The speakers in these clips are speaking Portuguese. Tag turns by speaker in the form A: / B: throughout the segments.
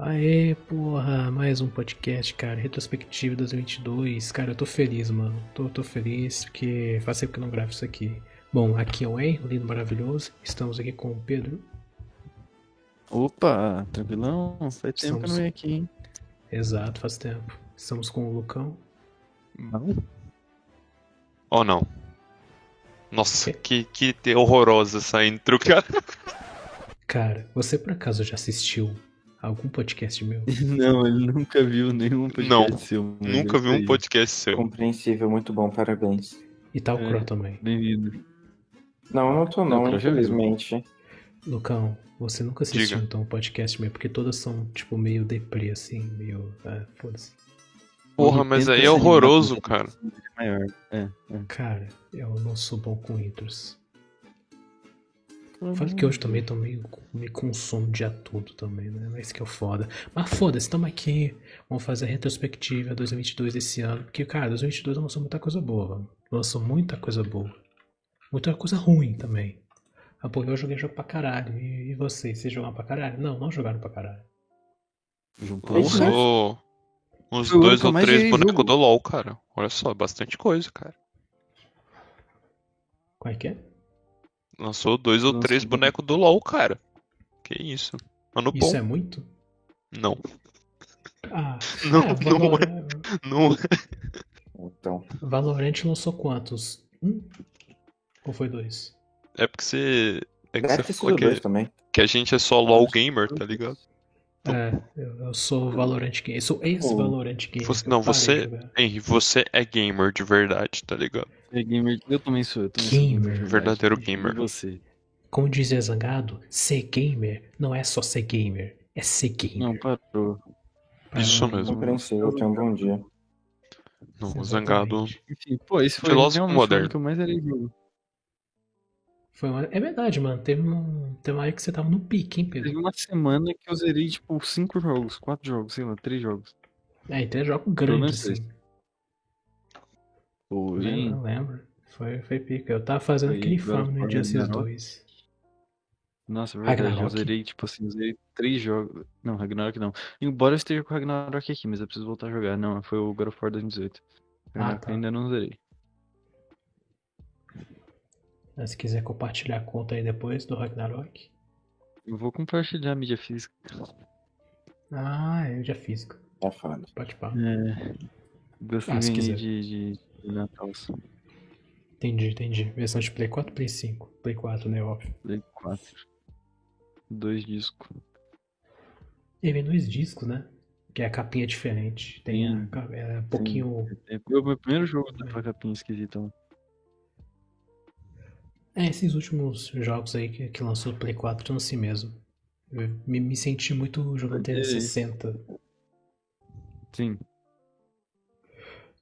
A: Aê, porra, mais um podcast, cara. Retrospectiva 2022. Cara, eu tô feliz, mano. Tô, tô feliz porque faz tempo que eu não gravo isso aqui. Bom, aqui é o En, lindo maravilhoso. Estamos aqui com o Pedro.
B: Opa, tranquilão? Faz tempo que eu
A: Estamos-
B: não venho aqui, hein?
A: Exato, faz tempo. Estamos com o Lucão.
B: Não?
C: Ou não? Nossa, que, que te- horrorosa essa intro, cara.
A: Cara, você por acaso já assistiu algum podcast meu?
B: Não, ele nunca viu nenhum podcast
C: Não,
B: seu. mas
C: Nunca
B: é
C: vi
B: isso
C: um
B: aí.
C: podcast seu.
D: Compreensível, muito bom, parabéns.
A: E tá tal
B: É.
A: Crow também.
B: Bem-vindo.
D: Não, não tô não,
B: Não, cara, já viu.
D: infelizmente.
A: Lucão, você nunca assistiu
C: Diga.
A: então um podcast meu, porque todas são, tipo, meio deprê, assim, meio. Ah, foda-se.
C: Porra,
B: Quando
C: mas
B: tenta
C: aí
B: se
C: é
B: animar
C: horroroso,
B: com
C: cara.
B: essa coisa de Maior. É, é.
A: Cara, eu não sou bom com intros.
B: é.
A: Fala que hoje também tô meio, meio com sono o dia todo também, né? Mas que é o foda. Mas foda-se, estamos aqui. Vamos fazer a retrospectiva 2022 desse ano. Porque, cara, 2022 lançou muita coisa boa. mano. Lançou muita coisa boa. Muita coisa ruim também. Ah, pô, eu joguei jogo pra caralho. E, e vocês? Vocês jogaram pra caralho? Não, não jogaram pra caralho.
B: Juntamos
D: Porra.
B: dois.
C: Lançou uns
B: Jogo
C: dois
B: que eu
C: ou
B: mais
C: três
B: joguei
C: bonecos
B: jogo.
C: do LoL, cara. Olha só, bastante coisa, cara.
A: Como é que é?
C: Tá Lançou dois ou
B: Lançou
C: três
B: dois.
C: bonecos do LoL, cara. Que isso? Ano bom.
A: Isso é muito?
C: Não,
A: Ah,
C: Não,
A: é,
C: não é.
A: Valorant,
C: não.
D: Então,
A: Valorant lançou quantos? Um? Ou foi dois?
C: É porque você. É que
D: deve
C: você
D: ter
C: falou
D: sido dois
C: que,
D: também.
C: que a gente é só LoL gamer, tá ligado?
A: É, eu, eu sou Valorant Gamer. Eu sou ex-Valorant Gamer.
C: Você-
A: eu
C: não,
A: parei né?
C: você-
A: de jogar.
C: Henry, você é gamer de verdade, tá ligado?
B: É gamer. Eu também sou. Eu também sou
A: Gamer.
B: de verdade. E
C: Verdadeiro gamer.
B: você?
A: Como dizia Zangado, ser gamer não é só ser gamer, é ser gamer.
B: Não, parou.
A: Pra-
C: isso mesmo.
D: Compreensível, tenha um bom dia.
C: Não,
A: Exatamente.
C: zangado.
B: Enfim, pô, esse foi
C: Filósofo
B: realmente o
C: moderno.
B: ano que eu mais era jogo.
A: Foi uma- É verdade, mano. Teve, um... Teve uma época que você tava no pique, hein,
B: Teve
A: Pedro?
B: uma semana que eu zerei, tipo, cinco jogos, quatro jogos, sei lá, três jogos.
A: É, então é jogo grande,
B: menos
A: assim.
B: Pô,
A: Lembra?
B: hein?
A: Eu lembro. Foi, foi pica. Eu tava fazendo
B: Foi
A: aquele infame no
B: Ragnarok. né?
A: dia esses dois.
B: Nossa, é verdade, eu
A: Ragnarok.
B: zerei, tipo assim, eu zerei três jogos. Não, Ragnarok não. Embora eu esteja com o Ragnarok aqui, mas eu preciso voltar a jogar. Não, foi o God of War 2018. Ragnarok
A: tá.
B: eu ainda não zerei.
A: Mas Ah, Se quiser compartilhar a conta aí depois do Ragnarok.
B: Eu vou compartilhar a mídia física.
A: Ah, eu já fiz.
D: É foda.
A: Pode pá.
B: É. Gostei
A: Ah, se
B: de,
A: quiser.
B: de, de, de Natal. assim,
A: Entendi, entendi. Versão de Play 4, Play 5. Play 4, né, óbvio.
B: Play 4. Dois discos.
A: Ele vem dois discos, né? Que a capinha é diferente. Tem a
B: Sim.
A: ca- é um pouquinho.
B: É, Foi o meu primeiro jogo da capinha esquisita. lá.
A: É, esses últimos jogos aí que, que lançou o Play 4 são assim mesmo. Eu me, me senti muito jogando
B: Pode ser isso.
A: 360.
B: Sim.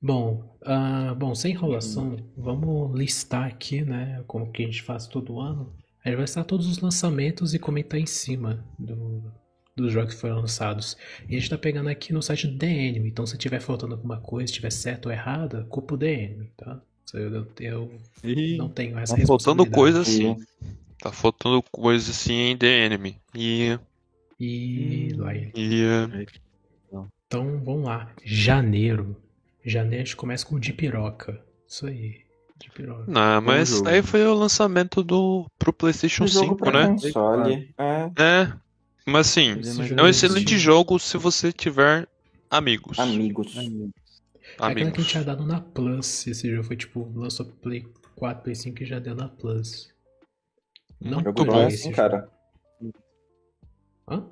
A: Bom, ah, bom, sem enrolação, vamos listar aqui, né? Como que a gente faz todo ano. A gente vai listar todos os lançamentos e comentar em cima do, dos jogos que foram lançados. E a gente tá pegando aqui no site do DN, então se tiver faltando alguma coisa, se tiver certo ou errada, culpa o DN, tá? Eu, eu, eu
B: E...
A: Não tenho essa
C: Tá faltando coisa
D: responsabilidade.
C: assim. Tá faltando coisa assim em The Enemy. E.
A: E lá ele.
C: E.
A: Então vamos lá. Janeiro. Janeiro a gente começa com o de piroca. Isso aí. De piroca.
C: Não, Ah, mas
B: jogo.
C: aí foi o lançamento do pro PlayStation
D: Um
C: 5,
D: jogo pra
C: né?
D: console. É,
C: É. Mas assim,
B: Ele
A: Esse
B: mais
C: é um
A: não
C: excelente
A: existiu.
C: jogo se você tiver amigos.
D: amigos.
A: É aquela que eu
C: Amigos.
A: tinha dado na Plus. Esse jogo foi tipo, lançou pro Play 4, Play 5 e já deu na Plus. Não
C: Muito
D: Jogo
A: comprei
D: bom é
C: bom.
A: esse
D: assim,
A: jogo.
D: cara.
A: Hã?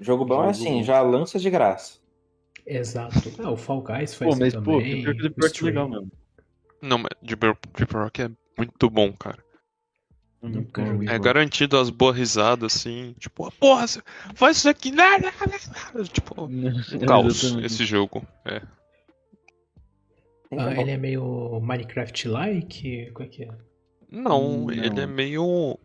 D: Jogo bom é
B: Jogo
D: assim,
B: bom.
D: já lança de graça.
A: Exato. Ah, o Fall Guys foi
B: Pô,
A: assim
B: mas pô,
A: também.
B: que pior que
A: o
B: ele é
A: Stray.
B: legal mesmo.
C: Não, mas Deep Deep Rock é muito bom, cara.
B: É muito
A: Nunca
B: bom,
A: joguei.
B: muito
C: É
B: bom.
C: garantido as boas risadas, assim. Tipo, ah, porra, você faz isso aqui. né? Tipo, um caos
B: É, Exatamente.
C: esse jogo. É.
D: Tem
A: Ah,
D: que-
A: ele é meio Minecraft-like? Como é que é?
C: Não,
B: Hum, Não.
C: ele é meio.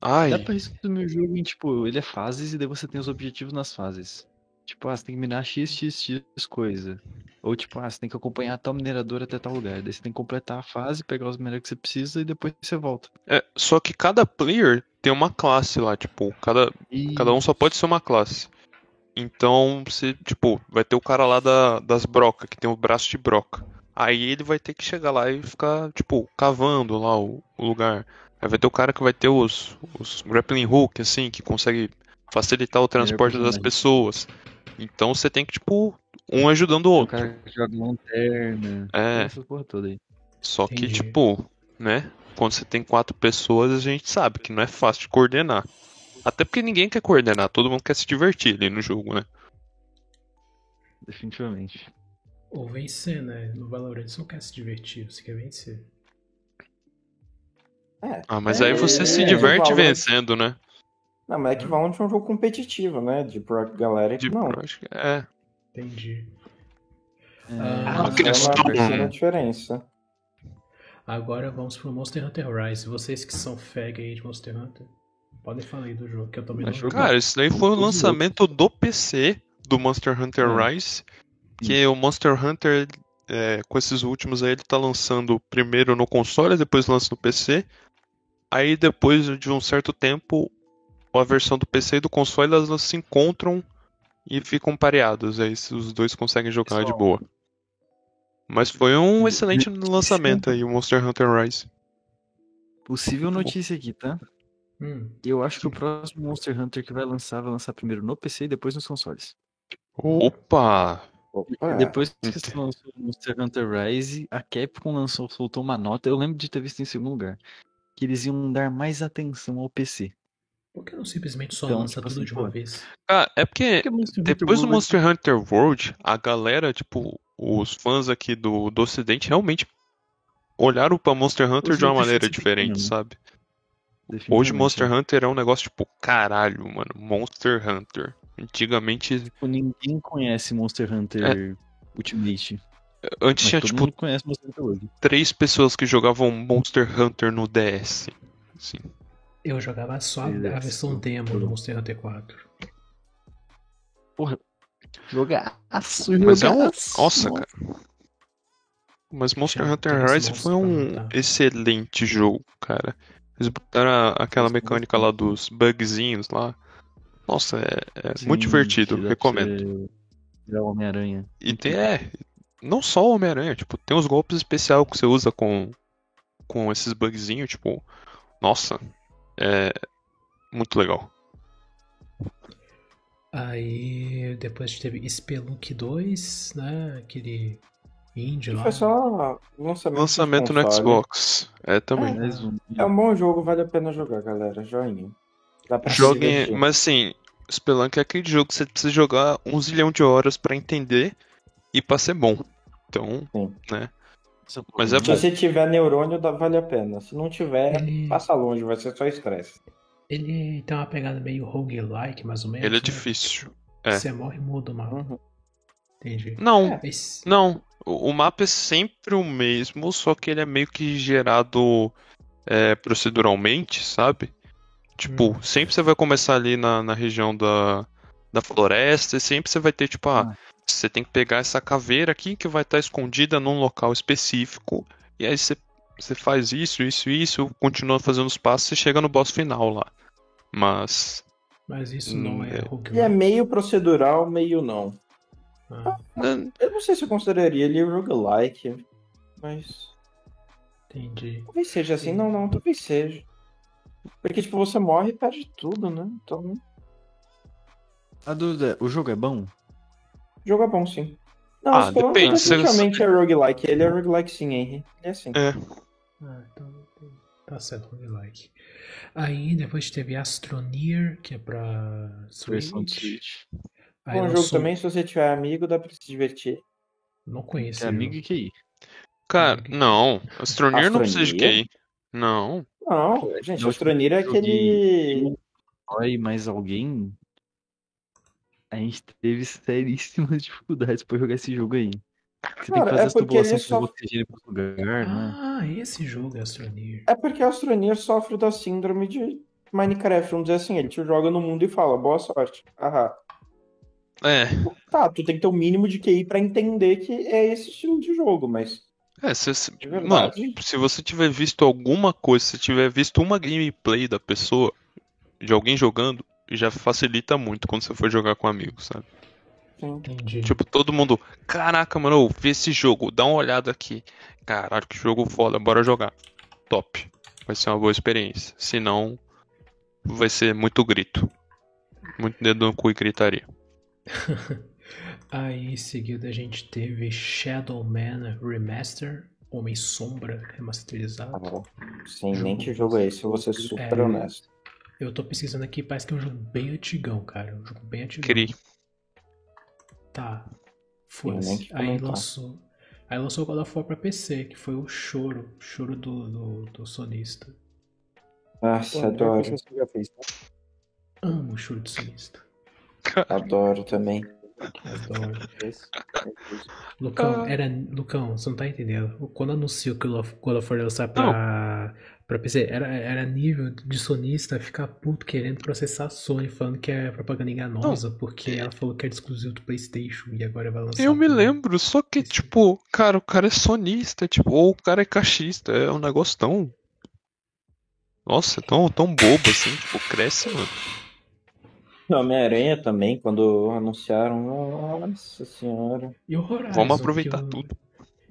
C: Ai.
B: Dá pra resumir o jogo em, tipo, ele é fases e daí você tem os objetivos nas fases. Tipo, ah, você tem que minar x, x, x coisa. Ou tipo, ah, você tem que acompanhar tal mineradora até tal lugar. Daí você tem que completar a fase, pegar os minérios que você precisa e depois você volta.
C: É, só que cada player tem uma classe lá, tipo, cada,
B: E...
C: cada um só pode ser uma classe. Então, você, tipo, vai ter o cara lá da, das brocas, que tem o braço de broca. Aí ele vai ter que chegar lá e ficar, tipo, cavando lá o, o lugar. Aí vai ter o cara que vai ter os, os grappling hook, assim, que consegue facilitar o transporte das
B: personagem.
C: pessoas. Então você tem que, tipo, um ajudando o
B: O
C: outro.
B: cara que joga lanterna.
C: É.
B: Essa porra toda aí.
C: Só que,
A: Entendi.
C: tipo, né? Quando você tem quatro pessoas, a gente sabe que não é fácil de coordenar. Até porque ninguém quer coordenar, todo mundo quer se divertir ali no jogo, né?
B: Definitivamente.
A: Ou vencer, né? No Valorant você não quer se divertir, você quer vencer.
D: É.
C: Ah, mas
D: É,
C: aí você se
D: é,
C: diverte
D: Valorant.
C: vencendo, né?
D: Não, mas é que Valorant é um jogo competitivo, né? De pra galera que
C: Hum. De-
D: não.
C: acho que- É.
A: Entendi.
B: É,
A: Ah,
B: mas
C: aquele
B: é uma
C: som.
B: versão-
D: pequena diferença.
A: Agora vamos pro Monster Hunter Rise. Vocês que são fag aí de Monster Hunter, podem falar aí do jogo, que eu também
B: Mas
A: não
B: jogo-
C: Cara, isso daí foi o
B: Tudo
C: lançamento do PC do Monster Hunter
D: Hum.
B: É.
C: Rise. Que o Monster Hunter, é, com esses últimos aí, ele tá lançando primeiro no console, depois lança no PC. Aí depois de um certo tempo, a versão do PC e do console elas, elas se encontram e ficam pareadas. Aí se os dois conseguem jogar de
D: Pessoal. Hum,
C: boa. Mas foi um
B: De-
C: excelente
D: é
C: lançamento aí, o Monster Hunter Rise.
B: Possível notícia aqui, tá?
A: Hum,
B: Eu acho que o próximo Monster Hunter que vai lançar, vai lançar primeiro no PC e depois nos consoles.
C: Opa! É.
D: Opa. é.
B: Depois que se lançou o Monster Hunter Rise, a Capcom lançou, soltou uma nota. Eu lembro de ter visto em segundo lugar. Que eles iam dar mais atenção ao PC.
A: por que não simplesmente só
B: Então,
A: lança
B: tipo
A: tudo
B: assim,
A: de uma
B: pô,
A: vez?
C: Cara, é porque
B: Porque Monster Hunter
C: Depois do
B: World-
C: Monster Hunter World, a galera, tipo, os fãs aqui do, do Ocidente realmente olharam pra Monster Hunter
B: Os
C: de uma
B: outros
C: maneira
B: se
C: diferente,
B: definham.
C: sabe? Hoje
B: Definitivamente,
C: Monster
B: né?
C: Hunter é um negócio tipo, caralho, mano, Monster Hunter. Antigamente,
B: Tipo, ninguém conhece Monster Hunter Ultimate.
C: antes
B: Mas
C: É. tinha
B: todo
C: tipo
B: mundo conhece Monster Hunter World.
C: três pessoas que jogavam Monster Hunter no DS. Assim.
A: Eu jogava só a, a
B: Beleza.
A: versão demo do Monster Hunter 4.
B: Jogaço,
C: Mas é um-
B: jogaço.
C: Nossa, cara. Mas Monster
A: Já tem
C: Hunter
A: esse
C: Rise
A: monstro
C: foi um
A: pra matar.
C: excelente jogo, cara. Eles botaram a- aquela
B: Esse
C: mecânica lá dos bugzinhos lá. Nossa, é, é
B: Sim,
C: muito divertido,
B: que dá pra
C: recomendo.
B: você virar o Homem-Aranha.
C: E tem, é, não só o Homem-Aranha, tipo, tem uns golpes especial que você usa com, com esses bugzinhos, tipo, nossa, é muito legal.
A: Aí depois a gente teve Spelunk 2, né? Aquele indie
D: Que
A: lá.
D: foi só lançamento,
C: Lançamento
D: de
C: no
D: console.
C: Xbox, é também.
B: Mais um.
D: É um bom jogo, vale a pena jogar, galera. Joinha. Dá pra se
C: Joguem,
D: divertir.
C: mas assim, Spelunk é aquele jogo que você precisa jogar um zilhão de horas pra entender e pra ser bom. Então,
B: Essa porra.
C: Mas é
D: Se
C: bom.
D: você tiver neurônio, dá- vale a pena. Se não tiver,
A: Ele,
D: passa longe, vai ser só estresse.
A: ele tem uma pegada meio roguelike, mais ou menos.
C: ele é
A: né?
C: difícil. é.
A: Você morre e muda o mapa.
B: Uhum.
A: Entendi.
C: Não,
A: Mas-
C: não. O o mapa é sempre o mesmo, só que ele é meio que gerado é, proceduralmente, sabe? Tipo, sempre você vai começar ali na, na região da, da floresta e sempre você vai ter, tipo, ah,
B: Ah.
C: você tem que pegar essa caveira aqui que vai estar escondida num local específico. E aí você, você faz isso, isso, isso, continua fazendo os passos e chega no boss final lá. Mas.
A: Mas isso não
C: Hum,
A: é
C: é.
D: Ele é
A: roguelike.
D: meio procedural, meio não. é
A: Ah,
C: né,
D: Eu não sei se eu consideraria ele roguelike, mas
A: entendi.
D: talvez seja assim. Não, não, talvez seja. Porque, tipo, você morre e perde tudo, né? Então, o
B: A dúvida é, o jogo é bom?
D: jogo é bom, sim. Não,
C: Ah,
D: esse pelo menos
C: depende, você-
D: Definitivamente é roguelike. Ele é roguelike sim, Henry. Ele é assim.
C: É.
A: Ah, então tá certo, roguelike. Aí depois teve Astroneer, que é pra
B: Versão de
A: Switch.
B: Switch.
A: Aí
D: Bom jogo
A: lançou-
D: também, se você tiver amigo, dá pra se divertir.
A: Não conheço.
B: É
A: esse
B: amigo
A: jogo.
B: e QI.
C: Cara,
A: Amigo.
C: não. Astroneer não precisa de
D: Astroneer?
C: QI. Não.
D: Não, gente,
B: eu
D: Astroneer é
B: joguei-
D: aquele.
B: Oi, mais alguém? A gente teve seríssimas dificuldades pra jogar esse jogo aí. Você tem
D: Cara,
B: que fazer
D: é
B: as
D: porque
B: tubulações
D: ele
B: pra
D: só-
B: você girem pro lugar, né?
A: Ah, esse jogo é Astroneer.
D: É porque Astroneer sofre da síndrome de Minecraft, vamos dizer assim. Ele te joga no mundo e fala, boa sorte. Aham.
C: É,
D: Tá, tu tem que ter o mínimo de QI pra entender que é esse estilo de jogo, mas
C: é, se, se-
D: de
C: mano,
D: verdade.
C: se você tiver visto alguma coisa, se tiver visto uma gameplay da pessoa, de alguém jogando, já facilita muito quando você for jogar com amigos, sabe?
D: sim.
A: Entendi.
C: Tipo, todo mundo, caraca, mano, eu vi esse jogo, dá uma olhada aqui. Caralho, que jogo foda, bora jogar. Top. Vai ser uma boa experiência. Se não, vai ser muito grito. Muito dedo no cu e gritaria.
A: Aí em seguida a gente teve Shadow Man Remaster, Homem Sombra
D: Tá
A: remasterizado.
D: bom. Sim, nem que jogo é esse, eu vou ser super
A: É.
D: honesto.
A: Eu tô pesquisando aqui, parece que é um jogo bem antigão, cara. Um jogo bem antigão.
C: Cri.
A: Tá.
D: nem
A: Foda-se.
D: que
A: Aí
D: comentar.
A: lançou. Aí lançou o God of War pra PC, que foi o choro, choro do, do, do sonista.
D: Nossa,
E: Adoro.
D: adoro,
E: Você já fez, tá?
A: Amo o choro do sonista.
D: adoro também.
A: Adoro.
E: Esse.
A: Lucão,
C: Ah.
A: era. Lucão, você não tá entendendo. Quando anunciou que o Lo- God of War ia lançar pra, pra PC, era, era nível de sonista ficar puto querendo processar a Sony, falando que é propaganda enganosa, porque ela falou que era exclusivo do Playstation e agora vai lançar.
C: Eu me
A: pro-
C: lembro, só que,
A: Isso.
C: tipo, cara, o cara é sonista, tipo, ou o cara é caixista, é um negócio tão. Nossa, tão, tão bobo assim, tipo, cresce, mano.
D: Não, Homem-Aranha também, quando anunciaram, nossa senhora.
A: E o Horizon.
C: Vamos aproveitar
A: que o-
C: tudo.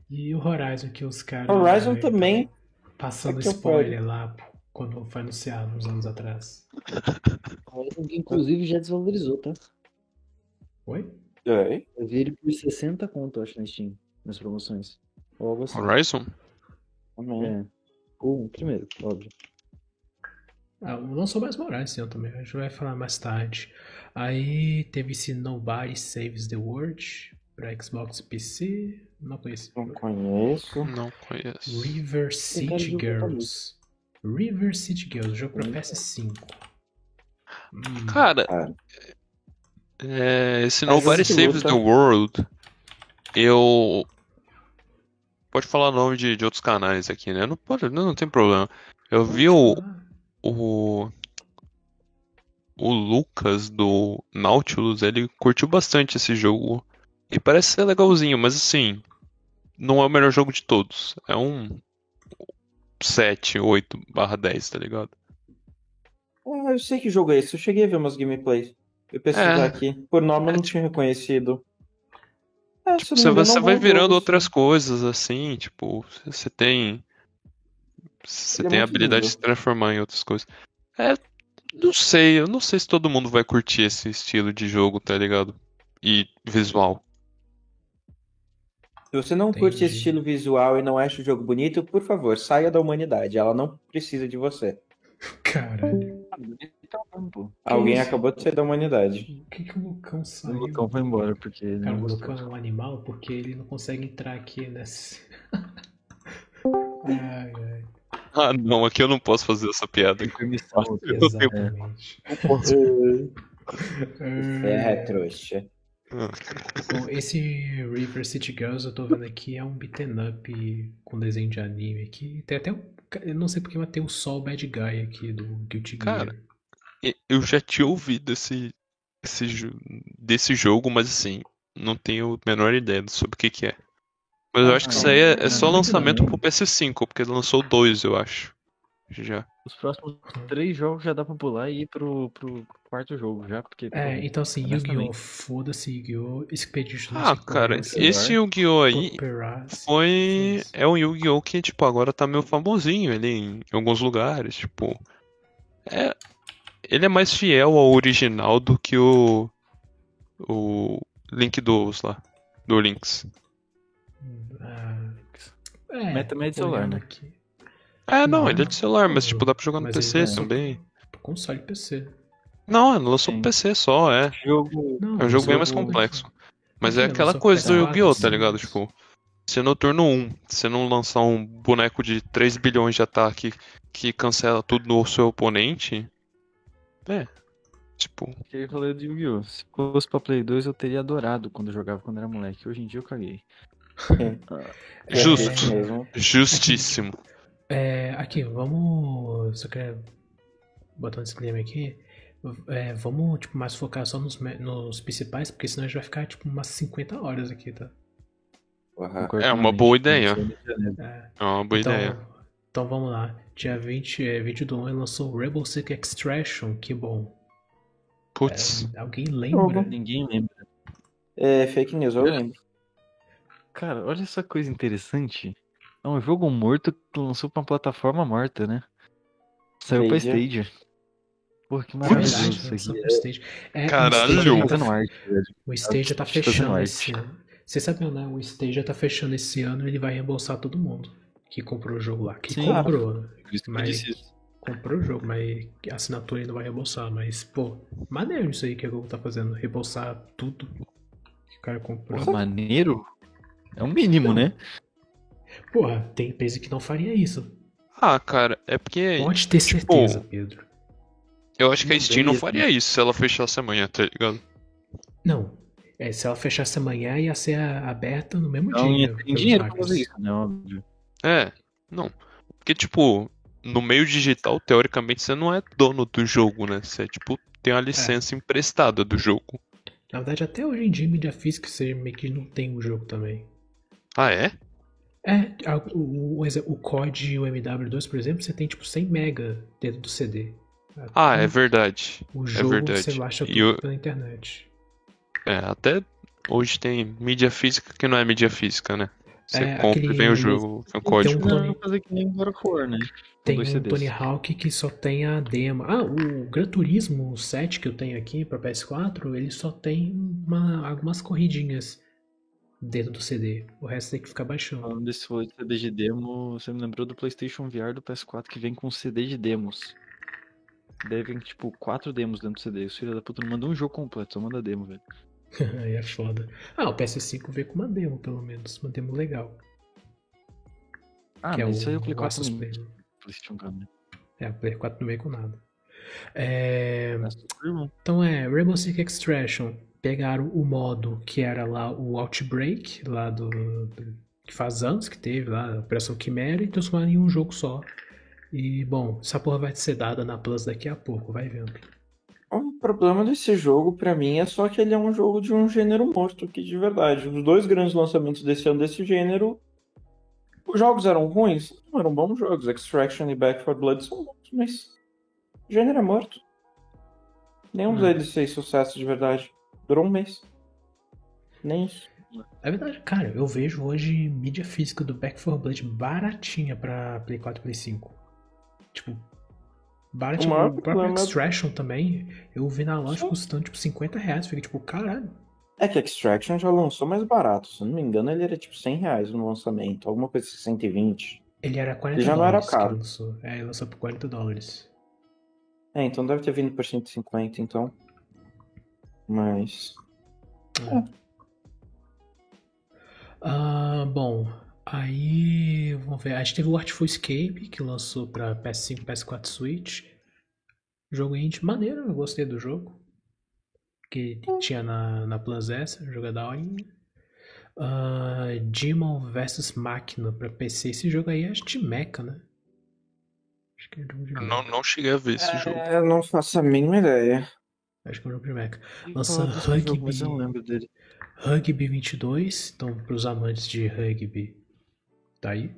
A: E o Horizon que os caras.
D: Horizon
A: eh,
D: também,
A: Passando
D: É que eu
A: spoiler lá, pô, quando foi anunciado uns anos atrás.
E: Horizon, que Ah, inclusive já desvalorizou, tá?
A: Oi?
D: é,
E: Eu vi ele por 60 conto, eu acho, na Steam, nas promoções. Ou algo assim.
C: Horizon?
B: Uhum.
D: também.
E: É. Ou um primeiro, óbvio.
A: Ah, lançou mais Moraes esse ano também, a gente vai falar mais tarde. Aí teve esse Nobody Saves the World pra Xbox e PC. Não conheci.
D: Não conheço.
C: Não conheço.
A: River
E: cara
A: City
E: jogou
A: Girls. River City Girls, jogo pra PS5. Hum,
C: Cara,
D: Cara.
C: é, esse
D: Mas
C: Nobody
D: esse
C: Saves
D: luta-
C: the World, eu. Pode falar nome de, de outros canais aqui, né? Não, pode, não, não tem problema. Eu vi o,
A: ah,
C: o. O Lucas do Nautilus, ele curtiu bastante esse jogo. E parece ser legalzinho, mas assim. Não é o melhor jogo de todos. É um. 7, 8 barra 10, tá ligado?
D: Ah, eu sei que jogo é esse, eu cheguei a ver umas gameplays. Eu pesquisar
C: É.
D: aqui. Por nome eu não tinha reconhecido. É, se eu
C: Você
D: não me
C: vai,
D: engano,
C: você
D: é um
C: vai
D: bom
C: virando
D: jogo,
C: outras coisas, assim, tipo, você tem. Você
D: Ele é
C: tem a
D: muito
C: habilidade de
D: lindo.
C: se transformar em outras coisas. É, não sei, eu não sei se todo mundo vai curtir esse estilo de jogo, tá ligado? E visual.
D: Se você não curte
A: Entendi.
D: esse estilo visual e não acha o jogo bonito, por favor, saia da humanidade. Ela não precisa de você.
A: caralho.
B: Ah, tá
D: Alguém
A: isso?
D: acabou de sair da humanidade.
A: O que, que o Lucão
B: O
A: saiu?
B: Lucão foi embora, porque ele
A: Cara,
B: não
A: o
B: gostou.
A: Lucão é um animal porque ele não consegue entrar aqui nessa. ai, ai.
C: Ah, não, aqui eu não posso fazer essa piada.
B: Tem permissão.
A: Exatamente. Hum.
D: É, trouxa.
A: Bom, esse River City Girls eu tô vendo aqui é um beaten up com desenho de anime aqui. Tem até um. Eu não sei porque, mas tem o Sol Bad Guy aqui do Guilty Gear.
C: Cara. E- Eu já tinha ouvido esse, esse jo- desse jogo, mas assim, não tenho a menor ideia sobre o que que é. Mas eu
B: Ah,
C: acho que
B: não,
C: isso aí é, é
A: não,
C: só
A: não, não.
C: lançamento pro PS5, porque lançou dois, eu acho. Já.
B: Os próximos três jogos já dá pra pular e ir pro, pro quarto jogo já, porque.
A: É, então assim, Yu-Gi-Oh!
B: Honestamente.
A: Foda-se Yu-Gi-Oh! Expedition
C: Ah, cara,
A: Circumference,
C: esse Yu-Gi-Oh! aí
A: Paparazzi.
C: foi.
A: Sim.
C: É um Yu-Gi-Oh! que, tipo, agora tá meio famosinho ele em alguns lugares, tipo. É. Ele é mais fiel ao original do que o. O Link Duos lá. Do Lynx.
A: Ah, é,
B: Meta média
A: tô
B: celular,
A: olhando
B: né?
A: aqui.
C: É, não,
A: Não,
C: ele é de celular, mas, tipo, dá pra jogar no
A: Mas
C: PC
A: ele é. lançou
C: também.
A: pro Console e PC.
C: Não, ele lançou pro
B: Sim.
C: PC só, é.
B: Jogo.
A: Não,
C: É um jogo bem mais
A: lançou-
C: complexo. Mas
A: Ele
C: é aquela
A: lançou
C: coisa do
A: PS4,
C: Yu-Gi-Oh!, tá
A: sim.
C: ligado? Tipo, se no turno 1 você não lançar um boneco de 3 bilhões de ataque que cancela tudo no seu oponente. É. Tipo,
B: Que eu falei do Yu-Gi-Oh! Se fosse pra Play 2, eu teria adorado quando eu jogava quando era moleque. Hoje em dia eu caguei.
A: É,
C: Justo.
D: Mesmo.
C: justíssimo.
A: É, aqui, vamos. Só queria botar um disclaimer aqui. É, vamos, tipo, mais focar só nos, me- nos principais, porque senão a gente vai ficar, tipo, umas 50 horas aqui, tá?
D: Porra.
C: É uma boa ideia.
A: É,
C: É uma boa
A: então,
C: ideia.
A: então vamos lá. Dia 20, é, 20 do 1 lançou Rebel Sick Extraction, que bom. É,
C: Putz,
A: alguém lembra?
B: Ninguém lembra.
D: É fake news, eu lembro.
B: Cara, olha essa coisa interessante. É um jogo morto que lançou pra uma plataforma morta, né? Saiu pra
D: Stadia.
B: Stadia. Pô, que
A: É
B: maravilhoso
A: verdade,
B: isso
A: lançou
B: aqui.
A: pro Stage. É, o
C: Caralho!
A: Stage-
B: Tá no arte, velho.
A: O Stage já tá
B: Tá fazendo
A: fechando
B: arte.
A: esse ano. Você sabe, né? O Stage já tá fechando esse ano e ele vai reembolsar todo mundo que comprou o jogo lá. Que
B: Sim.
A: comprou, né?
B: Por isso que eu
A: Mas-
B: disse isso.
A: Comprou o jogo, mas a assinatura ainda vai reembolsar. Mas, pô, maneiro isso aí que a Google tá fazendo. Reembolsar tudo que o cara comprou.
B: Pô, maneiro? É o mínimo, né?
A: Porra, tem empresa que não faria isso.
C: Ah, cara, é porque
A: Pode ter certeza, Pedro.
C: eu acho que a
B: não
C: Steam não
B: deve-
C: faria isso se ela fechasse amanhã, tá ligado?
A: Não. É, se ela fechasse amanhã, ia ser a- aberta no mesmo
B: Não
A: dia. né,
B: ia ter
A: pelos
B: dinheiro pra
A: hackers.
B: fazer isso, né? Óbvio.
C: É, não. Porque, tipo, no meio digital, teoricamente, você não é dono do jogo, né? Você, tipo, tem uma licença emprestada do jogo.
A: Na verdade, até hoje em dia, em mídia física, você meio que não tem o jogo também.
C: Ah, é?
A: É, a- o, o, exe- o COD e o MW2, por exemplo, você tem tipo 100 mega dentro do CD.
C: Ah,
A: Hum.
C: é verdade.
A: O jogo
C: verdade.
A: você baixa
C: E
A: tudo
C: o-
A: pela internet.
C: É, até hoje tem mídia física que não é mídia física, né? Você
A: É,
C: compra
A: aquele-
C: e vem o jogo, vem o
A: Então,
C: código.
A: Não,
B: Não, fazer que nem God of War, né?
A: Tem
B: dois
A: um
B: CDs.
A: Tony Hawk que só tem a demo. Ah, o Gran Turismo 7 que eu tenho aqui pra PS4, ele só tem uma- algumas corridinhas dentro do CD. O resto tem que ficar baixando.
B: Falando desse rolê de CD de demo, você me lembrou do PlayStation VR do PS4 que vem com CD de demos. Devem, tipo, quatro demos dentro do CD. Os filhos da puta não mandam um jogo completo, só manda demo, velho.
A: Aí é foda. Ah, o PS5 veio com uma demo, pelo menos. Uma demo legal.
B: Ah,
A: que é o,
B: mas isso aí eu clico
A: o Asus
B: quatro no
A: Play.
B: PlayStation né? Game.
A: É, o Play 4 não veio com nada. É,
B: Hum.
A: então é, Rainbow Six Extraction. Pegaram o modo que era lá o Outbreak, lá do. do- que faz anos que teve lá, a Operação Quimera, e transformaram em um jogo só. E, bom, essa porra vai ser dada na Plus daqui a pouco, vai vendo.
D: O um problema desse jogo, pra mim, é só que ele é um jogo de um gênero morto, que de verdade, os dois grandes lançamentos desse ano desse gênero, os jogos eram ruins? Não, eram bons jogos. Extraction e Back 4 Blood são bons, mas o gênero é morto. Nenhum
A: Hum.
D: deles fez sucesso de verdade. Durou um mês. Nem isso.
A: É verdade, cara, eu vejo hoje mídia física do Back 4 Blood baratinha pra Play 4 e Play 5. Tipo, baratinha.
D: O maior
A: O, próprio
D: problema-
A: Extraction também, eu vi na loja
D: Sim.
A: custando tipo 50 reais. Fiquei tipo, caralho.
D: É que Extraction já lançou mais barato, se eu não me engano, ele era tipo 100 reais no lançamento, alguma coisa assim, 120.
A: Ele era 40
D: Já não era
A: dólares
D: caro.
A: que lançou. É, ele lançou por 40 dólares.
D: É, então deve ter vindo por 150, então. Mas.
A: É.
D: É.
A: Ah, bom, aí vamos ver. A gente teve o Artful Escape, que lançou pra PS5, PS4 Switch. Jogo indie maneiro, eu gostei do jogo. Que
D: Hum.
A: tinha na, na Plus essa, jogo é da horinha. Ah, Demon vs Máquina pra PC. Esse jogo aí é de mecha, né? Acho que é jogo de
C: Eu
A: mecha.
C: não, não cheguei a ver esse jogo.
D: É, eu não faço a mínima ideia.
A: Acho que é um jogo de mecha.
B: Eu ia
A: Nossa,
B: falar desse jogo,
A: Rugby.
B: Mas eu não lembro dele.
A: Rugby 22, então para os amantes de rugby, tá aí.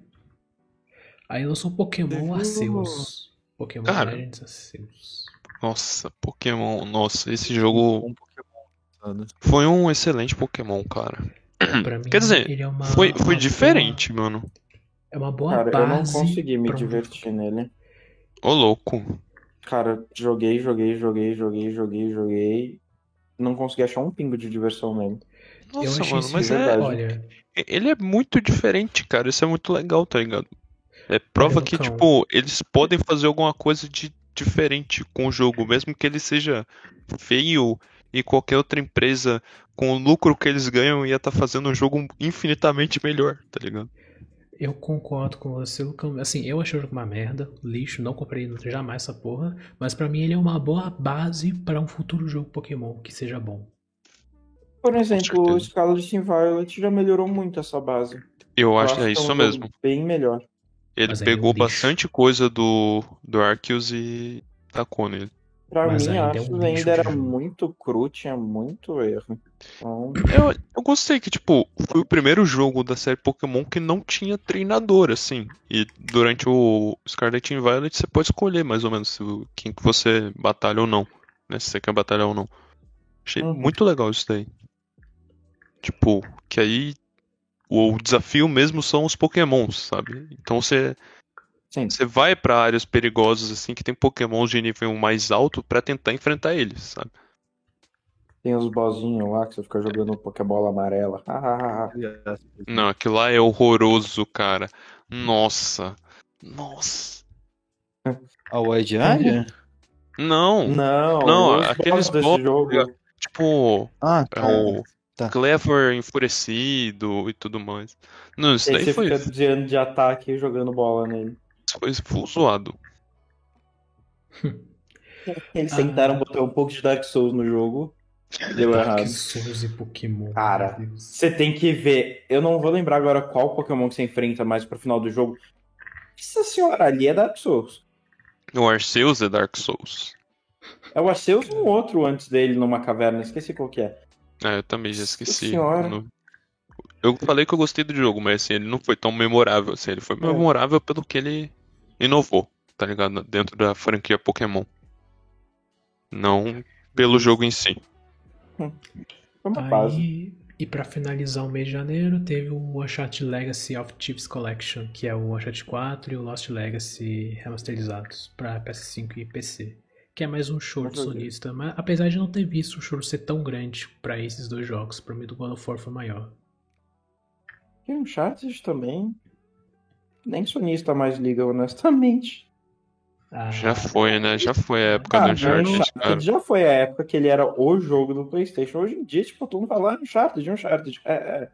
A: Aí lançou Pokémon
B: Teve o-
A: Arceus. Pokémon
C: Cara.
A: Legends Arceus.
C: Nossa, Pokémon. Nossa, esse jogo
B: Um Pokémon, sabe?
C: foi um excelente Pokémon, cara.
A: Pra mim,
C: Quer dizer,
A: ele é uma,
C: Foi,
A: uma boa-
C: foi diferente, mano.
A: é uma boa
D: Cara, eu não
A: base.
D: consegui me
A: pra um-
D: divertir nele.
C: Ô, louco.
D: Cara, joguei, joguei, joguei, joguei, joguei, joguei. Não consegui achar um pingo de diversão nele.
A: eu
C: Nossa,
A: achei
C: mano,
A: esse
C: mas
A: jogo-
C: é,
D: verdade.
A: Olha,
C: ele é muito diferente, cara. Isso é muito legal, tá ligado? É prova
A: Olha,
C: que,
A: Lucão.
C: tipo, eles podem fazer alguma coisa de diferente com o jogo, mesmo que ele seja feio e qualquer outra empresa, com o lucro que eles ganham, ia estar fazendo um jogo infinitamente melhor, tá ligado?
A: eu concordo com você, Lucão. Assim, eu achei o jogo uma merda, lixo, não comprei jamais essa porra. Mas pra mim, ele é uma boa base pra um futuro jogo Pokémon que seja bom.
D: Por exemplo, o
C: certeza.
D: Scarlet and Violet já melhorou muito essa base.
C: Eu acho
D: que
C: que é
D: um
C: isso
D: jogo
C: mesmo.
D: Bem melhor.
C: Ele
A: Mas ainda é um
C: pegou
A: lixo.
C: bastante coisa do, do Arceus e tacou nele.
D: Pra
A: Mas
D: mim,
A: ainda é um
D: Ashes
A: lixo de
D: ainda era
A: jogo.
D: muito cru, tinha muito erro. Então,
C: Eu, eu gostei que, tipo, foi o primeiro jogo da série Pokémon que não tinha treinador, assim. E durante o Scarlet and Violet você pode escolher mais ou menos se o- quem que você batalha ou não. Né? Se você quer batalhar ou não. Achei
D: Uhum.
C: muito legal isso daí. Tipo, que aí o, o desafio mesmo são os Pokémons, sabe? Então você,
D: Sim.
C: você vai pra áreas perigosas, assim, que tem Pokémons de nível mais alto pra tentar enfrentar eles, sabe?
D: tem os bozinhos lá que você fica jogando Pokébola amarela. Ah, ah, ah, ah.
C: Não, aquilo lá é horroroso, cara. Nossa. Nossa.
B: A Wide
A: É.
B: Area?
C: Não,
D: Não,
C: Não,
D: os
C: aqueles
D: boss desse
C: boss-
D: jogo.
C: tipo,
B: Ah,
C: é
B: tá.
C: o
B: tá.
C: Clever enfurecido e tudo mais. Não, isso
D: Aí
C: daí
D: você
C: foi,
D: fica desviando de ataque e jogando bola nele.
C: foi full zoado.
D: Eles
A: Ah.
D: tentaram botar um pouco de Dark Souls no jogo. Deu errado.
A: Dark Souls e Pokémon.
D: Cara.
A: meu Deus.
D: Você tem que ver. Eu não vou lembrar agora qual Pokémon que você enfrenta mais pro final do jogo. Essa senhora ali é Dark Souls.
C: O Arceus é Dark Souls.
D: É o Arceus e um outro antes dele numa caverna. Esqueci qual que é.
C: Ah, eu também já
D: Nossa
C: esqueci.
D: senhora.
C: Eu não- Eu falei que eu gostei do jogo, mas assim, ele não foi tão memorável assim. Ele foi
D: É.
C: memorável pelo que ele inovou, tá ligado? Dentro da franquia Pokémon. Não pelo jogo em si.
D: Foi uma base.
A: Aí, e pra finalizar o mês de janeiro, teve o Uncharted Legacy of Chips Collection, que é o Uncharted 4 e o Lost Legacy remasterizados pra PS5 e PC. Que é mais um choro
D: Olha.
A: sonista, mas apesar de não ter visto o choro ser tão grande pra esses dois jogos, pra mim do God of War foi maior.
D: Tem um Charters também. Nem sonista mais liga, honestamente.
A: Ah,
C: Já foi, né? Já foi a época
A: Ah,
C: do
A: mas eu
C: Uncharted,
D: Uncharted
C: cara.
D: já foi a época que ele era o jogo do PlayStation. Hoje em dia, tipo, todo mundo fala Uncharted, Uncharted. É, é.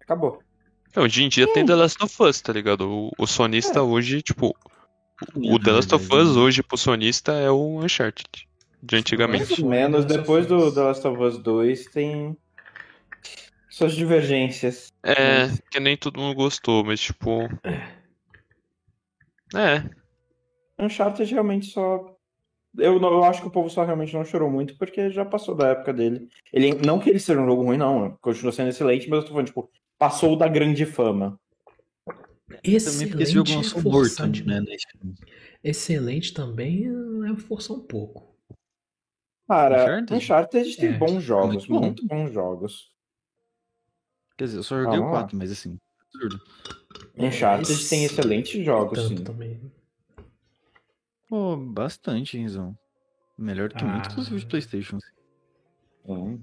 D: Acabou.
C: Não, Hoje em dia tem The Last of Us, tá ligado? O, o sonista
D: É.
C: hoje, tipo, o
B: Minha
C: The Last of
B: verdade.
C: Us hoje pro sonista é o Uncharted de antigamente.
D: Mais
A: Foi
D: ou menos.
A: The Last
D: Depois
A: of Us.
D: do The Last of Us 2, tem suas divergências.
C: É, que nem todo mundo gostou, mas tipo. É,
D: Uncharted realmente só. Eu, não- eu acho que o povo só realmente não chorou muito porque já passou da época dele. Ele, não que ele seja um jogo ruim, não. Continua sendo excelente, mas eu tô falando, tipo, passou da grande fama.
B: Também
A: Excelente,
B: porque esse jogo lançou morto,
A: forçar de-
B: né? na Steam.
A: Excelente também é forçar um pouco.
D: Cara,
B: Uncharted?
D: Uncharted, tem
A: É,
D: bons jogos,
B: muito bom.
D: muito bons jogos.
B: Quer dizer, eu só joguei
D: Ah,
B: o
D: vamos lá.
B: 4, mas assim, absurdo.
D: Uncharted
A: Esse-
D: tem excelentes jogos,
A: Tanto
D: sim.
A: também.
B: Pô, bastante, Renzão. Melhor que muito
A: Ah.
B: exclusivo de Playstation.
D: Hum,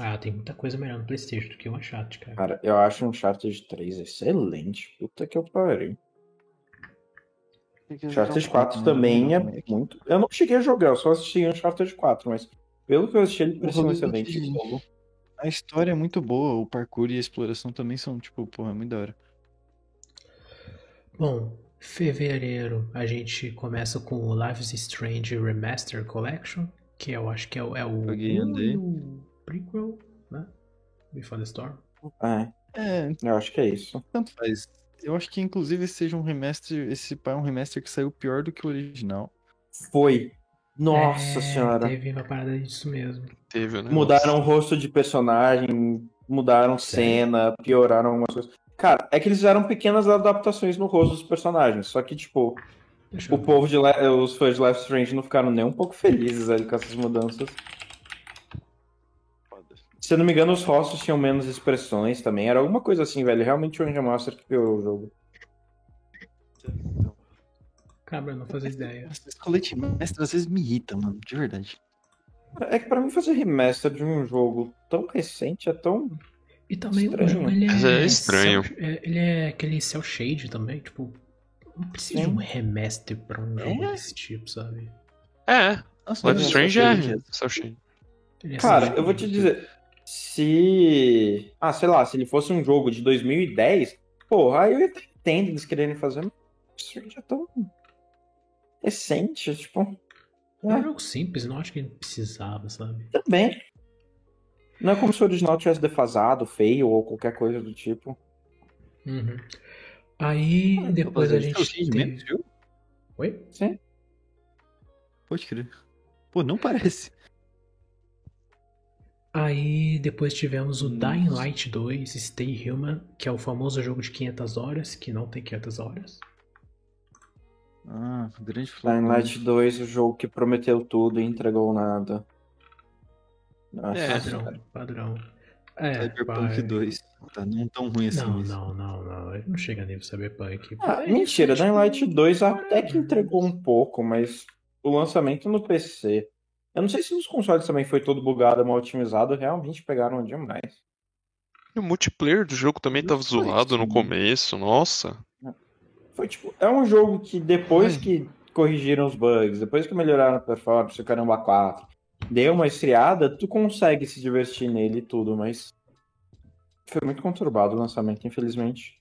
A: Ah, tem muita coisa melhor no Playstation do que o Uncharted, cara.
D: Cara, eu acho um Uncharted 3 excelente. Puta que eu parei. Uncharted 4 também é muito. Eu não cheguei a jogar, eu só assisti Uncharted 4, mas pelo que eu assisti, ele pareceu um excelente jogo.
B: A história é muito boa, o parkour e a exploração também são, tipo, porra, é muito da hora.
A: Bom, fevereiro a gente começa com o Life is Strange Remaster Collection, que eu acho que é, o- é o,
B: Joguei,
A: um
B: andei.
A: e o prequel, né? Before the Storm.
D: É,
B: É,
D: eu acho que é isso.
B: tanto faz. Eu acho que inclusive esse seja um remaster, esse pá é um remaster que saiu pior do que o original.
D: Foi. Nossa
A: É,
D: senhora.
A: Teve uma parada disso mesmo.
C: teve, né?
D: Mudaram o rosto de personagem, mudaram cena, pioraram algumas coisas. Cara, é que eles fizeram pequenas adaptações no rosto dos personagens. Só que, tipo,
A: Deixa eu
D: o
A: ver.
D: povo de Le- os fãs de Life is Strange não ficaram nem um pouco felizes ali com essas mudanças. Se eu não me engano, os rostos tinham menos expressões também. Era alguma coisa assim, velho. Realmente um remaster que piorou o jogo.
A: Cabra, não fazia ideia.
B: Nossa, Esse colete mestre às vezes me irrita, mano, de verdade.
D: É que pra mim fazer remaster de um jogo tão recente é tão.
A: E também o
D: Estranho.
A: jogo ele
C: Mas
A: é.
C: é estranho.
A: cel- é- ele é aquele cel shade também, tipo. Não precisa de
D: Sim.
A: um remaster pra um jogo
B: É?
A: desse tipo, sabe?
C: É,
B: Nossa,
C: Life
B: eu
C: is
D: Mas
C: Strange
B: só
C: é.
B: sei assim, que
C: Cell Shade.
A: Ele é cel
D: Cara,
A: shade.
D: eu vou te dizer. Se. Ah, sei lá, se ele fosse um jogo de 2010, porra, aí eu até entendo eles quererem fazer. Mas isso já é tão. recente, tipo.
A: É um jogo simples, não acho que ele precisava, sabe?
D: Também. Não é como se o original tivesse defasado, feio ou qualquer coisa do tipo.
A: Uhum. Aí
B: Ah,
A: depois a
B: rapaziada, Cell
A: gente
B: Shade
A: teve...
B: mesmo, viu?
A: Oi?
B: Pode crer. Pô, não parece.
A: Aí depois tivemos o
B: Nossa.
A: Dying Light 2 Stay Human, que é o famoso jogo de 500 horas, que não tem 500 horas.
B: Ah, grande flop.
D: Dying Light 2, o jogo que prometeu tudo e entregou nada. Nossa,
B: É,
D: cara.
A: Padrão, padrão. É,
B: Cyberpunk
A: vai.
B: 2. Tá não tão ruim assim.
A: Não,
B: mas-
A: não, não, não. Ele não chega a nível Cyberpunk.
D: Ah, mentira, Dying Light 2 até que entregou um pouco, mas o lançamento no PC. Eu não sei se nos consoles também foi todo bugado, mal otimizado, realmente pegaram demais.
C: E o multiplayer do jogo também
B: Não
C: tava
B: foi
C: zoado no
B: assim.
C: começo, nossa.
D: Foi tipo, é um jogo que depois
C: Ai.
D: que corrigiram os bugs, depois que melhoraram a performance, o Caramba 4, deu uma esfriada, tu consegue se divertir nele e tudo, mas foi muito conturbado o lançamento, infelizmente.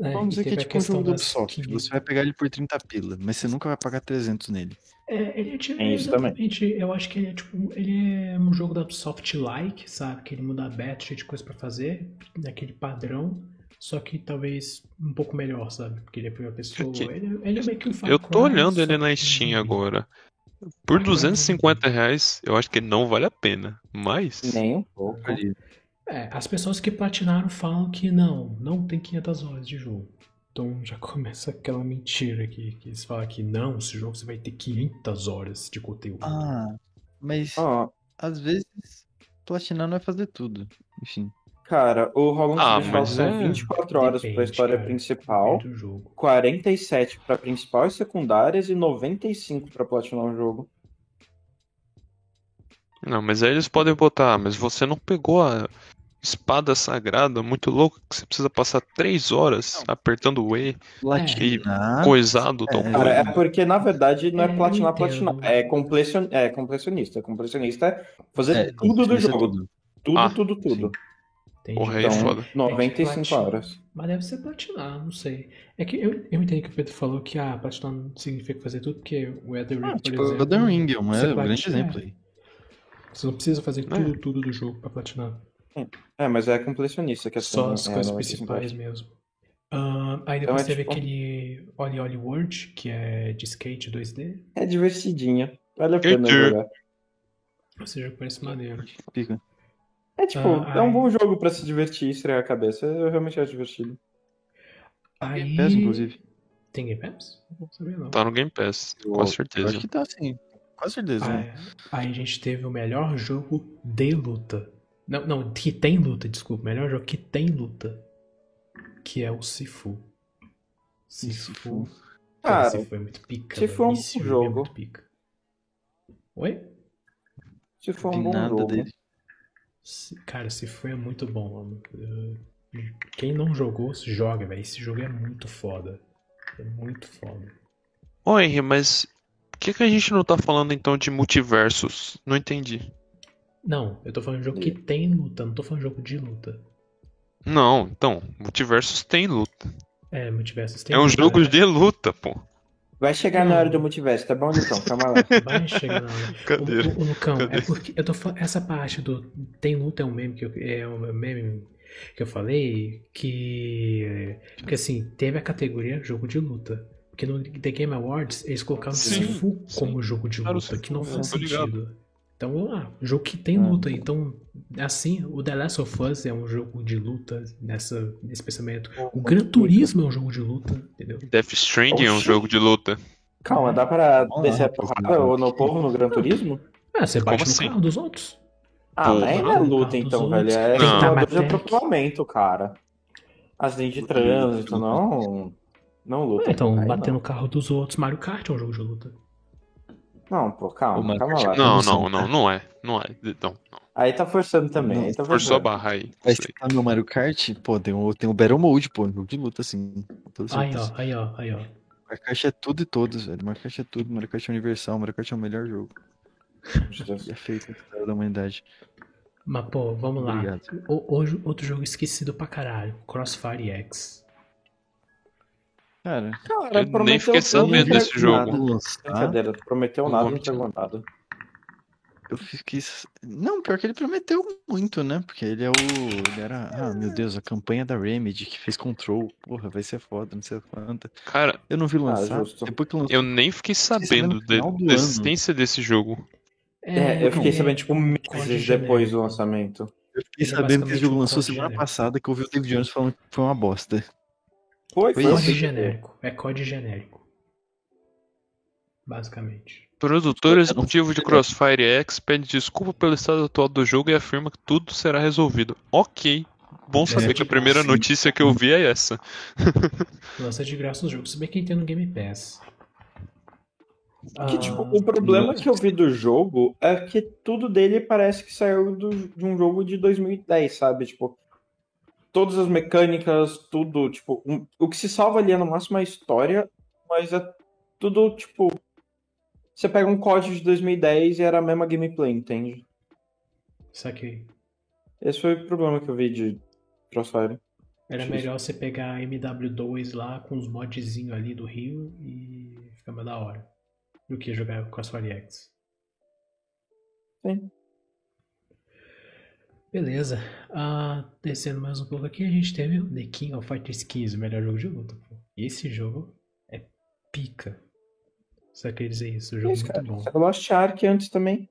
A: É, e
B: Vamos dizer que é
A: teve a
B: tipo um
A: questão
B: jogo do
A: das
B: Ubisoft.
A: 500
B: Você vai pegar ele por 30 pila, mas você nunca vai pagar 300 nele.
A: É, ele é tipo,
D: Tem isso também.
A: exatamente, eu acho que ele é tipo, um- ele é um jogo da Ubisoft-like, sabe? Que ele muda aberto, cheio de coisa pra fazer, naquele padrão, só que talvez um pouco melhor, sabe? Porque ele é a primeira pessoa,
C: que-
A: ele, ele é meio que um Far
C: Eu
A: Cry,
C: tô olhando
A: só
C: ele na
A: que-
C: Steam agora. Por
A: Cry.
C: 250 reais, eu acho que não vale a pena. Mas.
D: Nem um pouco.
A: É, as pessoas que platinaram falam que não, não tem 500 horas de jogo. Então já começa aquela mentira que, que eles falam que não, esse jogo você vai ter 500 horas de conteúdo.
B: Ah, mas
D: Ó,
B: às vezes platinar não é fazer tudo. Enfim.
D: cara, o Roland
C: Ah,
D: Threshold
C: mas
D: são
C: é-
D: 24 horas pra
A: Depende,
D: história
A: cara.
D: principal.
A: do jogo.
D: 47 pra principal e secundárias e 95 pra platinar o jogo.
C: Não, mas aí eles podem botar, "Ah, mas você não pegou a espada sagrada muito louca que você precisa passar 3 horas apertando o E,
B: É. Platinar.
C: coisado, tal
B: é.
D: Cara,
C: coisa.
D: é porque na verdade não é,
A: Uhum. É,
D: platinar,
A: eu
D: platinar.
A: entendo.
D: É, completion... é completionista. Completionista é fazer
B: É,
D: tudo do
B: isso é
D: jogo.
B: tudo.
D: Tudo,
C: Ah,
D: tudo, tudo.
A: Entendi.
C: Porra, aí é
D: Então,
C: foda.
D: 95
A: platinar.
D: horas.
A: Mas deve ser platinar, não sei. É que eu, eu entendo que o Pedro falou que ah, platinar não significa fazer tudo, porque o Elden Ring,
B: Ah,
A: por
B: tipo,
A: exemplo,
B: Elden Ring é um
A: você
B: é um grande
A: platina,
B: exemplo aí.
A: Você não precisa fazer
C: É.
A: tudo, tudo do jogo pra platinar.
D: É, mas é completionista que é
A: Só as
D: é,
A: coisas
D: 95
A: principais
D: horas.
A: mesmo. Ahn, aí
D: Então
A: depois
D: é
A: teve
D: tipo-
A: aquele Oli Oli World, que é de skate 2D.
D: É divertidinho. Vale a
C: Que
D: pena
C: que-
D: jogar.
A: Ou seja, parece maneiro.
B: Fica.
D: É tipo,
A: Ah,
D: é um
A: ai.
D: bom jogo pra se divertir e estrear a cabeça. Eu realmente acho divertido.
A: Aí...
B: Game Pass, inclusive.
A: Tem Game Pass? Não sabia não.
C: Tá no Game Pass,
B: Eu-
C: com
B: Eu acho
C: certeza.
B: que tá sim. Com certeza.
A: Ah, é. Aí a gente teve o melhor jogo de luta. Não, não, que tem luta, desculpa. Melhor jogo que tem luta. Que é o Sifu. Sifu.
B: Sifu.
A: Cara,
D: Cara,
A: Sifu é muito pica.
D: Sifu
A: velho.
D: é um
A: Esse
D: bom
A: É
D: jogo.
A: muito pica. Oi?
D: se for
B: Não
D: um
B: vi
D: bom
B: nada
D: jogo.
B: dele.
A: Si- Cara, Sifu é muito bom, mano. Eh, Quem não jogou, joga, velho. Esse jogo é muito foda. É muito foda.
C: Ô Henry, mas por que, que a gente não tá falando então de multiversos? Não entendi.
A: Não, eu tô falando de jogo que tem luta, não tô falando de jogo de luta.
C: Não, então, multiversos tem luta.
A: É, multiversos tem
C: É um
A: luta,
C: jogo
A: né?
C: de luta, pô.
D: Vai chegar na hora do multiverso, tá bom, Lucão? Calma lá.
A: Vai chegar na hora.
C: Cadê?
A: O, o- o Lucão,
C: Cadê?
A: é porque eu tô fa- essa parte do tem luta é um meme que eu, é um meme que eu falei que que assim teve a categoria jogo de luta porque no The Game Awards eles colocaram
C: Sim,
A: Sifu
C: sim.
A: como jogo de
C: Claro,
A: luta
C: Sifu,
A: que não
C: eu
A: faz
C: tô ligado.
A: sentido. Então vamos lá, jogo que tem
D: Ah.
A: luta. Então assim o The Last of Us é um jogo de luta nessa nesse pensamento. O Gran Turismo é um jogo de luta, entendeu?
C: Death Stranding é um
D: Oxi.
C: jogo de luta.
D: Calma, dá pra
B: Vamos lá,
D: descer a
B: rapaz,
D: porrada
B: cara.
D: ou no povo no Gran Turismo?
A: Ah, você bate
C: Como
A: no
C: assim?
A: carro dos outros.
D: Ah,
C: Pô,
D: mas aí não é
A: não,
D: luta
A: cara,
D: então,
A: dos
D: velho. É
C: outros. Não.
D: simulador
A: Tá,
D: de
A: mas-
D: atropelamento, cara. Acidente de
B: Luta,
D: trânsito,
B: luta.
D: não. Não luta.
A: Ah, então,
D: Aí
A: bater
D: não.
A: no carro dos outros, Mario Kart é um jogo de luta.
D: Não, pô,
B: Ô,
D: calma,
B: mano,
D: calma lá.
C: Não,
B: Evolução,
C: não, não, não é. Não é. Não,
D: Aí tá forçando também.
B: Não,
D: aí tá
C: forçou a
D: forçando.
C: barra aí.
B: Mas você tá no Mario Kart, pô, tem o, tem o Battle Mode, pô, jogo de luta, assim. com toda
A: Aí,
B: certeza.
A: ó, aí, ó, aí, ó.
B: Mario Kart é tudo e todos, velho. Mario Kart é tudo, Mario Kart é universal, Mario Kart é o melhor jogo. E é feito na história da humanidade.
A: Mas, pô, vamos lá.
B: Obrigado.
A: O- hoje, outro jogo esquecido pra caralho. Crossfire X.
B: Cara,
D: Cara,
C: Eu nem
D: prometeu
C: fiquei
D: tudo,
C: sabendo
D: não
A: Ah?
D: entregou
C: desse jogo.
D: nada.
B: vamos lançar.
D: Brincadeira, prometeu
C: Não
D: nada,
C: vou
D: não entregou nada.
B: Ah, Eu fiquei. Não, pior que ele prometeu muito, né? Porque ele é o. Ele era. Ah, meu Deus, a campanha da Remedy que fez control. Porra, vai ser foda, não sei quanta.
C: Cara,
B: Eu não vi lançar.
D: Ah, justo.
B: Depois que lançou.
C: eu nem fiquei sabendo
B: no
C: de-
B: final do
C: da
B: ano.
C: existência desse jogo.
D: É, eu fiquei
A: não,
D: sabendo, tipo,
A: então, Código
D: meses
A: genérico.
D: depois do lançamento.
B: Eu fiquei
A: Ele é
B: sabendo que esse
A: basicamente
B: jogo
A: um
B: lançou
A: código
B: semana
A: genérico.
B: passada que eu ouvi o David Jones falando que foi uma bosta.
D: Foi,
B: Foi
D: foi.
A: É
B: isso.
A: código
D: assim.
A: genérico. É código genérico. Basicamente.
C: Produtor
B: Eu não- né?
C: executivo de Crossfire X pede desculpa pelo estado atual do jogo e afirma que tudo será resolvido. Ok. Bom saber que a
A: tipo
C: primeira
B: assim.
C: notícia que eu vi é essa.
A: Lança de graça o jogo. Se bem que tem no Game Pass.
D: Que,
A: Ah,
D: tipo, o problema que eu vi do jogo é que tudo dele parece que saiu do- de um jogo de 2010, sabe? Tipo, todas as mecânicas, tudo, tipo, um- o que se salva ali é no máximo a história, mas é tudo, tipo, você pega um código de 2010 e era a mesma gameplay, entende?
A: Saquei.
D: Esse foi o problema que eu vi de Crossfire.
A: Era
D: Justo.
A: melhor você pegar a MW2 lá com os modzinhos ali do Rio e fica mais da hora. Do que jogar Crossfire X.
D: Sim.
A: Beleza. Ah, descendo mais um pouco aqui, a gente teve o The King of Fighters 15, o melhor jogo de luta. Pô. E esse jogo é pica. Só queria dizer isso, o jogo é
D: Isso,
A: muito
D: cara.
A: bom.
D: Saiu Lost Ark antes também.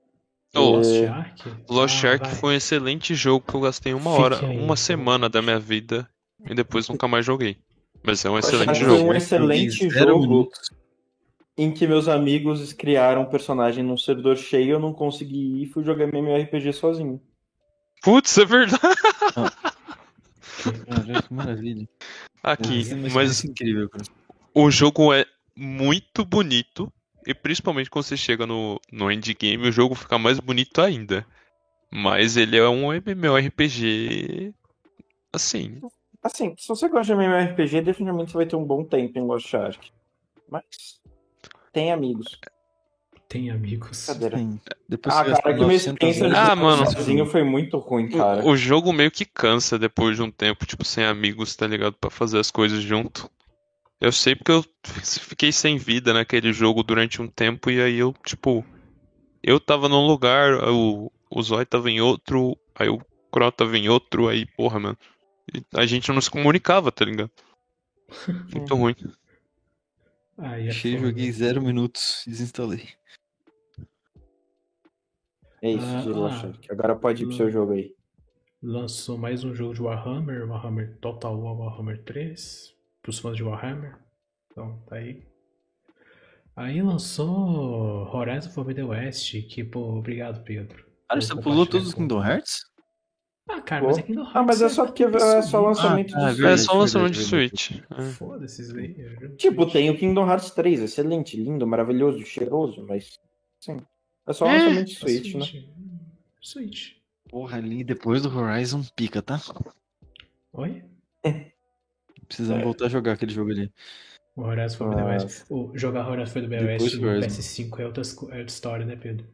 C: Oh,
A: Lost
D: É.
A: Shark?
C: Lost
A: Ah,
C: Shark
A: vai.
C: foi um excelente jogo que eu gastei uma
A: Fique
C: hora,
A: aí,
C: uma
A: então.
C: semana da minha vida e depois nunca mais joguei. Mas é um
D: Lost
C: excelente
D: Ark
C: jogo.
D: foi um excelente
B: Zero
D: jogo.
B: minutos.
D: em que meus amigos criaram um personagem num servidor cheio, eu não consegui ir, fui jogar MMORPG sozinho.
C: Putz, é verdade.
B: Caralho, que maravilha.
C: Aqui,
B: Essa é uma
C: mas
B: experiência incrível, cara.
C: o jogo é muito bonito e principalmente quando você chega no, no endgame, o jogo fica mais bonito ainda. Mas ele é um MMORPG assim,
D: Assim, se você gosta de MMORPG, definitivamente você vai ter um bom tempo em Lost Ark. Mas tem amigos.
A: Tem amigos.
D: Cadeira.
B: Sim. Depois
D: Ah,
B: É, você gasta
D: cara, que minha
B: 900
D: experiência de
B: horas
C: Ah, mano.
D: sozinho foi muito ruim, cara.
C: O, o jogo meio que cansa depois de um tempo, tipo, sem amigos, tá ligado? Pra fazer as coisas junto. Eu sei porque eu fiquei sem vida naquele jogo durante um tempo e aí eu, tipo, eu tava num lugar, o, o Zói tava em outro, aí o Cro tava em outro, aí, porra, mano. e A gente não se comunicava, tá ligado? Muito ruim.
A: Aí é
B: Achei,
A: foda.
B: joguei zero minutos, desinstalei.
D: É isso, de
A: Ah,
D: Lost Ark. Agora pode ir pro seu
C: Hum.
D: jogo aí.
A: Lançou mais um jogo de Warhammer, Warhammer Total War Warhammer 3, pros fãs de Warhammer. Então, tá aí. Aí lançou Horizon Forbidden West, que, pô, obrigado, Pedro.
B: Cara,
A: Vou
B: você pulou
A: compartilhar
D: é
B: todos os
A: com-
B: Kingdom Hearts?
A: Ah, cara, mas é Kingdom Hearts.
D: Ah, mas é só porque é só lançamento
B: lançamento
D: do
B: do
C: É
B: Verdade,
C: só um lançamento de
B: verdade,
C: Switch. É.
A: Foda-se isso daí. é jogo de
D: Tipo,
A: Switch.
D: tem o Kingdom Hearts 3, excelente, lindo, maravilhoso, cheiroso, mas. Sim. É só lançamento de
A: É
D: Switch, né?
A: Switch.
B: Porra, ali depois do Horizon pica, tá?
A: Oi?
B: Precisamos
D: É.
B: voltar a jogar aquele jogo ali.
A: O Horizon Forbidden
D: Ah,
A: West. O jogar Horizon Forbidden
B: Depois
A: West
B: do
A: no
B: Horizon.
A: PS5 é outra, é outra história, né, Pedro?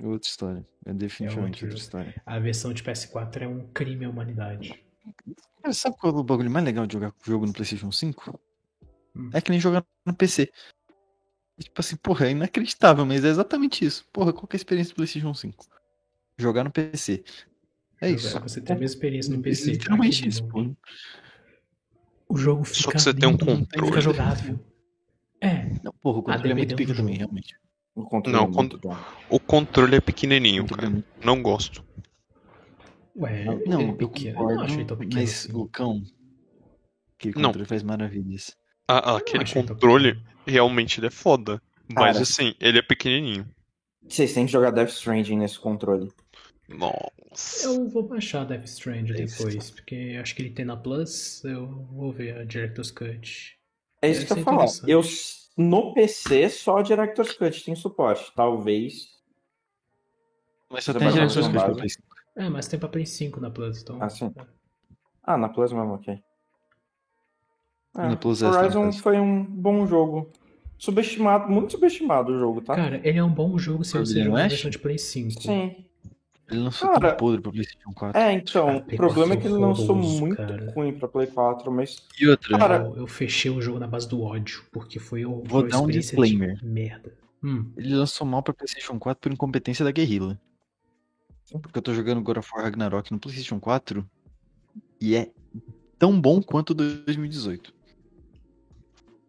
B: É Outra história. É definitivamente
A: É
B: outra
A: outro
B: história.
A: A versão de PS4 é um crime à humanidade.
B: Cara, sabe qual é o bagulho mais legal de jogar jogo no PlayStation 5?
A: Hum.
B: É que nem jogar no PC. É tipo assim, porra, é inacreditável, mas é exatamente isso. Porra, qual que é a experiência do PlayStation 5? Jogar no PC. É isso.
A: Você tem a mesma experiência no
B: É
A: PC.
B: literalmente
A: aqui
B: isso,
A: não.
B: pô.
A: O jogo
C: Só
A: fica
C: que você tem um
A: lindo,
C: controle.
A: fica jogável. É,
B: Não, porra, o controle é muito
A: dependendo
B: pica
A: do
B: também,
A: jogo.
B: realmente.
D: O controle
C: Não,
D: é muito bom.
C: O controle é
B: O
C: pequenininho,
B: controle é
C: cara.
B: muito-
C: Não gosto.
A: ué,
B: Não,
A: ele é
B: eu
A: pequeno. Eu não
B: concordo,
A: achei tão pequeno
B: mas
A: assim.
B: o cão... Aquele
C: Não.
B: controle faz maravilhas.
C: Ah, ah,
A: Eu não
C: aquele
B: tá
A: achei tão
C: controle
A: pequeno.
C: realmente ele é foda. Mas
D: Cara.
C: assim, ele é pequenininho.
D: Vocês têm que jogar Death Stranding nesse controle.
C: Nossa.
A: Eu vou baixar Death Strand
B: É isso.
A: depois, porque acho que ele tem na Plus, eu vou ver a Director's Cut.
D: É isso
A: Deve
D: que eu
A: ser
D: ia falar.
A: interessante.
D: Eu, no PC, só Director's Cut tem suporte. Talvez.
B: Mas só
D: Você
B: tem
D: vai
B: gerações
D: jogar
B: que
D: com
B: eu
D: base?
A: É, mas tem pra Play 5 na Plus, então.
D: Ah, sim. Ah, na Plus mesmo, ok. É,
B: Na Plus Extra, no
D: Horizon
B: caso.
D: foi um bom jogo. Subestimado, muito subestimado o jogo, tá?
A: Cara, ele é um bom jogo se você
B: Forbidden
A: jogar a
B: West?
A: versão de Play É, 5.
D: Sim.
B: Ele lançou
D: Cara,
B: tudo podre pro PlayStation 4.
D: É, então,
A: Ah,
D: o problema é que ele lançou
A: horroroso,
D: muito
A: cara.
D: ruim pra Play 4, mas
B: E outra,
A: Ah.
D: Cara,
A: Eu, eu fechei o jogo na base do ódio, porque foi, o,
B: Vou
A: foi uma
B: dar um
A: experiência
B: disclaimer.
A: de merda. Hum,
B: Ele lançou mal pra PlayStation 4 por incompetência da guerrilla. Porque eu tô jogando God of War Ragnarok no PlayStation 4 e é tão bom quanto o 2018.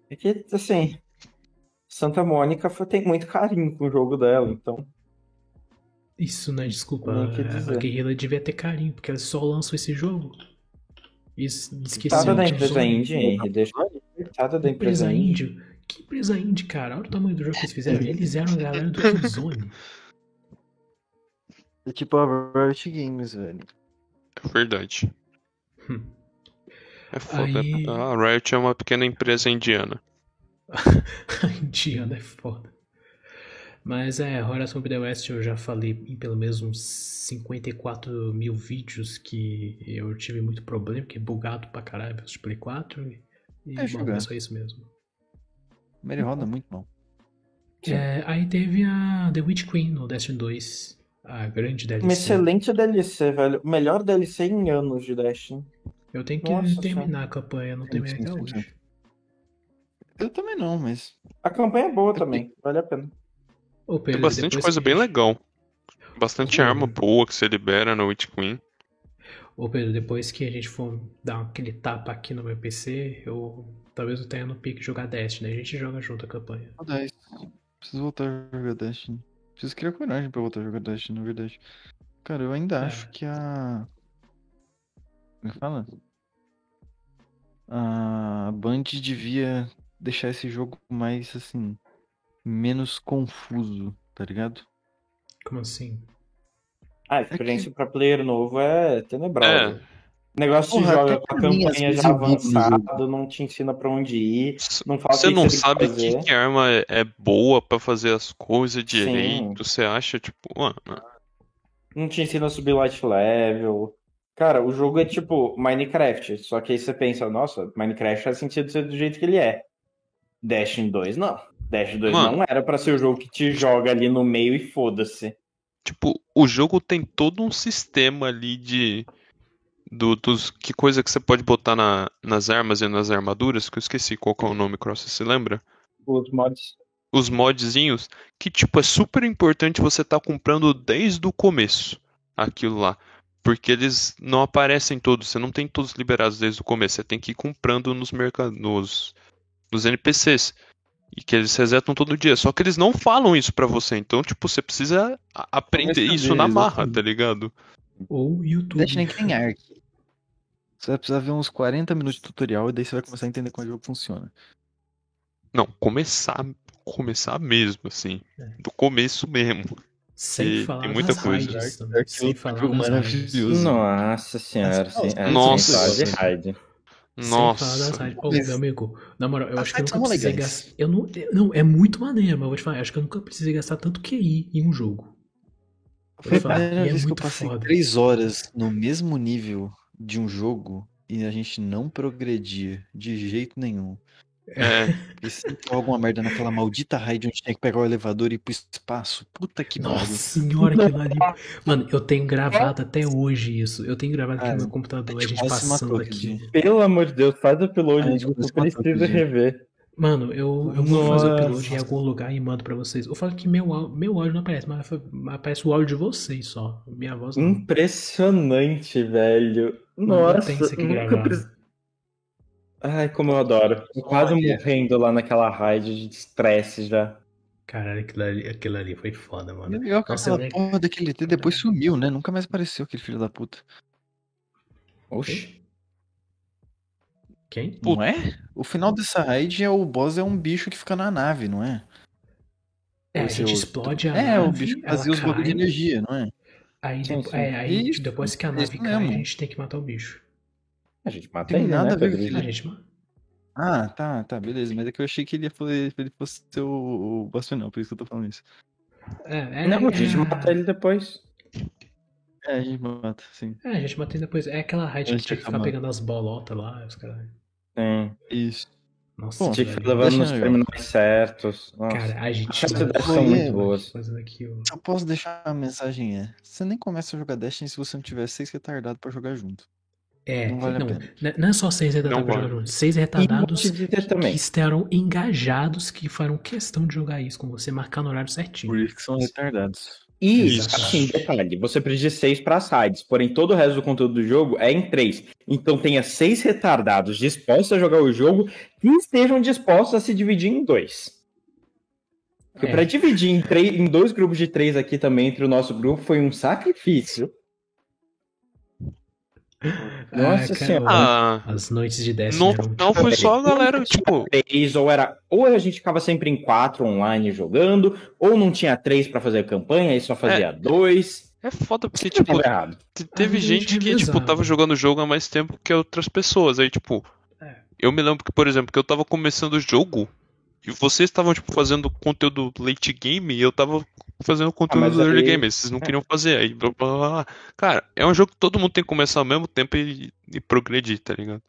D: É que, assim, Santa Mônica foi- tem muito carinho com o jogo dela, então.
A: isso, né? Desculpa.
D: Não quer
A: A, a
D: dizer.
A: Guerrilla devia ter carinho, porque elas só lançam esse jogo. E s- diz que esse
D: Coitada
A: jogo
D: da
A: tinha um
D: empresa
A: som-
D: indie, Henrique, deixa. Coitada da empresa
A: Empresa
D: indie.
A: indie? Que empresa indie, cara? Olha o tamanho do jogo que eles fizeram. Eles eram a galera do Killzone.
B: É tipo a Riot Games, velho.
C: É verdade.
A: Hum.
C: É foda.
A: Aí-
C: A Riot é uma pequena empresa indiana.
A: Indiana é foda. Mas é, Horizon Forbidden West eu já falei em pelo menos uns 54 mil vídeos que eu tive muito problema, que é bugado pra caralho pelo Play 4. E
B: É,
A: bom,
B: jogar.
A: é só isso mesmo.
B: Mary roda muito bom. Sim.
A: É, aí teve a The Witch Queen no Destiny 2, a grande DLC.
D: Uma excelente DLC, velho. O melhor DLC em anos de Destiny.
A: Eu tenho que
D: Nossa,
A: terminar a campanha, não
B: Sim,
A: terminei
B: sim,
A: até
B: sim,
A: hoje.
B: Eu também não, mas.
D: A campanha é boa também, vale a pena.
A: Ô,
C: Tem
A: Pedro,
C: bastante
A: depois
C: coisa
A: que- Hum.
C: bem legal. Bastante
A: Sim.
C: arma boa que você libera no Witch Queen.
A: Ô Pedro, depois que a gente for dar aquele tapa aqui no meu PC, eu talvez eu tenha no pique jogar Destiny, né? a gente joga junto a campanha.
B: Vou dar isso. Preciso voltar a jogar Destiny. Preciso criar coragem pra voltar a jogar Destiny, na verdade. Cara, eu ainda
A: É.
B: acho que a. Como é que fala? A Band devia deixar esse jogo mais assim. Menos confuso, tá ligado?
A: Como assim?
D: Ah,
B: é
D: a experiência pra player novo é tenebrosa.
C: É.
D: O negócio
B: Porra,
D: te joga
B: até
D: com a
B: pra mim, às
D: campanha
B: vezes
D: já
B: eu bugo no
D: avançada, não te ensina pra onde ir,
C: S-
D: não fala o
C: Você
D: que
C: não
D: você tem
C: sabe
D: que
C: que,
D: fazer.
C: que arma é- é boa pra fazer as coisas direito. Você acha, tipo, mano,
D: Não te ensina a subir light level. Cara, o jogo é tipo Minecraft, só que aí você pensa, nossa, Minecraft faz sentido ser do jeito que ele é. Destiny 2 não. Destiny 2
C: Mano.
D: não era pra ser o jogo que te joga ali no meio e foda-se.
C: Tipo, o jogo tem todo um sistema ali de. do- dos, que coisa que você pode botar na- nas armas e nas armaduras, que eu esqueci qual que é o nome, Cross, você se lembra?
D: Os mods.
C: Os modzinhos, que tipo, é super importante você estar comprando desde o começo aquilo lá. Porque eles não aparecem todos, você não tem todos liberados desde o começo, você tem que ir comprando nos mercados. Nos, nos NPCs. E que eles resetam todo dia. Só que eles não falam isso pra você. Então, tipo, você precisa a- aprender
B: saber,
C: isso na marra,
B: exatamente.
C: tá ligado?
A: Ou YouTube.
B: Destiny é que nem Ark. Você vai precisar ver uns 40 minutos de tutorial e daí você vai começar a entender como o jogo funciona.
C: Não, começar, começar mesmo, assim.
A: É.
C: Do começo mesmo.
A: Sem
C: E
A: falar
C: tem muita
A: das
C: coisa.
A: raids também. Sem falar das raids.
B: maravilhoso.
D: Nossa senhora,
B: Nossa,
D: sim, é,
C: nossa.
D: sim, tá de raid.
A: Sem falar das
C: Nossa.
A: raids. Ô,
B: Mas-
A: meu amigo, na moral, eu
B: As
A: acho que eu
B: raids
A: nunca
B: são
A: precisei
B: legais.
A: gastar. Eu não, eu- não, é muito maneiro, mas eu vou te falar, eu acho que eu nunca precisei gastar tanto QI em um jogo.
B: Foi a
A: Fato, e
B: primeira
A: é
B: vez que eu
A: muito
B: passei
A: foda.
B: três horas no mesmo nível de um jogo e a gente não progredia de jeito nenhum.
C: É,
B: Porque sempre tava alguma merda naquela maldita raid onde tinha que pegar o elevador e ir pro espaço. Puta que
A: Nossa
B: pariu.
A: senhora, que ali. Mano, eu tenho gravado até hoje isso. Eu tenho gravado aqui
B: É? Cara,
A: no meu computador, a
B: tipo,
A: gente
B: ela se matou
A: passando
B: aquele
A: aqui.
D: Pelo amor de Deus, faz upload,
B: Ai,
D: eu
B: Deus,
D: preciso
B: quanto
D: rever.
A: Mano, eu, eu vou fazer o
D: Nossa.
A: upload em algum lugar e mando pra vocês. Eu falo que meu, au- meu áudio não aparece, mas aparece o áudio de vocês só. Minha voz não.
D: Impressionante, velho.
A: Não
D: Hum, Nossa,
A: tem isso aqui
D: nunca
A: gravado.
D: preci- Ai, como eu adoro. Tô quase
B: Olha.
D: morrendo lá naquela raid de estresse já.
A: Caralho, aquilo ali, aquilo ali foi foda,
B: E é
A: mano.
B: legal que
A: Nossa,
B: aquela
A: eu nem-
B: porra daquele ET depois sumiu, né? Nunca mais apareceu aquele filho da puta.
D: Oxi.
A: Quem?
B: Não é? O final dessa raid é o boss é um bicho que fica na nave, não é?
A: É, a
B: Esse
A: gente
B: outro.
A: explode a
B: É,
A: nave,
B: o bicho que
A: ela
B: fazia os bagulho de
A: cai,
B: energia, não é?
A: Aí,
D: Sim,
A: depo-
D: sim.
A: é, aí
B: Isso,
A: depois que a
B: isso
A: nave cai,
B: mesmo.
A: a gente tem que matar o bicho.
D: A gente mata
B: Tem
D: ele,
B: nada
D: né,
B: a ver com
D: Pedro?
A: A gente mata.
B: Ah, tá, tá, beleza. Mas é que eu achei que ele ia fazer, ele fosse ser o, o boss final, por isso que eu tô falando isso.
A: É, é,
D: Não, a gente
A: é-
D: mata ele depois.
B: É, a gente mata, sim.
A: É, a gente mata ele depois. É aquela raid que
B: A gente
A: tinha que ficar
B: acaba-
A: pegando as bolotas lá, os caras.
D: Sim.
B: Isso.
A: Nossa,
B: Bom,
D: Tinha que
A: velho.
D: ficar levando nos
B: Deixa eu-
D: terminais certos. Nossa.
A: Cara, a gente.
D: As ideias
B: são muito
D: boas.
A: Fazendo aqui o.
B: Eu posso deixar a mensagem é: você nem começa a jogar Destiny se você não tiver seis retardados pra jogar junto.
A: É,
B: Não vale a
A: não,
B: pena.
A: n- não é só seis
C: Não
A: retardados
C: vale.
A: jogando, seis
D: E vou
A: retardados
D: te dizer
A: que
D: também.
A: estarão engajados, que farão questão de jogar isso com você, marcar no horário certinho.
B: Por isso que são retardados.
D: E,
C: Isso.
D: assim, detalhe, você precisa de seis para sides, porém todo o resto do conteúdo do jogo é em três. Então tenha seis retardados dispostos a jogar o jogo que estejam dispostos a se dividir em dois. Porque
A: É.
D: para dividir em, três- em dois grupos de três aqui também entre o nosso grupo foi um sacrifício. Nossa
A: Ah, cara,
D: senhora.
C: Ah,
A: As noites de
D: é
C: não,
A: décimo. eram-
C: não foi só a galera, tipo,
D: Três, ou era ou a gente ficava sempre em quatro online jogando, ou não tinha três para fazer campanha e só fazia dois.
C: é foda porque,
D: Tipo,
C: tipo,
D: errado.
C: te- teve
A: a gente é
C: gente que, tipo,
A: revezava.
C: tava jogando o jogo há mais tempo que outras pessoas. Aí, tipo,
A: É.
C: eu me lembro que, por exemplo, que eu tava começando o jogo e vocês estavam, tipo, fazendo conteúdo late game e eu tava fazendo
D: Ah, mas
C: conteúdo early
D: aí- É.
C: game. Vocês não queriam fazer. Aí, blá, blá, blá, blá. Cara, é um jogo que todo mundo tem que começar ao mesmo tempo e, e progredir, tá ligado?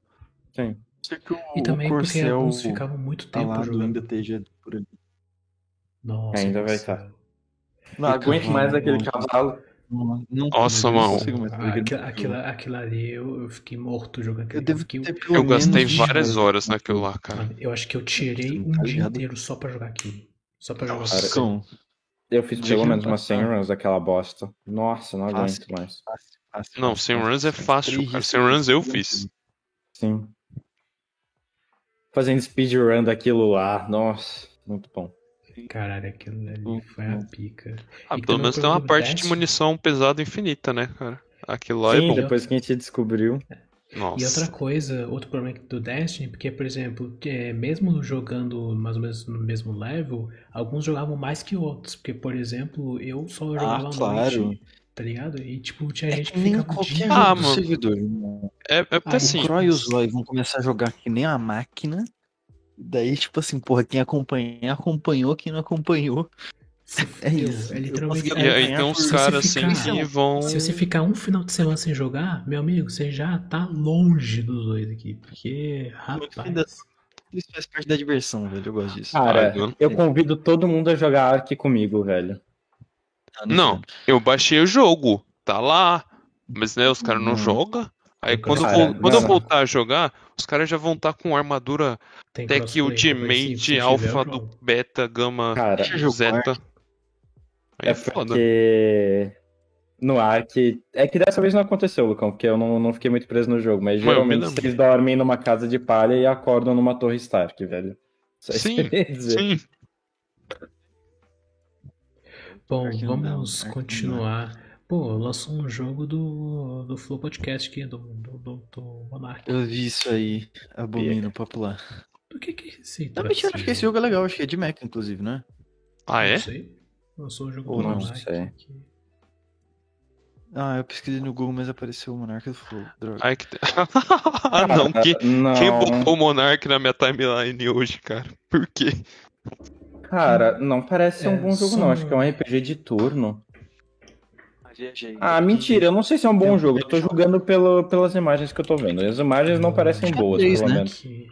B: Sei que o,
A: E também
B: o
A: porque
B: Corcel
A: alguns ficavam muito tempo
B: alado
A: jogando.
B: tá ainda esteja por ali.
A: Nossa,
D: É, Ainda vai
A: Marcelo.
B: Não aguento mais aquele
D: cavalo.
B: cavalo. Não,
C: Nossa,
B: não
C: mano.
B: consigo mais
A: Ah,
B: ver aquele
A: aquilo,
B: jogo.
A: aquilo- aquilo ali eu, eu fiquei morto jogando aquele
B: Eu um devo
A: fiquei-
B: ter pelo
C: Eu gastei
B: menos né?
C: várias
B: umas-
C: horas naquilo lá, cara.
A: Mano, eu acho que eu tirei
B: Tá
A: um dia
B: ligado?
A: inteiro só pra jogar aquilo. Só pra jogar
C: Nossa.
A: aquilo.
B: Cão,
D: Eu fiz
B: Não
D: pelo
B: tinha
D: menos umas 100
B: passado.
D: runs daquela bosta. Nossa, não aguento
B: Fácil.
D: mais.
B: fácil, fácil,
C: Não,
B: fácil,
C: sem
B: fácil,
C: runs é
B: fácil.
C: fácil,
B: Três
C: cara.
B: hits,
C: Sem runs eu
B: três
C: fiz.
D: Sim. Fazendo speedrun daquilo lá. Nossa, muito bom.
A: Caralho, aquilo ali
B: Hum,
A: foi a pica.
C: Ah,
A: E
C: pelo
A: também
C: menos
A: foi
C: tem uma
A: do
C: parte de
A: décimo.
C: munição pesada infinita, né, cara? Aquilo lá
D: Sim,
C: é bom.
D: depois que a gente descobriu.
C: Nossa.
A: E outra coisa, outro problema do Destiny, porque, por exemplo, é, mesmo jogando mais ou menos no mesmo level, alguns jogavam mais que outros. Porque, por exemplo, eu só jogava à
B: claro.
A: noite, tá ligado? E, tipo, tinha
B: É
A: gente que
B: que nem
A: ficava o dia
B: qualquer
A: inteiro.
C: Ah,
B: jogo
C: mano.
B: do servidor. né? irmão.
C: É, é porque
A: Ah,
C: assim,
B: O Croy e o Zói vão começar a jogar que nem a máquina. Daí, tipo assim, porra, quem acompanha, acompanhou, quem não acompanhou.
A: Se
B: É
A: fudeu,
B: isso.
A: É literalmente.
B: Eu
C: e
B: consegui
A: é-
C: aí
B: ganhar
C: tem uns
B: por-
C: caras
A: se
C: assim
A: ficar-
C: que vão.
A: Se você ficar um final de semana sem jogar, meu amigo, você já tá longe dos dois aqui. Porque,
B: ainda-
A: rapaz.
B: Isso faz parte da diversão, velho. Eu gosto disso.
D: Cara,
C: Caralho.
D: eu convido todo mundo a jogar aqui comigo, velho.
B: Ah,
C: Não, eu baixei o jogo, tá lá. Mas né, os caras não
B: Hum.
C: jogam. Aí
A: Cara,
C: quando, eu vou-
D: não.
C: quando eu voltar a jogar, os caras já vão estar com armadura
A: Tem
C: Tech
A: crossplay, assim, se- se
C: Ultimate,
A: tiver,
C: Alpha,
A: eu jogo. né?
C: do Beta, Gama,
D: Cara,
B: Deixa eu jogar.
C: Zeta. Aí
D: é
C: é foda.
D: porque. No Ark. É que dessa vez não aconteceu, Lucão, porque eu não, não fiquei muito preso no jogo. Mas
C: Mas eu me
D: geralmente
C: lembro.
D: vocês dormem numa casa de palha e acordam numa torre Stark, velho. Só isso que eu
C: Sim,
D: queria dizer.
C: Sim,
A: Bom,
B: Ark não dá,
A: vamos
B: Ark não dá.
A: continuar. Pô, lançou um jogo do, do Flow Podcast aqui, do, do, do, do Monark.
B: Eu vi isso aí. Abomino, popular.
A: Do que que se
B: Não,
A: trata
B: mentira, acho que esse jogo é legal. Acho que é de Mecha, inclusive, né?
C: ah é?
A: Não sei. Lançou um jogo
B: Ou
A: do
B: não,
A: Monark.
D: sei.
A: que-
B: Ah, eu pesquisei no Google, mas apareceu o Monarca do Flow. Droga.
C: Aí que tem- ah, não, que,
D: não,
C: quem botou o Monark na minha timeline hoje, cara? Por quê?
D: Cara, não parece ser
A: É,
D: um bom jogo,
A: só-
D: não. Acho que é um RPG de turno.
B: viajei.
D: Ah, mentira, eu não sei se é um bom
B: É,
D: jogo. Eu tô julgando pelo, pelas imagens que eu tô vendo. As imagens não parecem
A: é
D: boas,
B: Xadrez,
D: pelo
B: né?
D: menos.
A: Que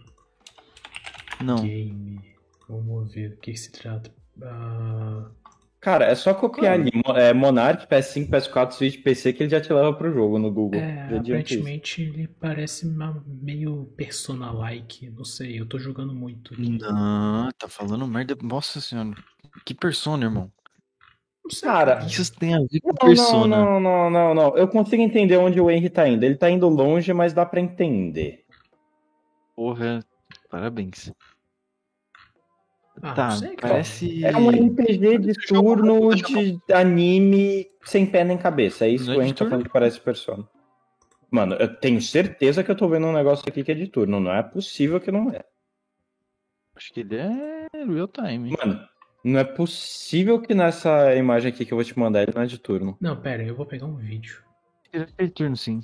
B: Não.
A: game. Vamos ver do que que se trata. Ah,
D: Cara, é só copiar ali. Mo- É, Monarch, PS5, PS4, Switch, PC, que ele já te leva pro jogo no Google.
A: é,
D: Já adianta isso.
A: aparentemente ele parece ma- meio persona-like. Não sei, eu tô jogando muito. aqui.
B: Não, tá falando merda. Nossa senhora. Que persona, irmão?
A: Não sei,
D: Cara,
B: O que isso tem a ver com
D: não, não,
B: persona?
D: não, não, não, não. Eu consigo entender onde o Henry tá indo. Ele tá indo longe, mas dá pra entender.
B: Porra, parabéns.
A: Ah,
B: tá,
A: não sei, cara.
B: parece.
D: É um RPG de
B: Esse jogo-
D: turno
B: esse jogo-
D: de anime sem pé nem cabeça. É isso
B: Não é
D: que o
B: de
D: Henry tá
B: turno?
D: falando que parece persona. Mano, eu tenho certeza que eu tô vendo um negócio aqui que é de turno. Não é possível que não é.
B: Acho que ele é real time.
D: Mano, não é possível que nessa imagem aqui que eu vou te mandar ele não é de turno.
A: Não, pera, eu vou pegar um vídeo.
B: Ele é RPG de turno, sim.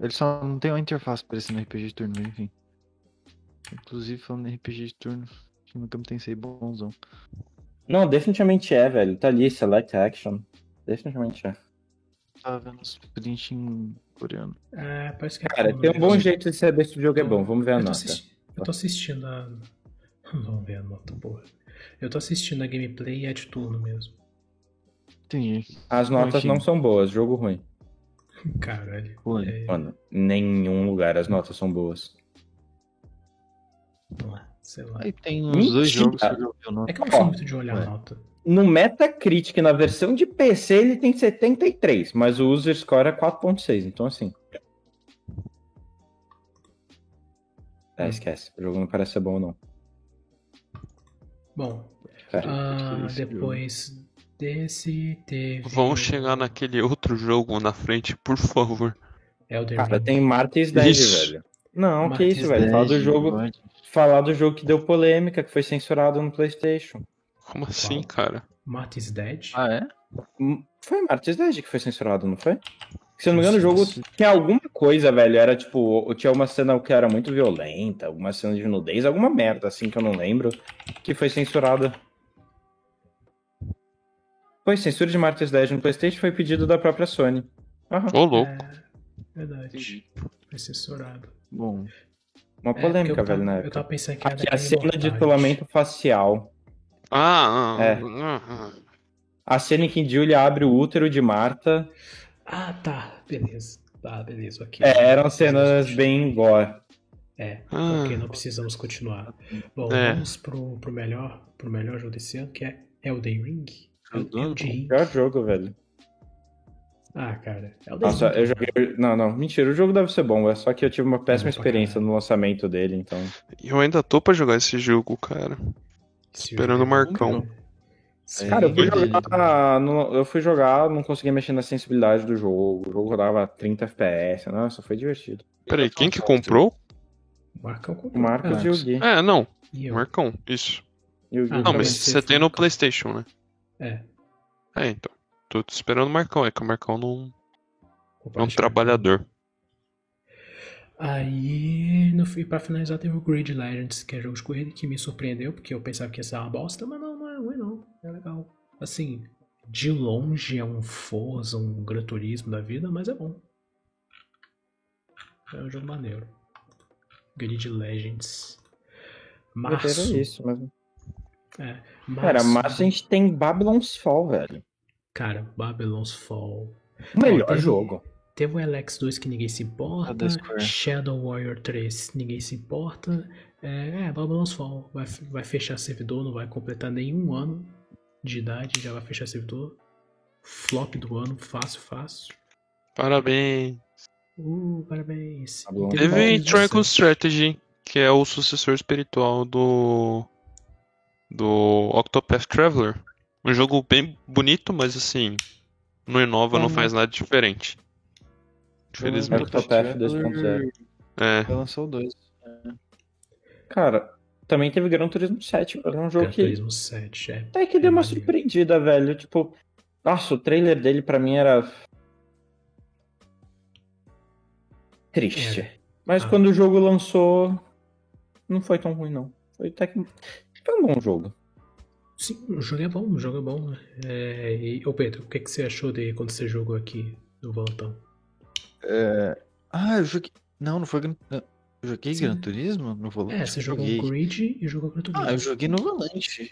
B: Ele só não tem uma interface parecendo RPG de turno, mas enfim. Inclusive, falando em RPG de turno, Shin Megami Tensei bonzão.
D: Não, definitivamente é, velho. Tá ali, select action. Definitivamente é.
B: Tava vendo os print em coreano.
A: É, parece que é
D: Cara,
A: bom,
D: tem
A: né?
D: um bom jeito de saber se o jogo é bom. Vamos ver a
A: eu tô,
D: nota.
A: assisti- eu tô assistindo a. Vamos ver a nota, porra. Eu tô assistindo a gameplay e é de turno mesmo.
B: Entendi.
D: As notas
B: Enfim.
D: não são boas, jogo ruim.
A: Caralho.
B: Pô,
A: É,
D: Mano, nenhum lugar as notas são boas.
A: vamos lá, sei lá.
B: Aí tem uns dois
D: Mentira.
B: jogos que eu já ouvi o nome.
A: É que eu não sou
D: Ó,
A: muito de olhar
B: ué.
A: nota.
D: No Metacritic, na versão de PC, ele tem 73, mas o user score é 4.6, então assim.
A: Hum.
D: Ah, esquece. O jogo não parece ser bom, não.
A: Bom,
D: Cara,
A: ah,
B: que esse jogo.
A: depois desse teve.
C: Vamos chegar naquele outro jogo na frente, por favor.
A: Elden
D: cara
A: Ring.
D: tem Martins 10,
C: Isso.
D: velho. Não, que
A: é Martins
D: isso, velho. Fala do jogo, falar do jogo que deu polêmica, que foi censurado no PlayStation.
C: Como assim,
A: Fala.
C: cara?
A: Martis Dead.
B: Ah, é?
D: Hum, Foi Martins 10 que foi censurado, não foi? Se eu não me engano, o jogo
B: Nossa.
D: tinha alguma coisa, velho. Era tipo, tinha uma cena que era muito violenta, alguma cena de nudez, alguma merda assim que eu não lembro, que foi censurada. Pois, censura de Martins 10 no PlayStation foi pedido da própria Sony. Aham,
C: Ô, louco.
A: Verdade. Foi censurado.
B: Bom,
D: uma
A: É, porque
D: polêmica,
A: eu tava-
D: velho, na
A: Eu
D: época.
A: tava pensando que era
D: Aqui, a
A: daquela
D: cena de
A: imortais.
D: isolamento facial.
C: Ah, ah,
D: É.
C: ah, ah.
D: A cena em que Julia abre o útero de Marta.
A: Ah, tá. Beleza. Tá, beleza. Ok.
D: É, eram cenas bem gore.
A: É,
C: Ah.
A: ok, não precisamos continuar. Bom,
C: É.
A: vamos pro, pro melhor, pro melhor jogo desse ano, que é Elden Ring.
B: Eu dou-
A: Elden Ring.
D: Pior jogo, velho.
A: Ah, cara. Elden
D: Nossa,
A: Ring.
D: eu joguei. Não, não, mentira, o jogo deve ser bom, é só que eu tive uma péssima
A: É bom pra
D: experiência no lançamento dele, então.
C: Eu ainda tô pra jogar esse jogo, cara.
A: Esse
C: Esperando o
A: jogo é muito
C: Marcão.
A: bom. Sim,
D: Cara, eu fui
A: ele é muito bom.
D: jogar, não, eu fui jogar, não consegui mexer na sensibilidade do jogo, o jogo rodava 30 FPS, nossa, foi divertido.
C: Peraí, quem que comprou?
A: Marcão
D: O
A: comprou.
D: Marcos
A: cara.
D: e o Gui.
C: É, não.
A: Ah, E eu.
C: Marcão, isso.
D: E o Gui
A: Ah,
C: Não,
D: também.
C: mas
A: Também.
C: você tem no Playstation, né?
A: É.
C: É, então. Tô te esperando o Marcão, é que o Marcão não é um
A: compartilhar.
C: trabalhador.
A: Aí, no, fi- pra finalizar, teve o Grid Legends, que é jogo de corrida que me surpreendeu, porque eu pensava que ia ser uma bosta, mas não, não é ruim não. É legal. Assim, de longe é um Forza, um Gran Turismo da vida, mas é bom. É um jogo maneiro. Grid Legends. Março.
D: Era é isso, mas...
A: março.
D: Cara, março a gente tem Babylon's Fall, velho.
A: Cara, Babylon's Fall.
D: O melhor
A: teve-
D: jogo.
A: Teve o LX2 que ninguém se
B: Ah,
A: importa,
B: da Square.
A: Shadow Warrior 3 ninguém se importa, é, é Babylon's Fall vai, vai fechar servidor, não vai completar nenhum ano de idade, já vai fechar servidor. Flop do ano, fácil, fácil.
C: Parabéns.
A: Uh, parabéns.
D: Babylon's
A: Teve
D: Fall.
C: Teve
A: Bom,
C: Triangle
A: você.
C: Strategy, que é o sucessor espiritual do do Octopath Traveler. Um jogo bem bonito, mas assim, não inova, não
D: Uhum.
C: faz nada diferente.
D: É o
C: Infelizmente.
D: Octopath 2.0.
C: É,
B: Vai lançar o 2.
D: Cara, também teve Gran Turismo 7, velho. É um jogo
A: Gran
D: que
A: Turismo 7, é.
D: Até que deu uma
A: Maneiro.
D: surpreendida, velho. Tipo, nossa, o trailer dele pra mim era. Triste. Mas
A: Ah.
D: quando o jogo lançou, não foi tão ruim, não. Foi até que. Foi um bom jogo.
A: Sim, o jogo é bom, o jogo é bom. É, e, ô Pedro, o que, que você achou de quando você jogou aqui no Volantão?
B: Ah, eu joguei. Não, não foi. Gran- não. Eu joguei
A: Sim.
B: Gran Turismo no volante?
A: É, você jogou
B: joguei.
A: o Grid e jogou o Gran Turismo.
B: Ah, eu joguei no volante.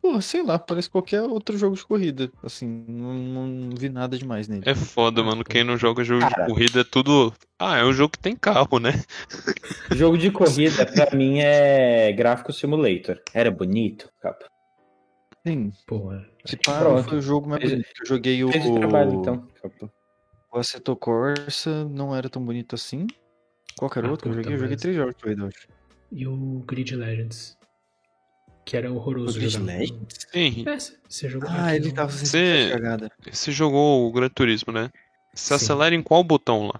B: Pô, sei lá, parece qualquer outro jogo de corrida. Assim, não, não vi nada demais nele.
C: é foda, mano. Quem não joga jogo de
D: Cara.
C: corrida é tudo. Ah, é um jogo que tem carro, né?
D: Jogo de corrida, pra mim, é gráfico simulator. Era bonito, capa.
B: Sim,
A: Pô, é.
B: se pá,
D: Pronto.
B: foi o jogo mais
D: Fez-
B: bonito. que Eu joguei o,
D: Fez o trabalho, então, capa.
B: o Assetto Corsa, não era tão bonito assim. Qualquer
A: Ah,
B: outro que eu
A: puta
B: joguei, eu joguei
A: merda.
B: três jogos de corrida, eu acho.
A: e o Grid Legends. Que era horroroso.
B: O Grid
A: jogar.
B: Legends?
C: Sim.
A: É, c- você jogou.
B: Ah,
A: aqui
B: ele
A: no-
B: tava sem
C: Você-
B: cagada.
C: Você jogou o Gran Turismo, né? Você
A: Sim.
C: acelera em qual botão lá?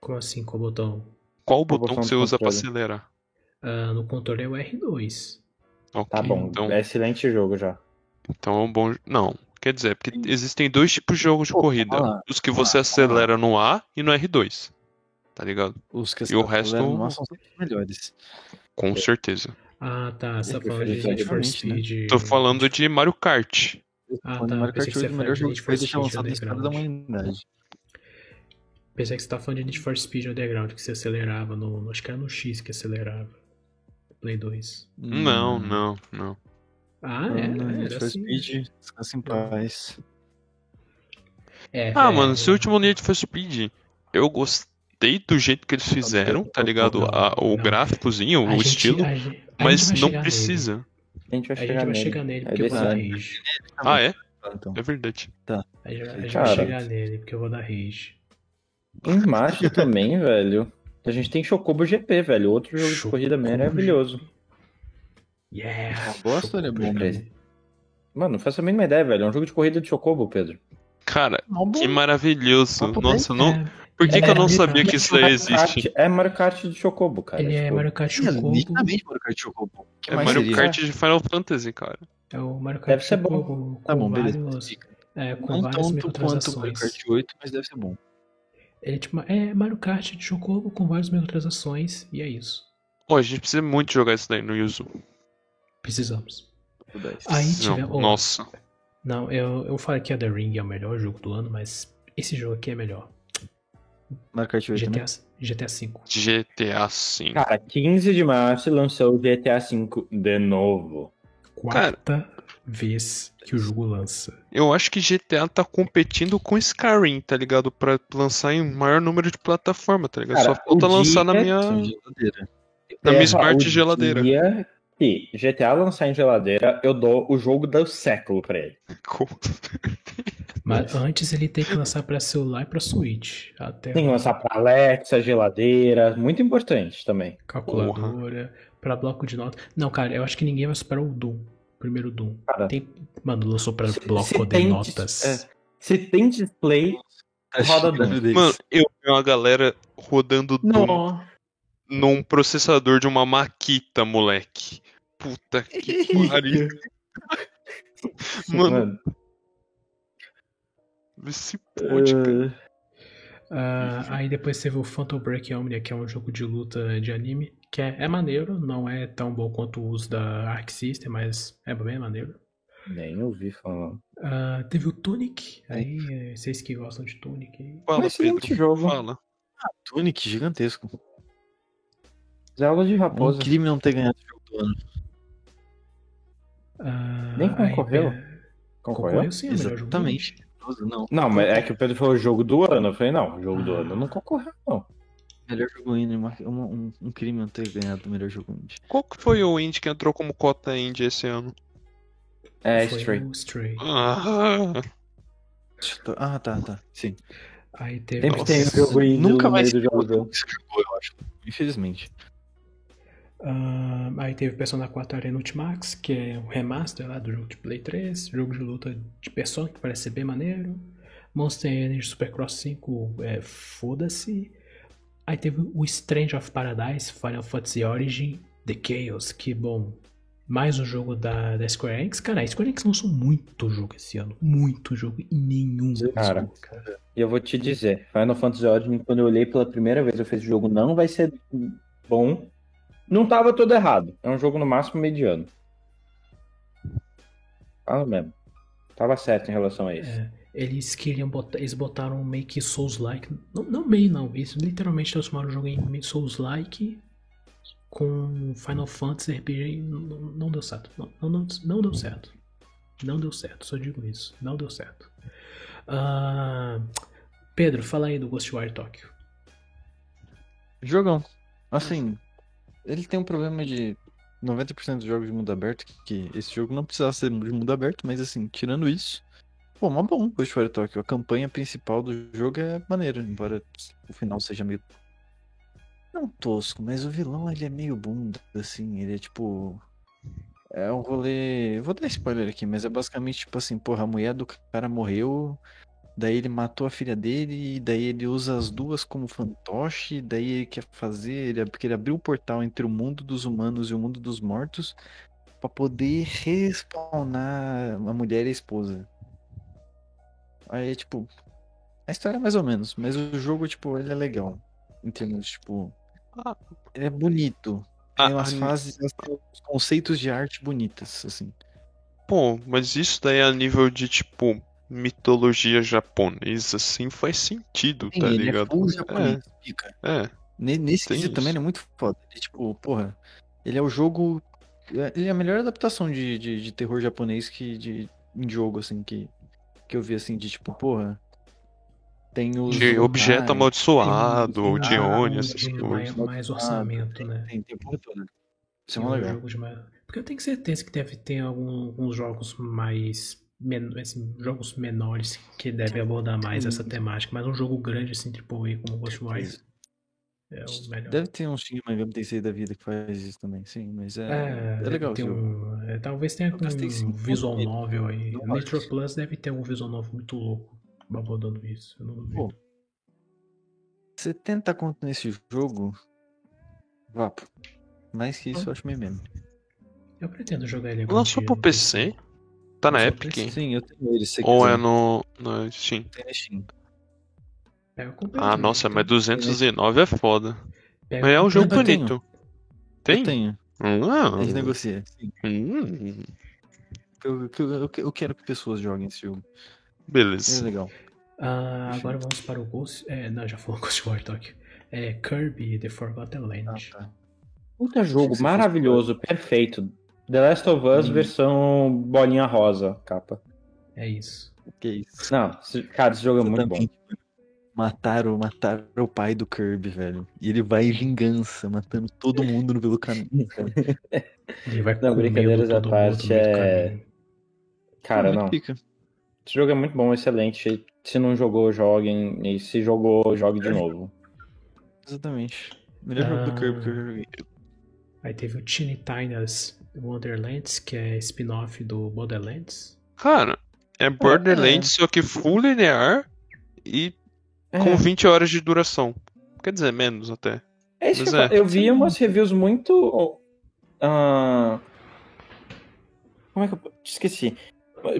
A: Como assim, com o botão?
C: Qual o
D: botão
C: botão que
D: do
C: você usa pra
D: controle.
C: acelerar?
A: Ah, no controle é o R2.
C: Ok,
D: Tá bom,
C: Então,
D: é excelente jogo já.
C: Então é um bom. Não, quer dizer, porque existem dois tipos de jogos de corrida:
B: lá,
C: os que você acelera no A e no R2. Tá ligado?
B: Os que
C: E o resto-
B: eram lá são sempre melhores.
C: Com certeza.
A: Ah,
B: É
A: tá. Você tá
D: Ele
A: falando de
D: fez
A: Need for
B: diferente, né?
A: Speed.
C: Tô falando de Mario Kart.
A: Ah,
B: Quando
A: tá,
B: Mario
A: pensei que você
B: Kart foi
A: ia
B: o
A: falar
B: melhor
A: de
B: jogo
A: Need
B: que
A: for
B: foi deixar
A: Speed
B: lançado na história da humanidade.
A: Pensei que você tá falando de Need for Speed Underground, que você acelerava no. Acho que era no X que acelerava. Play 2.
C: Não, não, não.
A: Ah,
B: Não,
A: é,
B: Hum, não,
A: é,
B: Need
A: era
B: for É.
A: assim.
B: Speed, descansa em paz.
A: É,
C: Ah,
A: é,
C: mano, se o último Need for Speed, eu gostei do jeito que eles fizeram, tá ligado? A-
A: Não.
C: o gráficozinho,
A: a
C: o
A: gente-
C: estilo,
A: a gente- a
C: mas
A: gente vai
C: não
A: chegar nele.
C: precisa.
D: A gente vai
A: A gente
D: chegar
A: vai
D: nele.
A: chegar nele,
D: É
A: porque eu vou dar
D: verdade.
A: rage.
C: Ah, é?
B: Então,
C: É verdade.
A: A gente, vai- a gente vai
D: Cara.
A: chegar nele, porque eu vou dar rage.
D: Um macho também, velho. A gente tem Chocobo GP, velho. Outro jogo
A: Chocobo
D: de corrida maravilhoso.
A: Yeah!
B: Ah, boa história,
A: Chocobo
B: bom,
A: GP.
D: velho. Mano, não faço a mínima ideia, velho. É um jogo de corrida de Chocobo, Pedro.
C: Cara, que maravilhoso.
B: Papo
C: Nossa, não...
A: É,
C: por que,
A: é
C: que eu não
A: maravilhoso.
C: sabia que isso daí
D: Mario
C: existe?
D: Kart- é Mario Kart de Chocobo, cara.
A: ele é
D: tipo,
A: Mario Kart Chocobo.
B: Nitidamente Mario Kart Chocobo. um Que
C: É
B: mais
C: Mario
B: seria?
C: Kart de Final Fantasy, cara.
A: É o Mario Kart
D: Deve ser bom.
A: Chocobo com
B: Tá bom, beleza.
A: vários- É, com várias
B: Não tanto quanto o Mario um.
A: microtransações.
B: Kart 8, mas deve ser bom.
A: Ele é tipo, é Mario Kart de Chocobo com várias microtransações, e é isso.
C: Pô, a gente precisa muito jogar isso daí no Yuzu.
A: Precisamos.
B: Tipo 10.
A: Aí
C: Não,
A: tiver. oh,
C: nossa.
A: Não, eu, eu falei que a The Ring é o melhor jogo do ano, mas esse jogo aqui é melhor.
B: Mario Kart né? 8
A: GTA,
B: também.
A: GTA V.
C: GTA V.
D: Cara, 15 de março lançou o GTA V de novo.
A: Quarta vez que o jogo lança.
C: Eu acho que GTA tá competindo com Skyrim, tá ligado? Pra lançar em maior número de plataforma, tá ligado?
D: Cara,
C: Só falta
D: o é
C: lançar na
D: dia
C: minha,
B: São geladeira.
C: na minha
D: Terra,
C: smart
D: É, o
C: geladeira.
D: Dia que GTA lançar em geladeira, eu dou o jogo do século pra ele.
A: Mas antes ele tem que lançar pra celular e pra Switch. Até
D: Tem que lançar pra Alexa, geladeira, muito importante também.
A: calculadora, pra bloco de nota. Não, cara, eu acho que ninguém vai superar o Doom. o Primeiro Doom.
D: Cara,
A: Tem... Mano, lançou pra
D: Se-
A: bloco
D: se
A: de
D: tem-
A: notas.
D: é. se tem display,
B: Tá
D: Roda
B: chegando deles.
C: Mano, eu vi uma galera rodando Doom
D: não.
C: num processador de uma Makita, moleque. Puta que pariu. Mano, vê se pode, cara.
D: eh,
A: Ah, aí depois teve o Phantom Break Omnia, que é um jogo de luta de anime, que é, é maneiro, não é tão bom quanto o uso da Arc System, mas é bem maneiro.
D: nem ouvi falando.
A: Ah, teve o Tunic, aí é, vocês que gostam de Tunic. aí.
D: É,
C: Fala,
D: Excelente
C: Pedro.
D: jogo.
C: Fala.
B: Tunic gigantesco.
D: Jogos de
B: Um
D: raposa.
B: crime não ter ganhado o jogo do ano.
A: Ah,
D: Nem concorreu?
A: aí, é,
D: Concorreu?
A: concorreu sim, é o melhor jogo do
B: Exatamente. Não,
D: Não, mas é que o Pedro falou jogo do ano. Eu falei, não, jogo do ano não concorreu, não.
B: melhor jogo indie. uma- uma- Um, um crime não ter ganhado o melhor jogo indie.
C: Qual que foi o indie que entrou como cota indie esse ano?
A: mundo.
D: É,
A: Foi
D: Stray.
A: o Stray.
C: Ah,
B: Deixa eu to- Ah, tá, tá. Sim.
A: Aí teve.
D: Sempre tem um
C: Nossa,
D: jogo indie
B: Nunca
D: no
B: mais
D: meio do jogo do ano.
B: esse jogo, eu acho. Infelizmente.
A: Ah, aí teve Persona 4 Arena Ultimax, que é um remaster lá do jogo de Play 3, jogo de luta de Persona, que parece ser bem maneiro. Monster Energy Supercross 5, é, foda-se. Aí teve o Strange of Paradise, Final Fantasy Origin, The Chaos, que bom. Mais um jogo da, da Square Enix. Cara, a Square Enix lançou muito jogo esse ano. Muito jogo. E nenhum.
D: Cara.
A: cara.
D: E eu vou te dizer, Final Fantasy Origin, quando eu olhei pela primeira vez, eu fiz o jogo não vai ser bom. Não tava todo errado. É um jogo no máximo mediano. Fala mesmo. Tava certo em relação a isso.
A: É, eles queriam botar, eles botaram meio que Souls-like, não, não meio não, eles literalmente transformaram o jogo em meio Souls-like com Final Fantasy RPG e não, não- não deu certo, não, não, não, não deu certo, não deu certo, só digo isso, não deu certo. Ah, Pedro, fala aí do Ghostwire Tokyo.
B: Jogão. Assim, ele tem um problema de 90% dos jogos de mundo aberto, que que esse jogo não precisava ser de mundo aberto, mas assim, tirando isso, pô, mó bom Ghostwire Tokyo. A campanha principal do jogo é maneira, embora o final seja meio. Não tosco, mas o vilão ele é meio bunda, assim, ele é tipo. É um rolê. Vou dar spoiler aqui, mas é basicamente tipo assim, porra, a mulher do cara morreu, Daí ele matou a filha dele, e daí ele usa as duas como fantoche, daí ele quer fazer, ele, porque ele abriu o portal entre o mundo dos humanos e o mundo dos mortos pra poder respawnar a mulher e a esposa. Aí, tipo, a história é mais ou menos, mas o jogo, tipo, ele é legal. Em termos, tipo,
C: Ah.
B: ele é bonito.
C: Ah,
B: Tem umas
C: ah,
B: fases, elas têm uns conceitos de arte bonitas, assim.
C: Tá Pô, mas isso daí é a nível de, tipo, mitologia japonesa, assim, faz sentido, tá
B: ele é
C: ligado?
B: full japonês, fica.
C: É, é.
B: Ne- Nesse
C: Tem
B: quesito também ele
C: isso.
B: é muito foda. Ele, tipo, porra, ele é o jogo. Ele é a melhor adaptação de, de, de terror japonês que de, em jogo, assim, que, que eu vi, assim, de tipo, porra, Tem os
C: De objeto
B: lugares,
C: amaldiçoado,
B: é
C: ou de
A: Ah,
C: ONI,
A: onde
C: essas
A: tem
C: coisas.
A: mais, mais orçamento, né?
B: Tem, tem porra toda. Isso
A: Tem
B: é
A: um
B: mó
A: uns
B: legal.
A: jogos mais- Porque eu tenho certeza que deve ter algum- alguns jogos mais. men- assim, jogos menores que devem abordar mais essa temática, mas um jogo grande assim, tipo E como Ghostwire é o melhor.
B: Deve ter um Shin Megami Tensei da vida que faz isso também, sim, mas é, é,
A: deve
B: legal.
A: ter
B: esse jogo.
A: um- é, talvez tenha
B: Talvez tenha
A: um
B: cinco
A: visual
B: dele.
A: novel aí.
B: Não
A: Nature
B: acho.
A: Plus deve ter um visual novel muito louco abordando isso. Eu não duvido.
B: Pô, 70 conto nesse jogo, vapo. Mais que isso, eu acho meio mesmo.
A: eu pretendo jogar
B: é
A: ele agora.
C: Lançou pro PC? Tá na
A: Lançou pro
C: Epic?
A: PC.
B: Sim, eu tenho ele, se você
C: Ou
B: quiser.
C: é no, no Steam?
B: Tem na Steam.
C: Ah, nossa, mas 209 é foda.
A: Pega
C: Mas é um jogo
B: Eu tenho.
C: bonito.
B: Eu
C: Tem?
B: tenho.
C: Ah,
B: A gente negocia. Sim.
C: hum,
B: Eu, eu- eu- eu quero que pessoas joguem esse jogo. É
C: beleza.
B: legal.
A: Ah, agora vamos para o Ghost. É, não, já foi o Ghost War Talk. É Kirby The Forgotten
B: Ah,
A: Land.
B: tá.
D: Puta jogo maravilhoso, perfeito. The Last of Us versão bolinha rosa, capa.
A: É isso.
B: Que isso.
D: Não, esse- cara, esse jogo é muito bom.
B: Também, Mataram, mataram o pai do Kirby, velho. E ele vai em vingança, matando todo mundo no pelo caminho. cara.
A: Ele vai
D: Não,
A: comendo
D: brincadeiras à
A: todo mundo
D: parte,
A: no meio do
D: é-
A: caminho.
D: Cara,
B: Muito
D: não.
B: pica.
D: Esse jogo é muito bom, excelente. Se não jogou, joguem. E se jogou, jogue
C: É.
D: de novo.
B: Exatamente. Melhor jogo do Kirby que eu já joguei.
A: Aí teve o Teeny Tina's Wonderlands, que é spin-off do Borderlands.
C: Cara, é Borderlands, só que full linear e
B: É.
C: com 20 horas de duração. Quer dizer, menos até.
D: É isso que eu,
C: Pois é.
D: falo. eu vi umas reviews muito. ah, como é que eu. Esqueci.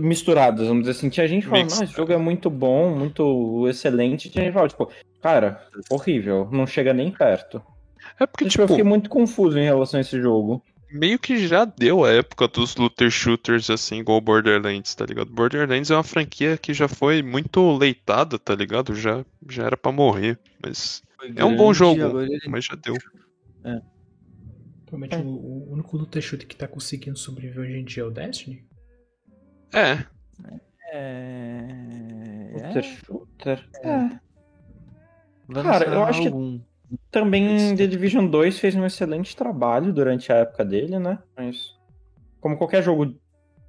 D: Misturadas, vamos dizer assim. Tinha gente falando,
C: Mixed.
D: ah, esse jogo é muito bom, muito excelente. Tinha gente falando, tipo, cara, horrível, não chega nem perto.
C: É porque,
D: Tipo, eu
C: tipo,
D: fiquei muito confuso em relação a esse jogo.
C: meio que já deu a época dos looter shooters, assim, igual Borderlands, tá ligado? Borderlands é uma franquia que já foi muito leitada, tá ligado? Já, já era pra morrer, mas,
B: Foi
C: É um bom
B: grande,
C: jogo.
B: agora ele-
C: mas já deu.
A: Provavelmente o, o único looter shooter que tá conseguindo sobreviver hoje em dia é o Destiny.
C: É,
D: Looter
B: É...
D: shooter.
B: É.
D: É.
B: Vai
D: Cara, eu
B: lançar
D: acho que-
B: algum.
D: Também The Division 2 fez um excelente trabalho durante a época dele, né? Mas. Como qualquer jogo,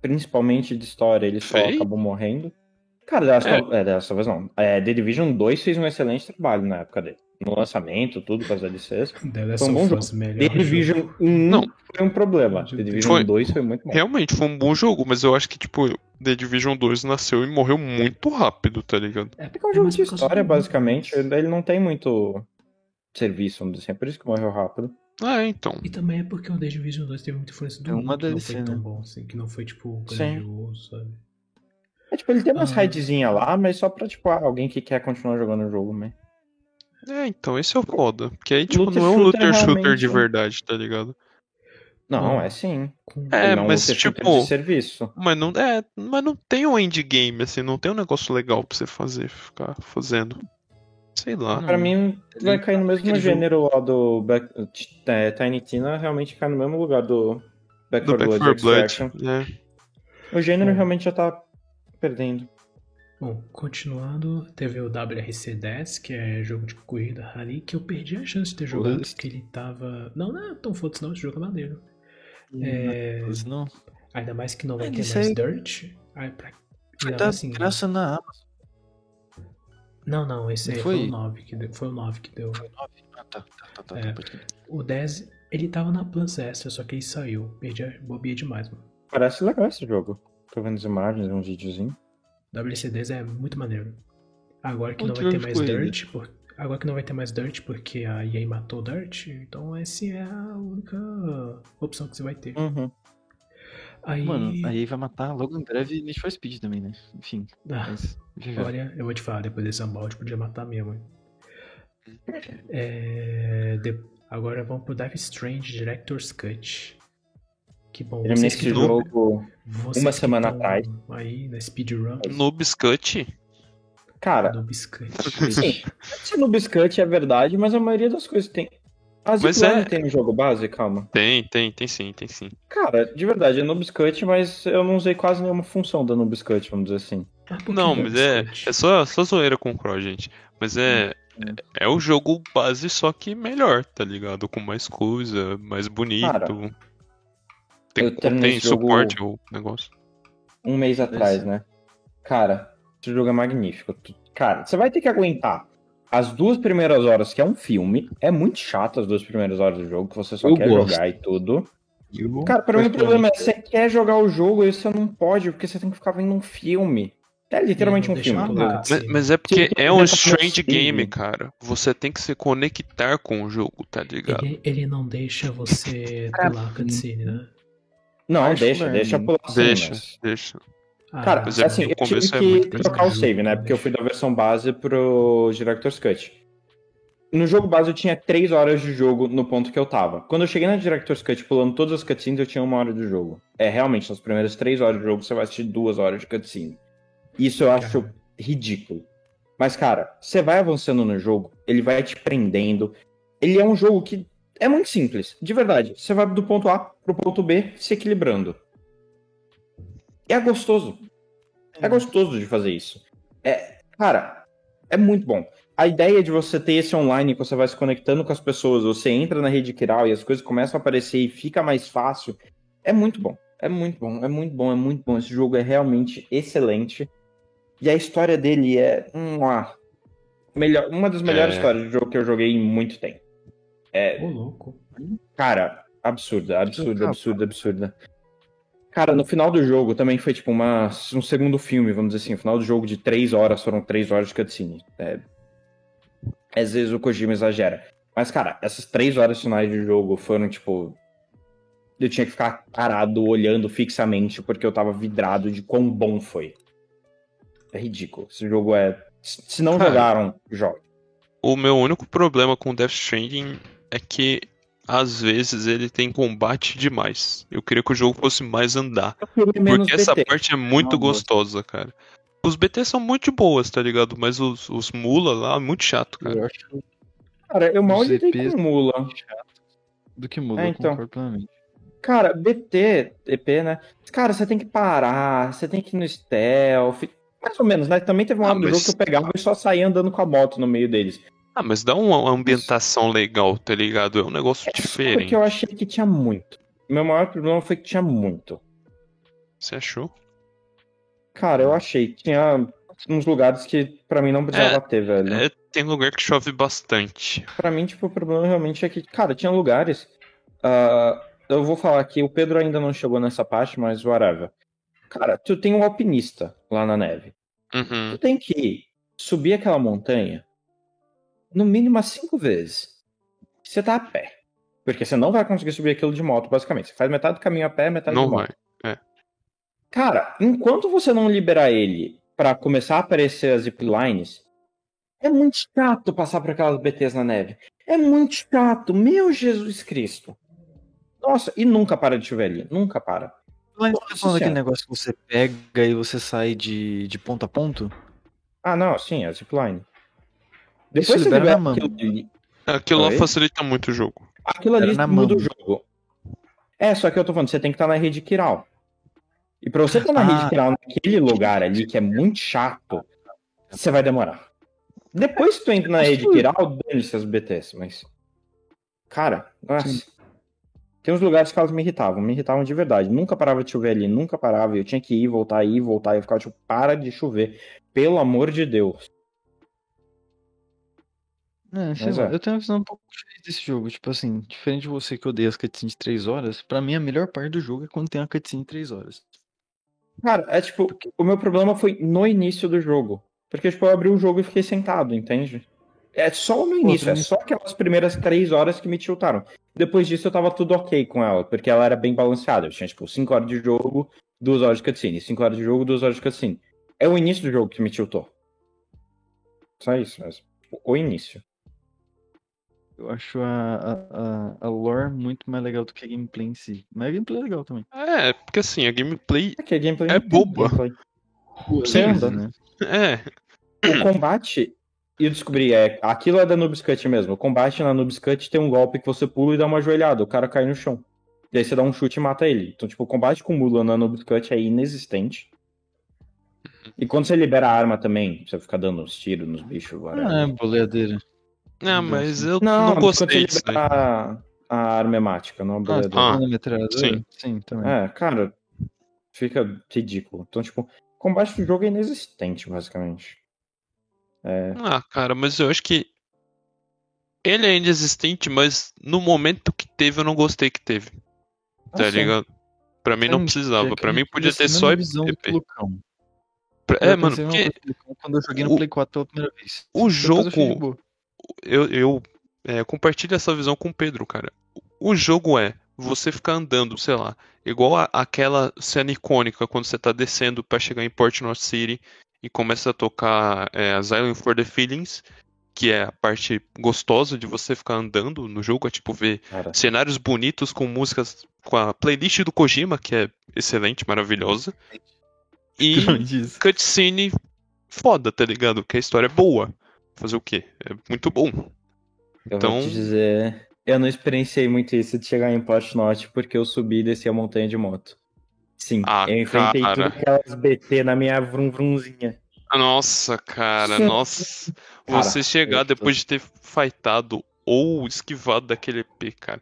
D: principalmente de história, ele só
C: Fez?
D: acabou morrendo. Cara, dessa,
C: É.
D: é. dessa vez não. É, The Division 2 fez um excelente trabalho na época dele. No lançamento, tudo, com as DLCs.
A: The Last
D: Foi um bom
A: of
D: jogo.
A: Us, melhor
D: The
A: jogo.
D: Division 1
C: Não.
D: foi um problema. The Division
C: Foi.
D: 2 foi muito bom.
C: realmente foi um bom jogo, mas eu acho que, tipo, The Division 2 nasceu e morreu muito rápido, tá ligado?
A: É,
D: É um jogo
A: mas
D: de
A: por causa
D: história,
A: do-
D: basicamente. Ele não tem muito serviço, vamos dizer assim. É por isso que morreu rápido.
C: Ah, é, então.
A: E também é porque o The Division 2 teve muita influência do
B: É uma
A: mundo, que não
B: DLC,
A: foi tão
B: né?
A: bom, assim, que não foi, tipo,
D: Sim.
A: grandioso, sabe?
D: É tipo, ele tem umas
A: Ah.
D: raidzinhas lá, mas só pra, tipo, ah, alguém que quer continuar jogando o jogo, né?
C: É, então, esse é o foda. Porque aí, tipo,
D: Looter
C: não é um
D: shooter
C: looter shooter de
D: realmente- né?
C: verdade, tá ligado?
D: Não,
A: Hum.
D: é sim.
A: Com-
C: É,
D: Ele não
C: mas,
D: usa filtro
C: tipo-
D: De serviço.
C: Mas não, é, mas não tem um endgame, assim, não tem um negócio legal pra você fazer, ficar fazendo. Sei lá.
D: Pra mim, vai cair
A: tá
D: no mesmo
B: Aquele
D: gênero lá do Back- é, Tiny Tina, realmente cai no mesmo lugar do Back
C: Do
D: 4
C: Back
D: Blood,
C: 4
D: Extraction.
C: Blood. É.
D: O gênero
A: Hum.
D: realmente já tá perdendo.
A: Bom, continuando, teve o WRC10, que é jogo de corrida rally, que eu perdi a chance de ter jogado,
B: Foda-se.
A: porque ele tava. Não, não é tão foda não, esse jogo é maneiro.
B: Não,
A: É,
B: Não,
A: Ainda mais que não vai
B: Ele
A: ter mais
B: saiu-
A: Dirt. Aí, pra...
B: Foi
A: ainda
B: da
A: mais assim,
B: Tá graça na Amazon.
A: Não, não, esse aí
B: Não
A: foi,
B: foi?
A: o 9 que deu. Foi o 9 que deu.
B: Ah, tá, tá, tá, tá.
A: É.
B: tá, pode crer.
A: O 10, ele tava na Plus Extra, só que ele saiu. Perdi a bobia demais, mano.
D: Parece legal esse jogo. Tô vendo as imagens, um videozinho.
A: WC10 é muito maneiro. Agora que
B: Outro
A: não vai ter
B: jogo de
A: mais
B: corrida.
A: Dirt, por- agora que não vai ter mais Dirt porque a EA matou Dirt, então essa é a única opção que você vai ter.
D: Uhum.
A: Aí,
B: Mano, aí vai matar logo em breve Need for Speed também, né? Enfim,
A: Ah,
B: mas. já já.
A: olha, eu vou te falar, depois desse balde podia matar mesmo. hein? É, de- Agora vamos pro Dive Strange Director's Cut. Que bom.
D: Terminei
A: vocês que
D: esse
A: tão-
D: é jogo.
A: vocês
D: uma
A: que
D: semana
A: tão
D: atrás.
A: Aí na speedrun
C: No Biscut?
D: Cara,
A: do Biscuit.
D: Sim, se no Biscuit é verdade, mas a maioria das coisas tem. As
C: Mas
D: Zipline
C: é-
D: tem no jogo base, calma.
C: Tem, tem, tem sim, tem sim.
D: Cara, de verdade, é no Biscuit, mas eu não usei quase nenhuma função da no Biscuit, vamos dizer assim.
A: Mas Ah, por que
C: não,
A: dá
C: mas é,
A: biscoito?
C: é só, só zoeira com o Crow, gente. Mas é, é o jogo base, só que melhor, tá ligado? Com mais coisa, mais bonito.
D: Cara,
C: tem
D: eu terminei
C: tem
D: esse jogo-
C: suporte ao negócio.
D: um mês atrás,
C: é.
B: Esse-
D: né? Cara, esse jogo é magnífico. Tu- Cara, você vai ter que aguentar as duas primeiras horas, que é um filme. É muito chato as duas primeiras horas do jogo, que você só
B: Eu
D: quer
B: gosto.
D: jogar e tudo.
B: Eu-
D: Cara, pra mim o
B: particularmente-
D: problema é que você quer jogar o jogo e você não pode, porque você tem que ficar vendo um filme. É literalmente
A: Não
D: um
A: deixa
D: filme.
A: eu
D: cara.
A: falar.
C: Mas,
A: Sim.
C: mas é porque
D: Sim,
C: é um
D: mas tá
C: strange
D: possível.
C: game, cara. Você tem que se conectar com o jogo, tá ligado?
A: Ele, ele não deixa você
D: Cara,
A: pular a cutscene, né?
D: Não,
B: Acho
D: deixa,
B: que- é.
D: deixa pular sim,
C: Deixa,
D: mas-
C: deixa.
A: Ah,
D: Cara,
C: Mas é
D: assim,
C: porque
D: eu
C: o começo
D: tive
C: é
D: que
C: muito
D: trocar o
A: pesado.
D: save, né? Porque eu fui da versão base pro Director's Cut. No jogo base eu tinha 3 horas de jogo no ponto que eu tava. Quando eu cheguei na Director's Cut pulando todas as cutscenes, eu tinha uma hora de jogo. É, realmente, nas primeiras 3 horas de jogo você vai assistir 2 horas de cutscene. Isso eu acho
A: Cara,
D: ridículo. Mas, cara, você vai avançando no jogo, ele vai te prendendo. Ele é um jogo que é muito simples, de verdade. Você vai do ponto A pro ponto B se equilibrando. É gostoso. É gostoso de fazer isso. É, cara, é muito bom. A ideia de você ter esse online que você vai se conectando com as pessoas, você entra na rede Kiral e as coisas começam a aparecer e fica mais fácil. É muito bom. É muito bom, é muito bom, é muito bom. Esse jogo é realmente excelente. E a história dele é uma, melhor, uma das melhores
C: É.
D: histórias de jogo que eu joguei em muito tempo.
A: Ô, louco.
D: Cara, absurda, absurda, absurda, absurda. Cara, no final do jogo também foi tipo uma, um segundo filme, vamos dizer assim. O final do jogo de três horas foram três horas de cutscene. É, às vezes o Kojima exagera. Mas, cara, essas três horas finais de jogo foram tipo. Eu tinha que ficar parado olhando fixamente porque eu tava vidrado de quão bom foi. É ridículo. Esse jogo é. Se se não
C: Cara,
D: jogaram, joga.
C: O meu único problema com Death Stranding é que às vezes ele tem combate demais. Eu queria que o jogo fosse mais andar. Porque essa parte é muito
B: uma boa.
C: gostosa, cara. Os BT são muito boas, tá ligado? Mas os, os mula lá, muito chato, cara.
D: É.
B: Eu acho
D: Cara, eu mal
B: Os
D: lidei
B: EPs
D: com mula.
B: do que muda,
D: É,
B: eu
D: então.
B: concordo plenamente.
D: Cara, BT, EP, né? Cara, você tem que parar, você tem que ir no stealth. Mais ou menos, né? Também teve um
C: Ah,
D: lado do
C: mas-
D: jogo que eu pegava e só saía andando com a moto no meio deles.
C: Ah, mas dá uma ambientação legal, tá ligado? É um negócio diferente.
D: Porque eu achei que tinha muito. Meu maior problema foi que tinha muito.
C: Você achou?
D: Cara, eu achei que tinha uns lugares que pra mim não precisava
C: É,
D: ter, velho.
C: É, tem lugar que chove bastante.
D: Pra mim, tipo, o problema realmente é que, cara, tinha lugares. ah, eu vou falar aqui, o Pedro ainda não chegou nessa parte, mas whatever. Cara, tu tem um alpinista lá na neve.
C: Uhum.
D: Tu tem que subir aquela montanha no mínimo umas cinco vezes. Você tá a pé. Porque você não vai conseguir subir aquilo de moto, basicamente. Você faz metade do caminho a pé, metade
C: Não
D: de moto.
C: vai.
D: Cara, enquanto você não liberar ele pra começar a aparecer as ziplines, é muito chato passar por aquelas BTs na neve. É muito chato, meu Jesus Cristo. Nossa, e nunca para de chover ali, nunca para.
B: Mas
D: Nossa
B: tá falando
D: Senhora.
B: aquele negócio que você pega e você sai de, de ponto a ponto?
D: Ah, não, sim, a zipline.
B: Isso
D: Depois você
B: libera
D: libera
B: na mão.
D: aquilo ali,
C: Aquilo lá
D: Oi?
C: facilita muito o jogo.
D: Aquilo
B: Era
D: ali
B: na
D: muda
B: mão.
D: o jogo. É, só que eu tô falando, você tem que estar na rede Kiral. E pra você estar na
B: Ah.
D: rede Kiral naquele lugar ali, que é muito chato, você vai demorar. Depois que tu entra na rede Kiral, dane-se as BTS, mas. Cara, nossa. Tem uns lugares que elas me irritavam, me irritavam de verdade. Nunca parava de chover ali, nunca parava. Eu tinha que ir, voltar, ir, voltar. E eu ficava tipo, para de chover. Pelo amor de Deus.
B: É, sei
D: Mas
B: lá,
D: é.
B: eu tenho uma visão um pouco diferente desse jogo. Tipo assim, diferente de você que odeia as cutscenes de 3 horas, pra mim a melhor parte do jogo é quando tem uma cutscene de 3 horas.
D: Cara, é tipo, o meu problema foi no início do jogo. Porque, tipo, eu abri o jogo e fiquei sentado, entende? É só no início, é
B: também-
D: só aquelas primeiras três horas que me tiltaram. Depois disso eu tava tudo ok com ela, porque ela era bem balanceada. Eu tinha, tipo, cinco horas de jogo, duas horas de cutscene. cinco horas de jogo, duas horas de cutscene. É o início do jogo que me tiltou. Só isso mesmo. O início.
B: Eu acho a, a, a, a lore muito mais legal do que a gameplay em si. Mas a gameplay é legal também.
C: É, porque assim, a gameplay
D: É que a gameplay
C: É
D: não tem
C: boba.
D: gameplay.
C: Sim.
D: Você anda,
B: né?
C: é
D: O combate, eu descobri, é, aquilo é da Noob's Cut mesmo. O combate na Noob's Cut tem um golpe que você pula e dá uma joelhada, o cara cai no chão. E aí você dá um chute e mata ele. Então, tipo, o combate com o Mula na Noob's Cut é inexistente. E quando você libera a arma também, você fica dando uns tiros nos bichos.
B: Ah, é,
D: whatever.
B: boleadeira.
C: É, mas eu não,
D: Não,
C: gostei
D: quando
C: disso
D: você
C: aí.
D: libera a, a arma hemática, não a
B: Ah,
D: boleadora.
B: tá falando metralhadora? Sim. também.
D: É, cara, fica ridículo. Então, tipo, o combate do jogo é inexistente, basicamente. É,
C: Ah, cara, mas eu acho que ele ainda é existente, mas no momento que teve eu não gostei que teve, tá
D: assim,
C: ligado? Pra mim não
B: Sabe,
C: precisava,
B: Jack,
C: pra mim
B: eu
C: podia
B: tive
C: ter
B: É, essa
C: só
B: mesma visão do
C: EP.
B: Lucão.
C: Pra-
B: Eu
C: É, mano,
B: pensei a mesma
C: porque
B: coisa do Lucão quando eu joguei no
C: o-
B: Play 4 pela primeira vez.
C: o
B: Depois eu achei de
C: jogo,
B: boa.
C: eu, eu é, compartilho essa visão com o Pedro, cara. O jogo é você ficar andando, sei lá, igual a- aquela cena icônica quando você tá descendo pra chegar em Port North City e começa a tocar é, Asylum for the Feelings, que é a parte gostosa de você ficar andando no jogo, é tipo ver
D: cara,
C: cenários bonitos com músicas, com a playlist do Kojima, que é excelente, maravilhosa. E
B: Diz.
C: cutscene foda, tá ligado? Que a história é boa. Fazer o quê? É muito bom.
D: eu
C: então-
D: vou te dizer, eu não experienciei muito isso de chegar em Port Norte porque eu subi e desci a montanha de moto. Sim,
C: Ah,
D: eu enfrentei
C: cara.
D: tudo aquelas BT na minha vrum vrumzinha.
C: Nossa, cara,
D: Sim.
C: nossa.
D: Cara,
C: Você chegar
D: eu tô-
C: depois de ter fightado ou esquivado daquele EP, cara.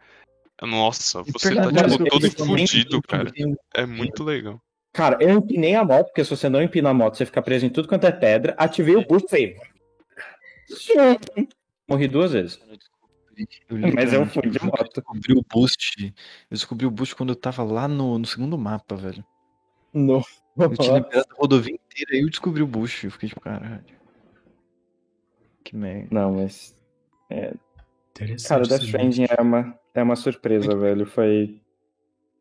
C: Nossa, você tá
B: perdão,
D: mas
C: tipo
D: eu-
C: todo
D: eu também-
C: fudido, cara. É muito legal.
D: Cara, eu empinei a moto, porque se você não empina a moto, você fica preso em tudo quanto é pedra. Ativei o busto e falei, Morri duas vezes. É, Mas eu fui de moto.
B: Descobri o boost. Eu descobri o boost quando eu tava lá no, no segundo mapa, velho.
D: Não.
B: Eu tinha liberado a rodovia inteira e eu descobri o boost. Eu fiquei tipo, caralho. Que merda.
D: Não, mas.
A: Interessante.
D: Cara, o Death
A: esse
D: Stranding
A: jogo.
D: é uma, é uma surpresa, velho. Foi.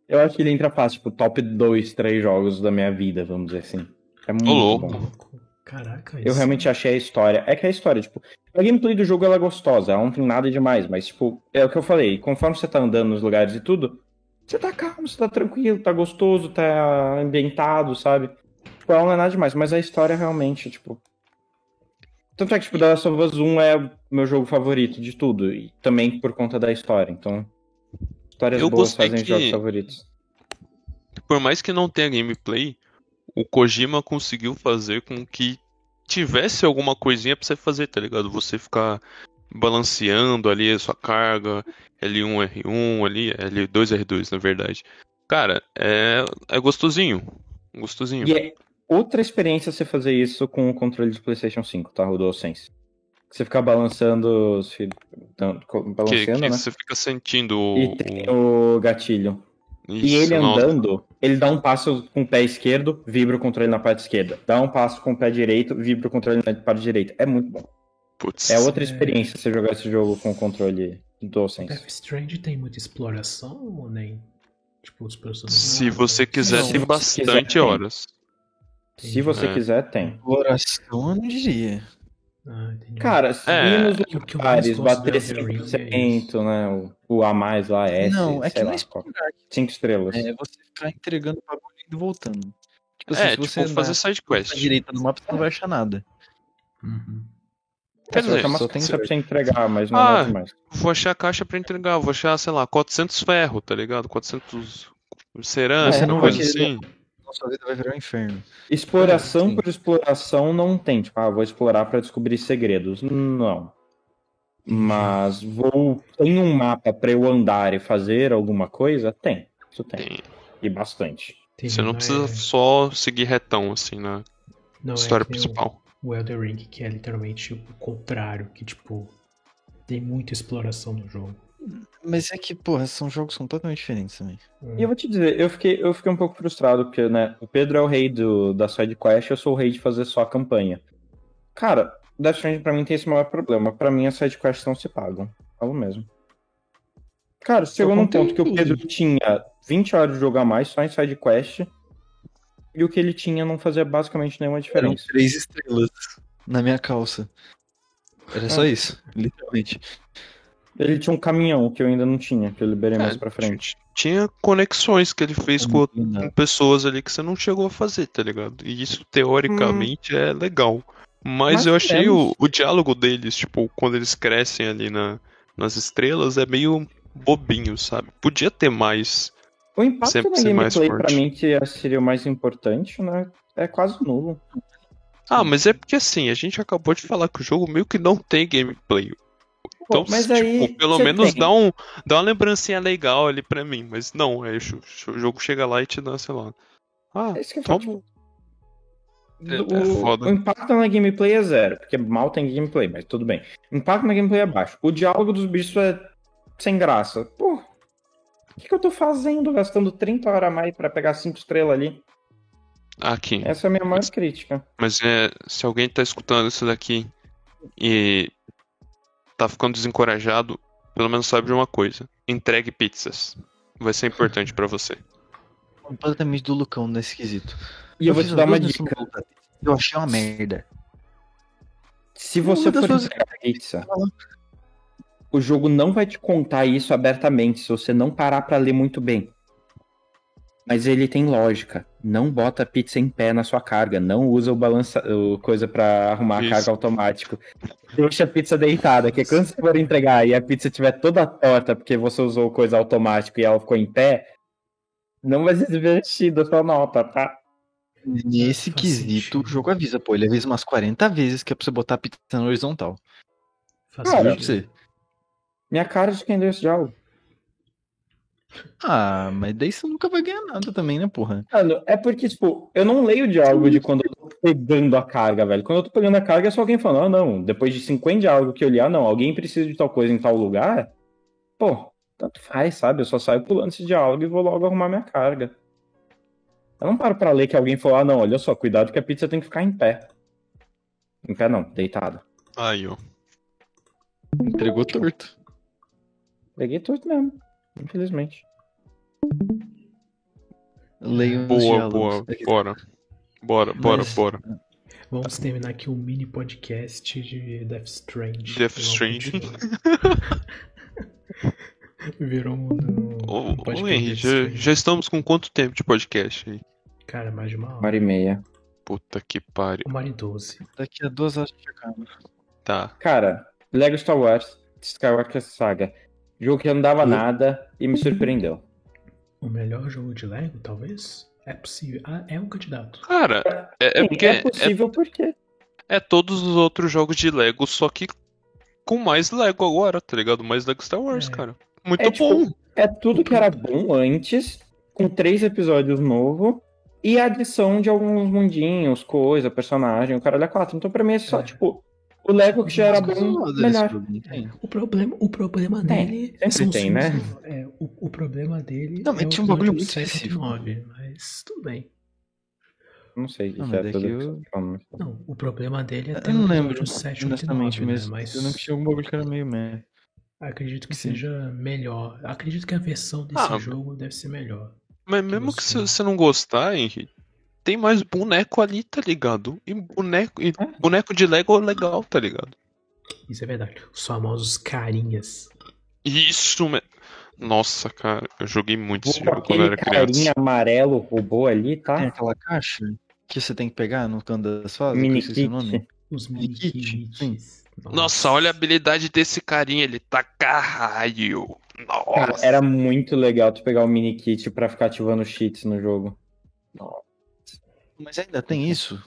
D: Eu acho que ele entra fácil, tipo, top 2, 3 jogos da minha vida, vamos dizer assim. É muito
C: louco.
D: bom.
A: Louco. Caraca,
D: Eu realmente achei a história. É que a história, tipo, a gameplay do jogo ela é gostosa, ela não tem nada demais, mas, tipo, é o que eu falei, conforme você tá andando nos lugares e tudo, você tá calmo, você tá tranquilo, tá gostoso, tá ambientado, sabe? Tipo, ela não é nada demais, mas a história realmente, tipo. Tanto é que, tipo, The Last of Us 1 é o meu jogo favorito de tudo, e também por conta da história, então. Histórias
C: Eu
D: boas
C: gostei
D: fazem
C: que-
D: jogos favoritos.
C: Por mais que não tenha gameplay, o Kojima conseguiu fazer com que tivesse alguma coisinha pra você fazer, tá ligado? Você ficar balanceando ali a sua carga, L1, R1, ali, L2, R2, na verdade. Cara, é, é gostosinho. Gostosinho.
D: E é outra experiência você fazer isso com o controle do PlayStation 5, tá? O DualSense. Você ficar balançando os filhos.
C: que,
D: Balançando,
C: que é
D: né?
C: você fica sentindo o,
D: E tem o gatilho.
C: o-
D: e
C: isso,
D: ele
C: nossa.
D: andando, ele dá um passo com o pé esquerdo, vibra o controle na parte esquerda. Dá um passo com o pé direito, vibra o controle na parte direita. É muito bom.
C: Putz.
D: É outra
A: É.
D: experiência você jogar esse jogo com o controle do DualSense.
A: Death Stranding tem muita exploração ou nem? Tipo, os personagens.
C: Se você quiser,
B: Não,
C: tem
D: se você
C: bastante
D: quiser, tem.
C: horas.
D: Se você
C: É.
D: quiser, tem.
B: Exploração, eu não diria.
A: Ah, entendi. Ah,
D: Cara, se
C: É,
D: nos
A: o que eu mais
D: lugares,
A: gosto
D: bater
A: do Elden Ring é
D: 100%, né? O, o A mais lá, S,
B: não, é que
D: sei
B: não é
D: lá, qual.
B: explorar.
D: Cinco estrelas.
B: É você ficar entregando o bagulho e indo voltando. Tipo assim,
C: É,
B: se
C: tipo,
B: você andar
C: fazer side quest.
B: pra direita do mapa, você não vai achar nada.
A: Uhum.
C: Quer
D: Você vai
C: dizer,
D: achar umas
B: só tem
D: coisas pra
B: sorte.
D: você entregar, mas não
C: Ah,
D: é demais.
C: Vou achar a caixa pra entregar, vou achar, sei lá, 400 ferro, tá ligado? 400 cerâmica,
D: Você não
C: coisa
D: vai
C: assim.
B: Nossa vida vai virar um inferno.
D: Exploração
B: sim.
D: por exploração não tem. Tipo, ah, vou explorar pra descobrir segredos. Não. Mas vou. Tem um mapa pra eu andar e fazer alguma coisa? Tem. Isso tem.
C: Tem.
D: E bastante.
A: Entendi,
C: Você não
A: mas
C: precisa só seguir retão, assim, na
A: é- não é
C: história
A: que nem o-
C: principal.
A: o Elden Ring, que é literalmente o contrário, que tipo, tem muita exploração no jogo.
B: Mas é que, porra, são jogos completamente diferentes também.
A: Hum,
D: E eu vou te dizer, eu fiquei, eu fiquei um pouco frustrado, porque, né, o Pedro é o rei do, da side quest, eu sou o rei de fazer só a campanha. Cara, Death Stranding pra mim tem esse maior problema. Pra mim, as side quests não se pagam. Falo mesmo. Cara, chegou num ponto que o Pedro tinha 20 horas de jogo a mais só em side quest, e o que ele tinha não fazia basicamente nenhuma
B: Eram
D: diferença.
B: três estrelas na minha calça. Era
D: Ah.
B: só isso, literalmente.
D: Ele tinha um caminhão que eu ainda não tinha, que eu liberei mais
C: É,
D: pra frente.
C: Tinha conexões que ele fez com,
B: Não,
F: É.
B: não.
C: com pessoas ali que você não chegou a fazer, tá ligado? E isso,
F: Hum.
C: teoricamente, é legal. Mas
D: Mais
C: eu
D: ou
C: achei
D: menos.
C: o, o diálogo deles, tipo, quando eles crescem ali na, nas estrelas, é meio bobinho, sabe? Podia ter mais.
D: O impacto
C: Sempre
D: na
C: ser mais
D: gameplay pra
C: forte.
D: mim, que seria o mais importante, né, é quase nulo.
C: Ah, mas é porque assim, a gente acabou de falar que o jogo meio que não tem gameplay. Então,
F: mas
C: tipo,
F: aí
C: pelo
F: você
C: menos
F: tem.
C: dá, um, dá uma lembrancinha legal ali pra mim. Mas não, é, o, o jogo chega lá e te dá, sei lá. Ah,
D: É isso que eu falo.
C: toma. É-
D: Do-
C: é foda.
D: O impacto na gameplay é zero, porque mal tem gameplay, mas tudo bem. O impacto na gameplay é baixo. O diálogo dos bichos é sem graça. Pô, o que, que eu tô fazendo gastando 30 horas a mais pra pegar 5 estrelas ali?
C: Aqui.
D: Essa é a minha maior crítica.
C: Mas é, se alguém tá escutando isso daqui e tá ficando desencorajado, pelo menos sabe de uma coisa: entregue pizzas. Vai ser importante pra você.
B: Completamente do Lucão nesse quesito.
D: E eu vou
B: fiz
D: te
B: as
D: dar uma
B: duas nessa
D: dica.
B: luta. Eu achei uma merda.
D: Se você
B: das
D: for
B: suas-
D: entregar pizza, o jogo não vai te contar isso abertamente se você não parar pra ler muito bem. Mas ele tem lógica. Não bota pizza em pé na sua carga. Não usa o balança, o coisa pra arrumar
C: Isso.
D: a carga automático. Deixa a pizza deitada, que quando você for entregar e a pizza estiver toda torta porque você usou coisa automática e ela ficou em pé, não vai ser divertido a sua nota, tá?
B: Nesse
A: Faz
B: quesito,
A: sentido.
B: o jogo avisa, pô. Ele avisa umas 40 vezes que é pra você botar a pizza na horizontal.
A: Faz
D: Cara,
B: Juro pra
A: sentido.
B: você.
D: Minha cara de quem deu esse diálogo.
B: Ah, mas daí você nunca vai ganhar nada também, né, porra?
D: Mano, é porque, tipo, eu não leio o diálogo de quando eu tô pegando a carga, velho. Quando eu tô pegando a carga, é só alguém falando, ah, não, depois de 50 diálogos que eu li, ah, não, alguém precisa de tal coisa em tal lugar. Pô, tanto faz, sabe? Eu só saio pulando esse diálogo e vou logo arrumar minha carga. Eu não paro pra ler que alguém falou, ah, não, olha só, cuidado que a pizza tem que ficar em pé. Em pé não, deitada.
C: Aí, ó.
B: Entregou torto.
D: Peguei tudo mesmo, infelizmente.
B: Leiam os
C: Boa,
B: diálogos.
C: boa.
D: tá
B: É que-
C: Bora. Bora, bora,
A: Mas-
C: bora.
A: Vamos terminar aqui um mini podcast de Death Strange.
C: Death
A: pelo amor de
C: Strange.
A: Deus. Virou um, um
C: Ô, ô
A: podcast
C: Henry,
A: Death
C: já,
A: Strange.
C: já estamos com quanto tempo de podcast aí?
A: Cara, mais de uma
D: Uma
A: hora.
D: hora e meia.
C: Puta que pariu.
A: Uma hora e doze.
B: Daqui a duas horas que acaba.
C: Tá.
D: Cara, Lego Star Wars, Skywalker Saga. Jogo que eu não dava nada e me surpreendeu.
A: O melhor jogo de Lego, talvez? É possível. Ah, é um candidato.
C: Cara, é, é
D: Sim,
C: porque é,
D: possível porque.
C: é todos os outros jogos de Lego, só que com mais Lego agora, tá ligado? Mais Lego Star Wars,
A: É.
C: cara. Muito
D: É, tipo,
C: bom.
D: É tudo que era bom antes, com três episódios novo e a adição de alguns mundinhos, coisa, personagem, o caralho é quatro. Então pra mim é só,
A: É.
D: tipo, o Lego que já era
B: Mas tipo,
D: bom,
B: zoado esse
D: melhor.
B: jogo, não tem?
A: O problema, o
B: É,
A: problema
D: Tem,
A: dele.
D: sempre
A: são os
D: tem,
A: filmes
D: né?
A: do- é, o, o problema dele.
B: Não, mas
A: é o
B: tinha um bagulho
A: episódio
B: muito
A: 79, mas tudo bem.
D: Não sei o que
B: Não,
D: que
B: mas
D: é
B: é
D: tudo.
B: que eu-
D: que você fala, mas-
A: Não, o problema dele é
B: Eu
A: até
B: não
A: o
B: lembro,
A: episódio 7, 8 e 9,
B: honestamente,
A: né?
B: mas
A: Mas
B: eu não tinha um bagulho que era meio meh.
A: acredito que
B: Sim.
A: seja melhor. Acredito que a versão desse
C: Uhum. Ah,
A: jogo deve ser melhor.
C: Mas mesmo que
A: você-
C: se você não gostar, Henry, tem mais boneco ali, tá ligado? E boneco, e boneco de Lego é legal, tá ligado?
A: Isso é verdade. Os famosos carinhas.
C: Isso, me... Nossa, cara, eu joguei muito esse
D: Vou com
C: jogo quando eu
D: aquele
C: era criança.
D: carinha amarelo robô ali,
B: Tem
D: tá?
B: aquela caixa que você tem que pegar no canto das fases? que eu
D: Mini
B: esqueci o nome.
D: kit.
A: Os
B: Kit,
A: miquimites.
C: Nossa, olha a habilidade desse carinha, ele taca raio.
D: Cara,
C: Nossa.
D: era muito legal tu pegar o mini kit pra ficar ativando cheats no jogo.
B: Mas ainda tem isso?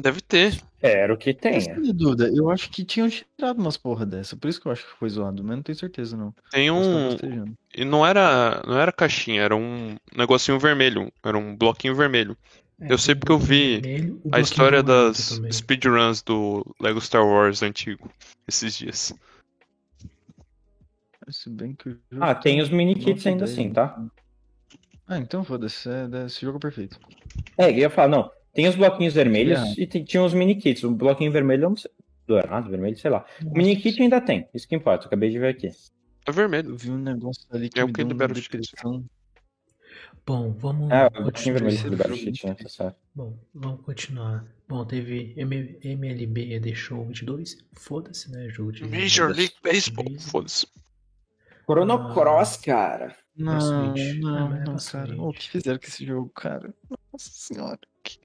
C: Deve ter.
D: Era o que
B: Essa é a
D: tenha.
B: minha dúvida. Eu acho que tinham tirado umas porra dessa. Por isso que eu acho que foi zoado, mas não tenho certeza, não.
C: Tem
B: Posso estar
C: um.
B: bostejando.
C: E não era, não era caixinha, era um negocinho vermelho. Era um bloquinho vermelho.
A: É,
C: eu sei porque eu vi A história das speedruns do Lego Star Wars antigo, esses dias.
B: Se bem que o jogo
D: Ah, tem os mini
B: não
D: kits
B: tem
D: ainda
B: ideia.
D: assim, tá?
B: Ah, então foda-se. é- Esse jogo é perfeito.
D: É, eu ia falar, não, tem os bloquinhos vermelhos
B: É.
D: e tem- tinha os mini kits. O bloquinho vermelho, eu não sei, dourado, vermelho, sei lá. O mini kit ainda tem, isso que importa, eu acabei de ver aqui.
C: É vermelho.
B: Eu vi um negócio ali que
C: É o
B: me
C: que
B: deu uma
C: libera o cheat.
B: depressão.
A: Bom, vamos.
D: Ah, o bloquinho
A: continuar.
D: vermelho
B: terceiro
D: libera o
B: jogo
D: cheat, né?
B: que-
D: tá certo.
A: Bom, vamos continuar. Bom, teve M- MLB The Show 22. Foda-se, né? Jogo de.
C: Major League Baseball.
A: Baseball.
C: Foda-se.
A: Ah.
F: Chrono Cross, cara.
B: Não,
A: Switch.
B: não,
A: Ah, mas é
B: não,
A: pra
B: cara.
A: Switch.
B: O que fizeram com esse jogo, cara? Nossa senhora. que-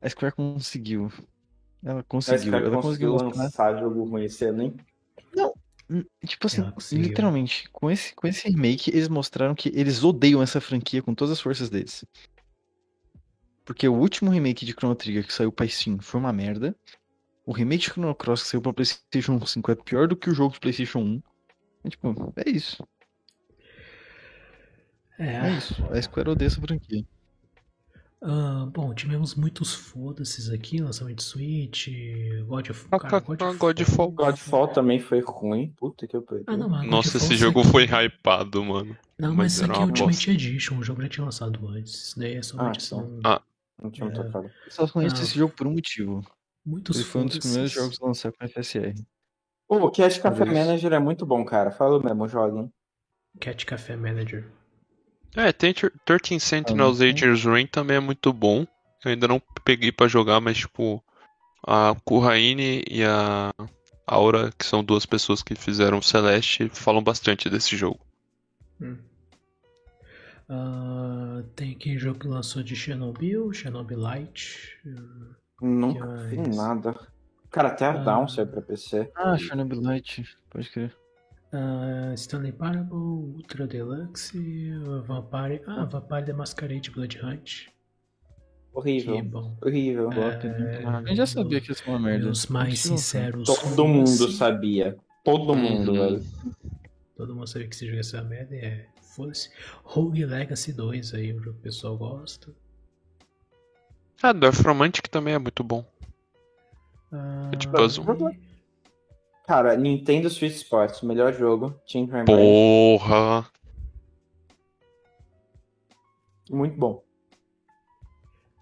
B: A Square conseguiu. Ela conseguiu. Ela conseguiu
D: né?
B: mostrar.
F: jogo ruim esse ano, hein?
B: Hum, Tipo assim,
A: Ela conseguiu.
B: literalmente, com esse, com esse remake, eles mostraram que eles odeiam essa franquia com todas as forças deles. Porque o último remake de Chrono Trigger que saiu pra Steam foi uma merda. O remake de Chrono Cross que saiu pra PlayStation 5 é pior do que o jogo de PlayStation 1. É, tipo, é isso. É
A: É.
B: isso. A Square odeia essa franquia.
A: Ah, bom, tivemos muitos foda-ses aqui, lançamento de Switch, God of,
C: Ah,
A: cara,
C: ah, ah, Godfall.
D: Godfall também foi ruim. Puta que eu perdi.
A: Ah, não, mas
C: Nossa,
A: Godfall
C: esse
A: isso
C: é um jogo
A: aqui-
C: foi hypado, mano.
A: Não,
C: mas
A: mas isso
C: era
A: aqui é
C: uma
A: Ultimate
C: bosta.
A: Edition, o jogo já tinha lançado antes. Isso daí é só uma
D: Ah,
A: edição.
B: então.
C: tá.
D: Não tinha muita
A: É.
D: cara.
B: Eu Só conheço
A: Ah.
B: esse jogo por um motivo.
A: Muitos
B: Ele foi um dos
A: foda-ses.
B: primeiros jogos a lançar com FSR.
D: Pô, o Cash Café
B: Talvez.
D: Manager é muito bom, cara. Fala mesmo, joguem.
A: Cat Café Manager.
C: É, tem 13 Sentinels
B: Ah, não.
C: Aegis Rain também é muito bom. Eu ainda não peguei pra jogar, mas tipo, a Kurraine e a Aura, que são duas pessoas que fizeram o Celeste, falam bastante desse jogo.
A: Ah, tem aqui jogo que lançou de Chernobyl, Chernobyl Light.
D: Nunca
A: Que
D: vi
A: mais?
D: nada. Cara, até a
A: Ah.
D: Down saiu pra PC.
B: Ah, Chernobyl Light. Pode crer.
A: Ah, Stanley Parable, Ultra Deluxe, Vampire. Ah, Vampire The Masquerade Blood Hunt.
D: Horrível.
A: Que é bom.
D: Horrível.
B: É,
A: né? Ah,
B: Eu já sabia que ia ser uma merda.
A: Os
B: Não
A: mais
B: sei, cara.
A: sinceros. assim.
D: Todo mundo
A: foda-se.
D: sabia. Todo mundo,
C: Uhum.
D: velho.
A: Todo mundo sabia que esse jogo ia ser uma merda e é. Foda-se. Rogue Legacy 2 aí, o jogo que o pessoal gosta.
C: Ah, Dwarf Romantic também é muito bom.
A: Ah,
C: É de puzzle.
D: Cara, Nintendo Switch Sports, melhor jogo. Team Rayman.
C: Porra!
D: Muito bom.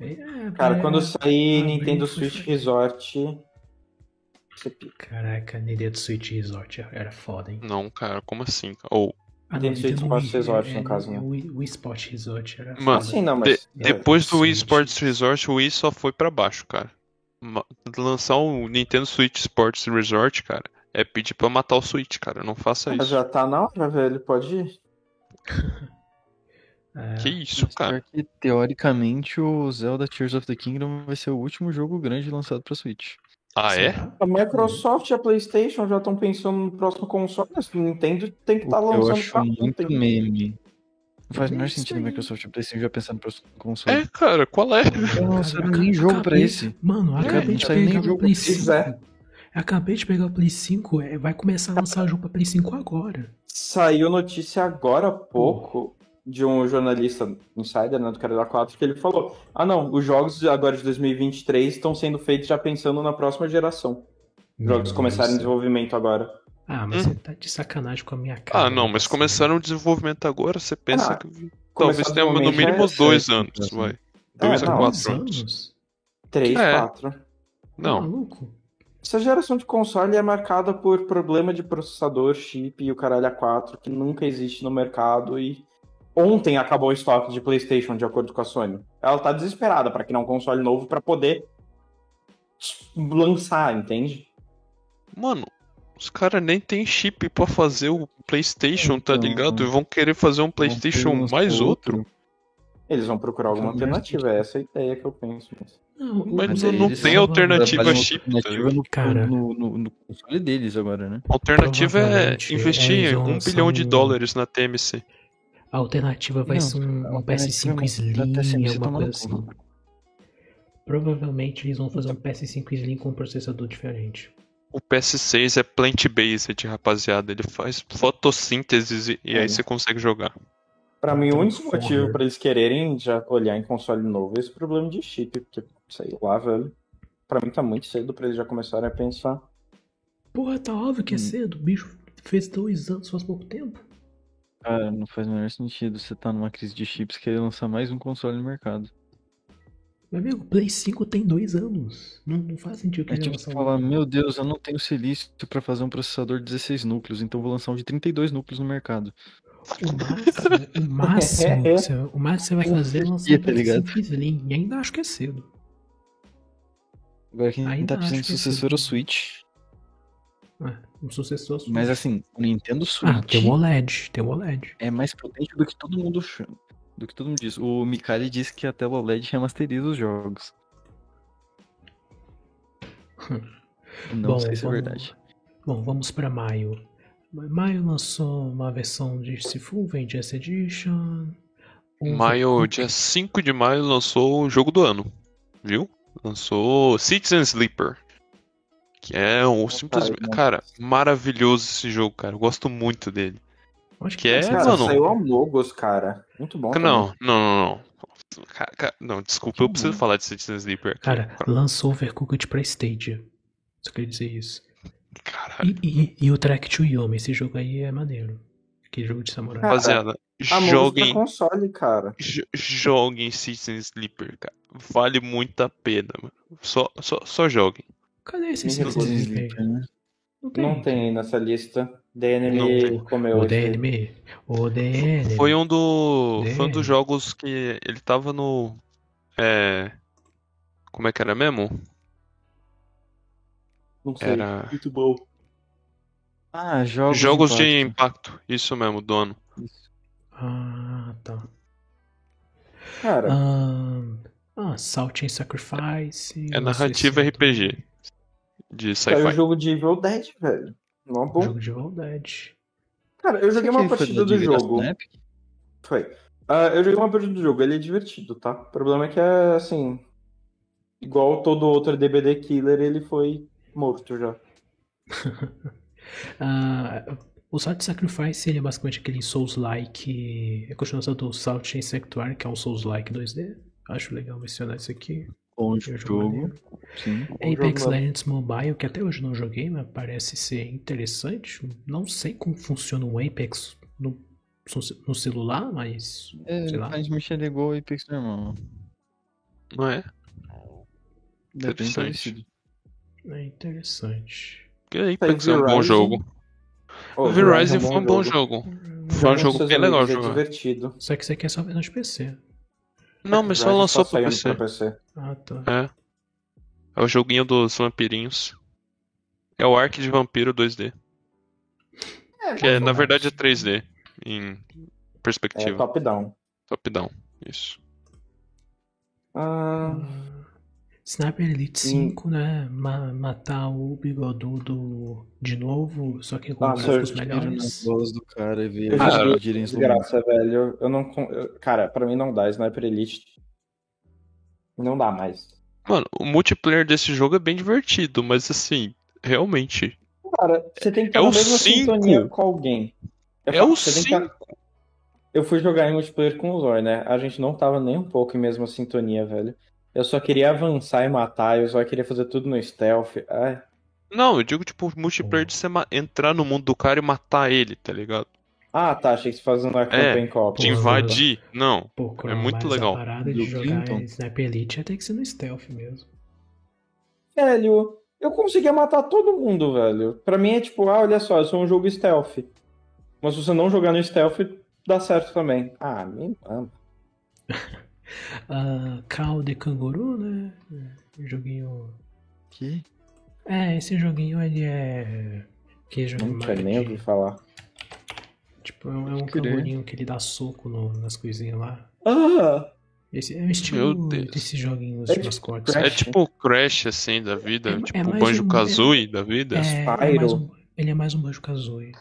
A: é,
D: Cara,
A: é-
D: quando sair
A: Ah, bem,
D: Nintendo
A: foi-
D: Switch Resort. você pica.
A: Caraca, Nintendo Switch Resort era foda, hein?
C: Não, cara, como assim? Ou,
A: Ah,
D: Nintendo Switch
A: Wii-
D: Sports Resort,
A: é,
D: no
A: é,
D: caso, né?
A: Wii, Wii Sport Resort era
C: Mano,
A: foda.
D: Assim não, mas.
A: É,
C: depois do Wii
A: sim,
C: Sports
A: sim.
C: Resort, o Wii só foi pra baixo, cara. Ma- Lançar o Nintendo Switch Sports Resort, cara, é pedir pra matar o Switch, cara. Não faça
D: Mas
C: isso.
D: já tá na hora, velho. Pode ir.
A: É,
C: Que isso,
B: Mas
C: cara?
B: pior que, teoricamente, o Zelda Tears of the Kingdom vai ser o último jogo grande lançado pra Switch.
C: Ah, é?
A: será?
D: A Microsoft e a PlayStation já estão pensando no próximo console. mas o Nintendo tem
B: O
D: que estar tá
B: que eu
D: lançando
B: acho
D: pra né? É
B: muito
D: ontem.
B: meme. Não faz o menor
A: Isso
B: sentido
A: aí.
B: a Microsoft e o PlayStation já pensando pro console.
C: É, cara, qual é?
B: Não lançaram
A: Cara,
B: nem jogo pra
A: acabei-
B: esse.
A: Mano, eu
B: É,
A: acabei
B: não
A: de
B: saiu nem
A: pegar o
B: jogo
A: Play
B: pra isso.
A: 5.
D: é.
A: Eu acabei de pegar o Play 5. é, Vai começar a lançar jogo pra Play 5 agora.
D: Saiu notícia agora há
C: Hum.
D: pouco de um jornalista insider, né, do Carolina 4, que ele falou: Ah, não, os jogos agora de 2023 estão sendo feitos já pensando na próxima geração. Os jogos
A: Meu
D: começaram
A: Deus.
D: desenvolvimento agora.
A: Ah, mas você tá de sacanagem com a minha cara.
C: Hum? Ah, não, mas
A: Assim.
C: começaram o desenvolvimento agora, você pensa
D: Ah,
C: que. Talvez
D: Começar é
C: tenha no
D: desenvolvimento
C: mínimo
D: já
C: dois
B: certo,
C: anos,
B: assim.
C: vai.
D: É,
C: Dois a
D: não,
C: quatro anos.
A: tá anos?
D: é 3,
C: É.
D: 4.
A: Tá
C: Não,
A: maluco?
D: Essa geração de console é marcada por problema de processador, chip e o caralho A4 que nunca existe no mercado e ontem acabou o estoque de PlayStation, de acordo com a Sony. Ela tá desesperada pra criar um console novo pra poder lançar, entende?
C: mano, os caras nem tem chip pra fazer o PlayStation, tá
B: Então,
C: ligado? E vão querer fazer um PlayStation
B: Vamos ter
C: mais
B: um
C: outro.
D: Eles vão procurar alguma
B: Também.
D: alternativa, é essa a ideia que eu penso. mas-
A: Não,
C: Mas
B: Mas
A: o-
B: aí
C: não
B: eles
C: tem
B: só
C: alternativa
B: Fazem uma
C: chip, tá
B: alternativa no,
A: Cara.
B: no- no- no console deles agora, né?
C: Alternativa é
A: Provavelmente,
C: investir
A: eles vão
C: um
A: lançar
C: bilhão de
A: um-
C: dólares na TMC.
A: A alternativa vai
B: Não,
A: ser um, um
B: alternativa
A: PS5
B: é
A: Slim,
B: até sem você
A: alguma
D: tá
B: tomar
A: coisa
B: no
A: assim.
B: cu.
A: Provavelmente eles vão fazer um PS5 Slim com um processador diferente.
C: O PS6 é plant-based, rapaziada. Ele faz fotossíntese
A: É.
C: e aí
D: Olha.
C: você consegue jogar.
D: Pra mim, o único
A: Transformer.
D: motivo pra eles quererem já olhar em console novo é esse problema de chip, porque sei lá, velho. Pra mim tá muito cedo pra eles já começarem a pensar.
A: Porra, tá óbvio que é
B: Hum.
A: cedo. O bicho fez dois anos faz pouco tempo.
B: Cara, não faz o menor sentido você tá numa crise de chips e querer lançar mais um console no mercado.
A: Meu amigo, o Play 5 tem dois anos. Não, não faz sentido que
B: É
A: ele
B: tipo
A: lançar
B: você
A: um-
B: falar, meu Deus, eu não tenho silício pra fazer um processador de 16 núcleos, então eu vou lançar um de 32 núcleos no mercado.
A: O máximo, o máximo, que um você, o máximo que você vai fazer é lançar um
B: Tá ligado?
A: PS5 Slim. E ainda acho que é cedo.
B: Agora quem
A: Ainda
B: tá
A: acho
B: precisando de
A: que esse-
B: sucessor é o Switch.
A: Ah, um sucessor.
B: Mas assim, o Nintendo Switch
A: Ah, tem o OLED, tem o OLED.
B: é mais potente do que todo mundo chama. Do que todo mundo diz. O Mikali disse que a tela LED remasteriza os jogos. Não
A: Bom,
B: sei se é
A: vamos-
B: verdade.
A: Bom, vamos pra maio. Ma- Maio lançou uma versão de Sifu Vengeance Edition, Um-
C: Maio, dia 5 de maio, lançou o jogo do ano. Viu? Lançou Citizen Sleeper. Que é um simplesmente. Cara, maravilhoso esse jogo, cara. Eu gosto muito dele.
A: Acho
C: Que é,
D: Cara,
C: mano.
D: saiu a Logos, cara. Muito bom.
C: Não, não, não, não. Ca- ca- Não, desculpa, eu preciso falar de Citizen Sleeper. aqui.
A: Hum. Cara, lançou Overcooked pra Stadia. Só queria dizer isso.
C: Caralho.
A: E, e- e o Track to Yoma, esse jogo aí é maneiro. Que jogo de samurai.
D: Cara,
C: Rapaziada,
D: A é
C: joguem.
D: console, cara.
C: jo- Joguem Citizen Sleeper, cara. Vale muito a pena, mano. Só, só, só joguem.
A: Cadê esse
D: Me
A: Citizen
D: recuso.
A: Sleeper?
E: né?
A: Não tem.
D: Não tem nessa lista. DNM
C: Não
D: comeu né?
A: O
D: esse.
A: DNM. O DNM.
C: Foi um do.
A: É.
C: Foi um dos jogos que ele tava no. É. Como é que era mesmo?
D: Não sei.
C: Era.
D: Muito bom.
B: Ah, jogos.
C: Jogos de
B: impacto.
C: impacto. Isso mesmo, dono.
A: Ah, tá.
D: Cara,
A: Ahn, Ah, Salt and Sacrifice.
C: É
A: não
C: narrativa
A: sei se é
C: RPG. De
D: saiu o
C: sci-fi.
D: jogo de Evil Dead, velho. Não é
A: um
D: bom.
A: Jogo de maldade.
D: Cara, eu joguei uma
B: Isso aqui foi
D: partida
B: de
D: do
B: graça
D: jogo.
C: né?
B: na Epic?
D: Foi. Ah, eu joguei uma partida do jogo, ele é divertido, tá? O problema é que é assim. Igual todo outro DBD Killer, ele foi morto já.
A: Ah, o Salt and Sacrifice ele é basicamente aquele Souls-like. É a continuação do Salt and Sanctuary, que é um Souls-like 2D. Acho legal mencionar isso aqui.
B: Bom
A: que é um
B: jogo.
A: maneiro.
B: Sim.
D: Um jogo
A: Apex
D: novo.
A: Legends Mobile, que até hoje não joguei, mas parece ser interessante. Não sei como funciona o Apex no, no celular, mas.
B: É,
A: Sei lá.
B: a gente me chegou e Apex normal.
C: Não é?
B: É bem
C: Interessante.
B: parecido.
A: É interessante.
C: Porque Apex é um bom
D: Verizon.
C: jogo.
D: Ô, é
C: Verizon foi um bom jogo. Foi um
D: com
C: jogo
D: seus
C: bem legal
D: amigos, É
C: jogar.
D: divertido.
A: Só que isso aqui é só versão de PC.
C: Não, mas só
D: Verizon
C: lançou pro
D: saiu
C: PC.
D: tá pra PC.
A: Ah, tá.
C: É. É o joguinho dos vampirinhos. É o Ark de Vampiro 2D. Que é, na verdade é 3D. Em
D: É
A: tá
C: perspectiva.
D: top-down.
C: Top-down. Isso.
D: Ah,
A: Sniper Elite 5, né? Ma- matar o bigodudo de novo, só que com
B: Ah,
D: Nossa,
A: gráficos
D: eu
B: Tiro nas
A: melhores.
B: bolas do cara e ver
D: Eu
B: eles
C: já-
B: explodirem esse lugar.
D: desgraça, velho. Eu não. con- eu- Cara, pra mim não dá. Sniper Elite. Não dá mais.
C: Mano, o multiplayer desse jogo é bem divertido, mas assim, realmente.
D: Cara, você tem que estar
C: É
D: na
C: o
D: mesma
C: cinco.
D: sintonia com alguém. Eu
C: É
D: falo,
C: o
D: você tem que tá- Eu fui jogar em multiplayer com o Zor, né? A gente não tava nem um pouco em mesma sintonia, velho. Eu só queria avançar e matar, eu só queria fazer tudo no stealth. É. Ai,
C: Não, eu digo tipo multiplayer de você ma- entrar no mundo do cara e matar ele, tá ligado?
D: Ah, tá, achei que você fazendo
C: É,
D: uma campanha em copo.
C: Te
A: Pô,
C: invadir. Não.
A: Pô, Chroma,
C: É muito
A: mas
C: legal.
A: A parada de
B: Do
A: jogar
B: Clinton.
A: em Sniper Elite é ter que ser no stealth mesmo.
D: Velho, eu conseguia matar todo mundo, velho. Pra mim é tipo, ah, olha só, eu sou um jogo stealth. Mas se você não jogar no stealth, dá certo também. Ah, me manda.
A: Ah, Cow de Canguru, né? É, Joguinho.
B: Que?
A: É, esse joguinho ele é. Que jogo
D: Não tinha
A: mais
D: nem ouvi
A: de...
D: falar.
A: Tipo, é um, é um
B: crer.
A: cangurinho que ele dá soco no- nas coisinhas lá.
D: Ah,
A: Esse é o estilo
C: Deus.
A: desses joguinhos
D: É
A: de
D: tipo
A: mascotes.
C: É
D: Crash.
C: tipo Crash, assim, da vida.
A: É- é
C: tipo
A: mais
C: Banjo
A: um-
C: Kazooie da vida.
A: É, ele, é mais
D: Spyro.
A: um, ele é mais um Banjo Kazooie.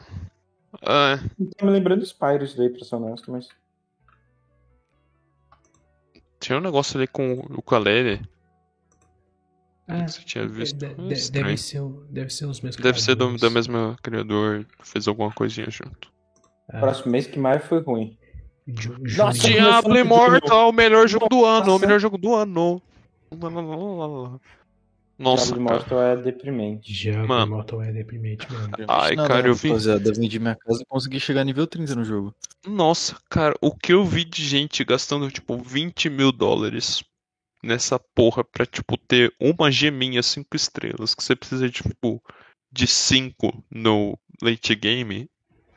C: Ah, é.
D: tá me lembrando Spyro isso daí, pra ser honesto, mas.
C: Tinha um negócio ali com o ukulele. que você tinha
A: Ah, De-
C: visto.
A: de-
C: É
A: de-
C: estranho.
A: deve, ser, o- deve ser os mesmos.
C: Deve ser do,
A: criadores.
C: do mesmo criador que fez alguma coisinha junto.
A: Ah,
D: Próximo mês que mais foi ruim.
A: Ju-
D: Nossa,
A: Juninho.
D: Diabo
C: Diablo
D: começando
C: Immortal, o melhor jogo do ano, o
D: Nossa.
C: melhor jogo do ano. Lá, lá, lá, lá, lá, lá. Nossa,
D: Diablo
C: cara.
D: Immortal é deprimente.
A: Diabo
C: Mano.
A: Immortal é deprimente mesmo.
C: Ai,
B: Não,
C: cara,
B: não,
C: eu vi-
B: Rapaziada, eu vendi minha casa e consegui chegar nível 30 no jogo.
C: Nossa, cara, o que eu vi de gente gastando, tipo, 20 mil dólares nessa porra pra, tipo, ter uma geminha 5 estrelas, que você precisa, de, tipo, de 5 no late game.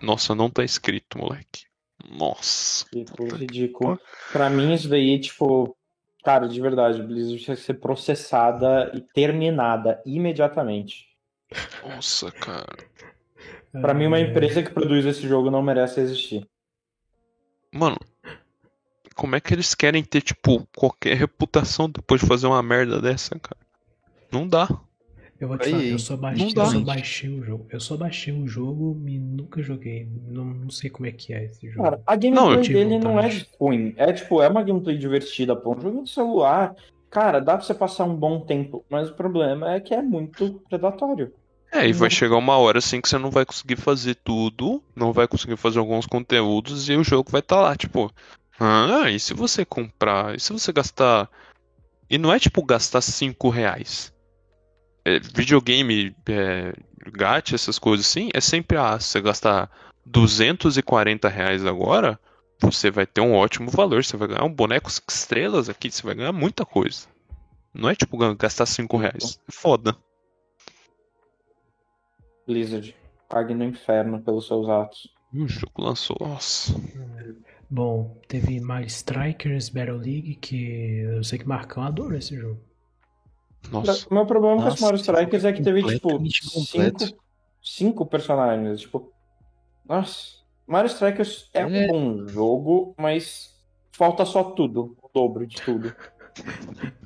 C: Nossa, não tá escrito, moleque. Nossa.
D: Ridículo, Tipo, ridículo. Pra mim, isso daí, tipo, cara, de verdade, Blizzard tinha que ser processada e terminada imediatamente.
C: Nossa, cara.
D: Pra mim, uma
A: É,
D: empresa que produz esse jogo não merece existir.
C: Mano, como é que eles querem ter, tipo, qualquer reputação depois de fazer uma merda dessa, cara? Não dá.
A: Eu vou te
B: Aí,
A: falar,
B: hein?
A: eu só, baixei,
B: dá.
A: eu só baixei o jogo. Eu só baixei o jogo e nunca joguei. Não, não sei como é que é esse jogo.
D: Cara,
A: Cara,
D: a gameplay
C: eu
A: tive
D: dele não é
A: vontade.
D: ruim. É tipo, é uma gameplay divertida, pô. Um jogo de celular. Cara, dá pra você passar um bom tempo. Mas o problema é que é muito predatório.
C: É, e vai
D: Não.
C: chegar uma hora assim que você não vai conseguir fazer tudo, não vai conseguir fazer alguns conteúdos e o jogo vai estar lá, tipo, ah, e se você comprar, e se você gastar. E não é tipo gastar 5 reais. É, videogame, é, gacha, essas coisas assim, é sempre, ah, se você gastar 240 reais agora, você vai ter um ótimo valor, você vai ganhar um boneco 5 estrelas aqui, você vai ganhar muita coisa. Não é tipo ga- gastar 5 reais. É foda.
D: Blizzard, pague no inferno pelos seus atos.
C: E o jogo lançou. Nossa.
A: Bom, teve Mario Strikers Battle League, que eu sei que Marcão adora esse jogo.
C: Nossa.
D: O meu problema com esse
B: Nossa,
D: Mario Strikers é que teve, tipo,
B: completamente completo.
D: cinco, cinco personagens. Tipo, nossa. Mario Strikers é um
B: Ele é-
D: bom jogo, mas falta só tudo. O dobro de tudo.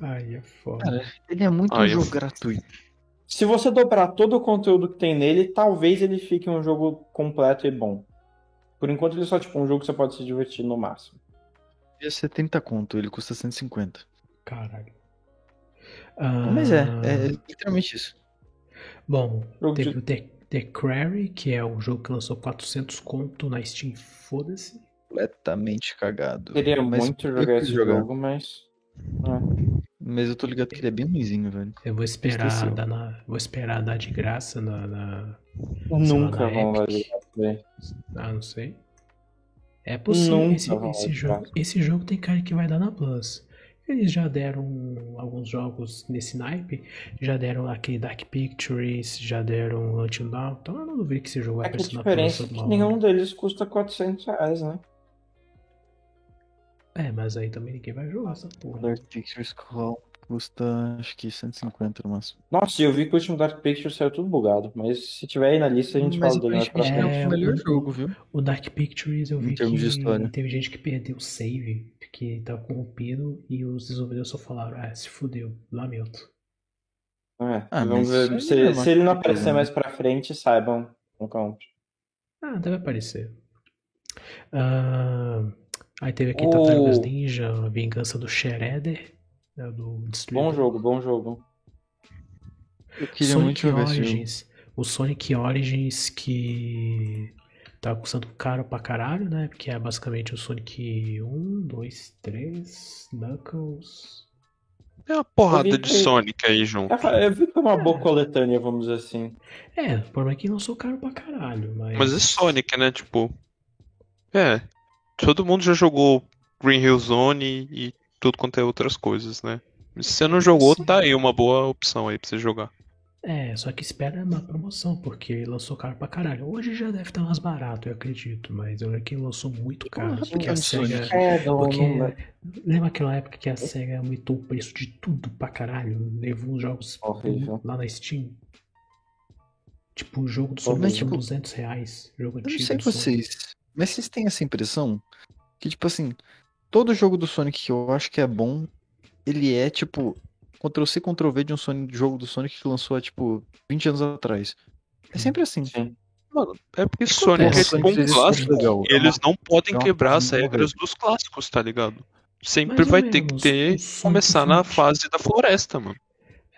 A: Ai, é foda.
B: Cara, Ele é muito
C: Ah,
B: um
C: eu-
B: jogo gratuito.
D: Se você dobrar todo o conteúdo que tem nele, talvez ele fique um jogo completo e bom. Por enquanto ele é só tipo um jogo que você pode se divertir no máximo.
B: Ele é 70 conto, ele custa 150.
A: Caralho.
B: Mas é,
A: Ah,
B: é literalmente isso.
A: Bom,
D: Um Jogo
A: teve
D: de-
A: o The, The Quarry, que é o jogo que lançou 400 conto na Steam, foda-se.
B: Completamente cagado.
D: Queria
B: Mas
D: é muito
B: eu
D: jogar
B: quis
D: esse
B: jogar.
D: jogo, mas.
B: Mas eu tô ligado que ele é bem ruimzinho, velho.
A: Eu vou esperar,
B: Esqueceu.
A: dar na, vou esperar dar de graça na, na-
D: Nunca
A: na
B: é
D: vão lá
A: Epic.
D: jogar.
A: Ah, não sei. É possível.
D: Nunca
A: esse,
D: vai
A: esse
D: dar.
A: jogo, esse jogo tem cara que vai dar na Plus. Eles já deram alguns jogos nesse naipe, já deram aquele Dark Pictures, já deram Until Now, então eu não duvido que esse jogo vai
D: É que a
A: aparecer na Plus.
D: diferença é
A: alguma
D: que
A: hora.
D: nenhum deles custa 400 reais, né?
A: É, mas aí também ninguém vai jogar essa
B: O
A: porra.
B: Dark Pictures Call custa acho que 150 no máximo.
D: Nossa, e eu vi que o último Dark Picture saiu tudo bugado, mas se tiver aí na lista a gente
B: Mas
D: fala dele mais pra
B: aparentemente
A: próxima.
D: frente.
B: é
A: É,
B: o melhor
A: o-
B: jogo, viu?
A: O Dark Pictures eu
B: Em
A: vi
B: termos de
A: que
B: história.
A: teve gente que perdeu o save, porque tava corrompido, e os desenvolvedores só falaram, ah, se fudeu, lamento.
D: É,
B: Ah,
D: vamos
B: mas
D: ver.
B: isso aí não é
D: Se,
B: uma
D: se ele não
B: coisa,
D: aparecer
B: né?
D: mais pra frente, saibam. Não conte.
A: Ah, deve aparecer. Ah, aí teve aqui
D: O-
A: Tartarugas Ninja, a Vingança do Shredder, né, do Destruidor.
D: Bom jogo, bom jogo.
B: Eu queria muito
A: Sonic
B: jogar esse jogo.
A: Origins. O Sonic Origins que tá custando caro pra caralho, né? Porque é basicamente o Sonic 1, 2, 3, Knuckles.
C: É uma porrada
D: Eu vi
C: de
D: que-
C: Sonic aí junto.
D: Eu, eu vi que foi uma boa coletânea, vamos dizer assim.
A: É, o problema é que não sou caro pra caralho, mas.
C: Mas é Sonic, né? Tipo. É. Todo mundo já jogou Green Hill Zone e tudo quanto é outras coisas, né? Se você não jogou,
A: Sim.
C: tá aí uma boa opção aí pra você jogar.
A: É, só que espera uma promoção, porque lançou caro pra caralho. Hoje já deve estar mais barato, eu acredito, mas eu lembro que lançou muito caro.
B: Porra,
A: Porque a
B: que
A: SEGA.
G: né?
D: É, não,
A: Porque
D: não vai-
A: lembra aquela época que a SEGA aumentou o preço de tudo pra caralho? Levou os jogos
D: Horrível.
A: lá na Steam. Tipo, o jogo do
B: Pô,
A: Sonic
B: mas,
A: tipo,
B: tipo,
A: 200 reais. Jogo
B: Eu não
A: antigo
B: sei
A: do Sonic.
B: vocês, mas vocês têm essa impressão que, tipo assim, todo jogo do Sonic que eu acho que é bom, ele é, tipo, Ctrl-C, Ctrl-V de um Sonic- jogo do Sonic que lançou há, tipo, 20 anos atrás. É sempre assim.
D: Sim.
C: É porque
B: Acontece,
C: Sonic é tipo
B: Sonic
C: um
B: fez isso
C: clássico.
B: legal,
C: e eles não podem
B: é uma
C: quebrar as
B: fase nova.
C: regras dos clássicos, tá ligado? Sempre
A: Mais ou
C: vai ter que
A: menos.
C: ter.
A: O Sonic
C: Começar na
A: Frontier-
C: fase da floresta, mano.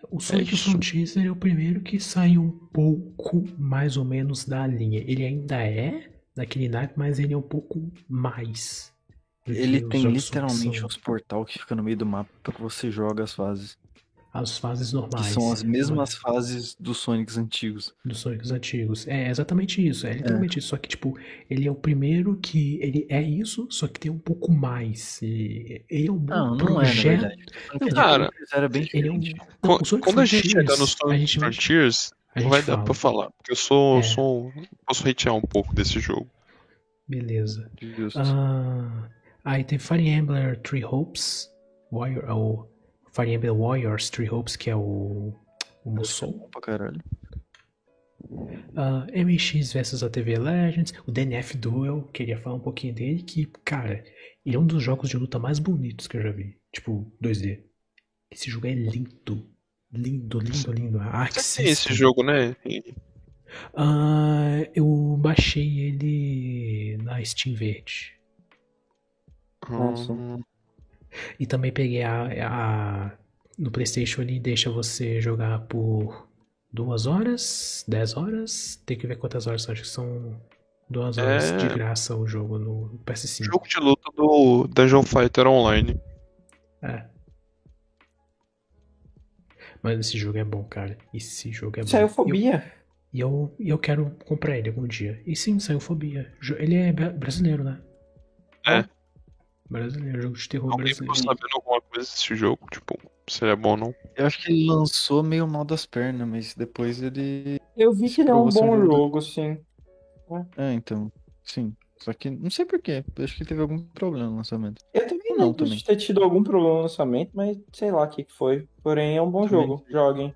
A: O Sonic
C: isso.
A: Frontiers ele é o primeiro que saiu um pouco mais ou menos da linha. Ele ainda é daquele naipe, mas ele é um pouco mais. do que
B: Ele
A: os
B: tem
A: jogos Sonic
B: literalmente
A: são.
B: uns portal que fica no meio do mapa que você joga as fases.
A: as fases
B: Que
A: normais. né,
B: são as mesmas fases dos Sonics antigos.
A: Dos Sonics antigos. É exatamente isso. É literalmente isso. Só que, tipo, ele é o primeiro que. Ele é isso, só que tem um pouco mais. E ele é um bom
B: Não, não é, na
A: projeto.
B: verdade. Sonic
C: Cara,
B: Adventures era bem
A: ele é um-
B: diferente.
A: Não,
C: Qu-
A: o Sonic
C: Quando a gente
A: Frontiers,
C: chegar no
A: a
C: Sonic
A: gente vai-
C: Frontiers,
A: a
C: não
A: gente
C: vai dar
A: fala.
C: pra falar. Porque eu sou.
A: É.
C: sou posso hatear um pouco desse jogo.
A: Beleza.
B: Justo.
A: Ah, aí tem Fire Emblem Three Hopes, Warrior, ou Fire Emblem Warriors Three Hopes, que é o, o Musou.
B: Pra caralho.
A: Ah, MX vs ATV Legends, o DNF Duel, queria falar um pouquinho dele, que, cara, ele é um dos jogos de luta mais bonitos que eu já vi. Tipo, 2D. Esse jogo é lindo. Lindo, lindo, lindo. Ah, Arc
C: Você tem esse
A: System.
C: jogo, né?
A: Ah, eu baixei ele na Steam Verde.
E: Nossa.
C: Hum,
A: E também peguei a, a- No PlayStation ele deixa você jogar por duas horas, 10 horas. Tem que ver quantas horas são. Acho que são duas horas
C: É.
A: de graça o jogo no PS5.
C: Jogo de luta do Dungeon Fighter Online.
A: Mas esse jogo é bom, cara. Esse jogo é bom.
D: Saiu
A: E eu-
D: fobia.
A: E eu, e eu quero comprar ele algum dia. E sim, saiu Fobia. Jo- Ele é bra- brasileiro, né?
C: É.
A: Brasileiro, jogo de terror
C: Alguém ficou
A: brasileiro.
C: sabendo alguma coisa desse jogo? Tipo, se ele é bom ou não.
B: Eu acho que ele lançou meio mal das pernas, mas depois ele.
D: Eu vi que ele é um
B: Promoção
D: bom
B: de-
D: jogo, sim.
B: Ah, então. Sim. Só que não sei porquê. Acho que ele teve algum problema no lançamento.
D: Eu também
B: Não,
D: não lembro
B: também.
D: de ter tido algum problema no lançamento, mas sei lá o que que foi. Porém, é um bom
B: Também.
D: jogo. Joguem.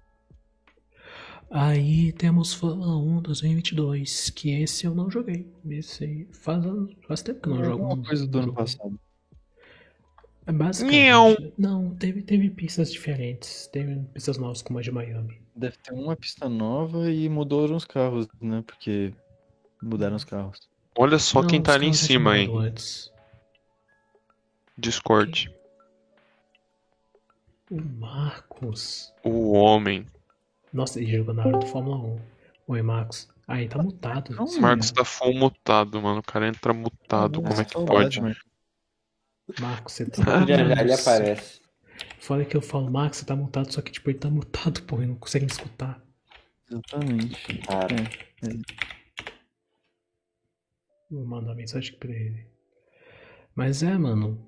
A: Aí temos um Fórmula 1 2022, que esse eu não joguei. Esse aí faz, anos- faz tempo que eu não jogo.
B: Alguma
A: um-
B: coisa do
A: um
B: ano
A: jogo.
B: passado.
A: É basicamente.
C: Nhão.
A: Não, teve, teve pistas diferentes. Teve pistas novas como a de Miami.
B: Deve ter uma pista nova e mudaram os carros, né? Porque mudaram os carros.
C: Olha só
A: Não,
C: quem tá
A: os
C: ali em
A: caras já
C: cima,
A: tinham
C: hein?
A: mudado antes.
C: Discord.
A: O Marcos.
C: O homem.
A: Nossa, ele jogou na hora do Fórmula 1. Oi, Marcos. Aí tá mutado.
B: Não,
A: Sim,
C: Marcos tá full mutado, mano. O cara entra mutado. Como é que
B: Saudade,
C: pode?
B: mano.
A: Marcos, você tá.
C: Ah,
D: já já ele
A: Nossa.
D: aparece.
A: Fala que eu falo, Max, você tá mutado, só que tipo, ele tá mutado, porra, ele não consegue me escutar.
B: Exatamente.
D: Cara.
A: Vou mandar uma mensagem pra ele. Mas é, mano.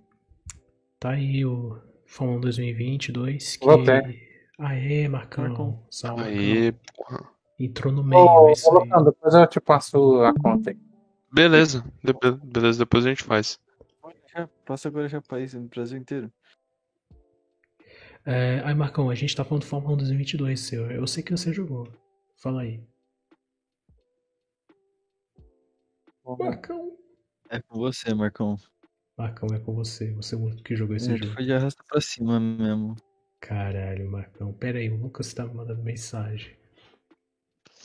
A: Tá aí o Fórmula 1 2022. Que...
D: Voltei.
A: Aê, Marcão.
B: Marcão.
A: Salve, Marcão.
C: Aí, porra.
A: Entrou no meio,
G: Ô,
A: é isso
G: ô,
A: aí.
G: Lucão, depois eu te passo a conta aí.
C: Beleza. De- beleza, depois a gente faz.
B: Já passa agora já país no Brasil inteiro.
A: É, aí, Marcão, a gente tá falando do Fórmula 1 2022 seu. Eu sei que você jogou. Fala aí. Marcão.
B: É com você, Marcão.
A: Marcão, é com você. Você é o único que jogou esse
B: Ele
A: jogo.
B: Hum, foi de arrasta pra cima mesmo.
A: Caralho, Marcão. Pera aí, o Lucas tá me mandando mensagem.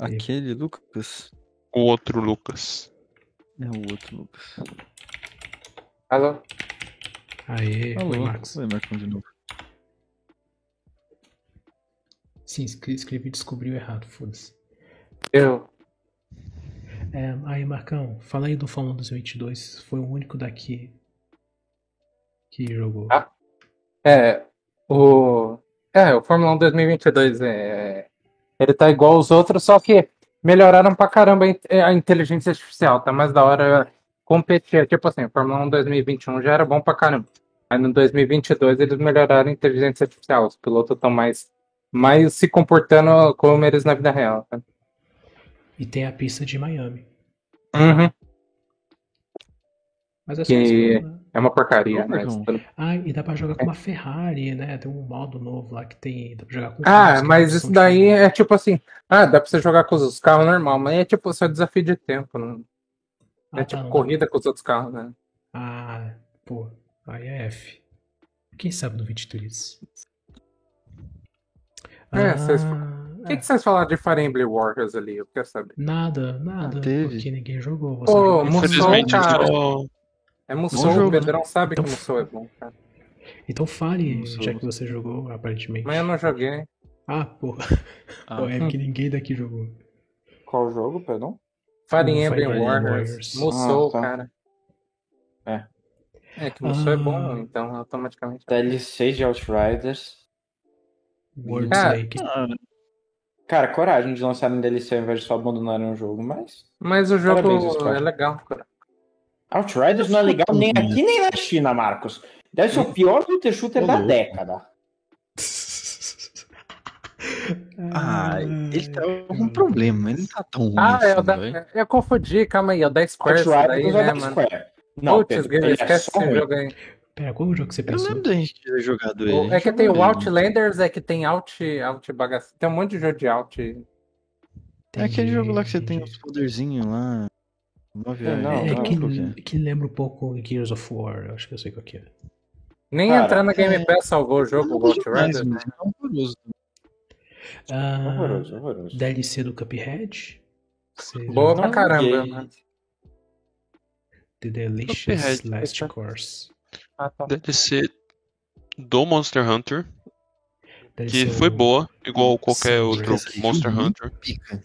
B: Aquele Lucas
C: O outro Lucas.
B: é o outro Lucas.
G: Alô?
A: Aê,
B: Alô,
A: oi, Marcos.
B: Oi, Marcão de novo.
A: Sim, escre- escrevi e descobriu errado, foda-se.
G: Eu.
A: É, aí, Marcão, fala aí do Fórmula 2022. Foi o único daqui que jogou.
G: Ah. É. O. É, o Fórmula 1 2022 é. Ele tá igual os outros, só que melhoraram pra caramba a in- a inteligência artificial. Tá mais da hora competir. Tipo assim, o Fórmula 1 2021 já era bom pra caramba. Aí no 2022 eles melhoraram a inteligência artificial. Os pilotos estão mais, mais se comportando como eles na vida real. Tá?
A: E tem a pista de Miami.
G: Uhum.
A: Mas é só
G: Que-
A: isso, né?
G: É uma porcaria,
B: Ô,
G: mas.
B: Marcão.
A: Ah, e dá pra jogar com uma Ferrari, né? Tem um modo novo lá que tem. Dá pra jogar com carros
G: Ah,
A: que
G: mas
A: são
G: isso daí
A: diferentes.
G: é tipo assim. Ah, dá pra você jogar com os outros carros normal, mas é tipo só desafio de tempo. Não
A: Ah,
G: é
A: tá,
G: tipo
A: não.
G: corrida com os outros carros, né?
A: Ah, pô. Aí é F. Quem sabe no 23?
G: É,
A: ah,
G: vocês- O
A: é.
G: que, que vocês falaram de Fire Emblem Warriors ali? Eu quero saber.
A: Nada, nada.
B: teve.
A: Porque ninguém jogou. Você
G: Pô,
A: jogou.
G: Musou,
C: Infelizmente,
G: cara.
C: só.
G: É Musou,
B: Bom jogo,
G: o Pedrão sabe
A: Então-
G: que Musou é bom, cara.
A: Então fale,
B: Não sou.
A: já que você jogou, aparentemente.
G: Mas eu não joguei.
A: Ah, porra.
B: Ah,
A: Pô, é que ninguém daqui jogou.
D: Qual jogo, perdão?
G: Fire
A: Fire
G: Emblem
A: Emblem Warriors.
G: Warriors. Musou,
D: Ah, tá.
G: cara.
D: É.
G: É que Musou
A: Ah.
G: é bom, então automaticamente.
D: DLC de Outriders.
A: World
G: Cara,
C: Ah.
A: Snake.
B: cara,
D: Cara, coragem de lançar um DLC ao invés de só abandonarem um jogo, mas.
G: Mas o jogo
D: Parabéns, Oscar.
G: é legal, cara.
D: Outriders não é legal nem aqui nem na China, Marcos. Deve ser o pior looter shooter
B: Ô,
D: da
B: louco.
D: década.
B: Ah, ele tá
A: Ai,
B: com
A: cara.
B: um problema. Ele não tá tão ruim.
G: Ah, é o
B: assim,
G: da...
B: vai.
D: né?
G: eu confundi, calma aí, é o da Square isso
D: Outriders
G: daí,
D: é
G: né,
D: da
G: mano?
D: Square. Não,
G: Putz,
D: Pedro, ele é só
G: esquece esse
D: ruim.
G: jogo aí.
A: Pera, qual é o jogo que você
B: Eu
A: pensou?
B: lembro da gente ter jogado ele.
G: O-
B: a
G: É que
B: gente
G: tem o
D: um
B: jogou ele.
G: Outlanders, é que tem Out, Out bagaça. Tem um monte de jogo de Out.
B: É aquele jogo lá que você tem
A: Entendi.
B: os poderzinhos lá. Nove
D: É, não,
A: É
C: né,
D: não,
A: que,
B: qual que é?
A: que lembra um pouco Gears of War. eu Acho que eu sei qual que é.
G: Nem
D: Cara, é.
G: entrar na Game Pass salvou o jogo, o
B: Mas,
G: Outriders.
B: mas é horroroso.
A: Ah,
H: Horroroso, horroroso.
A: DLC do Cuphead. Você já
G: Boa pra
D: Não,
G: caramba,
D: e-
G: né?
A: The Delicious
C: Cuphead.
A: Last Course.
G: Ah,
C: é um
G: tá.
C: DLC do Monster Hunter, que
A: DLC
C: foi boa, igual qualquer
A: é Sim,
C: outro
A: esse
C: Monster Hunter.
B: é Pica.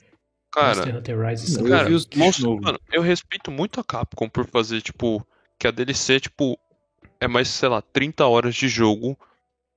C: Cara,
A: Monster Hunter Rise
B: eu
A: Sunrise.
C: cara,
B: vi os de
C: Monster-
B: novo.
C: mano, eu respeito muito a Capcom por fazer, tipo, que a DLC, tipo, é mais, sei lá, 30 horas de jogo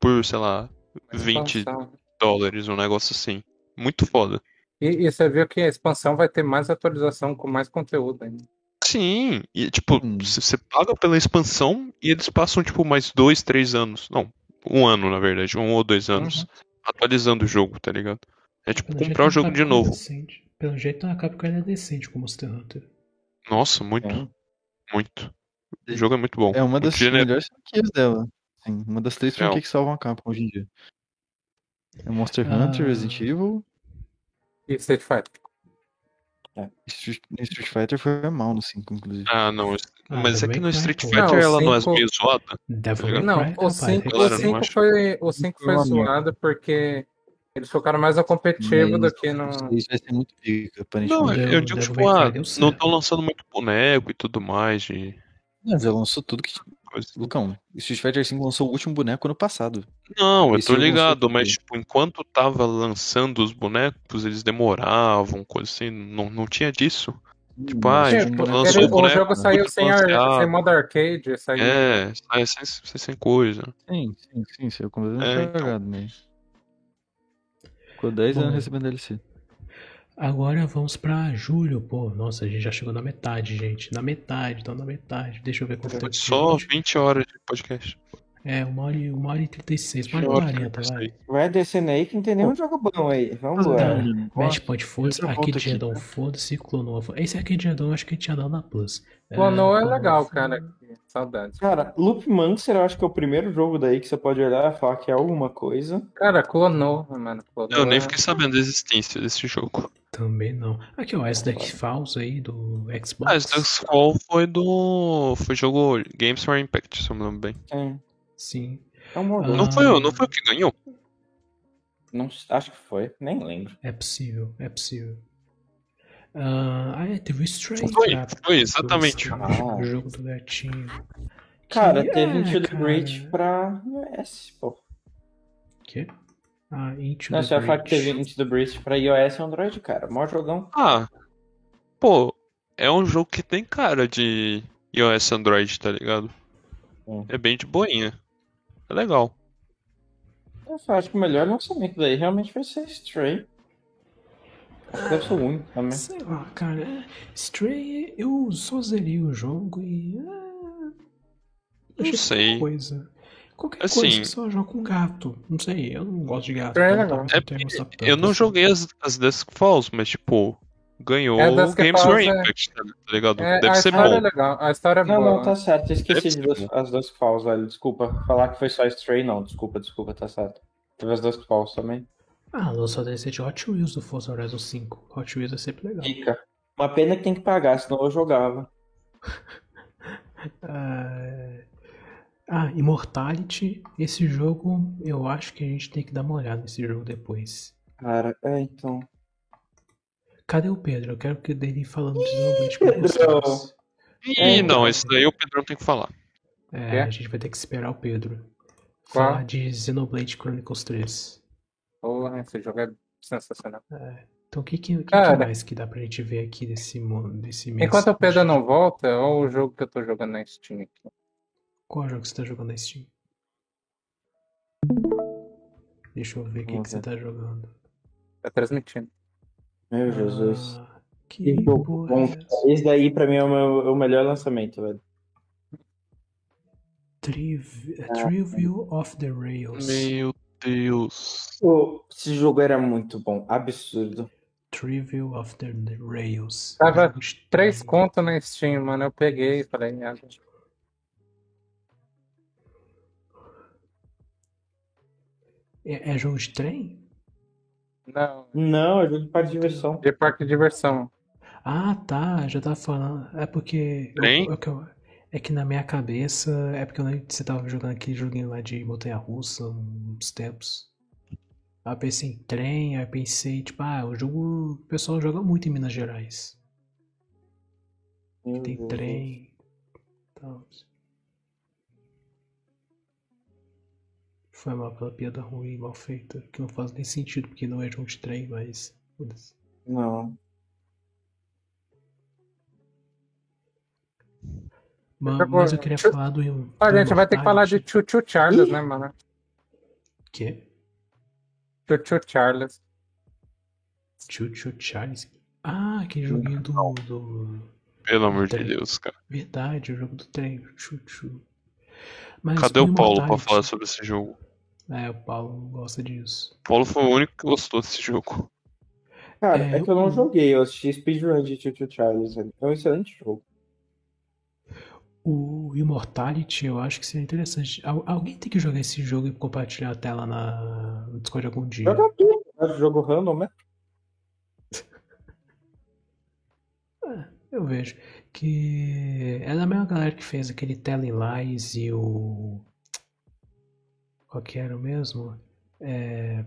C: por, sei lá,
A: é
C: 20
G: Expansão.
C: dólares, um negócio assim. Muito foda.
G: E, e você viu que a expansão vai ter mais atualização com mais conteúdo ainda.
C: Sim, e tipo,
B: Hum.
C: c- você paga pela expansão e eles passam, tipo, mais dois, três anos. Não, um ano, na verdade, um ou dois anos. Atualizando o jogo, tá ligado? É tipo
A: Pelo jeito,
C: comprar o
A: a
C: jogo de
A: Capcom é
C: novo.
A: decente. Pelo jeito, a Capcom é decente com Monster Hunter.
C: Nossa, muito, muito. O jogo é muito bom.
B: É uma
C: Muito
B: das
C: generoso.
B: melhores franquias dela. Sim, uma das três
C: É.
B: franquias que salvam a Capcom hoje em dia. É Monster
A: Ah.
B: Hunter, Resident Evil
G: E Street Fighter.
B: e Street Street Fighter foi mal no 5, inclusive.
C: Ah, não. es-
A: Ah,
C: Mas é
A: também
C: que
A: não
C: no
A: é
C: Street
A: bom.
C: Fighter
G: Não,
C: ela não é
G: cinco-
C: meio zoada.
A: Devil May
G: Não,
A: Cry,
G: o
A: rapaz,
G: 5
A: é
C: Galera, não acho.
G: foi, o cinco foi
B: Meu amigo.
G: zoado porque eles focaram mais no competitivo
B: Mas
G: do que no.
D: assim.
B: Isso vai ser muito pica,
C: Não,
B: aparentemente.
A: Deu-
C: eu digo,
A: Devil
C: tipo,
A: May Cry
C: ah,
A: deu
C: não
A: certo.
C: estão lançando muito boneco e tudo mais. De...
B: Não, já lançou tudo que.
C: coisa.
B: Lucão, Street Fighter 5 lançou o último boneco ano passado.
C: Não, eu
B: Esse
C: tô
B: eu não sei
C: ligado,
B: por
C: mas
B: quê.
C: tipo, enquanto tava lançando os bonecos, eles demoravam, coisa assim, não, não tinha disso. Tipo, ah,
G: É,
B: Lançou
G: tipo,
B: um boneco
G: ele- o
C: boneco né?
G: jogo saiu
C: muito
G: sem, ar,
C: balanceado.
G: sem modo arcade, saiu.
C: É, sai sem, sai sem coisa.
B: Sim, sim, sim, saiu completamente
C: É, então.
B: cagado mesmo. né? Ficou 10 anos
A: Bom.
B: recebendo DLC.
A: Agora vamos pra julho, pô. Nossa, a gente já chegou na metade, gente. Na metade, então na metade. Deixa eu ver quanto tempo.
C: Só
A: tem.
C: 20 horas de podcast.
A: É, uma hora e, uma hora e 36, uma hora e
C: Uma hora e
A: 40, vai.
C: 36.
D: Vai descendo aí que não tem nenhum jogo bom aí. Vambora.
A: Tá. Matchpoint, foda-se.
C: é
B: eu já volto aqui,
C: né?
A: Arquidiedon, foda-se. Clonoa, foda Esse Arquidiedon eu acho que tinha dado na Plus.
G: Clonoa é
A: Clonoa,
G: legal,
A: foda-se.
G: cara. Saudades.
D: Cara, Loop Mancer eu acho que é o primeiro jogo daí que você pode olhar e falar que é alguma coisa.
G: Cara, Clonoa, mano. Clonoa.
C: Eu nem fiquei sabendo da existência desse jogo.
A: Também não. Aqui, ó, esse deck falso aí do Xbox.
C: Ah, esse Dark Scroll foi do. Foi jogo Games for Impact, se eu me lembro bem.
D: É,
A: Sim.
D: é um horror.
C: Não foi eu, não foi o que ganhou.
D: Não, acho que foi, nem lembro.
A: É possível, é possível. Ah, ah, é, teve o Stray,
C: Foi,
A: cara.
C: foi, exatamente.
A: O Stray,
D: Ah.
A: O jogo do gatinho.
D: Cara,
A: Que-
D: teve
A: ah,
D: Into the
A: cara.
D: Breach pra iOS, pô.
A: Quê? Ah, Into
D: Não, é
A: the
D: você vai falar que
A: Breach.
D: teve Into the Breach pra iOS e Android, cara. Mó jogão.
C: Ah, pô, é um jogo que tem cara de iOS e Android, tá ligado?
D: Hum.
C: É bem de boinha. É legal.
D: Eu acho que o melhor lançamento daí realmente vai ser Stray. Acho que deve ser o único também.
A: Sei lá, cara. é, Stray, eu só zerei o jogo e. ah, achei qualquer
C: sei.
A: Coisa. Qualquer
C: Assim-
A: coisa, só joga com gato. Não sei, eu não gosto de gato.
G: Stray
A: então
G: é legal.
A: talvez
C: É
A: eu tenha gostado
C: Eu
A: tanto,
C: não
A: assim.
C: joguei as, as Dusk Falls, mas tipo, ganhou
G: É,
C: o
G: Dusk
C: Games for
G: Falls é-
C: Impact, tá tá ligado?
G: É, a
C: Deve ser
G: história é
C: bom.
G: legal, a história é
D: Não,
G: boa.
D: não, tá certo. Eu esqueci
C: Deve
D: de
C: ser
D: duas, as duas calls, velho. Desculpa. Falar que foi só Stray, não. Desculpa, desculpa, tá certo. Teve as duas calls também.
A: Ah, lançou a DLC de Hot Wheels do Forza Horizon 5. Hot Wheels é sempre legal.
D: Dica. Uma pena que tem que pagar, senão eu jogava.
A: Ah, ah, Immortality. Esse jogo, eu acho que a gente tem que dar uma olhada nesse jogo depois.
D: Cara, é, então.
A: Cadê o Pedro? Eu quero que dele falando desenvolvimento com vocês.
C: Ih, não,
D: então.
C: esse daí o Pedrão tem que falar.
A: É,
G: É?
A: a gente vai ter que esperar o Pedro.
G: Qual?
A: Falar de Xenoblade Chronicles 3.
G: Porra, esse jogo é sensacional.
A: Então o que, que, o que que
G: Cara.
A: mais que dá pra gente ver aqui desse, mo- desse mês?
G: Enquanto o Pedro não volta, olha o jogo que eu tô jogando na Steam aqui.
A: Qual jogo você tá jogando na Steam? Deixa eu ver o que, que
B: Vamos
A: você tá jogando.
G: Tá transmitindo.
D: Meu Jesus.
A: Ah, que
D: Que jogo
A: porra
D: bom.
A: é essa?
D: Esse daí pra mim é o, meu- é o melhor lançamento, velho.
A: Triv-
D: Ah.
A: Trivial of the Rails.
C: Meu Deus.
D: Pô, Esse jogo era muito bom. Absurdo.
A: Trivial of the the Rails. É
G: Tava
A: Gostei.
G: Três contos na Steam, mano. Eu peguei e falei, ah,
A: É, é jogo de trem?
G: não,
D: Não, é jogo de parte de diversão.
G: de parque de diversão.
A: Ah, tá, já tava falando. É porque. eu-
C: Trem?
A: eu- que eu- é que na minha cabeça. É porque eu lembro que você tava jogando aquele joguinho lá de montanha-russa uns tempos. Aí eu pensei em trem, aí eu pensei, tipo, ah, o jogo. O pessoal joga muito em Minas Gerais. Tem trem. Tal. Foi mal pela piada ruim, mal feita, que não faz nem sentido, porque não é jogo de trem, mas. foda-se.
D: Não.
A: Ma-
G: Tá bom.
A: Mas eu queria
G: Deixa eu-
A: falar do. do
G: A gente vai
A: Mortality.
G: ter que falar de Chuchu Charles, né, mano?
A: Quê?
G: Chuchu Charles.
A: Choo Choo Charles? Ah, aquele joguinho do. do...
C: Pelo amor de
A: Tem.
C: Deus, cara.
A: Verdade, o jogo do trem. Choo Choo. Mas
C: Cadê o Paulo pra
A: Immortality-
C: falar sobre esse jogo?
A: É, o Paulo gosta disso.
C: O Paulo foi o único que gostou desse jogo.
D: Cara,
A: É,
D: é, que eu não
A: eu-
D: joguei, eu assisti speedrun de Tio Tio Charles. velho. É um excelente jogo.
A: O Immortality eu acho que seria interessante. Al- alguém tem que jogar esse jogo e compartilhar a tela na... no Discord algum dia.
D: Joga tudo, né? Jogo random, né?
A: Eu vejo que é da mesma galera que fez aquele Telling Lies e o. Qual que era o mesmo? É...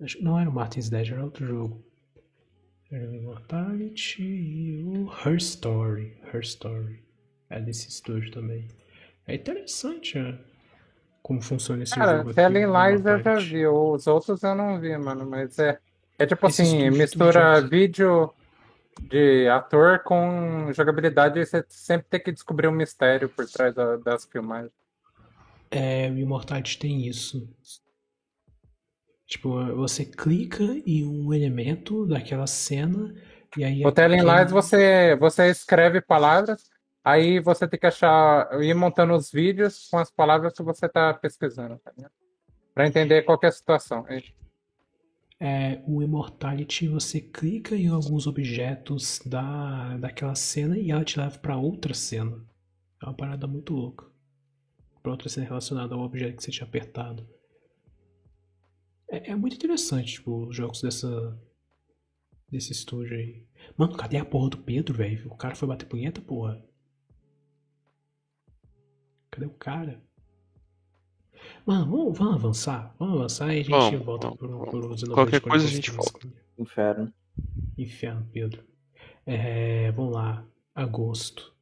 A: acho que Não era o Martin's Dead, era outro jogo. Era o Immortality e o Her Story. Her Story. É desse estúdio também. É interessante é, como funciona esse
G: Cara,
A: jogo aqui,
G: Telling
A: o
G: Lies eu já
A: Immortality.
G: vi, os outros eu não vi, mano, mas é. É tipo
A: Esse
G: assim,
A: estúdio
G: mistura
A: estúdio.
G: vídeo de ator com jogabilidade e você sempre tem que descobrir um mistério por trás da- das filmagens.
A: É, o Immortality tem isso. Tipo, você clica em um elemento daquela cena e aí
G: O Telling
A: aquele-
G: Lies você, você escreve palavras, aí você tem que achar, ir montando os vídeos com as palavras que você está pesquisando, tá ligado? Pra entender qual que é a situação.
A: é, o Immortality você clica em alguns objetos da, daquela cena e ela te leva pra outra cena. É uma parada muito louca. Pra outra cena relacionada ao objeto que você tinha apertado. É, é muito interessante, tipo, os jogos dessa. desse estúdio aí. Mano, cadê a porra do Pedro, velho? O cara foi bater punheta, porra. Cadê o cara? Mano, vamos, vamos avançar. Vamos avançar e a gente
C: Vamos,
A: volta
C: vamos,
A: por,
C: vamos.
A: por os
C: Qualquer
A: Inocentes
C: coisa a gente
A: Conscientes.
D: Inferno.
A: Inferno, Pedro. É, vamos lá. Agosto.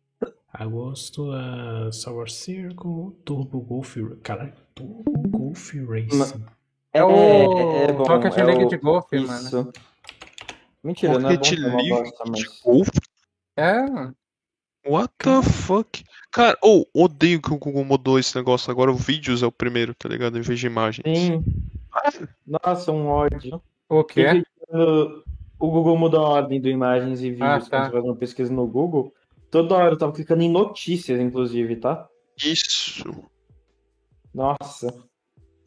A: Agosto, uh, Sour Circle, Turbo Golf. Caralho, Turbo Golf Racing.
G: É o
D: é- é bom,
G: Rocket
D: é
G: League
D: o-
G: de golfe, mano.
D: Isso. Mentira, não é bom,
C: Rocket
D: é uma
C: League
D: bosta,
C: de
D: mas...
C: golfe?
G: É, mano.
C: What the fuck? Cara, ou odeio que o Google mudou esse negócio agora. O vídeos é o primeiro, tá ligado? Em vez de imagens.
D: Sim. Ah. Nossa, um ódio.
G: o que é?
D: Quando o Google mudou a ordem do imagens e vídeos
G: Ah, tá.
D: quando você faz uma pesquisa no Google. Toda hora eu tava clicando em notícias, inclusive, tá?
C: Isso.
D: Nossa.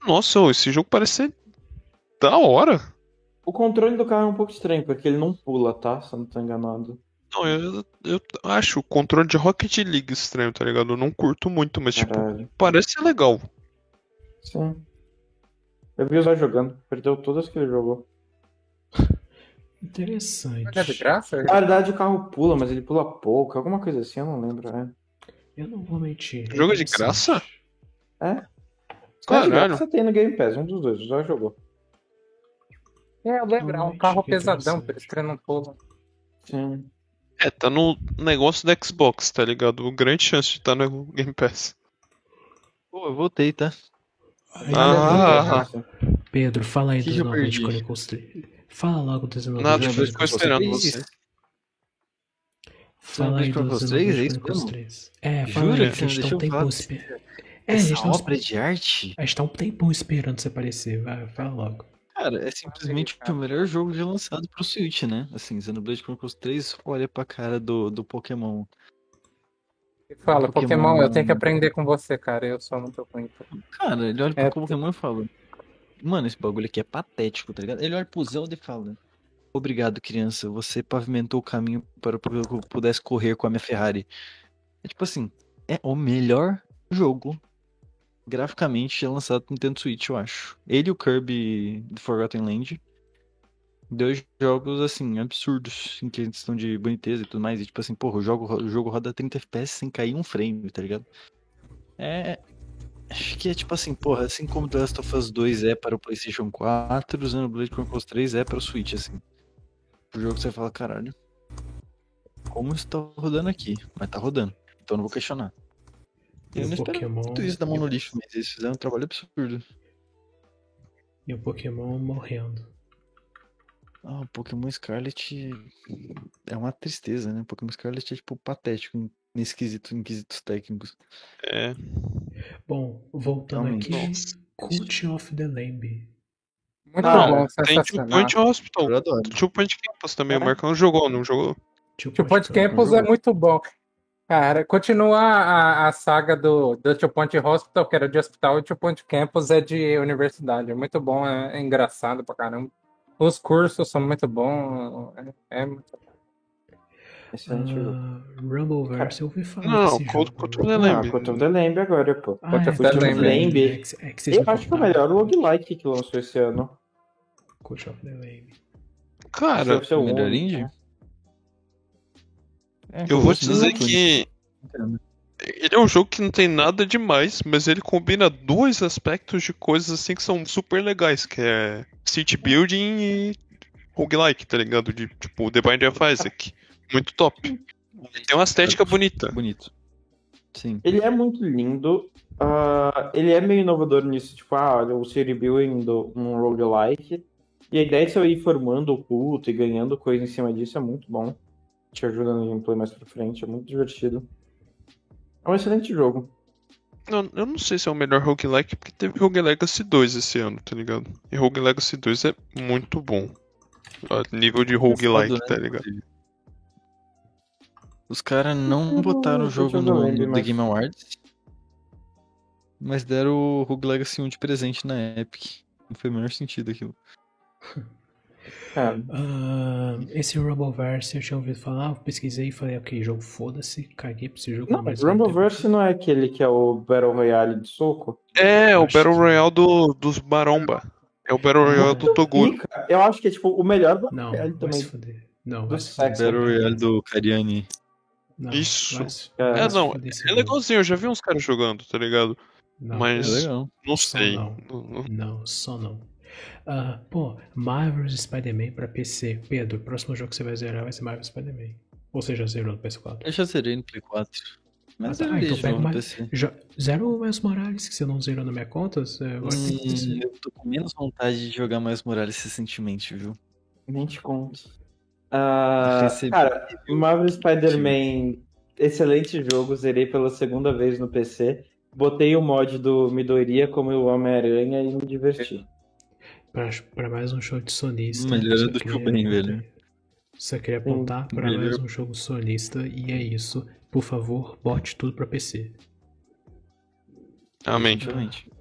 C: Nossa, ô, esse jogo parece ser da hora.
D: O controle do carro é um pouco estranho, porque ele não pula, tá? Se eu não tô enganado.
C: Não, eu, eu acho o controle de Rocket League estranho, tá ligado? Eu não curto muito, mas, tipo,
D: Caralho.
C: parece ser legal.
D: Sim. Eu vi o Zé jogando, perdeu todas que ele jogou.
G: É de
A: Interessante.
G: graça?
D: Na verdade, o carro pula, mas ele pula pouco, alguma coisa assim, eu não lembro. É.
A: Eu não vou mentir. é
C: Jogo de
A: interessante.
C: graça?
D: Mas,
C: Caralho.
D: Você tem no Game Pass, um dos dois, o Zé jogou.
G: É, eu lembro, é um
A: Realmente,
G: carro
A: que
D: né,
G: pesadão, um
A: interessante.
G: por isso que ele não pula.
D: Sim.
C: É, tá no negócio da Xbox, tá ligado? Grande chance de estar no Game Pass.
B: Pô, eu voltei, tá?
A: Aí,
D: é
C: Ah, ah,
D: assim,
A: Pedro, fala aí
B: Que
A: do
B: que eu
A: Inocente
B: perdi?
A: Chronicles 3. Fala logo do Inocente
C: nada,
A: Chronicles
C: ficou
A: 3.
C: tipo, esperando você.
A: Fala aí
B: Deixa pra
A: do
B: vocês,
A: Xenoblade
B: é isso
A: Chronicles
B: mesmo?
A: 3. É, fala
B: Jura
A: aí,
B: que
A: que a gente
B: você não
A: tá um
B: deixou
A: tempão
B: falar?
A: esperando. É, a
B: Essa
A: gente tá uns-
B: obra de arte?
A: a gente tá um tempão esperando você aparecer. Vai, fala logo.
B: Cara, é simplesmente o melhor jogo já lançado pro Switch, né? Assim, Xenoblade Chronicles 3 olha pra cara do, do Pokémon.
G: Ele Fala,
B: Pokémon,
G: Pokémon, eu tenho que
B: mano.
G: aprender com você, cara, eu sou muito ruim.
B: Cara, ele olha pro
G: É,
B: Pokémon e fala: Mano, esse bagulho aqui é patético, tá ligado? Ele olha pro Zelda e fala: Obrigado, criança, você pavimentou o caminho para que eu pudesse correr com a minha Ferrari. É tipo assim: é o melhor jogo graficamente já lançado no Nintendo Switch, eu acho. Ele e o Kirby The Forgotten Land. Dois jogos, assim, absurdos em questão de boniteza e tudo mais. E tipo assim, porra, o jogo, ro- o jogo roda 30 FPS sem cair um frame, tá ligado? É, Acho que é tipo assim, porra, assim como The Last of Us 2 é para o PlayStation 4, Xenoblade Chronicles 3 é para o Switch, assim. O jogo que você fala, caralho, como isso tá rodando aqui? Mas tá rodando, então não vou questionar.
A: E
B: Eu
A: o
B: não esperava
A: Pokémon-
B: muito isso da Monolith, mas eles fizeram um trabalho absurdo.
A: E o Pokémon morrendo.
B: Ah, o Pokémon Scarlet é uma tristeza, né? O Pokémon Scarlet é tipo patético em- nesse quesito, em quesitos técnicos.
C: É.
A: Bom, voltando
B: Realmente.
A: aqui, Cult of the Lamb.
G: Muito
D: Ah,
G: bom,
C: Tem Two
G: sensacional.
C: Point Hospital.
B: Eu adoro.
C: Two Point Campus também. O
B: É?
D: Caraca.
C: Marcão jogou, não jogou?
A: Tipo,
G: Two Point Campus é muito bom. Cara, continua a, a saga do, do Two Point Hospital, que era de hospital, e Two Point Campus é de universidade. É muito bom, é, é engraçado pra caramba. Os cursos são muito bons. É, é muito-
D: Excelente jogo.
A: Ah, Rumbleverse, eu ouvi falar
C: Não,
A: desse
C: Cult
A: jogo.
C: Cult of the
D: Ah,
C: Lamb.
D: Cult of the Lamb agora, pô.
A: Ah,
D: Cult
A: é,
D: of the
A: Cult of the
D: Lamb.
A: Lamb, é que- é que vocês
D: um Eu
A: não
D: acho que é o
A: falaram.
D: melhor roguelike que lançou esse ano.
A: Cult of the Lamb.
C: Cara,
D: Deve ser o
B: melhor
D: único.
B: indie? É,
C: eu vou te
B: gosto
C: dizer
B: muito.
C: que
B: Entendo.
C: ele é um jogo que não tem nada demais, mas ele combina dois aspectos de coisas assim que são super legais, que é city building e roguelike, tá ligado? De tipo The Binding of Isaac. Muito top. Tem uma estética bonita.
B: É Bonito. Sim.
D: Ele é muito lindo. ah, ele é meio inovador nisso, tipo, ah, olha, o city building do um roguelike. E a ideia de você ir formando o culto e ganhando coisa em cima disso é muito bom. Te ajuda no gameplay mais pra frente, é muito divertido. É um excelente jogo.
C: Não, eu não sei se é o melhor roguelike, porque teve Rogue Legacy 2 esse ano, tá ligado? E Rogue Legacy 2 é muito bom. A nível de
B: Foda,
C: roguelike,
B: né?
C: tá ligado?
B: Os caras não
D: Eu
B: botaram
D: não
B: o jogo
D: tô
B: no,
D: jogando ele,
B: no The
D: mas-
B: Game Awards, mas deram o Rogue Legacy 1 de presente na Epic. Não foi o menor sentido aquilo.
D: É,
A: Ah, esse Rumbleverse eu tinha ouvido falar, eu pesquisei e falei, ok, jogo foda-se, caguei pra esse jogo.
D: não, mas
A: mas
D: Rumbleverse não é aquele que é o Battle Royale de soco?
C: É, o
A: Acho
C: Battle
A: que-
C: Royale do, dos Maromba. É o Battle Royale do Toguro.
D: Pica. Eu acho que é tipo o melhor Battle
A: Não,
D: Royale
A: vai se
D: também.
A: fuder. Não,
D: Do
A: vai se
D: sexo.
A: fuder.
B: Battle Royale do Cariani.
A: Não,
C: Isso.
A: vai se-
D: É,
A: vai
C: É,
A: se
C: não,
A: fuder esse
C: É
A: jogo.
C: legalzinho, eu já vi uns caras jogando, tá ligado?
A: Não,
B: É
C: mas-
B: legal.
C: Não
A: Só
C: sei.
A: não.
C: Não- não-
A: Não, só não. Ah, pô, Marvel's Spider-Man pra PC. Pedro, o próximo jogo que você vai zerar vai ser Marvel's Spider-Man. Ou você já zerou no PS4?
B: Eu já zerei no Play 4. Mas
A: Ah,
B: eu
A: tá,
B: zerei
A: então
B: de
A: pega
B: novo no
A: mais-
B: PC.
A: Já, zero o Miles Morales, que você não zerou na minha conta? Você- agora tem que-
B: Hum, eu tô com menos vontade de jogar mais Morales recentemente, viu?
D: Nem te conto. Ah,
B: Recebi.
D: Cara,
A: é
D: Marvel Spider-Man, excelente jogo, zerei pela segunda vez no PC. Botei o mod do Midoriya como o Homem-Aranha e me diverti.
A: pra, pra mais um show de solista.
B: Melhor
A: Só
B: do que o
A: queria-
B: Ben, velho. Hum,
A: Só queria apontar pra
B: melhor.
A: mais um jogo solista e é isso. Por favor, bote tudo pra PC.
C: Amém.
B: Definitivamente.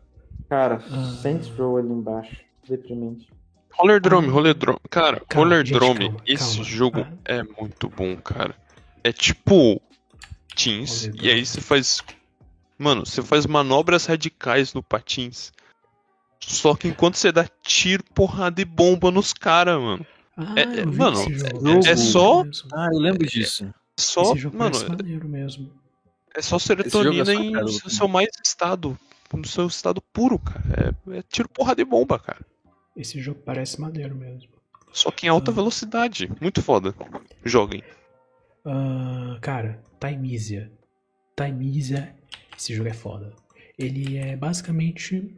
D: Cara,
A: Ah.
D: Saints Row ali embaixo, deprimente.
C: Roller Drome, Roller Drome. Cara,
A: Ah, Calma,
C: Roller
A: gente,
C: Drome,
A: calma,
C: esse
A: calma.
C: jogo
A: Ah.
C: é muito bom, cara. É tipo Teams,
A: Roller
C: e aí
A: Drome.
C: você faz. Mano, você faz manobras radicais no Patins. Só que enquanto você dá tiro, porrada e bomba nos caras, mano.
A: Ah,
C: É- é-
A: eu vi
C: mano,
A: esse jogo.
B: é- é
A: Esse
C: só-
A: jogo mesmo.
B: Ah, eu lembro disso.
C: Só,
A: Esse jogo
C: mano,
A: parece maneiro mesmo.
C: é só
B: jogo
C: serotonina
B: é só
C: em
B: caro,
C: seu-
B: né?
C: seu mais estado. No seu estado puro, cara. É, é tiro, porrada e bomba, cara.
A: Esse jogo parece maneiro mesmo.
C: Só que em alta
A: Ah.
C: velocidade. Muito foda. Joguem.
A: Ah, cara, Timeisia. Timeisia, esse jogo é foda. Ele é basicamente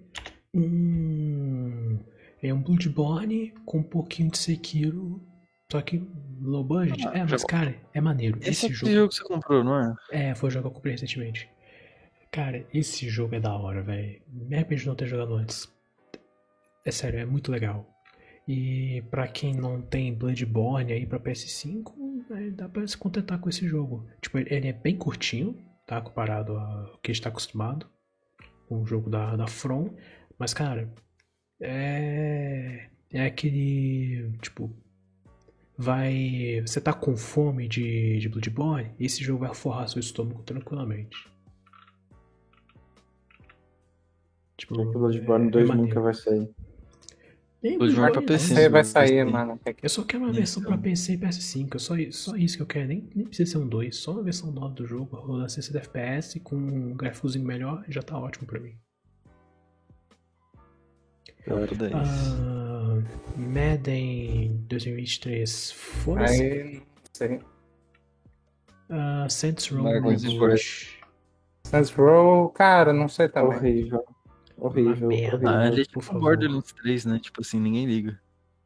A: um. É um Bloodborne com um pouquinho de Sekiro. Só que low budget. é, mas,
C: jogo.
A: cara, é maneiro.
B: Ah,
A: Esse,
B: Esse, é aquele
A: jogo.
B: jogo que você comprou, não é?
A: É, foi o jogo que eu comprei recentemente. Cara, esse jogo é da hora, velho. Me arrependo de não ter jogado antes. É sério, é muito legal. E pra quem não tem Bloodborne aí pra PS5, né, dá pra se contentar com esse jogo. Tipo, ele ele é bem curtinho, tá? Comparado ao que a gente tá acostumado com o jogo da, da From. Mas, cara, é. É aquele. Tipo, vai. Você tá com fome de, de Bloodborne? Esse jogo vai forrar seu estômago tranquilamente. Tipo,
D: O Bloodborne 2
A: maneiro.
D: nunca vai sair.
A: Nem Bloodborne,
B: Bloodborne pra
A: não.
B: PC.
G: Você vai
B: Sim,
G: sair,
B: sim.
G: mano. Tem que-
A: Eu só quero uma
B: Isso.
A: versão pra PC e PS5, só, i- só isso que eu quero, nem, nem precisa ser um 2, só uma versão nova do jogo, rodando a 60 FPS com um gráficozinho melhor, já tá ótimo pra mim.
B: Nota 10.
A: Ah, Madden 2023. Foda-se.
G: Aí, não sei.
A: Ah, Saints Row
B: Marcos
A: Mirage.
G: Saints Row, cara, não sei também.
D: Horrível.
A: Uma
D: Horrível.
A: merda.
D: horrível.
B: Ah, ele é
A: por
B: tipo
A: favor.
B: Borderlands 3, né? Tipo assim, ninguém liga.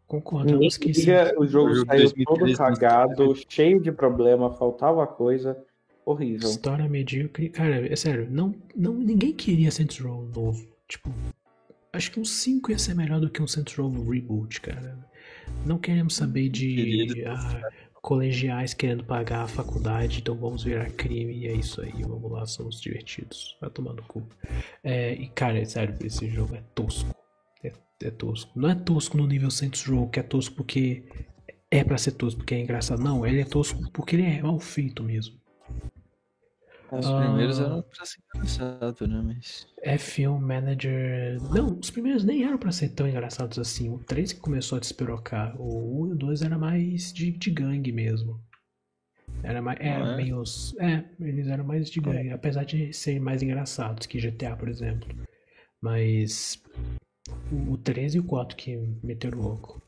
A: Concordamos
D: Ninguém
A: que sim.
D: liga, o jogo
B: O jogo
D: saiu
B: 2013,
D: todo cagado, cheio de problema, faltava coisa. Horrível.
A: História medíocre. Cara, é sério, não, não, ninguém queria Saints Row novo. Tipo, acho que um 5 ia ser melhor do que um Saints Row reboot, cara. Não queremos saber de
B: Querido.
A: ah, colegiais querendo pagar a faculdade, então vamos virar crime e é isso aí. Vamos lá, somos divertidos. Vai tomar no cu. É, e, cara, é sério, esse jogo é tosco. É, é tosco. Não é tosco no nível Saints Row, que é tosco porque é pra ser tosco, porque é engraçado. Não, ele é tosco porque ele é mal feito mesmo.
B: Os
A: Ah.
B: primeiros eram pra ser engraçado, né? Mas.
A: F1 É Manager. Não, os primeiros nem eram pra ser tão engraçados assim. O 3 que começou a despirocar. O 1 e o 2 era mais de, de gangue mesmo. Era mais. Era
B: Ah, é?
A: meio. os- É, eles eram mais de
C: É.
A: gangue. Apesar de serem mais engraçados que GTA, por exemplo. Mas. O, o 3 e o 4 que meteram o louco.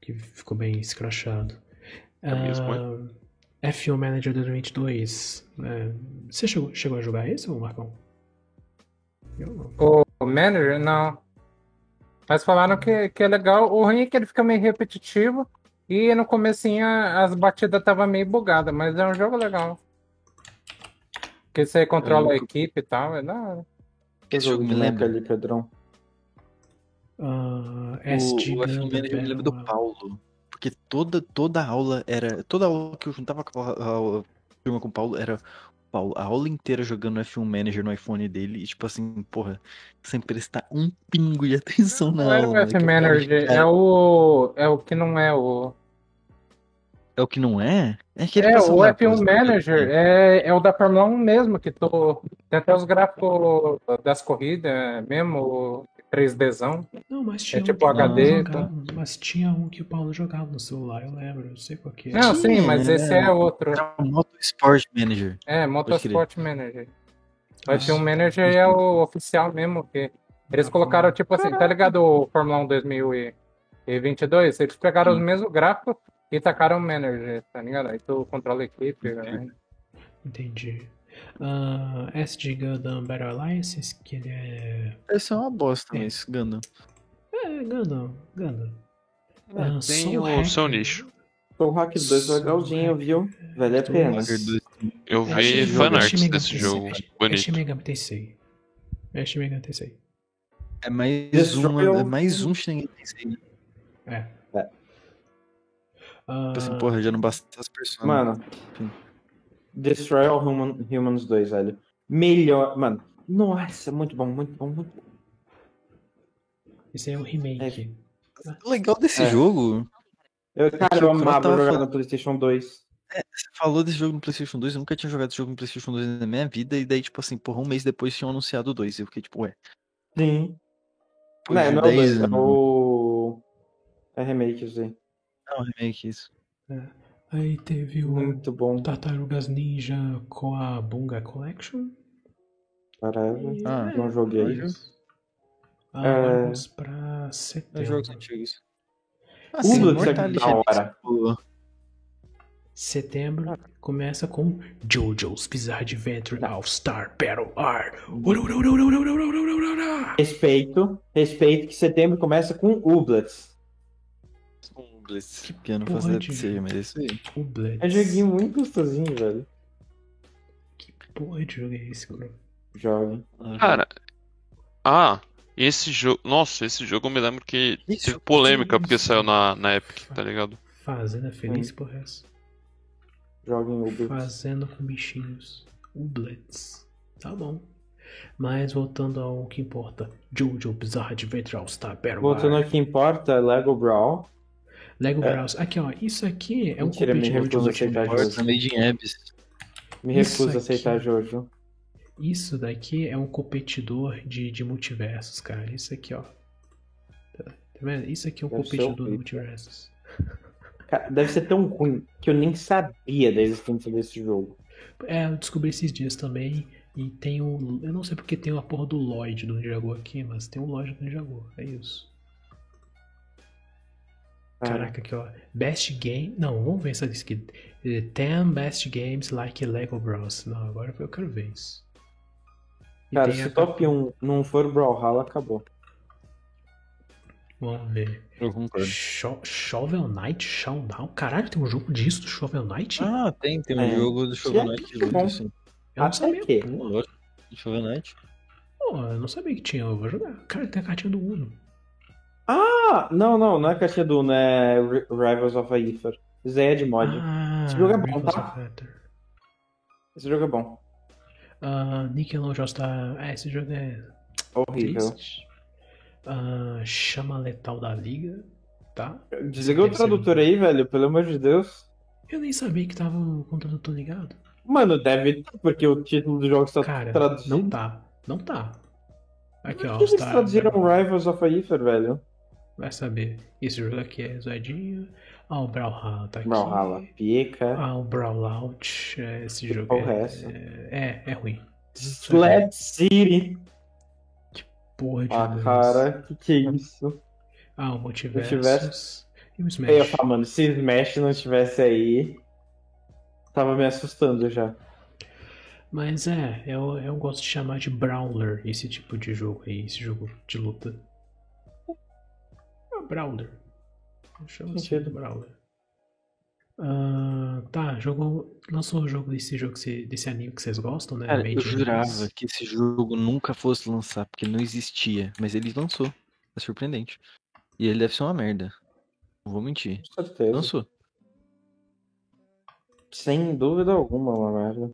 A: Que ficou bem escrachado.
C: É mesmo,
A: Ah, F1 Manager 2022. né? Você chegou, chegou a jogar esse, ô Marcão? Eu não.
G: O manager, não. Mas falaram que, que é legal. O ruim é que ele fica meio repetitivo. E no comecinho a- as batidas estavam meio bugadas, mas é um jogo legal. Porque você controla a equipe e tal, é da hora.
B: Esse jogo me
D: de meca
B: lembra.
D: ali, Pedrão.
A: Ah,
B: O, o
C: um
A: SG
B: F1
A: Ganda
B: Manager me lembra
A: Battle-
B: do Paulo. Porque toda, toda aula era. Toda aula que eu juntava com a, a- a turma com o Paulo era. o Paulo, a aula inteira jogando F1 Manager no iPhone dele, e tipo assim, porra, sem prestar um pingo de atenção na
G: Não era o
B: aula. né,
G: F
B: moleque.
G: Manager, é o. É o que não é o.
B: É o que não é? É, né? que ele
G: É,
B: passa
G: o
B: lá,
G: F1
B: pô,
G: Manager é, é o da Fórmula 1 mesmo, que tô. Tem até os gráficos das corridas mesmo, o 3Dzão.
A: Não, mas tinha
G: É
A: um
G: tipo
A: que o Paulo
G: HD,
C: tá?
A: jogava, Mas tinha um que o Paulo jogava no celular, eu lembro, eu sei qual que é.
C: Ah,
G: Não, sim,
B: Sim,
G: mas
B: é.
G: esse é outro.
B: É o Moto Sport Manager.
G: É, Motorsport Manager. O F1 Manager é o oficial mesmo, que eles colocaram, tipo assim, tá ligado o Fórmula 1 2022? Eles pegaram o
B: Sim.
G: mesmo gráfico e tacaram o Manager, tá ligado? Aí tu controla a equipe, né?
A: Entendi. Ah, SG Gundam Battle Alliance, que ele é.
B: Essa é uma bosta,
A: É.
B: mas Gundam.
A: É, Gundam, Gundam. Ah,
C: tem
A: Soul
C: o
A: Hacker.
C: seu nicho.
D: Soul Hack 2 é legalzinho, viu? Vale a
A: Soul
D: pena.
A: Hacker dois.
C: Eu
A: É Shin
C: vi
A: Megami- é Shin
C: fanarts
A: Megami
C: desse
A: Tensei-
C: jogo.
A: é Shin- É Shin
C: Bonito.
A: Megami Tensei. É Shin Megami Tensei.
B: É mais
D: Esse
B: um,
D: jogo é um-
B: é mais um Shin Megami Tensei, né?
A: É.
H: É.
A: Ah,
B: Tipo assim, porra, já não basta essas pessoas.
D: Mano, Destroy All Human- Humans 2, velho. Melhor. Mano, nossa, muito bom, muito bom, muito bom.
A: esse é o remake.
B: O legal desse
D: É.
B: jogo,
D: Eu, cara, eu
B: Eu
D: amava
B: tava
D: jogar
B: falando-
D: no PlayStation 2.
B: você falou desse jogo no PlayStation 2, eu nunca tinha jogado esse jogo no PlayStation 2 na minha vida, e daí, tipo assim, porra, um mês depois tinham anunciado o 2. Eu fiquei tipo, ué.
D: Sim.
B: pô,
D: Não,
B: já
D: não é o
B: 10
D: 2, é
B: anos. então
D: o. É remake, isso aí.
B: Não, é um remake, isso.
A: Aí teve o
D: Muito bom.
A: Tartarugas Ninja com a Bunga Collection. é,
D: Caralho.
B: Ah,
D: Não joguei
B: Olha.
D: isso.
A: Ah,
D: É.
A: vamos pra
B: É
D: um
A: setembro.
B: jogos antigos. isso.
D: Assim,
B: Mortal
D: isso é da
B: Genesis,
D: hora.
B: pô,
A: Setembro começa com JoJo's Bizarre Adventure All Star Battle R. Ora, ora, ora, ora, ora, ora, ora, ora, ora, ora.
D: Respeito, respeito que setembro começa com Ublets.
B: um Blitz, Que eu não
A: porra
B: faço ideia
A: de
B: do que seja, mas é isso aí.
A: O Blitz.
D: É um joguinho muito gostosinho, velho.
A: Porra de jogo é esse, cara?
D: Jovem.
C: Cara, ah, esse jogo. Nossa, esse jogo eu me lembro
B: Esse
C: que
A: é
C: teve
B: jogo-
C: polêmica porque saiu na, na Epic,
A: Ah.
C: tá ligado?
A: Fazenda Feliz, porra essa.
D: Joguem Ublets.
A: Fazendo com bichinhos. O Blitz. Tá bom. Mas voltando ao que importa. Jojo Bizarre Adventure All Star Battle
D: Voltando
A: War.
D: ao que importa, Lego Brawl.
A: Lego Bros. Aqui, ó. Isso aqui é um
D: Mentira, me
A: competidor de
D: recuso a
A: Ultimate
D: aceitar
A: Bros.
D: jogo.
B: Forza é Made in Abyss.
D: Me
A: Isso
D: recuso a
A: aqui.
D: aceitar Jojo.
A: Isso daqui é um competidor de, de multiversos, cara. Isso aqui, ó. Tá tá vendo? Isso aqui é um
D: Deve ser
A: competidor de
D: horrível.
A: multiversos.
D: Cara, deve ser tão ruim que eu nem sabia da existência desse jogo.
A: É, eu descobri esses dias também. E tem o. Eu não sei porque tem a porra do Lloyd do Ninjago aqui, mas tem o Lloyd do Ninjago. É isso. Caraca, aqui ó. Best game. Não, vamos ver essa aqui. Eh, 10 best games like Lego Bros. Não, agora eu quero ver isso. E
D: Cara,
A: tem
D: se
A: a-
D: o top 1 não for Brawlhalla, acabou.
A: Vamos ver.
B: Eu concordo.
A: Sho- Shovel Knight Showdown? Caralho, tem um jogo disso do Shovel Knight?
B: Ah, tem, tem um
D: É.
B: jogo do Shovel
D: Que é
B: Knight de
D: muito
B: luta,
D: bom.
B: assim.
A: eu não
D: até
A: sabia.
D: que.
A: Pô,
B: Lógico, de Shovel Knight.
A: pô, eu não sabia que tinha. Eu vou jogar. Cara, tem a cartinha do Uno.
D: Ah, não, não, não é Caixinha do Uno, é Ri- Rivals of Aether. Isso aí é de mod.
A: Ah,
D: Esse jogo é bom,
A: Rivals
D: tá?
A: of Ether.
D: Esse jogo é bom.
A: Ah, Nickelodeon já está. Ah, esse jogo é
D: Horrível.
A: triste. Ah, chama Letal da Liga, tá?
D: Desliga o
A: Deve ser
D: tradutor aí, velho, pelo amor de Deus.
A: Eu nem sabia que tava com o tradutor ligado.
D: Mano, deve tá, porque o título do jogo está
A: Cara,
D: traduzido.
A: não é tá. Não tá. Aqui, ó.
D: Por que eles
A: Star-
D: traduziram
A: né?
D: Rivals of Aether, velho?
A: Vai saber. Esse jogo aqui é zoadinho. Ah, o Brawlhalla tá aqui.
D: Brawlhalla, pica.
A: Ah, o Brawlout. é, Esse
D: Que
A: jogo
D: porra é
A: é,
D: essa?
A: é, é ruim.
D: Slap City.
A: Porra de
D: Ah,
A: Deus.
D: cara, que que é isso?
A: Ah, o Multiversus. E o Smash.
D: Eu ia falar, mano, se Smash não estivesse aí, tava me assustando já.
A: Mas é, eu, eu gosto de chamar de Brawler esse tipo de jogo aí, esse jogo de luta. É Brawler. Eu chamo assim de
D: Sentido.
A: Brawler. Ah, tá, jogou, lançou o jogo desse jogo, que cê- desse anime que vocês gostam, né?
B: Cara, eu
A: Made in
B: jurava
A: Abyss.
B: que esse jogo nunca fosse lançar, porque ele não existia. Mas ele lançou. É surpreendente. E ele deve ser uma merda. Não vou mentir.
D: Com certeza.
B: Lançou.
D: Sem dúvida alguma, uma merda.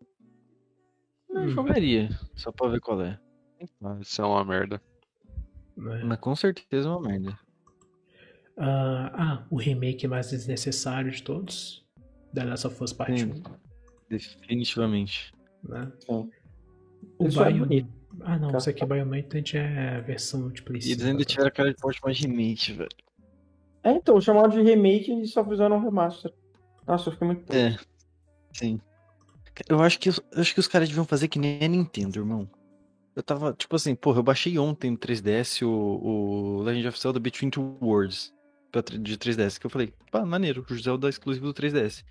B: Eu
A: Hum.
B: jogaria, só pra ver qual é.
C: Ah, Isso é uma merda.
A: Né?
B: Mas com certeza é uma merda.
A: Ah, ah, o remake mais desnecessário de todos. Da Last of Us Part
B: Sim.
A: 1.
B: Definitivamente.
A: né?
D: Sim.
A: O
D: Isso é
A: Biomute.
D: bonito.
A: Ah, não,
D: Tá.
A: isso aqui Biomutante é a versão de Play
B: E eles ainda tiveram cara de forte mais remake, velho.
D: É, então, chamaram de remake e só fizeram um remaster. Nossa, eu fiquei muito triste.
B: É. Sim. Eu acho que, eu acho que os caras deviam fazer que nem a Nintendo, irmão. Eu tava, tipo assim, porra, eu baixei ontem no 3DS o, o Legend of Zelda Between Two Worlds pra tri- de 3DS, que eu falei, pá, maneiro, o Zelda é exclusivo do 3DS.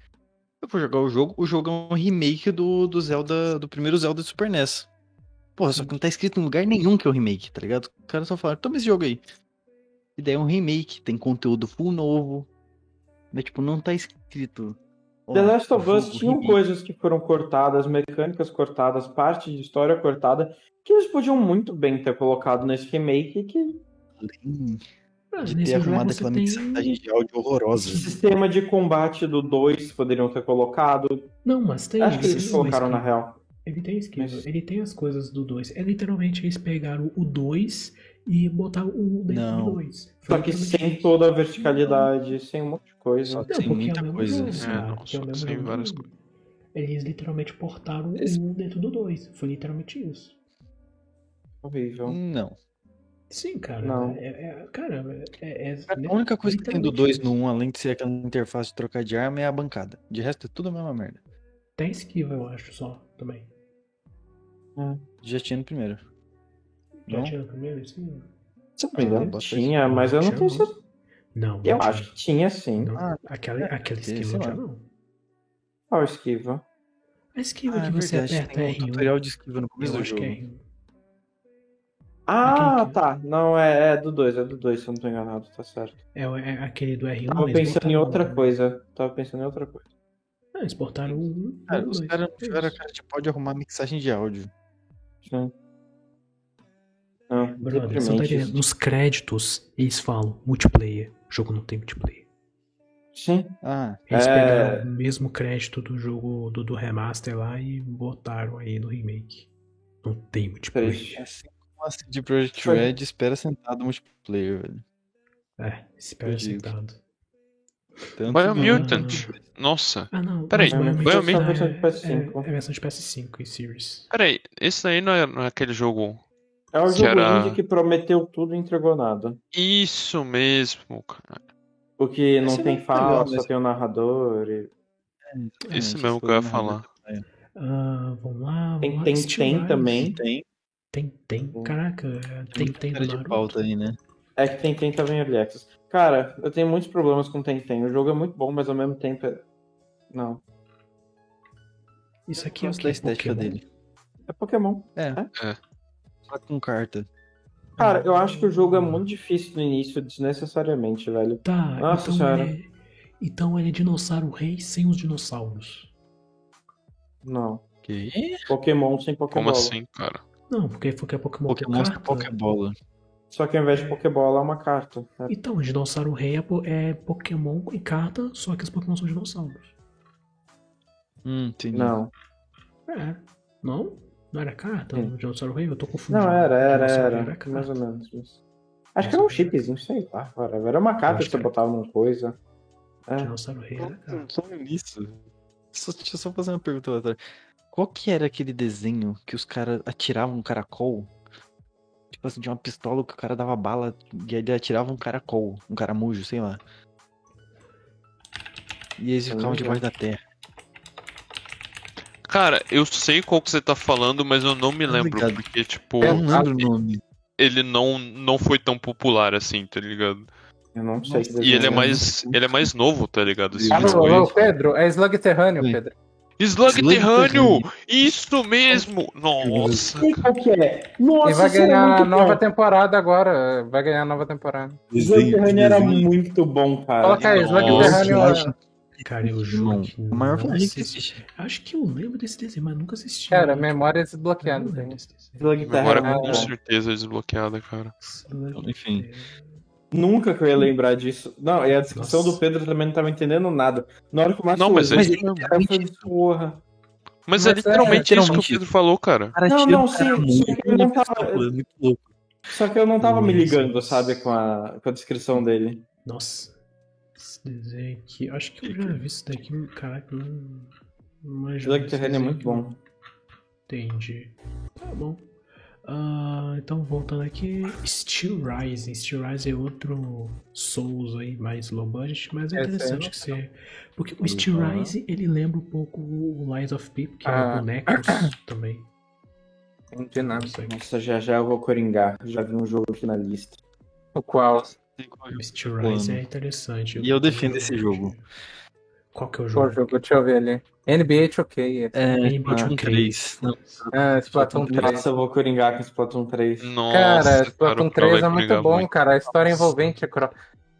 B: Eu vou jogar o jogo, o jogo é um remake do, do Zelda, do primeiro Zelda do Super NES. Porra, só que não tá escrito em lugar nenhum que é o remake, tá ligado? Os caras só falaram, toma esse jogo aí. E daí é um remake, tem conteúdo full novo. Mas, tipo, não tá escrito. ó,
D: The Last of Us um
B: jogo
D: tinham
B: remake.
D: coisas que foram cortadas, mecânicas cortadas, parte de história cortada, que eles podiam muito bem ter colocado nesse remake, que
B: Hum,
A: Ah,
B: De
A: nesse
B: ter
A: jogo
B: arrumado
A: você
B: aquela
A: tem-
B: mixagem de áudio horrorosa.
D: esse sistema de combate do 2 poderiam ter colocado.
A: Não, mas tem.
D: Acho que
A: sim,
D: eles colocaram
A: mas
D: na real.
A: Ele tem esquiva,
D: Mas-
A: ele tem as coisas do 2. É literalmente eles pegaram o 2 e botaram o 1 dentro
B: Não.
A: do 2.
D: Só que sem toda a verticalidade, sem um monte de coisa.
B: Só tem muita coisa. assim,
C: É, não, só que tem várias coisas.
A: Eles literalmente portaram o
B: Esse-
A: 1 dentro do 2. Foi literalmente isso.
D: Horrível.
B: Não.
A: Sim, cara.
D: Não.
A: É, é- cara, é, é-
B: A única coisa que tem do
A: literalmente
B: 2
A: isso.
B: no 1, um, além de ser aquela interface de trocar de arma, é a bancada. De resto, é tudo a mesma merda. um.
A: Tem esquiva, eu acho, só, também.
B: Já tinha no primeiro.
A: Já
B: Não?
A: tinha no primeiro esquiva?
D: Se eu não me engano,
B: Ah, bota
D: tinha,
A: isso.
D: É, mas eu não
A: Tinha
D: tenho
A: muito.
D: certeza.
A: Não, não
D: Eu
A: tinha.
D: acho que tinha sim.
A: Não,
B: Ah,
A: aquela, aquela
B: sei
A: esquiva
B: lá.
A: já não.
D: Qual esquiva?
A: A É esquiva
B: Ah,
A: que você
B: verdade,
A: aperta
B: tem um
A: é R1.
B: tutorial de esquiva no começo
A: Eu
B: do
A: acho
B: jogo.
A: que é R1.
D: Ah,
A: Aquele que-
D: tá. Não, é, é do 2, é do 2, se eu não tô enganado, tá certo.
A: É, o- é aquele do R1.
D: Tava
A: eles
D: pensando em
A: botaram-
D: outra coisa. Tava pensando em outra coisa.
A: Ah, eles botaram um.
B: Cara,
A: um,
B: Ah, os
A: dois,
B: caras não
A: três.
B: tiveram a cara de pode arrumar mixagem de áudio.
D: Sim. Não,
A: Brother, você não tá
D: deprimente
A: entendendo.
D: isso.
A: Nos créditos, eles falam multiplayer. O jogo não tem multiplayer.
D: Sim.
B: Ah,
A: Eles
D: É.
A: pegaram o mesmo crédito do jogo do, do remaster lá e botaram aí no remake. Não tem multiplayer.
D: Triste.
B: é assim como a CD Projekt
D: Foi.
B: Red espera sentado multiplayer, velho.
A: É, espera
B: Entendi.
A: sentado.
B: Tanto
C: Mas
B: do-
A: Mute.
C: É um Mutant. Nossa.
A: Ah, não.
C: Peraí, um
A: mas
D: Biomutante
A: Biomutante
D: é só a versão de
A: é-
D: PS5.
A: É, é a versão de PS5 e Series.
C: Peraí, esse aí não é, não é aquele jogo.
D: É o
C: Que
D: jogo
C: era-
D: indie que prometeu tudo e entregou nada.
C: Isso mesmo, cara.
D: O que não
B: Esse é
D: tem
B: muito
D: fala,
B: legal,
D: só
B: mas-
D: tem o narrador e...
C: Esse
B: É, Exatamente,
C: mesmo que eu ia falar.
A: Ah, vamos lá.
D: Tem,
A: vamos lá,
D: tem,
A: Steel
D: tem
A: Riders.
D: também.
B: Tem.
A: Tem, tem. Caraca, é, tem, tem
B: Cara
A: do
B: de
A: Naruto.
B: pauta aí, né?
D: É que Tentem também é Early Access. Cara, eu tenho muitos problemas com Tentem. O jogo é muito bom, mas ao mesmo tempo é... Não.
A: Isso aqui é o
B: Gosto da
A: quê?
B: estética
A: Pokémon?
B: dele.
D: É Pokémon.
B: Só com carta.
D: Cara, eu acho que o jogo é
A: Hum.
D: muito difícil no início, desnecessariamente, velho.
A: Tá,
D: Nossa
A: então
D: senhora.
A: ele é... Então ele é dinossauro rei sem os dinossauros.
D: Não.
B: Que?
D: Pokémon sem Pokébola.
C: Como
B: é
C: assim, cara?
A: Não, porque porque é Pokémon,
B: Pokémon
A: com
B: com
A: carta.
B: Pokébola.
D: Só que ao invés de Pokébola é uma carta. É
A: Então, dinossauro rei é, po- é Pokémon em carta, só que os Pokémon são dinossauros.
B: Hum, entendi.
D: Não.
A: É. Não? Não era carta?
D: Sim.
A: O dinossauro rei? Eu tô confundindo.
D: Não, era, era,
A: Dinossauro
D: era.
A: rei carta.
D: Mais ou menos. mas- Acho que era um chipzinho, sei lá. cara. Era uma carta
A: Acho
D: que você
A: que-
D: botava numa coisa.
A: Dinossauro rei era carta.
B: Falando nisso, só, deixa eu só fazer uma pergunta lá atrás. Qual que era aquele desenho que os caras atiravam um caracol? Tipo assim, tinha uma pistola que o cara dava bala e ele atirava um caracol, um caramujo, sei lá. E eles
D: Eu
B: ficavam
D: não
B: debaixo da terra.
C: Cara, eu sei qual que você tá falando, mas eu não me lembro,
B: Obrigado.
C: porque, tipo,
B: Tá Eu não lembro o nome.
C: ele não, não foi tão popular assim, tá ligado?
D: Eu não sei.
B: Nossa,
D: que
C: E ele é
D: desenho
C: mais. Ele é mais novo, tá ligado?
B: é
C: Assim,
G: Alô,
C: foi-
G: alô, Pedro, é Slug Terrâneo,
B: Sim.
G: Pedro.
C: Slug
B: Slug
C: Terrâneo!
B: Terrâneo.
C: Isso mesmo! Nossa!
D: Sei qual que é. Nossa,
G: E vai
D: isso era
G: ganhar a
D: muito
G: nova
D: bom.
G: temporada agora. Vai ganhar a nova temporada.
D: Slug Terrâneo era muito bom, cara.
G: Coloca aí, Slug
C: nossa.
G: Terrâneo. é-
A: Cara, eu
B: Não,
A: juro que
B: é o maior
A: não
B: favorito que
A: assisti.
B: existe.
A: Acho que eu lembro desse desenho, mas nunca assisti.
G: Cara,
A: Não,
G: memória
A: eu não
G: desbloqueando.
A: lembro
G: tem.
A: desse desenho.
D: Slug Terrâneo
C: Agora
D: era muito
C: com
D: bom.
C: certeza é desbloqueada, cara.
A: Slug
B: Enfim.
A: Terrâneo.
D: Nunca que eu ia lembrar disso. Não, e a descrição
A: Nossa.
D: do Pedro também não tava entendendo nada. Na hora que o Márcio
C: Não, mas
D: leu,
C: é-
D: cara, eu falei, porra.
C: Mas,
G: Mas
C: é
G: é-
C: literalmente isso que o
B: literalmente
C: Pedro falou, cara.
B: Cara,
D: Não,
B: atira
D: não,
B: um
D: sim,
B: caramujo
D: só que ele não
B: com uma
D: tava-
B: pistola, muito louco.
D: Só que eu não tava me
A: Nossa.
D: ligando, sabe, com a, com a descrição dele.
A: Nossa, esse desenho aqui. Acho que é? eu já vi isso daqui. Caraca, não. não imagino
D: Slug
A: esse
D: Terreno é
A: desenho
D: muito
A: aqui,
D: bom.
A: não. Entendi. Tá bom. Ah, então, voltando aqui. Steel Rising. Steel Rising é outro Souls aí, mais low budget, mas é
G: Esse aí eu
A: interessante
G: não
A: que você. Porque o Steel
B: falar.
A: Rising ele lembra um pouco o Lies of P, que é
G: Ah.
A: bonecos também.
G: Entendi nada.
A: Não sei.
D: Nossa, já já eu vou coringar. Já vi um jogo aqui na lista.
G: O qual?
A: O Steel Rising é interessante.
B: E eu defendo esse jogo.
A: Qual que é o
G: Qual
A: jogo?
G: jogo? Deixa eu ver ali. NBA 2K. é.
B: É,
A: Rainbow
B: Splatoon
A: Two K.
B: 3. Não,
C: Tipo, é
G: Ah, Splatoon 3.
D: Nossa, eu vou coringar com Splatoon 3.
C: Nossa,
G: Cara,
C: cara, o
G: Splatoon
C: cara vai
G: 3 é muito
C: brigar
G: bom,
C: muito.
G: cara. A história é envolvente. é cro-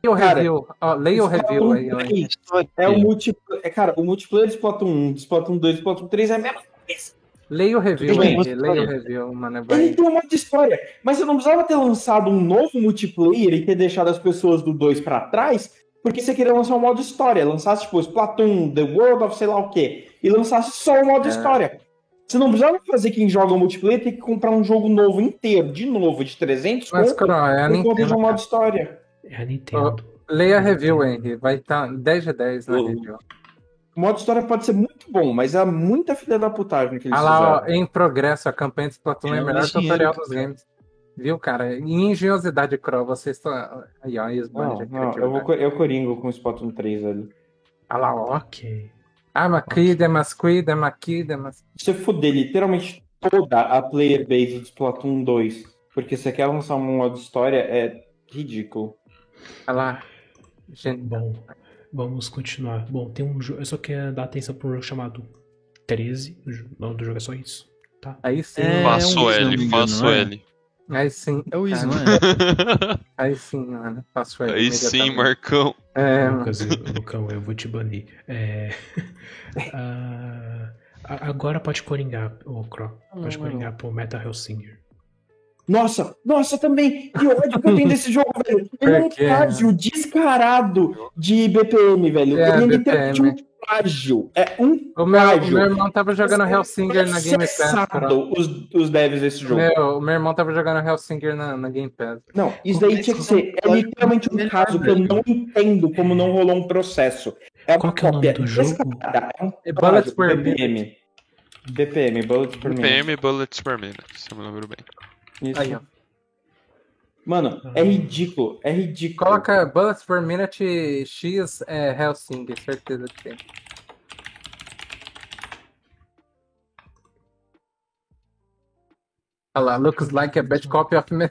G: Leia o
D: Cara,
G: review. ó, leia o review aí. ó.
D: Splatoon 3 É o multiplayer. Cara, o multiplayer de Splatoon 1, de Splatoon 2, de Splatoon 3 é a mesma coisa.
G: Leia o review
D: Tudo bem,
G: aí.
D: mas-
G: Leia o review, mano. é
D: Ele
G: Vai.
D: tem um monte de história. Mas eu não precisava ter lançado um novo multiplayer e ter deixado as pessoas do 2 pra trás, porque você queria lançar um modo história. Lançasse, tipo, Splatoon, The World of sei lá o quê. E lançasse só o modo
G: É.
D: história. Você não precisava fazer quem joga multiplayer ter que comprar um jogo novo inteiro, de novo, de 300
G: Mas,
D: conto,
G: Cro, é a
D: por conta de
G: Nintendo.
D: um modo história.
A: É a Nintendo.
G: Leia a review, Henry. Vai estar 10 de 10 na
D: Uhum.
G: review.
D: O modo história pode ser muito bom, mas é muita filha da putagem que eles
G: Ah lá, ó,
D: fizeram.
G: em progresso, a campanha de Splatoon é
B: Eu
G: a melhor
B: achei
G: tutorial
B: ele,
G: dos
D: né?
G: games. Viu, cara? Em engenhosidade, Cro, você está. Aí, ó,
D: Não,
G: esbanja.
D: não, eu, vou, co- eu coringo com o Splatoon 3 ali.
G: Ah lá, ó.
A: Ok.
G: Ah, mas cuida, mas cuida, mas cuida, mas.
D: Se você fuder literalmente toda a player base do Splatoon 2, porque você quer lançar um modo história, é ridículo.
G: Ah lá. Gente,
A: Bom, vamos continuar. Bom, tem um jogo. Eu só quero dar atenção para um jogo chamado 13. O jo- o nome do jogo é só isso. Tá?
G: aí sim.
B: É,
C: Faço
B: um Isla, não me
C: L,
B: engano,
C: faço
B: não é?
C: L.
G: Aí sim.
B: É o Is,
G: cara.
B: não é?
G: Aí sim, mano. Passou
C: Aí
B: tá
C: sim,
G: mano.
C: Marcão.
G: É, mano.
A: Lucas, eu, Lucão, eu vou te banir. É, ah, a- agora pode coringar, ô Cro. Pode coringar pro Metal Hellsinger.
D: Nossa, nossa, também! Que ódio que eu tenho desse jogo, velho! Ele é um
G: Por quê?
D: plágio descarado de BPM, velho.
G: É,
D: Ele é
G: BPM.
D: literalmente um plágio. É um
G: O meu, o
D: plágio.
G: meu irmão tava jogando Hellsinger na Game Pass. cara. É,
D: processado os, os devs desse jogo.
G: Meu, o meu irmão tava jogando Hellsinger na, na Game Pass.
D: Não, isso daí tinha que ser. É literalmente um caso que eu não entendo como não rolou um processo. É uma
A: Qual que é o nome
D: cópia
A: do jogo?
D: descarada, é um
G: É Bullets
D: plágio,
G: per Minute.
D: BPM. BPM, Bullets per Minute.
C: PM Bullets per Minute, se eu me lembro bem.
D: Isso.
G: Aí, ó.
D: Mano, é
A: Uhum.
D: ridículo, é ridículo.
G: Coloca Bullets per Minute X é, Hellsinger, certeza que tem. Olha lá, looks like a bad copy of me.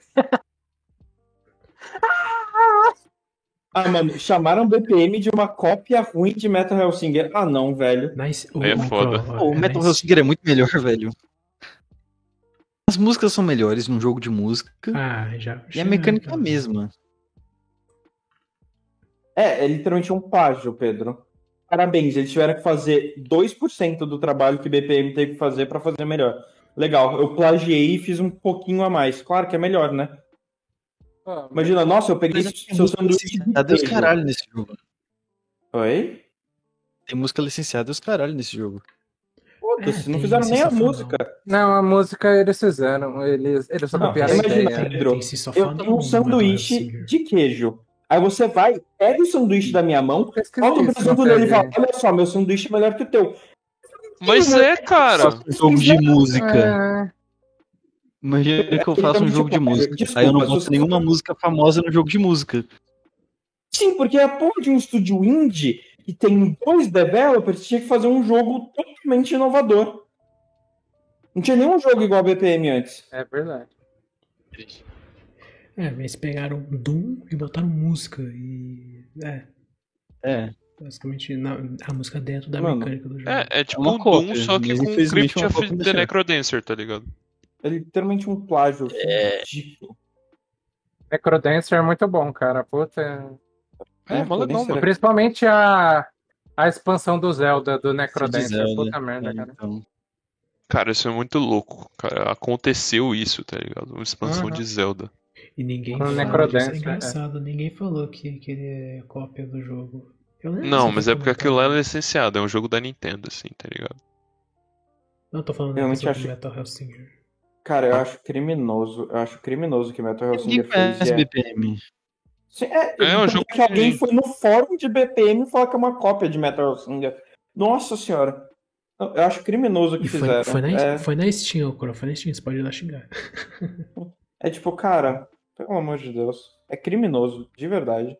D: Ah, mano, chamaram BPM de uma cópia ruim de Metal Hellsinger. Ah, não, velho.
A: Nice.
C: Aí é
A: Ô,
C: foda.
A: Michael,
B: Pô, o
A: é
B: Metal
A: nice.
B: Hellsinger é muito melhor, velho. As músicas são melhores num jogo de música.
A: Ah, já.
B: e a mecânica é
A: já-
B: a mesma.
D: É, é literalmente um págio, Pedro. Parabéns, eles tiveram que fazer 2% do trabalho que BPM teve que fazer pra fazer melhor. Legal, eu plagiei e fiz um pouquinho a mais. Claro que é melhor, né? Imagina, nossa, eu peguei seu sanduíche.
B: Licenciada é os
D: inteiro.
B: caralho nesse jogo.
D: Oi?
B: Tem música licenciada e os caralho nesse jogo.
D: Foda-se,
A: É,
D: não
A: tem
D: fizeram nem a
A: sensacional.
D: música.
G: Não, a música eles fizeram. Eles, eles só
D: Não,
G: copiaram a
D: imagina, assim,
G: ideia.
A: Tem-
D: Pedro,
A: tem se só
D: Eu
A: fã
D: tenho um
A: do Metal
D: sanduíche
A: Hellsinger.
D: de queijo. Aí você vai, pega o sanduíche da minha mão,
G: Pesquisa
D: bota o
G: isso, não
D: presunto nele e fala:
G: perde.
D: Olha só, meu sanduíche é melhor que o teu.
C: Mas é, cara.
B: Um jogo de música.
G: É,
B: Imagina que eu faço um jogo de música.
D: Desculpa,
B: Aí eu não
D: se
B: boto
D: você-
B: nenhuma música famosa no jogo de música.
D: Sim, porque é a porra de um estúdio indie que tem dois developers tinha que fazer um jogo totalmente inovador. Não tinha nenhum jogo igual a BPM antes.
G: é verdade.
A: É, eles pegaram Doom e botaram música. E. É,
B: É.
A: basicamente na- a música dentro da
D: Mano,
A: mecânica do jogo.
C: É, é tipo
B: uma
C: um Doom,
B: cópia,
C: só que
B: mas
C: com
B: infelizmente
C: Crypt
B: é uma
C: of
B: cópia
C: the
B: mexer.
C: Necrodancer, tá ligado?
D: É literalmente um plágio. assim, ridículo.
G: Necrodancer é muito bom, cara. Puta.
C: É, mó
D: porém,
C: legal,
D: será
C: mano.
G: Principalmente a, a expansão do Zelda, do
B: Sim,
G: Necrodancer.
B: Zelda.
G: Puta merda, cara.
B: Então,
C: Cara, isso é muito louco. Cara, aconteceu isso, tá ligado? Uma expansão
G: Aham.
C: de Zelda.
A: E ninguém
G: Com
A: falou.
G: Necrodancer,
C: né,
A: disso. É engraçado, ninguém falou que, que ele é cópia do jogo. Eu lembro
C: Não,
A: dessa
C: mas é porque aquilo lá
A: documentário.
C: é licenciado, é um jogo da Nintendo, assim, tá ligado?
A: Não, tô falando
D: Realmente
A: sobre
D: acho-
A: Metal Hellsinger.
D: Cara, eu acho criminoso. Eu acho criminoso que Metal
B: Ninguém
D: Hellsinger fez.
B: conhece
D: e é-
B: BPM.
D: Sim, é,
C: É, um
D: tanto
C: jogo
D: que alguém
C: diferente.
D: foi no fórum de BPM e falou que é uma cópia de Metal Singer. Nossa senhora. Eu eu acho criminoso o que
A: E foi,
D: fizeram.
A: foi, na,
D: é,
A: foi na Steam, Okura, foi na Steam, você pode ir lá xingar.
D: é tipo, cara, pelo amor de Deus. É criminoso, de verdade.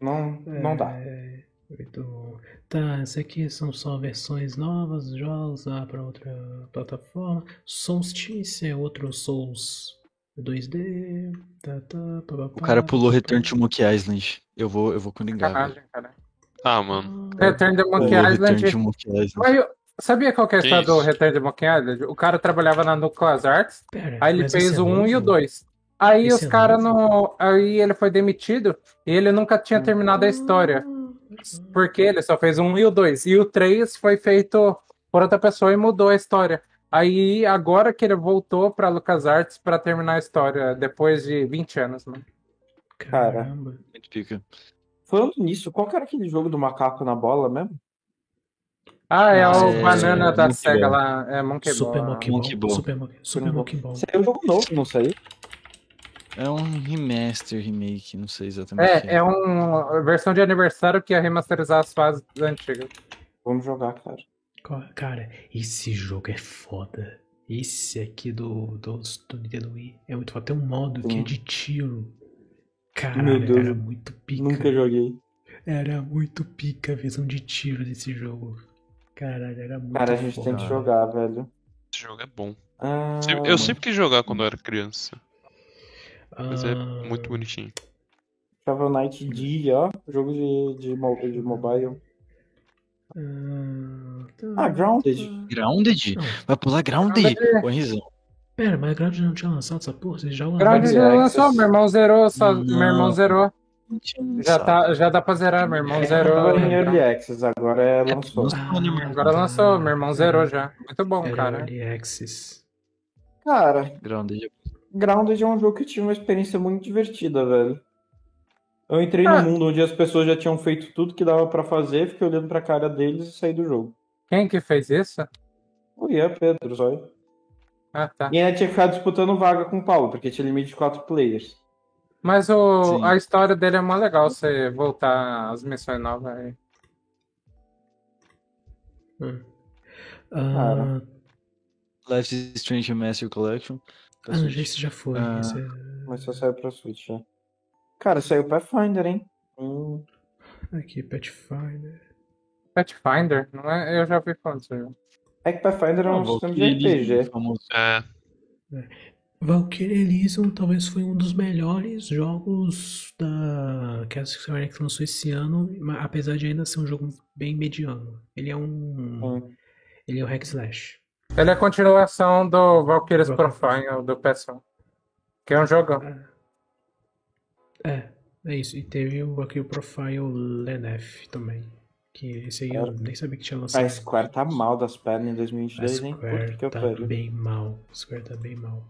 D: Não, não dá.
A: É, muito bom. Tá, isso aqui são só versões novas, jogos lá pra outra plataforma. Solstice é outro Souls 2D. Tá, tá, pá, pá,
B: O cara
A: pá.
B: pulou Return to Monkey Island. Eu vou, eu vou coringar. velho.
G: Caralho, cara.
C: Ah, mano.
G: Return the Monkey
B: Pulou É. Return
G: Island.
B: to Monkey Island.
G: Mas eu- sabia qual que é a
C: Que
G: história do
C: isso?
G: Return the Monkey Island? O cara trabalhava na Nucleus Arts.
A: Pera,
G: Aí ele
A: mas
G: fez
A: esse é
G: o 1 e o
A: novo?
G: 2. Aí
A: Esse
G: os
A: é
G: caras
A: novo.
G: não. Aí ele foi demitido e ele nunca tinha
A: Hum.
G: terminado a é história.
A: Ah,
G: Porque ele só fez o 1 e o 2. E o 3 foi feito por outra pessoa e mudou a história. Aí agora que ele voltou pra LucasArts pra terminar a história, depois de 20 anos, né?
A: Caramba.
B: Muito pica.
D: Falando nisso, qual que era aquele jogo do macaco na bola mesmo?
G: Ah, é
A: Nossa,
G: o
A: é,
G: banana da
B: Monkey
G: SEGA
B: Ball.
G: lá. É Monkey
A: Super
G: Ball.
A: Monkey Ball.
B: Monkey Ball.
A: Super Monkey Super Monkey Ball.
D: Saiu um jogo novo, não saiu?
B: É um remaster, remake, não sei exatamente. o que
G: É, é uma versão de aniversário que ia remasterizar as fases antigas.
D: Vamos jogar, cara.
A: Ca- Cara, esse jogo é foda. Esse aqui do, do, do Nintendo Wii é muito foda. Tem um modo que é de tiro. Caralho,
D: Meu Deus,
A: era muito pica.
D: Nunca joguei.
A: Era muito pica a visão de tiro desse jogo. Caralho, era muito
D: Cara, a gente
A: foda. né?
D: tem que jogar, velho.
C: Esse jogo é bom.
D: Ah,
C: Se- Eu sempre quis jogar quando eu era criança. Mas é muito bonitinho.
D: Shovel Knight D, ó. Jogo de, de, mo- de mobile. Ah, Grounded.
B: é. Grounded?
A: tá. Não.
B: Vai pular Grounded? Ô, Rizão.
A: Pera, mas a Grounded não tinha lançado essa porra? Vocês já lançaram?
G: Grande
D: Access.
G: já lançou, meu irmão zerou, só, meu irmão
B: Não.
G: zerou. Já,
B: Sabe?
G: tá, já dá pra zerar, meu irmão zerou.
D: Agora em Early Access, agora é lançou.
B: lançou.
A: Ah,
G: Agora lançou,
A: tá.
G: meu irmão zerou já. Muito bom,
A: Era
G: cara.
A: Early Access.
D: Cara,
B: Grounded.
D: Grounded é um jogo que eu tive uma experiência muito divertida, velho. Eu entrei
G: Ah.
D: no mundo onde as pessoas já tinham feito tudo que dava pra fazer, fiquei olhando pra cara deles e saí do jogo.
G: Quem que fez isso?
D: Ui, é Pedro, só. E
G: Ah, tá.
D: ainda tinha que ficar disputando vaga com o Paulo, porque tinha limite de 4 players.
G: Mas o,
B: Sim.
G: a história dele é mó legal, você voltar às missões novas aí.
A: Ah,
B: Life is Strange Master Collection. Tá
A: ah, não, já- esse já foi.
B: Ah.
A: Esse é-
D: Mas só saiu pra Switch, né? Cara, saiu Pathfinder, hein? Hum.
A: Aqui, Pathfinder.
G: Pathfinder? Não é? Eu já vi falando disso.
D: É que Pathfinder é
B: Ah,
D: um sistema de RPG.
B: famoso.
C: É,
A: Valkyrie Elysium talvez foi um dos melhores jogos da que a Square Enix lançou esse ano, ma- apesar de ainda ser um jogo bem mediano. Ele é um
D: Ah.
A: ele é um hack slash.
G: Ele é a continuação do Valkyries
A: Valkyrie.
G: Profile do PS1. Que é um jogão.
A: É, é isso. E teve o Valkyrie Profile Lenef também, que esse aí eu nem sabia que tinha lançado.
D: A Square tá mal das pernas em
A: A
D: 2022, hein? Puta
A: Square
D: que eu
A: tá
D: pariu.
A: bem mal. A Square tá bem mal.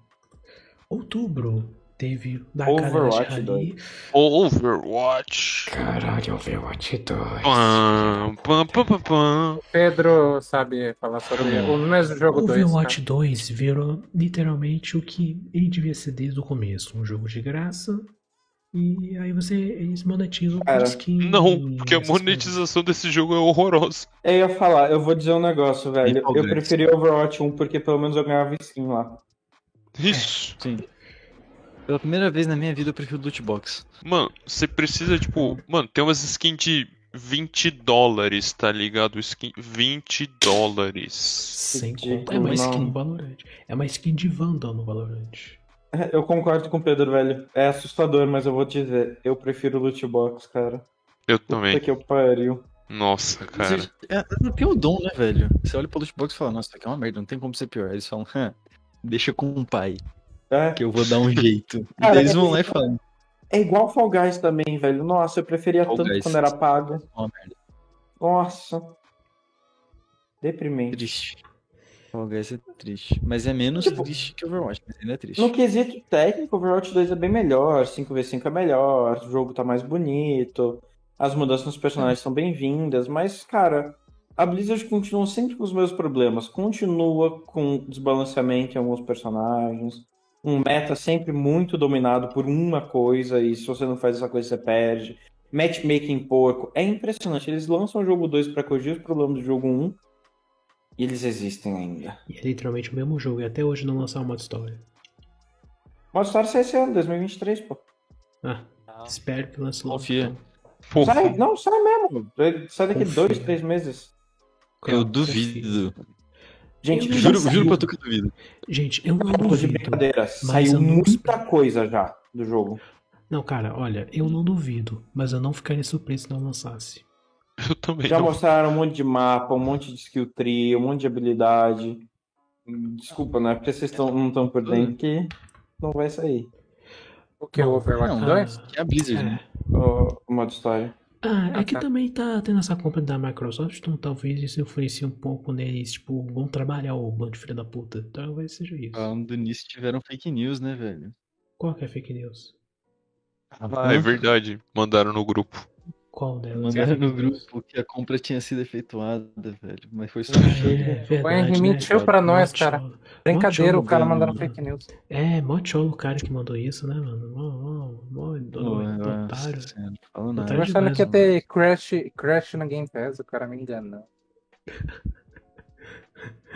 A: Outubro teve da
D: Overwatch
A: Kalash Rally.
D: dois.
C: Overwatch.
A: Caralho, Overwatch 2.
C: Ah. Pam, pam, pam, pam, pam.
G: Pedro sabe falar sobre o mesmo jogo tá?
A: O
G: 2.
A: Overwatch 2 um virou literalmente o que ele devia ser desde o começo, um jogo de graça. E aí você eles monetizam com
D: Cara,
A: skin.
C: Não, porque é a
A: essas coisas.
C: monetização desse jogo é horrorosa.
D: Eu ia falar, eu vou dizer um negócio, velho.
B: People
D: Eu
B: Dance.
D: preferi Overwatch 1 porque pelo menos eu ganhava skin lá.
C: É. Isso.
B: Sim. Pela primeira vez na minha vida eu prefiro loot box.
C: Mano, você precisa, tipo. Mano, tem umas skins de 20 dólares, tá ligado? Skin 20 dólares.
A: Sem
D: Ridículo,
A: contar. É uma skin
D: não.
A: no Valorant. É uma skin de Vandal no Valorant.
D: Eu concordo com o Pedro, velho. É assustador, mas eu vou te dizer. Eu prefiro loot box, cara.
C: Eu
D: Puta
C: também.
D: que eu pariu.
C: Nossa, cara.
B: Você- É, é o pior dom, né, velho? Você olha pro loot box e fala, nossa, isso aqui é uma merda, não tem como ser pior. Aí eles falam, Hã, deixa com o pai,
D: É,
B: que eu vou dar um jeito. E
D: Cara,
B: daí eles vão
D: é-
B: lá e falam,
D: é igual Fall Guys também, velho. Nossa, eu preferia
B: Fall
D: tanto
B: Guys.
D: quando era pago.
B: "Ó, uma merda,
D: Nossa. Deprimente.
B: "É triste. Fall Guys é triste. Mas é menos
D: Tipo-
B: triste que Overwatch, mas ainda é triste.
D: No quesito técnico, Overwatch 2 é bem melhor, 5v5 é melhor, o jogo tá mais bonito, as mudanças nos personagens são bem-vindas, mas, cara, a Blizzard continua sempre com os meus problemas. Continua com desbalanceamento em alguns personagens, um meta sempre muito dominado por uma coisa, e se você não faz essa coisa, você perde. Matchmaking porco. É impressionante. Eles lançam o jogo 2 pra corrigir os problemas do jogo 1 e eles existem ainda.
A: E é literalmente o mesmo jogo, e até hoje não lançaram modo história.
D: Modo Star sai esse ano, 2023, pô.
A: Ah, espero que lance logo.
B: Confia.
A: então.
C: Pô,
D: Sai, não, sai mesmo. Ele Sai daqui
A: Confia.
D: dois, três meses.
B: Eu
A: Confia.
B: duvido.
D: Gente,
A: Eu
D: já
B: Juro,
D: saiu.
B: juro pra tu que eu duvido.
A: Gente, eu não
D: Não tô de
A: duvido.
D: brincadeira. Saiu
A: eu não
D: muita
A: espero.
D: coisa já do jogo.
A: Não, cara, olha, eu não duvido, mas eu não ficaria surpreso se não lançasse.
C: eu também.
D: Já
C: não.
D: mostraram um monte de mapa, um monte de skill tree, um monte de habilidade. Hum, Desculpa, né? Porque vocês tão- não estão por dentro que não vai sair
G: né? O que? O Overwatch
B: Não,
G: 2?
B: Que é a Blizzard,
A: É.
B: né?
D: o o modo história.
A: Ah, é
G: Ah,
A: que
G: tá.
A: também tá tendo essa compra da Microsoft, então talvez isso influencie um pouco neles, tipo, vão trabalhar o bando de filha da puta. Talvez seja isso.
B: Falando nisso, tiveram fake news, né, velho?
A: Qual que é a fake news?
C: É verdade. Mandaram no grupo.
A: Qual delas? É.
B: Mandaram no grupo que a compra tinha sido efeituada, velho. Mas foi só. um
A: Ah, é verdade,
G: Henry
A: né,
G: mentiu
A: cara?
G: pra nós,
A: Mó
G: cara.
A: tcholo.
G: Brincadeira, o cara
A: Mó tcholo,
G: mandando
B: né?
A: mano.
G: fake news.
B: Tá
A: É, mó tcholo o cara que mandou isso, né, mano? Mó, mó, mó dono- otário.
B: Não falo nada.
A: Otário.
G: Eu achando
A: demais,
G: que ia ter Crash, Crash no Game Pass, o cara me enganou.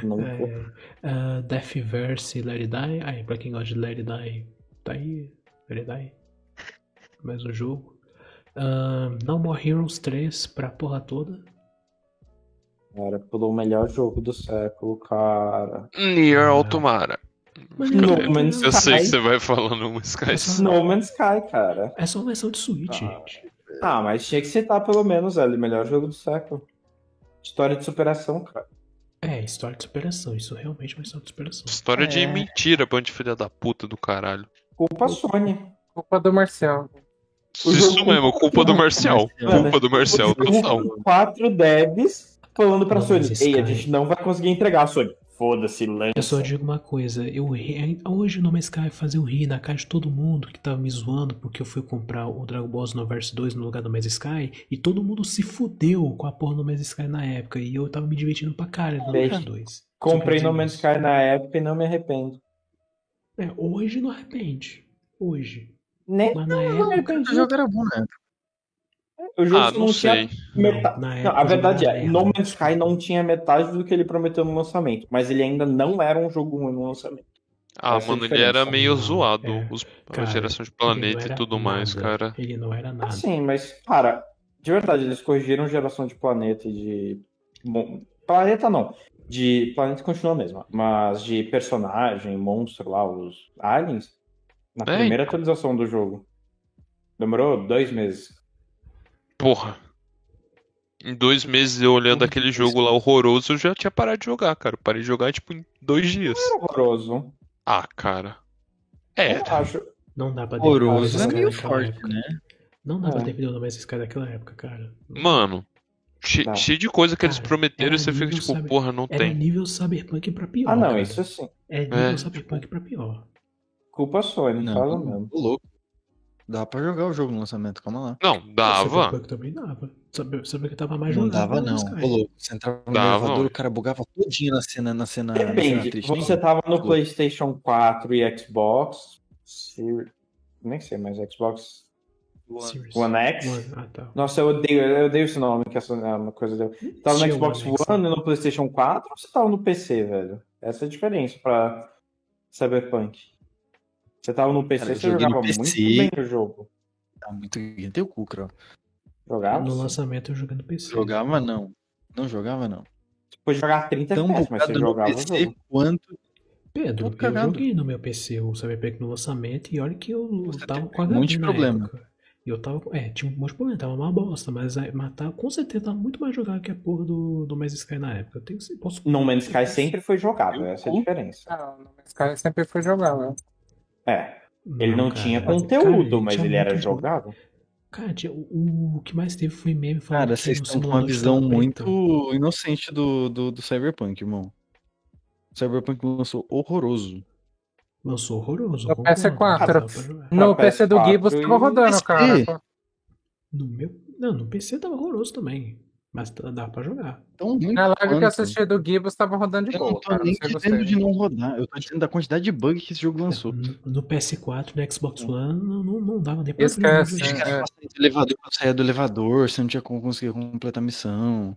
D: Não.
A: É, ah, Deathverse e Let It Die. Aí, pra quem gosta de Let It Die, tá aí. Let It Die. Mais um jogo. Ah, no More Heroes 3 pra porra toda.
D: Cara, pulou o melhor jogo do século, cara.
C: Nier
A: Ah.
C: Automata.
A: Mas,
D: No
A: cara,
D: Man's
C: Eu sei que
D: Ai.
C: você vai falando uma Sky.
D: No Man's Sky, cara.
A: é só uma versão de Switch,
D: Ah.
A: gente.
D: Ah, mas tinha que citar pelo menos, velho. Melhor jogo do século. História de superação, cara.
A: É, história de superação. Isso realmente é uma história de superação.
C: História
D: É.
C: de mentira, bando de filha da puta do caralho.
D: Culpa Sony.
G: Culpa do Marcel.
D: O
C: Isso
D: jogo- é
C: mesmo, culpa do Marcial.
B: Mano,
C: Culpa do Marcial, total.
D: Quatro devs falando pra
A: Não,
D: Sony.
A: mas
D: Ei, a
A: Sky-
D: gente não vai conseguir entregar, Sony. Foda-se,
A: Eu só
D: lança.
A: digo uma coisa, eu ri, é, hoje no Sky fazer eu um rir na cara de todo mundo que tava me zoando porque eu fui comprar o Dragon Ball Xenoverse 2 no lugar do Man's Sky e todo mundo se fudeu com a porra do Man's Sky na época e eu tava me divertindo pra caralho no
D: Beijo.
A: Verse 2.
D: Comprei
A: Só quero
D: No Man's
A: dizer
D: Sky na época e não me arrependo.
A: isso. É, hoje não arrepende. Hoje.
D: Nem
A: Mas na
D: não me
A: época.
B: O
D: arrependi.
B: jogo era bom, né?
D: O jogo
C: Ah,
D: só
C: não sei.
D: Meta...
A: na
D: Não, a
A: época
D: verdade
A: era
D: é,
A: merda.
D: No Man's Sky não tinha metade do que ele prometeu no lançamento, mas ele ainda não era um jogo ruim no lançamento.
C: Ah,
D: Essa
C: mano, ele
D: diferença.
C: era meio zoado.
A: É,
C: os-
A: cara,
C: a geração de
A: Ele não
C: planeta e
A: era
C: tudo mais,
A: nada.
C: cara.
A: Ele não era nada.
D: Sim, mas, cara, de verdade, eles corrigiram geração de planeta e de bom, Planeta não. De planeta continua a mesma, mas de personagem, monstro lá, os aliens, na
C: É,
D: primeira atualização do jogo. Demorou dois meses.
C: Porra. Em dois meses eu olhando aquele jogo lá horroroso, eu já tinha parado de jogar, cara. Eu parei de jogar, tipo, em dois dias.
D: Horroroso.
C: Ah, cara. É,
D: Eu acho.
A: Não dá pra definir
B: Horroroso
A: esse
B: é
A: cara
B: meio
A: daquela
B: forte,
A: época.
B: né?
A: Não dá pra
D: É.
A: definir o nome desse cara daquela época, cara.
C: mano. che-
D: Tá.
C: Cheio de coisa que eles
A: Cara,
C: prometeram e
A: era
C: você fica
A: nível,
C: tipo,
A: sabe? é
C: porra, não
A: Era
C: tem.
A: nível cyberpunk pra pior.
D: Ah, não,
A: cara.
D: isso sim.
A: É nível
C: É,
A: cyberpunk pra pior.
D: Culpa sua, ele
B: Não.
D: fala mesmo.
B: Ô, louco. Dá pra jogar o jogo no lançamento, calma lá.
C: Não, dava.
A: Cyberpunk também dava. Sabe, sabe que tava mais
B: não
A: jogado
B: dava,
A: no
B: não.
A: Sky.
B: Ô, louco. Você entrava no
C: Dava,
B: elevador,
C: ué.
B: o cara bugava todinho na cena, na cena, na cena
D: Depende.
B: triste.
D: Você tava no PlayStation 4 e Xbox. Series- Nem sei, mas Xbox
A: Serious.
D: One X.
A: One, Ah, tá.
D: Nossa, eu odeio, eu odeio esse nome que essa é uma coisa deu. Tava
A: Tinha
D: no
A: um
D: Xbox
A: One X,
D: One
A: né?
D: e no PlayStation 4 ou você tava no PC, velho? Essa é a diferença pra Cyberpunk. Você tava no PC,
B: Cara, eu
D: você
B: joguei no
D: jogava muito
B: PC.
D: bem o jogo.
B: Tá muito guia. Teu cu, cara.
D: Jogava?
A: No lançamento eu jogando PC.
B: Jogava não. Não jogava não.
D: Você podia jogar 30
B: Tão
D: FPS, mas você
B: bugado no
D: jogava o
B: PC
D: jogo.
B: quanto
A: Pedro,
B: Todo
A: eu
B: cagado.
A: joguei no meu PC o Cyberpunk no lançamento e olha que eu
B: Você
A: tava
B: teve
A: com
B: um
A: HD
B: monte de
A: na
B: problema.
A: época. E eu tava. com- É, tinha um monte de problema, tava uma bosta, mas, aí- mas tava, com certeza tava muito mais jogado que a porra do, do Mass Sky na época. Eu tenho, que- posso,
D: No Man's Sky sempre foi jogável, essa é a
B: cu.
D: diferença.
G: Não, não, esse cara sempre foi jogar, né?
D: É, ele não,
A: cara,
D: tinha
A: cara,
D: conteúdo,
A: tinha
D: mas ele era
A: muito-
D: jogável.
A: Cara, tinha- o, o que mais teve foi meme falando
B: Cara,
A: que
B: vocês
A: no
B: estão com uma
A: simulador de
B: visão
A: trabalho,
B: muito
A: então.
B: inocente do, do, do Cyberpunk, irmão. Cyberpunk lançou horroroso.
A: Lançou horroroso.
G: No
A: concordo,
G: PS4.
A: não dá pra jogar.
G: No
D: Pra
G: PC do
D: PS4
G: Gibbs
D: e
G: tava rodando,
B: PSP.
G: cara.
A: No meu. Não, no PC tava horroroso também. Mas t- dava pra jogar.
B: Tão ruim
G: Na live que
B: quanto.
G: eu assisti do Gibbs tava rodando de
B: Eu não
G: boa,
B: tô
G: cara.
B: nem
G: Não sei
B: dizendo de
G: você.
B: não rodar. Eu tô dizendo da quantidade de bug que esse jogo lançou.
A: No, Uhum. no PS4, no Xbox
C: Uhum.
A: One, não, não, não dava nem pra
G: Esquece,
A: jogar.
B: Os
G: é.
B: caras
D: né?
B: passavam do elevador quando saía do elevador, você não tinha como conseguir completar a missão.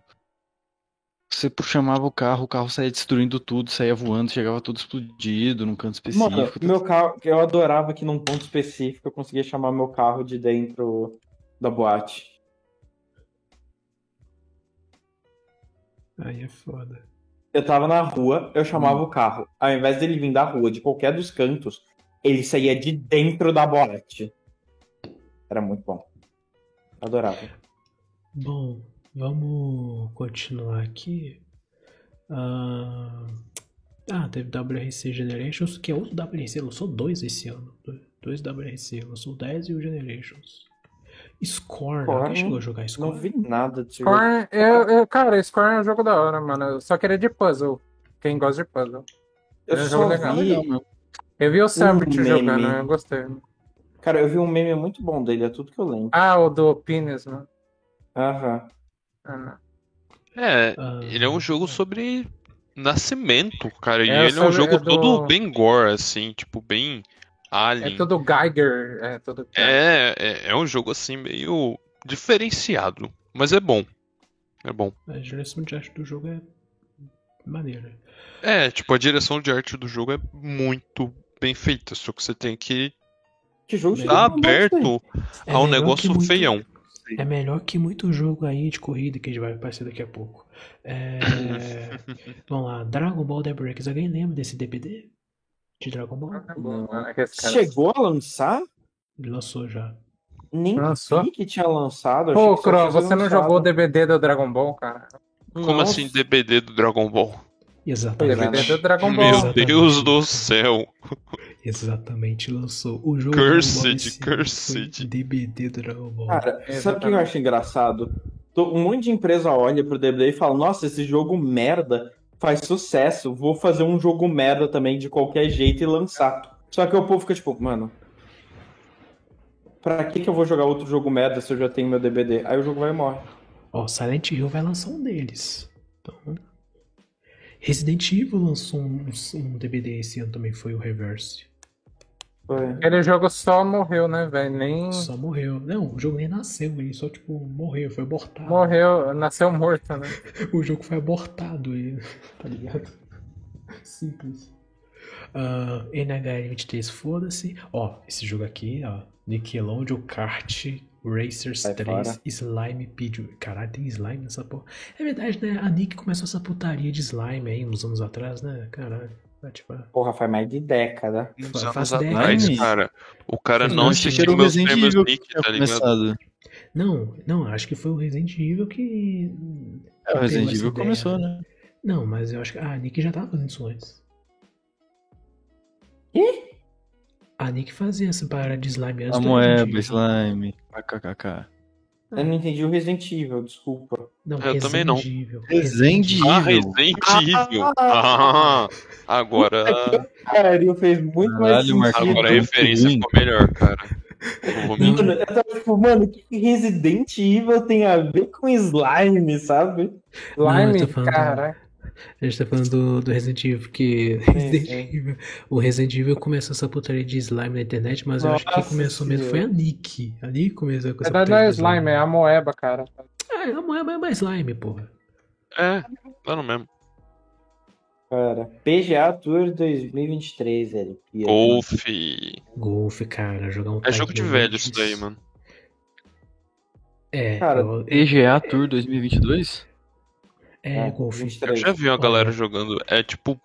B: Você pu- chamava o carro, o carro saía destruindo tudo, saía voando, chegava todo explodido num canto específico.
D: Mano, meu carro, eu adorava que num ponto específico eu conseguia chamar meu carro de dentro da boate.
A: Aí é foda.
D: Eu tava na rua, eu chamava
G: Hum.
D: o carro. Ao invés dele vir da rua, de qualquer dos cantos, ele saía de dentro da boate. Era muito bom. Adorava.
A: Bom, vamos continuar aqui. Ah, ah, teve WRC Generations, que é outro WRC, lançou dois esse ano. Do- Dois WRC, lançou o 10 e o Generations. Scorn,
D: Scorn,
A: alguém chegou a jogar Scorn?
D: Não vi nada disso.
G: Scorn, eu, eu, cara, Scorn é um jogo da hora, mano. Eu só queria de puzzle. Quem gosta de puzzle.
D: Eu
G: É um
D: só
G: jogo legal,
D: vi.
B: legal, meu.
G: Eu vi o Sambit
D: meme.
G: jogando, eu gostei.
D: Cara, eu vi um meme muito bom dele, é tudo que eu lembro.
G: Ah, o do Pines, mano.
D: Aham.
G: Ah, não.
C: É,
A: Ah,
C: ele é um jogo sobre nascimento, cara. E
G: É,
C: ele é um
G: sobre-
C: jogo
G: é do-
C: todo bem gore, assim, tipo, bem alien.
G: É todo Geiger. É todo.
C: É, é, é um jogo assim meio diferenciado, mas é bom. É bom.
A: A direção de arte do jogo é maneira.
C: É, tipo, a direção de arte do jogo é muito bem feita, só que você tem que
D: Que jogo
A: Tá
D: chegou
C: estar
D: no Box Day?
C: aberto
A: É
C: a um
A: melhor que
C: negócio
A: muito-
C: feião.
A: É melhor que muito jogo aí de corrida que a gente vai aparecer daqui a pouco. É, Vamos lá, Dragon Ball The Breakers. Alguém lembra desse DBD? De Dragon Ball?
G: É bom, mano. É que esse cara-
D: Chegou a lançar?
A: Ele lançou já.
D: Nem
G: Lançou?
D: vi que tinha lançado. achei
G: Pô,
D: que só
G: Cro,
D: tinha
G: você não
D: lançado.
G: jogou o DVD do Dragon Ball, cara?
C: Como
D: Nossa.
C: assim DBD do Dragon Ball?
G: O
A: Exatamente.
G: DVD do Dragon Ball.
C: Meu Deus do céu.
A: Exatamente, lançou o jogo
C: Cursed,
A: Dragon Ball esse ano,
C: cursed.
A: foi DBD do Dragon Ball.
D: Cara, sabe o que eu
G: Exatamente.
D: acho engraçado? Tô- Um monte de empresa olha pro DBD e fala: Nossa, esse jogo merda faz sucesso, vou fazer um jogo merda também de qualquer jeito e lançar. Só que o povo fica tipo, mano. Pra que, que eu vou jogar outro jogo merda se eu já tenho meu DBD? Aí o jogo vai e morre.
A: Ó, Silent Hill vai lançar um deles. Então, Resident Evil lançou um, um DBD esse ano também, foi o Reverse.
D: Foi.
G: Aquele jogo só morreu, né, velho? Nem
A: Só morreu. Não, o jogo nem nasceu, ele só, tipo, morreu, foi abortado.
G: morreu, nasceu morto, né?
A: O jogo foi abortado, e- tá ligado? Simples. Ah, NHL 23, foda-se. Ó, esse jogo aqui, ó. Nickelodeon Kart Racers
D: Sai
A: 3
D: fora.
A: Slime Pidgey. Caralho, tem slime nessa porra. É verdade, né? A Nick começou essa putaria de slime aí uns anos atrás, né? Caralho. Vai te falar.
D: Porra, faz mais de década.
C: Uns
A: Fa-
C: anos
A: faço ideia.
C: atrás,
B: Ai,
C: cara. O cara
B: Eu
C: não
B: achei que
C: assistiu
B: o
C: meus
B: Resident
C: prêmios
B: Evil que
C: Nick,
B: tinha
C: tá ligado?
B: começado.
A: Não, não, acho que foi o Resident Evil que.
B: É, o Resident
A: essa
B: Evil
A: ideia,
B: começou, né?
A: Não, mas eu acho que. Ah, a Nick já tava fazendo isso antes.
D: Ih?
A: A Nick fazia essa parada de slime antes
B: A
A: do
C: é,
B: moeba,
A: Resident Evil.
B: slime, kkkk.
D: Eu não entendi o Resident Evil, desculpa.
A: Não,
C: Eu também não.
A: Resident Evil.
B: Resident
C: Ah,
B: Evil.
C: Resident Evil. Ah, agora,
D: Caralho, fez muito mais
B: Caralho, Marcão.
D: sentido.
C: agora a
B: Evil.
C: referência ficou melhor, cara. Eu vou mentir.
D: Mano, eu tava tipo, mano, o que que Resident Evil tem a ver com slime, sabe?
A: Não, eu
G: Slime,
A: tô falando-
G: cara.
A: A gente tá falando do, do Resident Evil, que Resident Evil- o Resident Evil começou essa putaria de slime na internet, mas eu acho que quem
D: Nossa
A: começou mesmo foi a Nick. A Nick começou com
G: Na
A: essa
G: verdade não
A: putaria
G: é
A: de
G: slime, é a moeba, cara.
A: né? Ah, é uma, é uma slime, porra.
C: É, tá no mesmo.
D: Cara, PGA Tour 2023, velho.
C: É,
D: Pia.
C: Golfe.
A: Golfe, cara, jogar um
C: É jogo de
A: Tiger
C: velho
A: Woods.
C: isso daí, mano.
A: É,
D: Cara,
A: eu-
B: EGA Tour 2022?
A: é,
D: É,
A: golfe.
D: 23.
C: Eu já vi uma
A: Olha.
C: galera jogando. É tipo,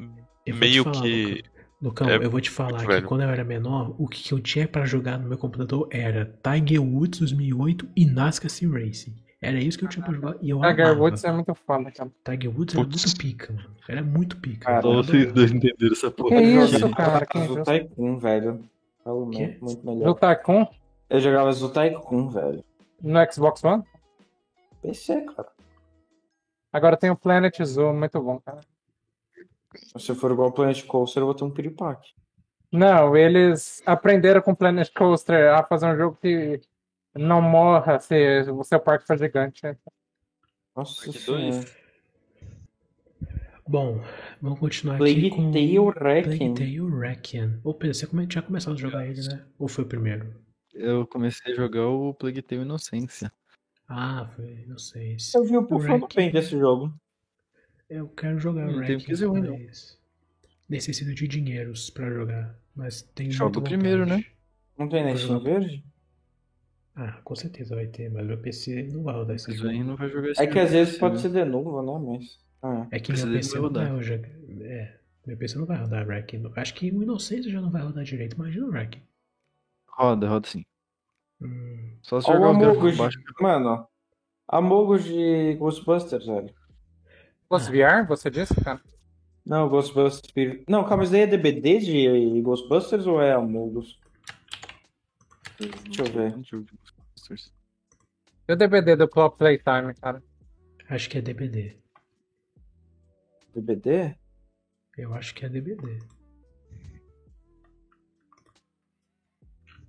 A: Eu vou te
C: meio
A: falar,
C: que.
A: Lucão,
C: É
A: eu vou te falar
C: muito
A: que
C: velho.
A: quando eu era menor, o que eu tinha pra jogar no meu computador era Tiger Woods 2008 e NASCAR Sim Racing. Era isso que eu tinha pra jogar e eu
G: Tiger
A: amava.
G: Woods é muito foda, cara.
A: Tiger Woods era
C: Putz.
A: muito pica, mano. Era muito pica.
D: Cara,
A: Eu
B: Só vocês
A: adorava.
B: dois entenderam essa porra. tá
G: Que isso,
B: Gente,
G: cara, que
D: Azul
G: injusto.
D: Tycoon, velho. Falo
A: Que?
D: mesmo, Muito
G: Do
D: melhor.
G: Tycoon
D: Eu jogava Azul Tycoon, velho.
G: no Xbox One.
D: PC, cara.
G: Agora tem o Planet Zoo, muito bom, cara.
D: Se eu for igual ao Planet Coaster, eu vou ter um piripaque.
G: Não, eles aprenderam com Planet Coaster a fazer um jogo que não morra se o seu parque for gigante.
D: Nossa
B: Plague
D: senhora.
A: Bom, vamos continuar
D: Plague
A: aqui com
D: Tale
A: Plague
D: Wrecking.
A: Tale Requiem. Ô Pedro, você come- tinha começado a jogar ele, né? Ou foi o primeiro?
B: Eu comecei a jogar o Plague Tale Inocência.
A: Ah, foi, não sei. se-
D: Eu vi o povo falando
A: Wrecking.
D: bem desse jogo.
A: Eu quero jogar
B: Não
A: o
B: tem
A: Requiem,
B: por que ser ruim, não.
A: mas necessito de dinheiros pra jogar. Mas tem
B: Joga
A: muita
B: o primeiro, né?
A: vontade.
D: Não tem na Steam Verde?
A: Ah, com certeza vai ter, mas meu PC não vai rodar esse
B: Vocês
A: jogo.
B: aí não vai jogar esse
D: É que às vezes pode ser de novo, né? Mas. Ah,
A: É que
B: Precisa
A: meu
B: dele
A: PC
B: não
A: não
B: vai
A: vai rodar. É, meu PC não vai rodar Rack. Acho que o Inocência já não vai rodar direito, imagina o Rack.
B: Roda, roda sim.
A: Hum,
B: Só se
D: Ó, o
B: jogar o
D: Amogus.
B: gráfico baixo.
D: Mano, Amogus de Ghostbusters, velho.
G: Você VR, você disse, cara?
D: Não, Ghostbusters. Não, calma, mas daí é DBD de Ghostbusters ou é Amogus? Deixa eu ver.
G: E o DVD do Plop Playtime, cara?
A: acho que é DBD.
D: DBD?
A: Eu acho que é DBD.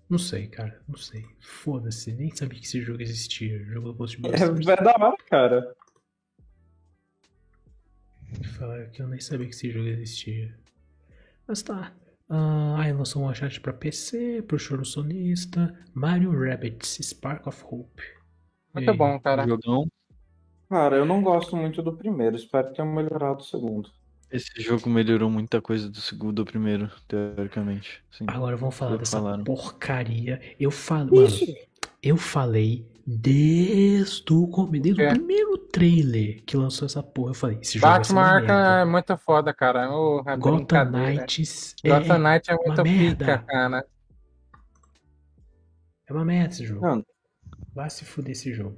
A: Não sei, cara, não sei. Foda-se, nem sabia que esse jogo existia. Jogo do
D: É,
A: Ghostbusters.
D: vai da hora, cara.
A: Falar que eu nem sabia que esse jogo existia. Mas tá. Ah, aí lançou um chat pra PC, pro Choro Sonista, Mario Rabbits, Spark of Hope.
G: Muito
A: Ei,
G: bom, cara.
B: Jogão.
D: Cara, eu não gosto muito do primeiro. Espero que tenha melhorado o segundo.
B: Esse jogo melhorou muita coisa do segundo ao primeiro, teoricamente. Sim.
A: Agora vamos falar
B: Já
A: dessa
B: falaram.
A: porcaria. Eu falei. Mano, eu falei desde o começo, desde
G: É.
A: o primeiro trailer que lançou essa porra. Eu falei, esse jogo vai ser
G: Batman
A: uma
G: Arkham é
A: merda.
G: muito foda, cara. Oh, é
A: Gotham
G: brincadeira.
A: Knights é,
G: Gotham Knight é
A: uma
G: muito
A: merda.
G: pica, cara.
A: é uma merda esse jogo.
D: Mano.
A: Vai se fuder esse jogo.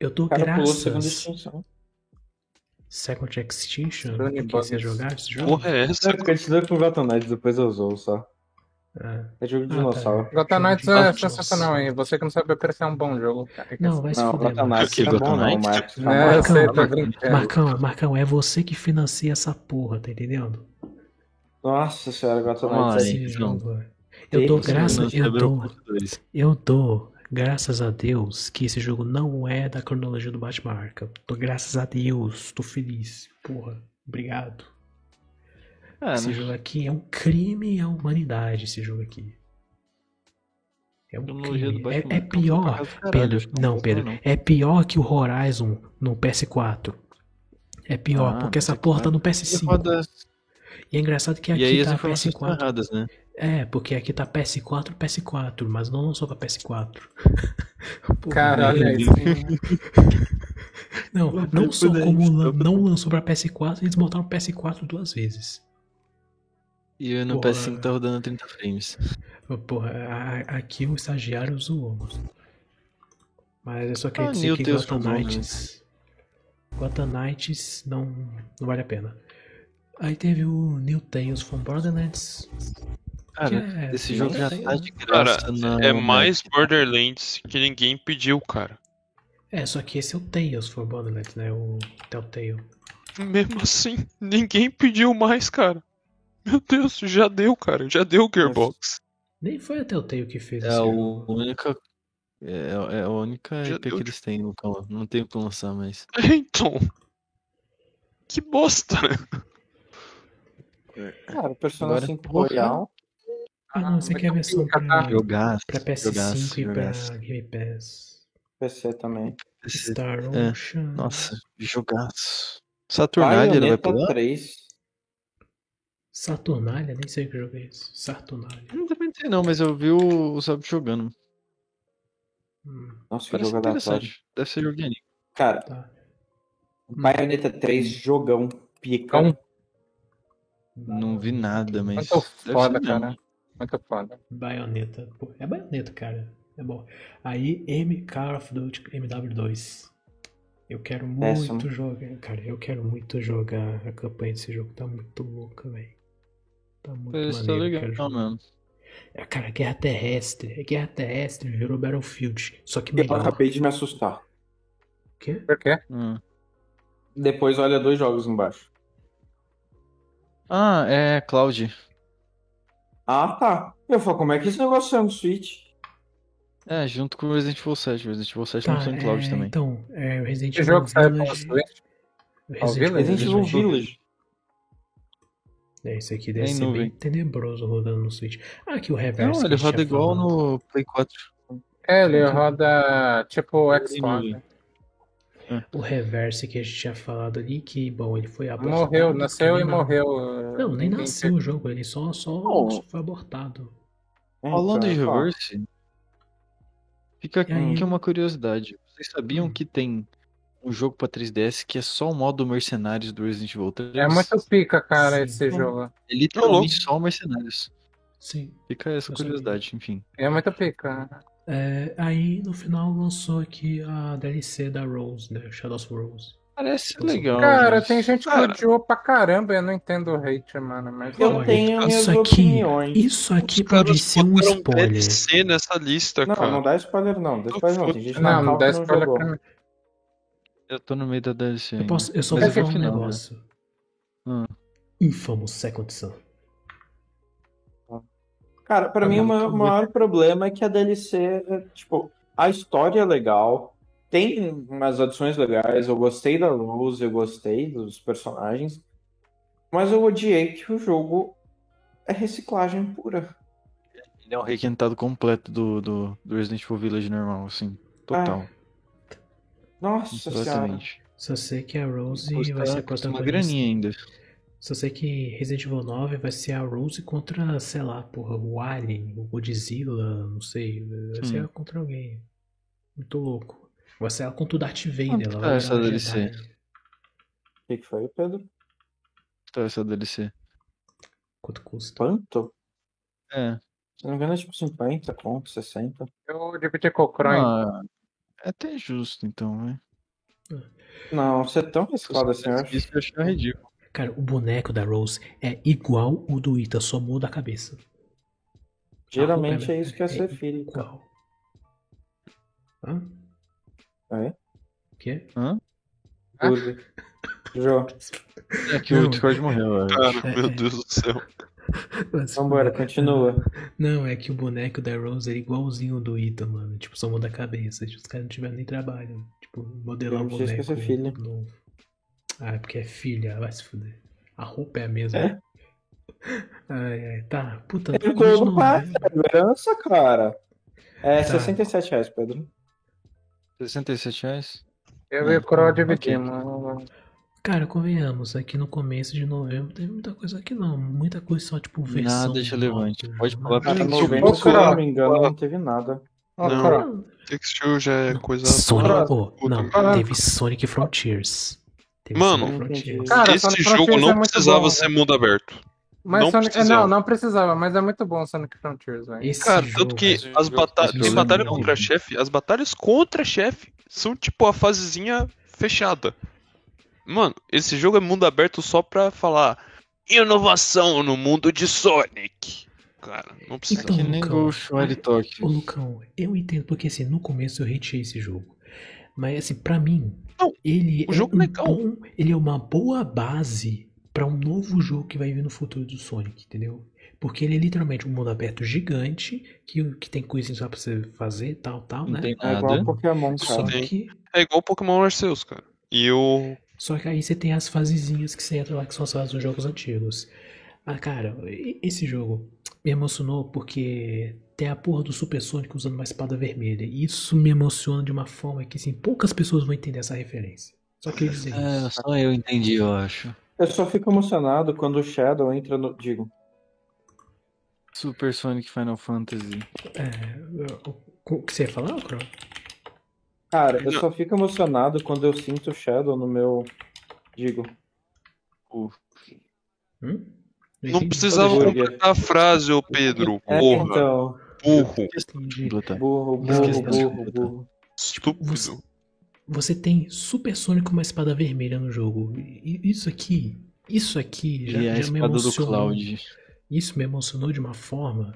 A: Eu tô
D: O cara pulou a segunda
A: graças.
D: extinção.
A: Second Extinction? Por
G: Brony
A: que
G: Buggers.
A: você jogar esse jogo?
C: Porra, é essa?
D: Continua com o Gotham Knights, depois eu zoo só.
A: Ah,
D: É jogo de
A: Ah,
D: dinossauro.
A: tá.
G: Gotham
A: Jogo
G: Knights
A: de
G: é
A: Gotham.
G: sensacional, hein? Você que não sabe oferecer um bom jogo, cara.
A: Não, vai se
D: Não,
A: fuder,
D: Gotham
A: mano.
D: Knights
B: Aqui,
D: não é bom,
B: Gotham
D: não,
B: Knights?
D: Marcos.
G: É, eu sei, tô
A: Marcão,
G: brincando.
A: Marcão, Marcão, é você que financia essa porra, tá entendendo?
D: Nossa senhora, Gotham
B: Vamos
D: Knights.
B: lá,
D: é-
A: Esse
B: não.
A: jogo. é- Eu dou
D: Esse
A: graças,
B: Nossa,
A: eu
B: quebrou
A: dou,
B: parte dois.
A: eu dou graças a Deus que esse jogo não é da cronologia do Batman Arkham. Tô graças a Deus, tô feliz. Porra, obrigado.
B: Ah,
A: Esse
B: não-
A: jogo aqui é um crime à humanidade, esse jogo aqui. É um
B: cronologia do
A: crime. É-
B: Batman
A: é
B: Arkham foi
A: pior,
B: pra casa do caralho, acho
A: Pedro,
B: que não
A: não,
B: voltou,
A: Pedro.
B: não.
A: É pior que o Horizon no PS4. É pior,
B: Ah,
A: porque essa
B: mas é
A: porra tá no
B: claro. E
A: PS5.
B: roda-
A: E é engraçado que
B: E aí assim,
A: aqui
B: as
A: tá
B: informações estão
A: PS4.
B: erradas, né?
A: É, porque aqui tá PS4, PS4, mas não lançou pra PS4. Pô,
G: Caralho,
A: né?
G: é isso aí.
A: Não,
B: Não
A: não
B: tem
A: só
B: poder,
A: como
B: então.
A: lan- não lançou pra PS4, eles botaram PS4 duas vezes.
B: E no
A: Porra.
B: PS5 tá rodando a 30 frames.
A: Porra, a- a- aqui o estagiário zoou. mano. Mas eu só queria
B: Ah,
A: dizer
B: meu
A: que
B: Deus,
A: Gotham
B: tá bom, né?
A: Knights. Gotham Knights não, não vale a pena. Aí teve o New Tales from Borderlands.
B: Cara,
A: que é-
B: esse jogo
A: não
B: já
A: sei,
B: tá
A: né?
B: de graça
C: Cara,
B: na.
C: É mais Borderlands que ninguém pediu, cara.
A: É, só que esse é o Tales from Borderlands, né? O Telltale.
C: Mesmo assim, ninguém pediu mais, cara. Meu Deus, já deu, cara. Já deu o Gearbox.
A: Nem foi a Telltale que fez
B: É
A: esse
B: a
A: jogo.
B: única. É, é a única
C: Já
B: IP
C: deu,
B: que eles têm, Lucão. Não tem o que lançar, mas.
C: Então. Que bosta, né?
D: Cara, Persona
B: Agora,
D: 5
B: porra.
D: Royal.
A: Ah, não, você
G: mas
A: quer a
G: eu
A: versão
G: tenho que
A: Ah, pra,
G: catar.
B: Jogaço.
A: pra PS5
B: jogaço,
A: e
B: jogaço.
A: pra Game Pass.
D: PC também.
B: Esse-
A: Star
B: é,
A: Ocean.
B: Nossa, jogaço. Saturnalia ele vai tá-
D: Bayonetta
B: pra lá?
D: 3.
A: Saturnalia, nem sei que jogo é esse. Saturnalia.
B: Eu tá- Não também sei não, mas eu vi o, o Sub jogando.
A: Hum,
D: Nossa, que
B: Parece
D: jogo aleatório.
B: interessante. Deve ser jogo de anime.
D: Cara,
A: tá.
D: Bayonetta 3, jogão, pica.
G: Então,
B: Não vi nada, mas.
A: é
G: Muito
B: deve
G: foda,
B: ser
G: cara.
B: mesmo.
G: Muito foda.
A: Baioneta. Pô, é baioneta, cara. É bom. Aí, M Call of Duty MW2. Eu quero
D: Péssimo.
A: muito jogar. Cara, eu quero muito jogar a campanha desse jogo. Tá muito louca, velho. Tá muito
C: é
B: Parece que tá
A: maneiro. eu quero
B: legal,
A: jogar.
B: mano.
A: É, Cara, guerra terrestre. É guerra terrestre, virou Battlefield. Só que
D: Eu
A: melhor.
D: acabei de me assustar.
A: O quê?
G: Por quê?
B: Hum.
D: Depois olha dois jogos embaixo.
B: Ah, é Cloud.
D: Ah, tá. Eu falo, como é que esse negócio é um Switch?
B: É, junto com o Resident Evil 7. O Resident Evil 7
A: Tá,
B: lançou em Cloud
A: é,
B: também.
A: então, é, Resident
G: Esse
A: Evil
G: jogo saiu pela
A: Village-
G: Switch.
A: Resident
G: Village?
D: Resident Evil
A: Evil Village.
D: Village.
A: É, isso aqui deve
B: Em
A: ser bem
B: nuvem.
A: tenebroso rodando no Switch. Ah, aqui o reverso.
B: Não,
A: que
B: ele
A: a gente
B: roda
A: tá
B: igual
A: falando.
B: no Play 4.
G: É, ele roda tipo
B: Ele
G: Xbox. né?
A: O reverse que a gente tinha falado ali, que, bom, ele foi abortado.
G: Morreu, nasceu e
A: Não,
G: morreu.
A: né? Não, nem
G: Ninguém
A: nasceu o jogo, ele só, só
B: Não.
A: só foi abortado.
D: É,
B: Falando
D: então,
B: de
D: ó,
B: reverse, fica aqui
A: tá. E aí?
B: uma curiosidade. Vocês sabiam
A: Hum.
B: que tem um jogo pra 3DS que é só o modo Mercenários do Resident Evil 3?
G: É muito pica, cara,
A: Sim.
G: esse jogo.
B: É
C: Ô, louco.
B: literalmente só o Mercenários.
A: Sim.
B: Fica essa
A: Eu sabia.
B: curiosidade, enfim.
G: É muito pica.
A: É, aí, no final, lançou aqui a DLC da Rose, né? Shadows Rose.
B: Parece
A: Nossa.
B: legal.
G: Cara,
B: mas-
G: tem gente que
C: Cara.
G: odiou pra caramba, eu não entendo o hate, mano. Mas
D: Eu
A: Olha,
D: tenho minhas
A: isso aqui-
D: opiniões.
A: Isso aqui
C: Os caras
A: pode ser um
C: botaram
A: spoiler.
C: DLC nessa lista,
D: Não,
C: cara.
D: não dá spoiler não. Dá spoiler não. Tem gente na
G: não, não
D: cal que
G: dá
D: não
G: spoiler
D: jogou.
G: pra mim.
B: Eu tô no meio da DLC.
A: Eu,
B: ainda.
A: posso, eu só
B: Mas
A: vou
B: é que
A: falar um
B: não, né?
A: negócio.
B: Hum.
A: Infamous Second Son.
D: Cara, pra
B: Ah,
D: mim o
B: não,
D: maior,
B: tudo
D: maior problema é que a DLC, é, tipo, a história é legal, tem umas adições legais, eu gostei da Rose, eu gostei dos personagens, mas eu odiei que o jogo é reciclagem pura.
B: Ele é um requentado completo do, do, do Resident Evil Village normal, assim. Total.
D: Nossa senhora.
B: Exatamente.
A: Só sei que a Rose
B: Custa,
A: vai ser a
B: custa uma
A: protagonista.
B: graninha ainda.
A: Só sei que Resident Evil 9 vai ser a Rose contra, sei lá, porra, o Alien, o Godzilla, não sei. Vai ser
B: Hum.
A: ela contra alguém. Muito louco. Vai ser ela contra o Darth Vader.
B: Quanto
A: Ela
B: tá
A: vai
B: essa
A: virar uma
B: DLC?
A: Jedi.
D: O que que foi, Pedro?
B: Tá, essa DLC.
A: Quanto custa?
D: Quanto?
B: É.
D: Se não me engano é tipo 50 conto, 60.
G: Eu dividi com o Croin.
B: Ah, é até justo, então, né?
D: Não, você é tão reciclado assim, eu acho.
B: Isso eu achei ridículo.
A: Cara, o boneco da Rose é igual o do Ita, só muda a cabeça.
D: Geralmente é isso que é ser
A: é
D: filho.
A: Igual. Hã?
D: É?
A: O quê?
D: Burger. Jô,
B: É que
A: Não.
B: o Discord morreu, eu acho.
C: Cara,
A: É,
C: meu
A: é.
C: Deus do céu.
D: vambora, continua.
A: Não, é que o boneco da Rose é igualzinho ao do Ita, mano. Tipo, só muda a cabeça. Tipo, os caras não tiveram nem trabalho. Tipo, modelar
D: Eu
A: o
D: não sei se
A: boneco.
D: essa é filha.
A: novo. Ah, é porque é filha, vai se fuder. A roupa é a mesma.
D: É?
A: Ai, ai, tá. Puta,
D: Ele
A: vamos
D: ganhou
A: de
D: no passe,
A: novo, né?
D: segurança, cara. É,
A: Tá.
D: 67 reais, Pedro.
B: 67 reais?
G: Eu e o
B: Ah,
G: Crow
B: ok.
G: dividimos.
A: Cara, convenhamos, aqui no começo de novembro teve muita coisa aqui não. Muita coisa só, tipo, versão.
B: Nada deixa
A: nova,
B: relevante.
A: né?
B: Pode falar
C: Tá
B: pra tipo,
D: Até
B: gente.
D: novembro, se eu
G: cara.
D: não me engano, não teve nada.
G: Ó,
C: Não.
G: cara,
C: Texture já é coisa.
A: Sonic,
C: Caralho.
A: pô, não,
G: Caraca.
A: teve Sonic Frontiers. Teve
C: Mano,
A: Sonic Frontiers.
D: Cara,
C: Esse
G: Sonic
C: jogo
G: Frontiers é
C: não
G: muito
C: precisava
G: bom,
C: ser mundo aberto.
G: mas
C: não
G: Sonic-
C: precisava.
G: não, não precisava, mas é muito bom Sonic Frontiers, velho.
A: Esse
C: Cara,
A: jogo- é
C: tanto que
B: esse
C: as
B: jogo-
C: batalhas,
B: esse
C: tem
B: jogo é
C: batalha
B: muito
C: contra
B: bom.
C: chefe, as batalhas contra chefe são tipo a fasezinha fechada. Mano, esse jogo é mundo aberto só pra falar inovação no mundo de Sonic. Cara, não precisa.
A: Então,
B: Que nem
A: cara.
B: Ghost Wire Talk.
A: Ô, Lucão, eu entendo, porque assim, no começo eu hateei esse jogo. Mas assim, pra mim,
C: Não,
A: ele
C: o
A: é
C: jogo
A: um
C: legal.
A: bom- ele é uma boa base pra um novo jogo que vai vir no futuro do Sonic, entendeu? Porque ele é literalmente um mundo aberto gigante, que, que tem coisinhas lá pra você fazer, tal, tal,
B: Não
A: né?
B: tem
D: É igual
B: nada.
D: a Pokémon,
A: Só
D: cara.
C: Sim.
A: que,
C: É igual o Pokémon Arceus, cara. E o.
A: só que aí você tem as fasezinhas que você entra lá, que são as fases dos jogos antigos. Ah, cara, e- esse jogo me emocionou porque tem a porra do Super Sonic usando uma espada vermelha. E isso me emociona de uma forma que, assim, poucas pessoas vão entender essa referência. Só queria dizer
B: É,
A: isso.
B: só eu entendi, eu acho.
D: Eu só fico emocionado quando o Shadow entra no. Digo,
B: Super Sonic Final Fantasy.
A: É, o o que você ia falar, Cro?
D: cara, eu
C: Não.
D: só fico emocionado quando eu sinto o Shadow no meu. Digo.
A: Hum?
C: Não
A: entendi.
C: precisava
D: Todo jogo é.
C: completar a frase, ô Pedro.
D: É,
C: Porra,
D: então.
C: burro,
A: tipo, Entendi.
B: Botar.
D: Burro, burro,
B: Esqueci.
D: burro, burro.
A: Você,
C: estúpido.
A: você tem Super Sonic com uma espada vermelha no jogo. E- e Isso aqui, isso aqui já,
B: E é a
A: já me
B: espada do
A: emocionou.
B: Cloud.
A: Isso me emocionou de uma forma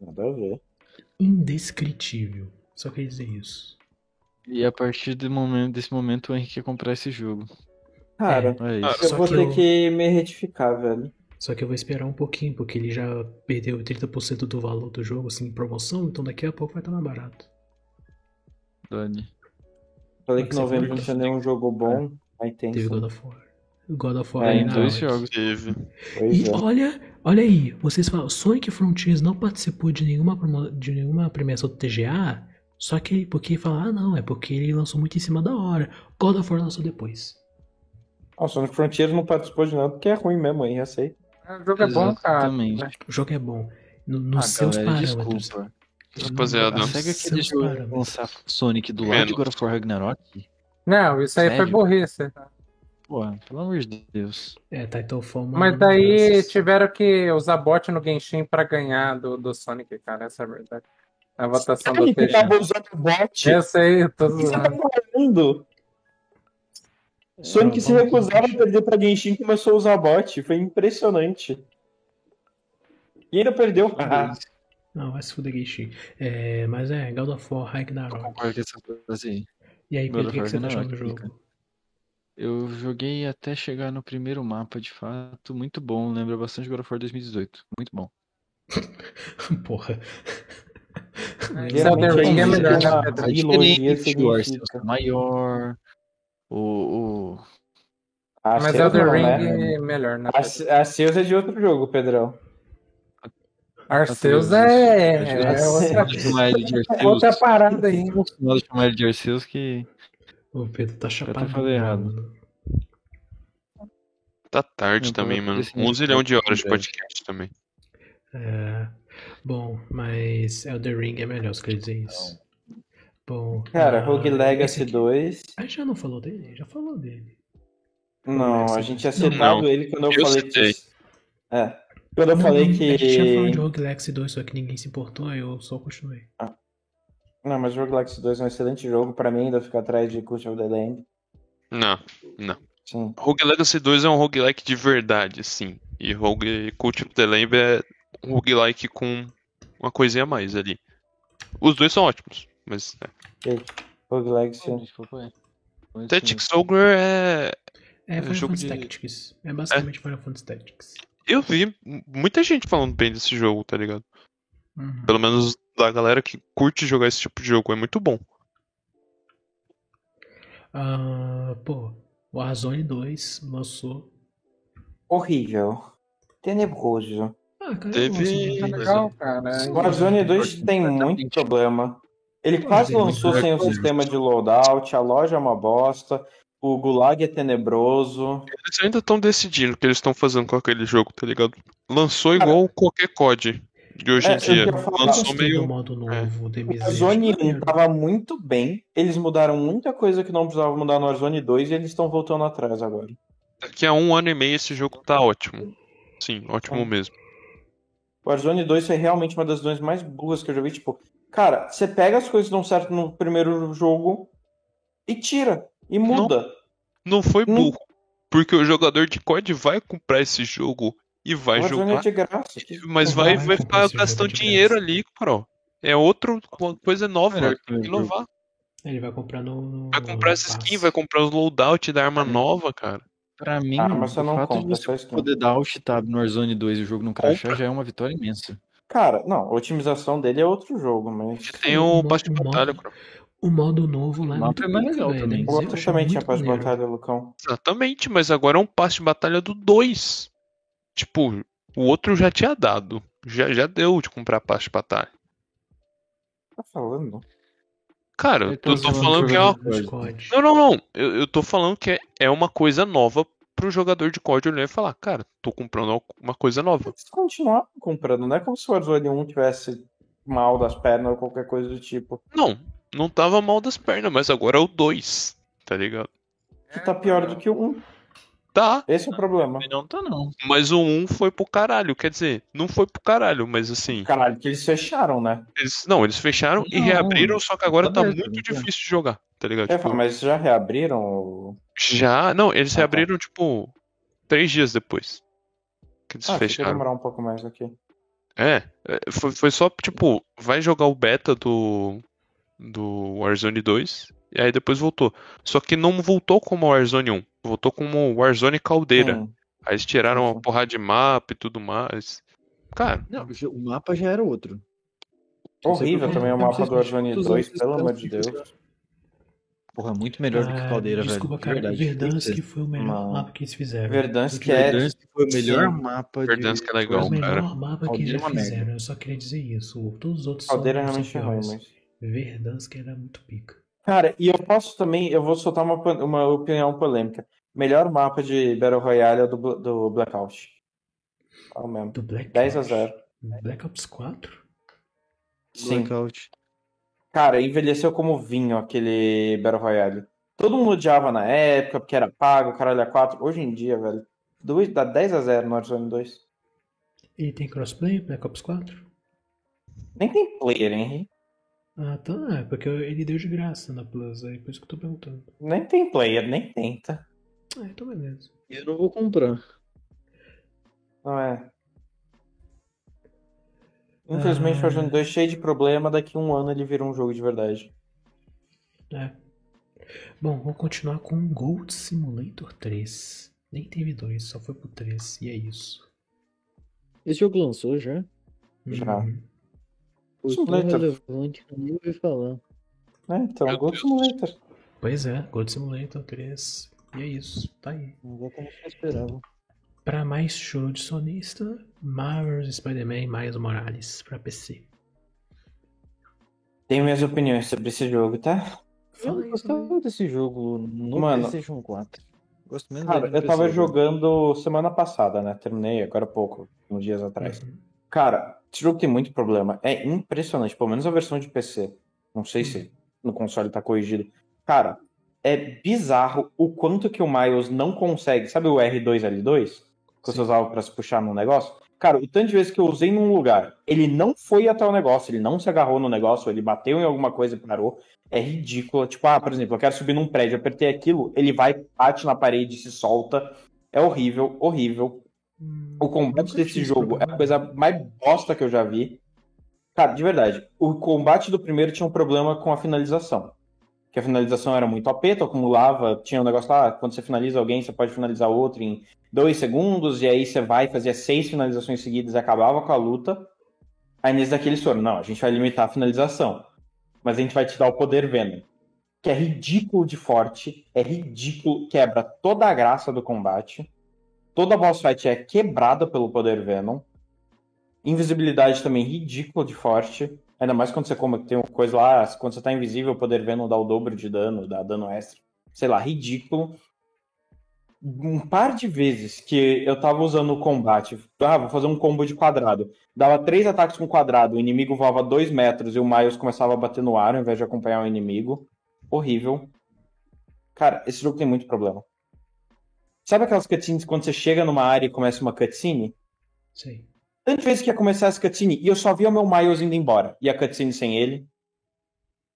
D: Nada a
A: É,
D: ver.
A: indescritível. Só queria dizer isso.
B: E a partir do momento, desse momento o Henrique quer comprar esse jogo.
D: Cara,
B: É
C: Ah,
B: isso.
D: eu
A: só
D: vou
A: que
D: ter
A: eu-
D: que me retificar, velho.
A: Só que eu vou esperar um pouquinho, porque ele já perdeu 30% do valor do jogo, assim, em promoção, então daqui a pouco vai estar mais barato.
B: Dani.
D: Falei
A: Mas
D: que
A: você
D: novembro
A: foi-
D: não tinha nenhum jogo bom. Aí tem.
A: Teve
D: sim.
A: God of War. God of War
D: É,
A: aí
B: Tem
A: na
B: Tá dois
A: hora.
B: jogos.
C: Teve.
D: Pois
A: E
D: é.
A: olha, olha aí, vocês falam, Sonic Frontiers não participou de nenhuma, promo- de nenhuma premiação do TGA, só que porque fala, ah não, é porque ele lançou muito em cima da hora. God of War lançou depois.
D: Ah, o Sonic Frontiers não participou de nada porque é ruim mesmo, hein? Já sei.
G: O jogo é bom, cara.
B: Exatamente.
A: O jogo é bom. No- nos
B: Ah,
A: seus
B: galera,
A: parâmetros.
B: Desculpa.
C: Rapaziada.
B: A
A: Nos
B: SEGA que
A: seus
B: deixou
A: parâmetros.
B: lançar Sonic do lado de
C: Menos.
B: God of War Ragnarok?
G: Não, isso aí foi
B: Sério?
G: burrice.
B: Porra, pelo amor de Deus.
A: É, Titanfall, mano.
G: Mas tá daí
A: graças.
G: tiveram que usar bot no Genshin pra ganhar do, do Sonic, cara, essa é a verdade. A votação do
H: Ele
D: né?
G: TG.
H: acabou Tá usando o
D: É.
H: bot.
G: Eu sei, eu tô
H: Você tá
G: zoando.
H: falando? Sonic se recusava a perder pra Genshin e começou a usar bot. Foi impressionante.
D: E ainda perdeu.
B: Ah,
A: Não, vai se fuder, Genshin. É, mas é, God of War,
B: Eu
A: Ragnarok.
B: concordo com essa frase aí.
A: E aí, Pedro,
B: God
A: o
B: of
A: que, que você tá
B: War
A: achando do
B: Ragnarok,
A: jogo?
B: Eu joguei até chegar no primeiro mapa, de fato, muito bom. Lembra bastante God of War 2018. Muito bom.
A: Porra.
G: Esse é o The Ring é melhor, né,
D: Realmente,
G: Pedro?
B: A
D: A trilogia
B: diferença de Orson
D: significa.
B: é maior. O, o-
D: Ah,
G: Mas
D: sei
G: Elden
D: não,
G: Ring é melhor, né?
D: Arce- Arceus é de outro jogo, Pedrão.
G: Arceus é,
B: Arceus.
G: é outra,
B: Pode chamar ele de Arceus.
G: outra parada aí.
B: Nós chamar ele de Arceus que.
A: O Pedro tá chapado.
B: falei errado.
A: mano.
C: Tá tarde
B: Não,
C: também,
B: tava
C: mano.
B: desse
C: Um
B: jeito,
C: zilhão de horas de
B: verdade.
C: podcast também.
A: É, bom, mas Elder Ring é melhor, você quer dizer isso. Bom.
D: Cara,
A: ah,
D: Rogue
A: esse
D: Legacy
A: aqui-
D: 2.
A: A gente já não falou dele? Já falou dele.
D: Não,
A: Esse
D: a
A: aqui.
D: gente tinha
A: Não,
D: citado
C: não.
D: ele quando eu,
C: Eu
D: falei
C: citei.
D: que. É. Quando eu
A: Não,
D: falei
A: A gente tinha falado de
D: que.
A: Rogue Legacy 2, só que ninguém se importou, aí eu só continuei.
D: Não, mas Rogue Legacy 2 é um excelente jogo. Pra mim, ainda fica atrás de Cult of the Land.
C: Não.
D: Sim.
C: Rogue Legacy 2 é um roguelike de verdade, sim. E Rogue Cult of the Lamb é um roguelike com uma coisinha a mais ali. Os dois são ótimos, mas é.
D: Rogue Legacy.
C: Tactics Ogre é.
A: É
C: É,
A: Final
C: jogo
A: Fantasy
C: de-
A: Tactics. É basicamente Final Fantasy Tactics.
C: Eu vi m- muita gente falando bem desse jogo, tá ligado?
A: Uhum.
C: Pelo menos da galera que curte jogar esse tipo de jogo, é muito bom.
A: Ah, pô, Warzone 2 lançou.
D: Horrível. Tenebroso.
A: Ah, cara,
C: Teve-
G: Tá
A: eu gosto de-
G: legal, cara. É
D: Warzone 2 tem muito problema. Ele quase lançou sem o sistema de loadout, a loja é uma bosta, O Gulag é tenebroso.
C: Eles ainda estão decidindo o que eles estão fazendo com aquele jogo, tá ligado? Lançou igual qualquer COD de hoje
D: É,
C: em
D: eu
C: dia.
D: ia falar,
C: Lançou um
A: meio...
C: meio. É.
A: modo novo, DMZ.
D: O Zone
A: acho que
D: 1 tava muito bem. Eles mudaram muita coisa que não precisava mudar no Warzone 2 e eles estão voltando atrás agora.
C: Daqui a um ano e meio esse jogo tá ótimo. Sim, ótimo
D: Hum.
C: mesmo.
D: O Warzone 2 foi realmente uma das decisões mais burras que eu já vi. Tipo, cara, você pega as coisas que dão certo no primeiro jogo e tira. E muda.
C: Não foi
A: Hum.
D: Não.
C: burro. Porque o jogador de COD vai comprar esse jogo e vai
D: o Warzone é
C: jogar.
D: de graça.
C: Mas
A: Não
C: vai,
A: vai comprar
C: vai ficar
A: esse jogo
C: gastando
A: de graça.
C: dinheiro ali, Carol. É outra coisa nova,
B: Melhor
C: né?
B: que o jogo.
C: inovar.
D: tá?
A: Ele vai comprar no.
C: Vai comprar essa skin,
A: passe.
C: vai comprar os loadout da arma nova, cara.
B: Pra mim,
D: Ah, mas você
B: o
D: não
B: fato
D: compra,
B: de você
D: só esquema.
B: poder dar Alt Tab no Warzone 2 e o jogo não crashar já é uma vitória imensa.
D: Cara, não, a otimização dele é outro jogo, mas.
C: Tem o
A: Modo-
C: passe de batalha, Carol.
A: O modo novo lá
B: O
A: é
B: mapa
A: muito
B: é mais
A: pica,
B: legal
A: velho.
B: também.
D: O
A: DMZ eu
D: outro
A: acho
D: também
A: tá muito
D: tinha paz de
A: maneiro.
D: batalha, Lucão.
C: Exatamente, mas agora é um passe de batalha do 2. Tipo, o outro já tinha dado. Já, já deu de comprar passe de batalha.
D: Tá falando?
C: Cara, eu
B: Ele
C: tô,
B: tá
C: tô
B: usando
C: falando que é uma...
B: jogador
A: Os
B: de COD.
A: COD.
C: Não, não, não. Eu, eu tô falando que é, é uma coisa nova pro jogador de COD olhar e falar, cara, tô comprando uma coisa nova.
D: Eles continuaram comprando, não é como se o Warzone 1 tivesse mal das pernas ou qualquer coisa do tipo.
C: Não, não tava mal das pernas, mas agora é o 2, tá ligado?
D: Que tá pior do que o 1.
C: Tá,
D: Esse é o problema.
B: Não tá não.
C: mas o 1 foi pro caralho. Quer dizer, não foi pro caralho, mas assim...
D: Caralho, que eles fecharam, né?
C: Eles, não, eles fecharam e
B: Não,
C: reabriram, só que agora
B: tá
C: tá
B: aberto,
C: muito
B: não tem.
C: difícil de jogar, tá ligado?
D: Eu ia
C: Tipo,
D: falar, É, mas já reabriram? o-
C: já. Não, eles
D: Ah, tá.
C: reabriram, tipo, três dias depois. Que eles
D: Ah, achei que ia
C: fecharam.
D: demorar um pouco mais aqui.
C: É, é, foi, foi só, tipo, vai jogar o beta do, do Warzone 2 e aí depois voltou. Só que não voltou como Warzone 1, voltou como Warzone Caldeira.
A: É.
D: Hum,
C: Aí eles tiraram uma
D: Uhum.
C: porrada de mapa e tudo mais. Cara,
B: Não,
C: não,
B: o mapa já era outro.
D: horrível também o
B: Não
D: mapa
B: sei
D: do
B: por que
D: Warzone
B: todos
D: 2,
B: esses
D: pelo amor
B: caras
D: de
B: ficam-
D: Deus.
B: Porra, é muito melhor do que
A: Ah,
B: Caldeira,
A: Desculpa,
B: velho.
A: cara. Verdade, que foi o melhor
D: Não.
A: mapa que eles fizeram.
D: Verdance que é.
B: Verdansk foi o melhor
D: Sim.
B: mapa
C: Verdansk
B: de...
C: é legal.
A: Foi o
C: Não, cara.
A: melhor mapa que
B: Caldeira
A: eles
B: é uma merda.
A: fizeram. Eu só queria dizer isso. Todos os outros são,
D: Caldeira é
A: são
D: realmente é ruim,
A: piores.
D: mas.
A: Verdansk era muito pica.
D: Cara, e eu posso também, eu vou soltar uma, pan- uma opinião polêmica. Melhor mapa de Battle Royale é o do, Bla- do Blackout. É o mesmo.
A: Do Black
D: 10 a
A: Ops.
D: 0.
A: Black Ops 4?
D: Sim.
B: Blackout.
D: Cara, envelheceu como vinho aquele Battle Royale. Todo mundo odiava na época, porque era pago, caralho, a 4. Hoje em dia, velho, dois- dá 10 a 0 no Warzone 2.
A: Ele tem crossplay, Black Ops 4?
D: Nem tem player, hein?
A: Ah, tá. É porque ele deu de graça na Plus, aí por isso que eu tô perguntando.
D: Nem tem player, nem tenta.
A: Ah, então beleza.
B: Eu não vou comprar.
D: Não é? Infelizmente, o
E: É.
A: Ah.
D: Warzone 2 cheio de problema, daqui a um ano ele vira um jogo de verdade.
A: É. Bom, vou continuar com Gold Simulator 3. Nem teve dois, só foi pro 3, e é isso.
E: Esse jogo lançou já?
D: Já.
A: Uhum.
E: Foi
D: Sim,
E: tão
D: né, então.
E: relevante que eu nem ouvi falar.
D: Né? Então,
C: Meu
D: Gold
C: Deus.
D: Simulator.
A: Pois é, Gold Simulator 3, e é isso. Tá aí.
E: Exatamente o que eu esperava.
A: Pra mais show de sonista, Marvel's Spider-Man Miles Morales pra PC.
D: Tenho minhas opiniões sobre esse jogo, tá?
E: Eu não
A: Fala aí, fala aí.
E: gostava desse jogo no
D: Mano.
E: PlayStation 4.
B: Gosto menos
D: Cara,
B: dele no
D: eu tava
B: PC,
D: jogando semana passada, né? Terminei agora há pouco, uns dias atrás. Cara, esse jogo tem muito problema. É impressionante, pelo menos a versão de PC. Não sei se no console tá corrigido. Cara, é bizarro o quanto que o Miles não consegue. Sabe o R2L2? Que você usava pra se puxar num negócio? Cara, o tanto de vezes que eu usei num lugar, ele não foi até o negócio, ele não se agarrou no negócio, ele bateu em alguma coisa e parou. É ridículo. Tipo, ah, por exemplo, eu quero subir num prédio, eu apertei aquilo, ele vai, bate na parede, se solta. É horrível, horrível,
A: Hum,
D: o combate
A: nunca
D: desse
A: tive
D: jogo é
A: problema.
D: a coisa mais bosta que eu já vi. Cara, de verdade, o combate do primeiro tinha um problema com a finalização. Que a finalização era muito OP, tu acumulava, tinha um negócio lá, quando você finaliza alguém, você pode finalizar outro em dois segundos, e aí você vai fazer seis finalizações seguidas e acabava com a luta. Aí nesse daqui eles foram, não, a gente vai limitar a finalização, mas a gente vai te dar o poder Venom. Que é ridículo de forte, é ridículo, quebra toda a graça do combate. Toda boss fight é quebrada pelo poder Venom. Invisibilidade também ridícula de forte. Ainda mais quando você come, tem uma coisa lá, quando você tá invisível, o poder Venom dá o dobro de dano, dá dano extra. sei lá, ridículo. Um par de vezes que eu tava usando o combate, ah, vou fazer um combo de quadrado. Dava três ataques com quadrado, o inimigo voava dois metros e o Miles começava a bater no ar ao invés de acompanhar o inimigo. Horrível. Cara, esse jogo tem muito problema. Sabe aquelas cutscenes quando você chega numa área e começa uma cutscene?
A: né? Sei.
D: Tantas vezes que ia começar essa cutscene e eu só via o meu Miles indo embora. E a cutscene sem ele.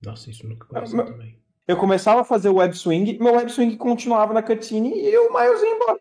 A: Nossa, isso nunca aconteceu
D: mas-
A: também.
D: Eu começava a fazer o web swing, meu web swing continuava na cutscene e o Miles ia embora.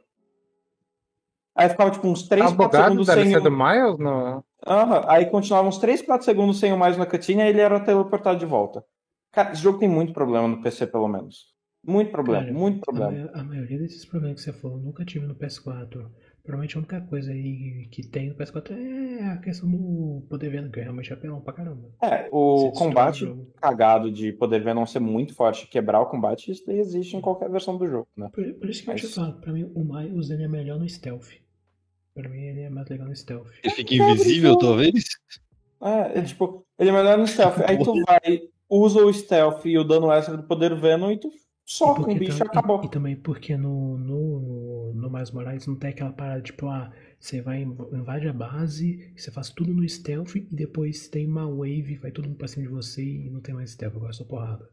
D: Aí ficava tipo uns 3, 4
G: Tá bugado o
D: segundos sem um.
G: DLC
D: o...
G: do Miles? No...
D: Aham, Aí continuava uns 3, 4 segundos sem o Miles na cutscene e ele era teleportado de volta. Cara, esse jogo tem muito problema no PC, pelo menos. Muito problema,
A: Cara,
D: muito
A: A,
D: problema.
A: ma- a maioria desses problemas que você falou, eu nunca tive no PS4. Provavelmente a única coisa aí que tem no PS4 é a questão do poder vendo, que realmente é apelão pra caramba.
D: É,
A: Você
D: o
A: destrói
D: combate
A: jogo.
D: cagado de poder ver não ser muito forte, quebrar o combate, isso daí existe em qualquer versão do jogo, né?
A: Por, por isso que eu
D: Mas-
A: te falo, pra mim o Miles ele é melhor no stealth. Pra mim ele é mais legal no stealth.
B: Ele fica invisível, talvez?
D: É, é tipo, ele é melhor no stealth. Aí tu vai, usa o stealth e o dano extra do poder Venom e tu soca um
A: Porque
D: bicho e
A: tam-
D: acabou.
A: E, e também porque no, no, no Miles Morales não tem aquela parada tipo, ah, você vai, inv- invade a base, você faz tudo no stealth e depois tem uma wave, vai todo mundo pra cima de você e não tem mais stealth, agora é só porrada.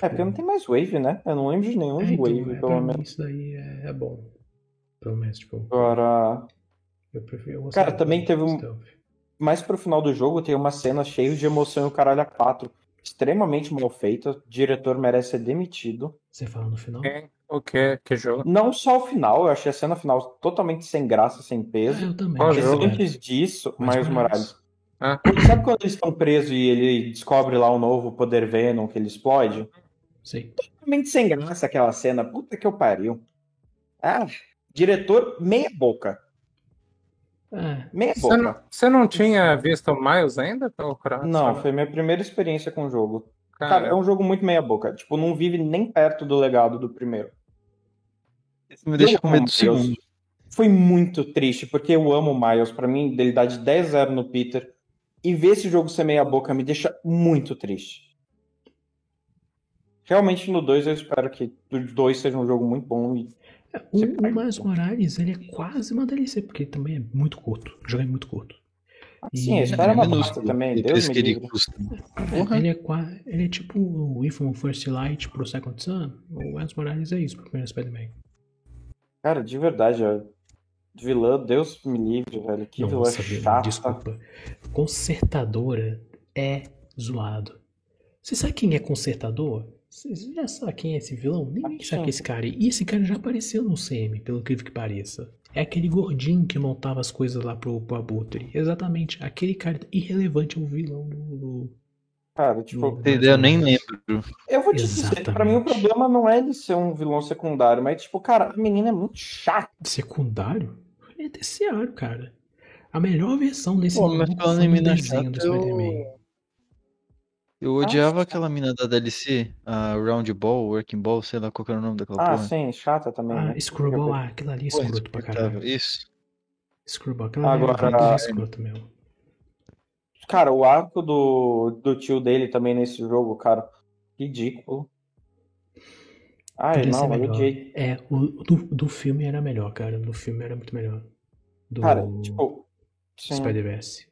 D: É, porque não tem mais wave, né? Eu não lembro de nenhum
A: tipo É,
D: de
A: então,
D: wave,
A: é, pra
D: pelo
A: mim
D: menos.
A: isso daí é, é bom. Pelo menos, tipo,
D: Agora,
A: eu prefiro. Eu
D: Cara,
A: gostava
D: também
A: do
D: teve um-
A: stealth.
D: mais pro final do jogo tem uma cena cheia de emoção e o caralho a quatro. Extremamente mal feita. O diretor merece ser demitido.
A: Você fala no final?
D: É,
G: Quem? O que? Que jogo?
D: Não só o final, eu achei a cena final totalmente sem graça, sem
A: Ah,
D: peso.
A: eu também.
G: Qual
A: eu
D: Mas
G: jogo?
A: também.
D: antes disso,
A: é. Mas
D: Miles Morales.
G: Ah.
D: Sabe quando eles estão presos e ele descobre lá o novo poder Venom que ele explode?
A: Sei.
D: totalmente sem graça aquela cena. Puta que eu pariu. Ah, diretor meia boca.
A: Ah,
D: Meia
G: Você
D: boca.
G: não, é você não tinha visto o Miles ainda? Pelo coração?
D: Não, foi minha primeira experiência com o jogo. Cara, é
G: cara.
D: um jogo muito meia boca. Tipo, não vive nem perto do legado do primeiro.
B: Isso me deixa
D: Eu
B: com medo do
D: amo Miles.
B: segundo.
D: Foi muito triste, porque eu amo o Miles. Pra mim, ele dá de 10-0 no Peter. E ver esse jogo ser meia boca me deixa muito triste. Realmente no 2 eu espero que o 2 seja um jogo muito bom e
A: é, o,
D: Você
A: o
D: paga.
A: Miles Morales, ele é quase uma DLC, porque ele também é muito curto. O jogo é muito curto.
D: Sim, a
A: Ih,
D: história é uma
A: é
D: bosta também,
B: pelo
D: Deus
B: preço
D: me
B: que ele
D: livre.
B: custa.
A: É, ele, é qua- ele é tipo o Infamous First Light pro Second Sun. O Miles Morales é isso pro primeiro Spider-Man.
D: Cara, de verdade, ó. vilã, Deus me livre, velho. Que vilã
A: Nossa, Bruno,
D: chata.
A: desculpa. Consertadora é zoado. Você sabe quem é consertador? Você já sabe quem é esse vilão? Ninguém sabe que é esse cara. é. E esse cara já apareceu no CM, pelo incrível que pareça. É aquele gordinho que montava as coisas lá pro, pro Abutre. Exatamente. Aquele cara irrelevante é o vilão do. do-
D: Cara, tipo,
A: do
B: Tem ideia, eu nem
A: Miles Morales.
B: lembro.
D: eu vou te
A: Exatamente.
D: dizer, pra mim o problema não é ele ser um vilão secundário, mas, tipo, cara, a menina é muito chata.
A: Secundário? É terciário, cara. A melhor versão desse
B: Pô, mas
A: maluco
B: falando
A: foi
B: em
A: no
B: mina
A: desenho do
B: chata, eu-
A: Spider-Man.
B: Eu odiava aquela mina da DLC, a Round Ball, Working Ball, sei lá qual que era o nome daquela
D: Ah,
B: porra.
D: sim, chata também. né?
A: Ah, Screwball, ah, aquilo ali é
B: Porra,
A: escroto pra
B: insuportável.
A: caralho.
B: Isso.
A: Screwball, aquela
D: Agora-
A: Agora... é escroto mesmo.
D: Cara, o arco do, do tio dele também nesse jogo, cara, ridículo. Ai,
A: Podia ser
D: Ah, não, eu
A: melhor.
D: odiei.
A: É, o do, do filme era melhor, cara. Do filme era muito melhor. Do
D: Cara, tipo, sim.
A: Spider-Verse.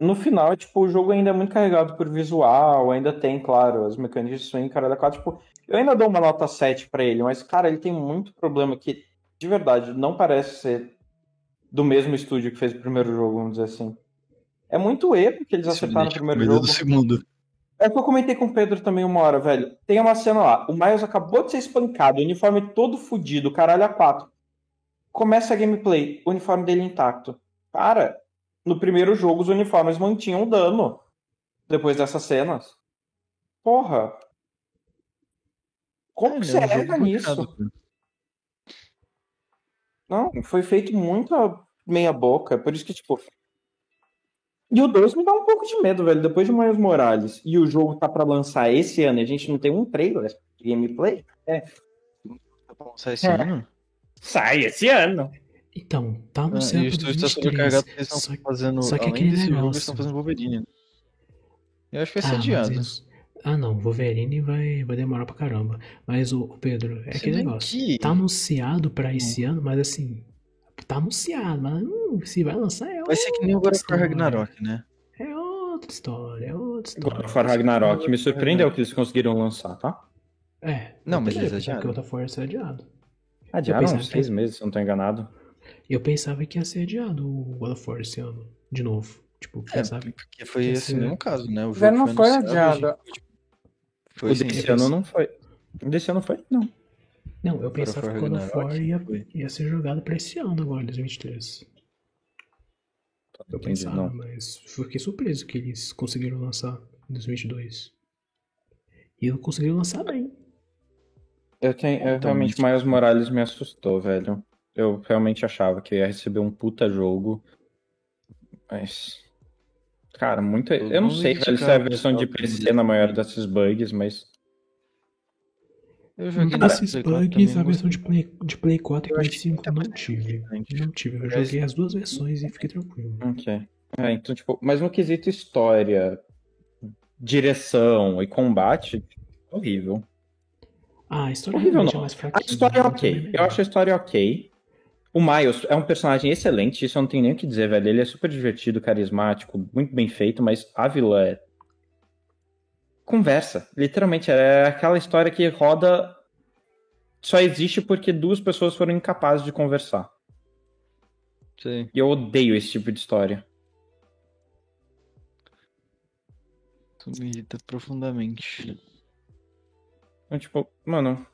D: no final, tipo, o jogo ainda é muito carregado por visual, ainda tem, claro, as mecânicas de swing, cara, da 4, tipo, eu ainda dou uma nota 7 pra ele, mas, cara, ele tem muito problema que, de verdade, não parece ser do mesmo estúdio que fez o primeiro jogo, vamos dizer assim. É muito erro que eles
A: é
B: Isso me
D: acertaram no
B: deixa com
D: primeiro
B: medo
D: jogo.
B: do segundo.
D: É o que eu comentei com o Pedro também uma hora, velho. Tem uma cena lá, o Miles acabou de ser espancado, o uniforme todo fudido, caralho a quatro. Começa a gameplay, o uniforme dele intacto. Cara, no primeiro jogo os uniformes mantinham o dano. Depois dessas cenas. Porra. Como que
B: Cara,
D: você
B: é um jogo
D: erra nisso?
B: complicado, cara.
D: Não, foi feito muito a meia boca, por isso que, tipo. E o 2 me dá um pouco de medo, velho. Depois de Miles Morales e o jogo tá pra lançar esse ano e a gente não tem um trailer de gameplay,
B: Tá pra lançar esse
D: É.
B: ano?
D: sai esse ano.
A: Então, tá no
B: Ah,
A: céu
B: e o estúdio tá sobrecargado porque eles estão fazendo.
A: só que
B: além
A: aquele
B: desse jogo,
A: negócio.
B: eles estão fazendo Wolverine. né? Eu acho que vai ser
A: ah, mas
B: adiado.
A: isso- Ah não, Wolverine vai, vai demorar pra caramba. Mas o Pedro, é
B: Se
A: aquele
B: bem
A: negócio.
B: que-
A: Tá anunciado
D: Hum.
A: pra esse ano, mas assim. Tá anunciado, mas hum, se vai lançar é
B: Vai ser que nem o God of War
A: história.
B: Ragnarok, né?
A: É outra história, é outra história.
D: God of War Ragnarok. Me surpreendeu que eles conseguiram lançar, tá?
A: É.
B: Não, mas
A: beleza,
B: eles
A: Porque
B: adiaram.
A: God of War é adiado.
D: Adiaram
A: pensava
D: uns seis meses, se eu não tô enganado.
A: Eu pensava que ia ser adiado o God of War esse ano, de novo. Tipo,
B: É,
A: pensava.
B: porque foi
A: Esse-
B: esse mesmo caso, né? O
G: Mas ele
B: jogo
G: não foi
B: anunciado,
G: adiado.
B: Foi
D: o
B: sim.
D: desse ano não foi. O desse ano foi? Não.
A: Não, eu pensava
B: War
A: que o God of War
B: Ragnarok
A: ia,
B: foi.
A: ia ser jogado pra esse ano agora, 2023. Eu
D: Entendi,
A: pensava,
D: não.
A: mas fiquei surpreso que eles conseguiram lançar em 2022. E eu consegui lançar bem.
D: Eu tenho, eu
B: Então,
D: realmente,
B: muito-
D: Miles Morales me assustou, velho. Eu realmente achava que eu ia receber um puta jogo. Mas. Cara, muita. Eu não
B: Todo
D: sei,
B: mundo
D: velho, se é a
B: criticava
D: versão de
B: o Zelda
D: PC
B: mesmo.
D: na maior desses bugs, mas.
B: Eu um joguei
A: Nunca
B: no
A: esses
B: Play 4
A: bugs,
B: também,
A: a
B: não
A: versão de Play, de Play 4 e
B: Eu
A: Play
B: achei
A: 5
B: muita
A: não
B: coisa
A: tive.
B: interessante.
A: Não tive. Eu
B: Mas-
A: joguei as duas versões e fiquei tranquilo.
D: Ok. É, então, tipo, mas no quesito história, direção e combate, horrível.
A: Ah, a história
D: Horrível
A: realmente
D: não.
A: é mais fraca.
D: A história é
A: Uhum.
D: ok. Eu acho a história ok. O Miles é um personagem excelente, isso eu não tenho nem o que dizer, velho. Ele é super divertido, carismático, muito bem feito, mas a vilã é. Conversa. Literalmente, é aquela história que roda. Só existe porque duas pessoas foram incapazes de conversar.
B: Sei.
D: E eu odeio esse tipo de história.
B: Tu me irrita profundamente.
D: Então, tipo, mano,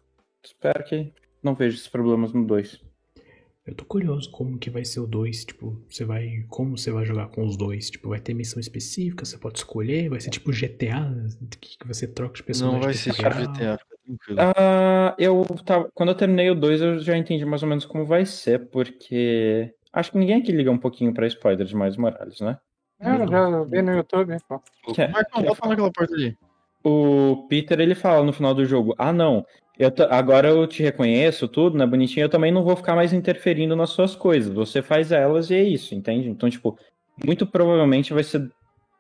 D: espero que não veja esses problemas no 2.
A: Eu tô curioso como que vai ser o 2, tipo, você vai, como você vai jogar com os dois, tipo, vai ter missão específica, você pode escolher, vai ser tipo GTA, que que você troca de personagem
B: Não vai
A: pra
B: ser tipo
A: pegar.
B: GTA, fica tranquilo.
D: Ah, eu tava. Quando eu terminei o 2, eu já entendi mais ou menos como vai ser, porque. Acho que ninguém aqui liga um pouquinho pra spoiler de Miles Morales, né?
G: Eu já vi no YouTube. pô.
D: Que é-
B: Marcão, volta naquela porta ali.
D: O Peter, ele fala no final do jogo: Ah, não, eu ta- agora eu te reconheço, tudo, né, bonitinho, eu também não vou ficar mais interferindo nas suas coisas, você faz elas e é isso, entende? Então, tipo, muito provavelmente vai ser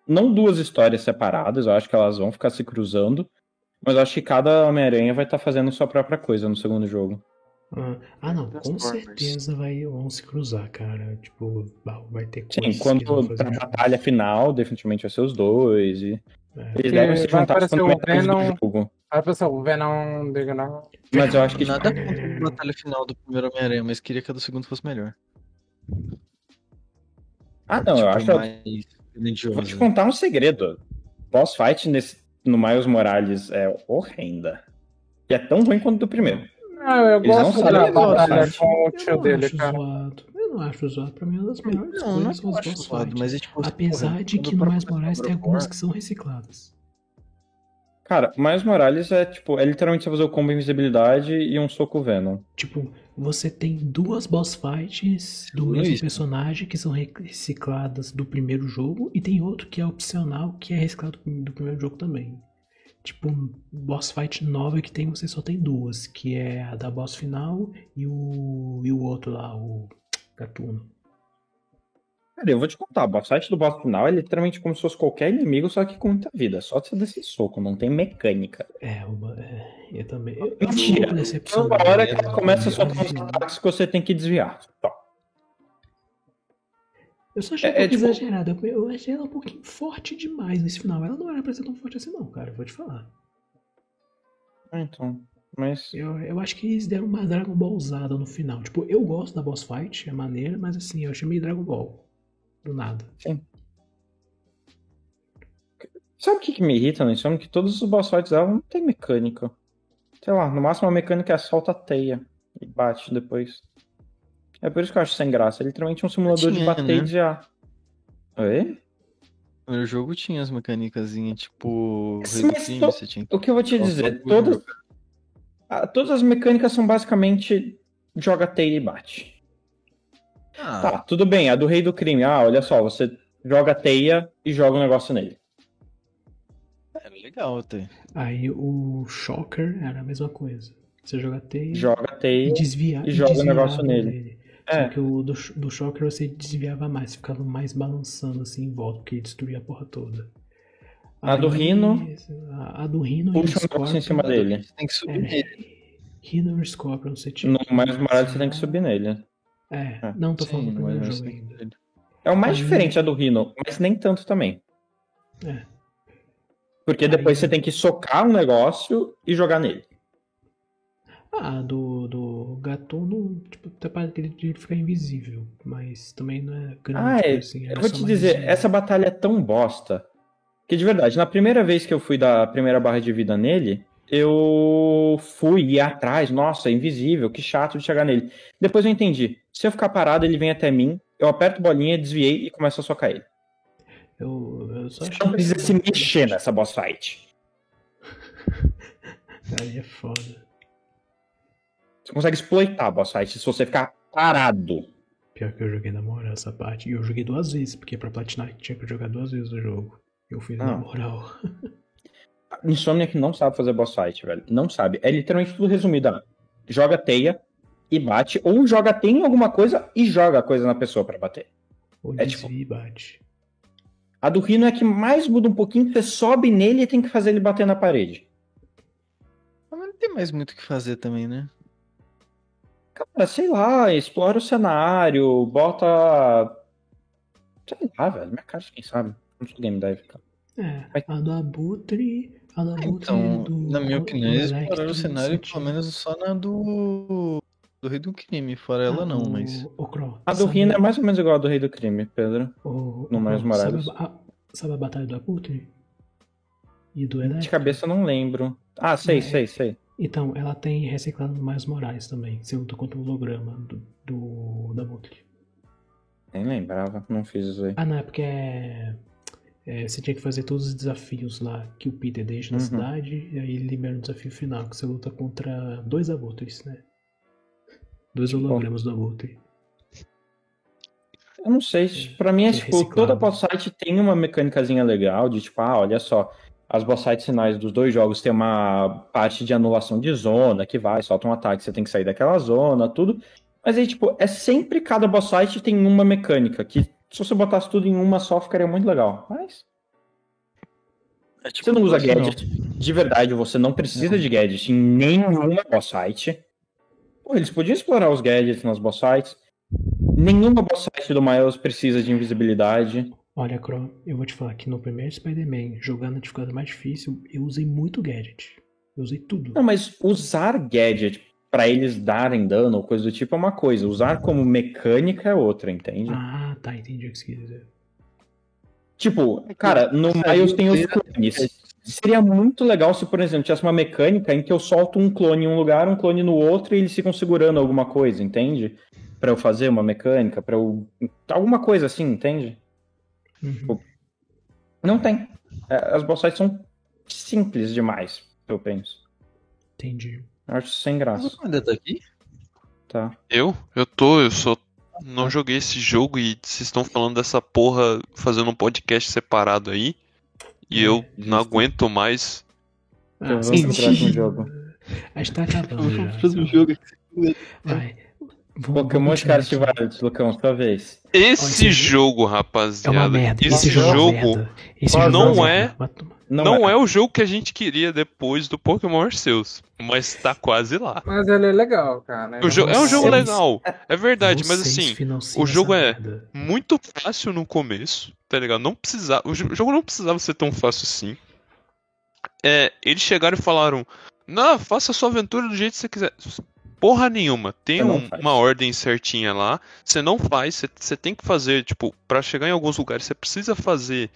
D: não duas histórias separadas, eu acho que elas vão ficar se cruzando, mas eu acho que cada Homem-Aranha vai estar fazendo sua própria coisa no segundo jogo.
A: Ah, ah, não, com
B: Transformers.
A: certeza vai, vão se cruzar, cara, tipo, bah, vai ter coisas
D: Sim,
A: que eles vão
D: quando tá
A: fazer um
D: pra batalha final, definitivamente vai ser os dois. E...
A: É.
D: Eles
G: Sim,
D: devem se
G: vai
D: juntar
G: aparecer o
D: fundamentais do
G: Venom.
D: jogo.
G: Aí assim, pessoal, o Venom, digo não.
D: Mas eu acho que.
B: Nada contra a batalha final do primeiro Homem-Aranha, mas queria que a do segundo fosse melhor.
D: Ah, não, eu
B: Tipo,
D: acho.
B: mais grandiosa.
D: Vou te contar um segredo. Boss fight nesse... no Miles Morales é horrenda. E é tão ruim quanto do primeiro.
G: Ah, eu
D: Eles não
G: gosto
D: sabem
G: da
D: o que eu
G: batalha
D: acho.
G: com o
A: eu
G: tio
A: não
G: dele,
A: acho
G: cara.
A: zoado, eu não acho zoado, pra mim é uma das melhores
B: Não, não é
A: coisas
B: que
A: são
B: eu
A: os
B: acho
A: boss
B: zoado,
A: fight,
B: mas é tipo.
A: apesar
B: porra,
A: de
B: quando
A: que no
B: eu
A: Miles
B: paro pra
A: Moraes tem
B: pensar no
A: algumas
B: War,
A: que são recicladas.
D: Cara, Miles Morales é tipo, é literalmente você fazer o combo invisibilidade e um soco Venom.
A: Tipo, você tem duas boss fights do
B: Luiz.
A: mesmo personagem que são recicladas do primeiro jogo e tem outro que é opcional que é reciclado do primeiro jogo também. Tipo, um boss fight nova que tem, você só tem duas, que é a da boss final e o, e o outro lá, o Gatuno.
D: Cara, eu vou te contar, o boss fight do boss final é literalmente como se fosse qualquer inimigo, só que com muita vida. Só você desse soco, não tem mecânica.
A: É, uma, é, eu também. Eu, eu
D: Mentira.
A: fico
D: Então,
A: decepcionado.
D: na hora que ela começa
A: Eu
D: a soltar uns
A: fico-
D: ataques que você tem que desviar. Tá.
A: Eu só achei
D: É-
A: um pouco
D: é tipo-
A: exagerada. Eu- Eu achei ela um pouquinho forte demais nesse final. Ela não era pra ser tão forte assim, não, cara. Eu vou te falar.
D: Então, mas.
A: Eu, eu acho que eles deram uma Dragon Ball usada no final. Tipo, eu gosto da boss fight, é maneira, mas assim, eu achei meio Dragon Ball. Do nada.
D: Sabe o que, que me irrita no Insomnia? Que todos os boss fights dela não tem mecânica. Sei lá, no máximo a mecânica é solta a teia e bate depois. É por isso que eu acho sem graça. É literalmente um simulador de
B: Tinha,
D: bater
B: né?
D: e desviar. Oi?
B: O primeiro jogo tinha as mecânicas, tipo.
D: Sim, mas
B: Resistime,
D: to-
B: você tinha que
D: O que eu vou te
B: Só
D: dizer?
B: soco,
D: Todas, ah, todas as mecânicas são basicamente joga teia e bate.
B: Ah,
D: Tá, tudo bem, a do rei do crime. Ah, olha só, você joga a teia e joga um negócio nele.
B: é legal até.
A: Aí o Shocker era a mesma coisa. Você joga teia
D: Joga a teia.
A: e desvia.
D: e joga o
A: desviava
D: negócio nele.
A: Só
D: É,
A: que o do, do Shocker você desviava mais, ficava mais balançando assim em volta, porque ele destruía a porra toda.
D: A do Rhino.
A: A, a do Rhino e do
D: Puxa um negócio em
A: Scorpion.
D: cima dele.
B: Tem que subir
A: É.
B: nele.
A: Rhino e Scorpion você tinha.
D: No
A: que
D: mais Morales você
A: adicionar-
D: tem que subir nele.
A: É,
D: É,
A: não, tô
B: sim, assim,
A: falando do
B: no
A: primeiro
B: Miles
A: jogo
B: Morales tem que
A: ainda.
B: subir nele.
D: É o mais
A: Aí-
D: diferente a do Rhino, mas nem tanto também.
A: Uhum. É.
D: Porque
A: Aí-
D: depois você tem que socar um negócio e jogar nele.
A: Ah, do, do Gaton, não, tipo, até parece que ele ele fica invisível, mas também não é grande,
D: Ah, é-
A: assim. é
D: Eu vou
A: só
D: te
A: mais
D: dizer,
A: um.
D: essa batalha é tão bosta. Que de verdade, na primeira vez que eu fui dar a primeira barra de vida nele, eu fui ir atrás, nossa, invisível, que chato de chegar nele. Depois eu entendi. Se eu ficar parado, ele vem até mim, eu aperto bolinha, desviei e começo a socar ele.
A: Eu, eu só
D: Você
A: achei
D: não precisa
A: que-
D: se mexer né? nessa boss fight.
A: Aí é foda.
D: Você consegue exploitar a boss fight se você ficar parado.
A: Pior que eu joguei na moral essa parte. E eu joguei duas vezes, porque pra platinar tinha que jogar duas vezes o jogo. Eu fiz na
D: Ah.
A: moral.
D: Insomniac é não sabe fazer boss fight, velho. Não sabe. É literalmente tudo resumido. ah, Joga teia e bate, ou joga teia em alguma coisa e joga a coisa na pessoa pra bater.
A: Ou
D: É tipo-
A: desvia e bate.
D: A do Rino é que mais muda um pouquinho, que você sobe nele e tem que fazer ele bater na parede.
B: Mas não tem mais muito o que fazer também, né?
D: Cara, sei lá, explora o cenário, bota. Sei lá, velho. Minha cara, quem sabe? Não sou game dive, cara.
A: É,
D: Mas-
A: a do Abutre. A do Abutre
B: Então,
A: do,
B: na minha
A: do
B: opinião, eles
A: Electro,
B: exploraram o cenário
A: você
B: pelo
A: tinha-
B: menos só na do. Do Rei do Crime. Fora ela,
A: Ah,
B: não,
A: o-
B: mas.
A: O, Cro,
D: A do
A: sabe-
D: Rino é mais ou menos igual a do Rei do Crime, Pedro.
A: o-
D: no
A: o
D: Miles
A: Cro, sabe
D: Morales.
A: a- a- Sabe a batalha do Abutre? E do
D: De
A: Electro?
D: cabeça eu não lembro. Ah, sei,
A: É.
D: sei, sei.
A: Então, ela tem reciclado no Miles Morales também. Você luta contra o holograma do, do da Abutre.
D: Nem lembrava, não fiz isso aí.
A: Ah, não, é porque é... é, você tinha que fazer todos os desafios lá que o Peter deixa na
D: Uhum.
A: cidade, e aí ele libera um desafio final, que você luta contra dois abutres, né? Dois
D: Tipo,
A: hologramas do abutre.
D: Eu não sei, isso pra mim é
A: É
D: tipo,
A: reciclado.
D: toda boss fight tem uma mecânicazinha legal de tipo, ah, olha só, as boss fights finais dos dois jogos tem uma parte de anulação de zona que vai, solta um ataque, você tem que sair daquela zona, tudo. Mas aí, tipo, é sempre cada boss fight tem uma mecânica que se você botasse tudo em uma só ficaria muito legal. Mas você não usa
B: Não.
D: gadget. De verdade, você não precisa de gadget em nenhuma boss fight. Pô, eles podiam explorar os gadgets nas boss fights. Nenhuma boss fight do Miles precisa de invisibilidade.
A: Olha, Cro, eu vou te falar que no primeiro Spider-Man, jogando na dificuldade mais difícil, eu usei muito gadget. Eu usei tudo.
D: Não, mas usar gadget pra eles darem dano ou coisa do tipo é uma coisa. Usar como mecânica é outra, entende?
A: Ah, tá, entendi o que você quis dizer.
D: Tipo, cara, no Miles tem os clones. Seria muito legal se, por exemplo, tivesse uma mecânica em que eu solto um clone em um lugar, um clone no outro e eles ficam segurando alguma coisa, entende? Pra eu fazer uma mecânica, pra eu. Alguma coisa assim, entende? Tipo,
A: Uhum.
D: Não tem. É, As boss fights são simples demais, eu penso.
A: Entendi.
D: Eu acho sem
B: Mas
D: graça,
B: o ainda tá aqui?
D: tá?
C: Eu? Eu tô, eu só não joguei esse jogo e vocês estão falando dessa porra fazendo um podcast separado aí. E eu
B: É,
C: não aguento mais.
A: Ah,
D: Então, vamos
A: vocês
D: pro
A: estão-
D: próximo jogo.
A: A gente tá acabando já.
C: um
A: então. Vai. Vamos-
D: Pokémon é
A: vamos continuar
D: Scarlet
A: aqui.
D: Violet, Lucão, sua vez.
C: Esse
A: esse-
C: jogo,
A: É uma
C: rapaziada.
A: merda.
C: Esse
A: é uma
C: jogo
A: merda. Esse
D: Não
A: jogo
C: é-
A: uma- uma-
D: Não,
C: não é o jogo que a gente queria depois do Pokémon Arceus, mas tá quase lá.
G: Mas ele é legal, cara.
C: O jo- é um jogo
A: Vocês-
C: legal, é verdade, mas
A: Vocês
C: assim,
A: financiam
C: o jogo
A: essa
C: é-
A: merda.
C: muito fácil no começo, tá ligado? Não precisava, o jo- jogo não precisava ser tão fácil assim. É, eles chegaram e falaram: "Não, faça a sua aventura do jeito que você quiser". Porra nenhuma, tem
D: Você não
C: um-
D: faz.
C: uma ordem certinha lá. Você não faz, você, você tem que fazer, tipo, pra chegar em alguns lugares você precisa fazer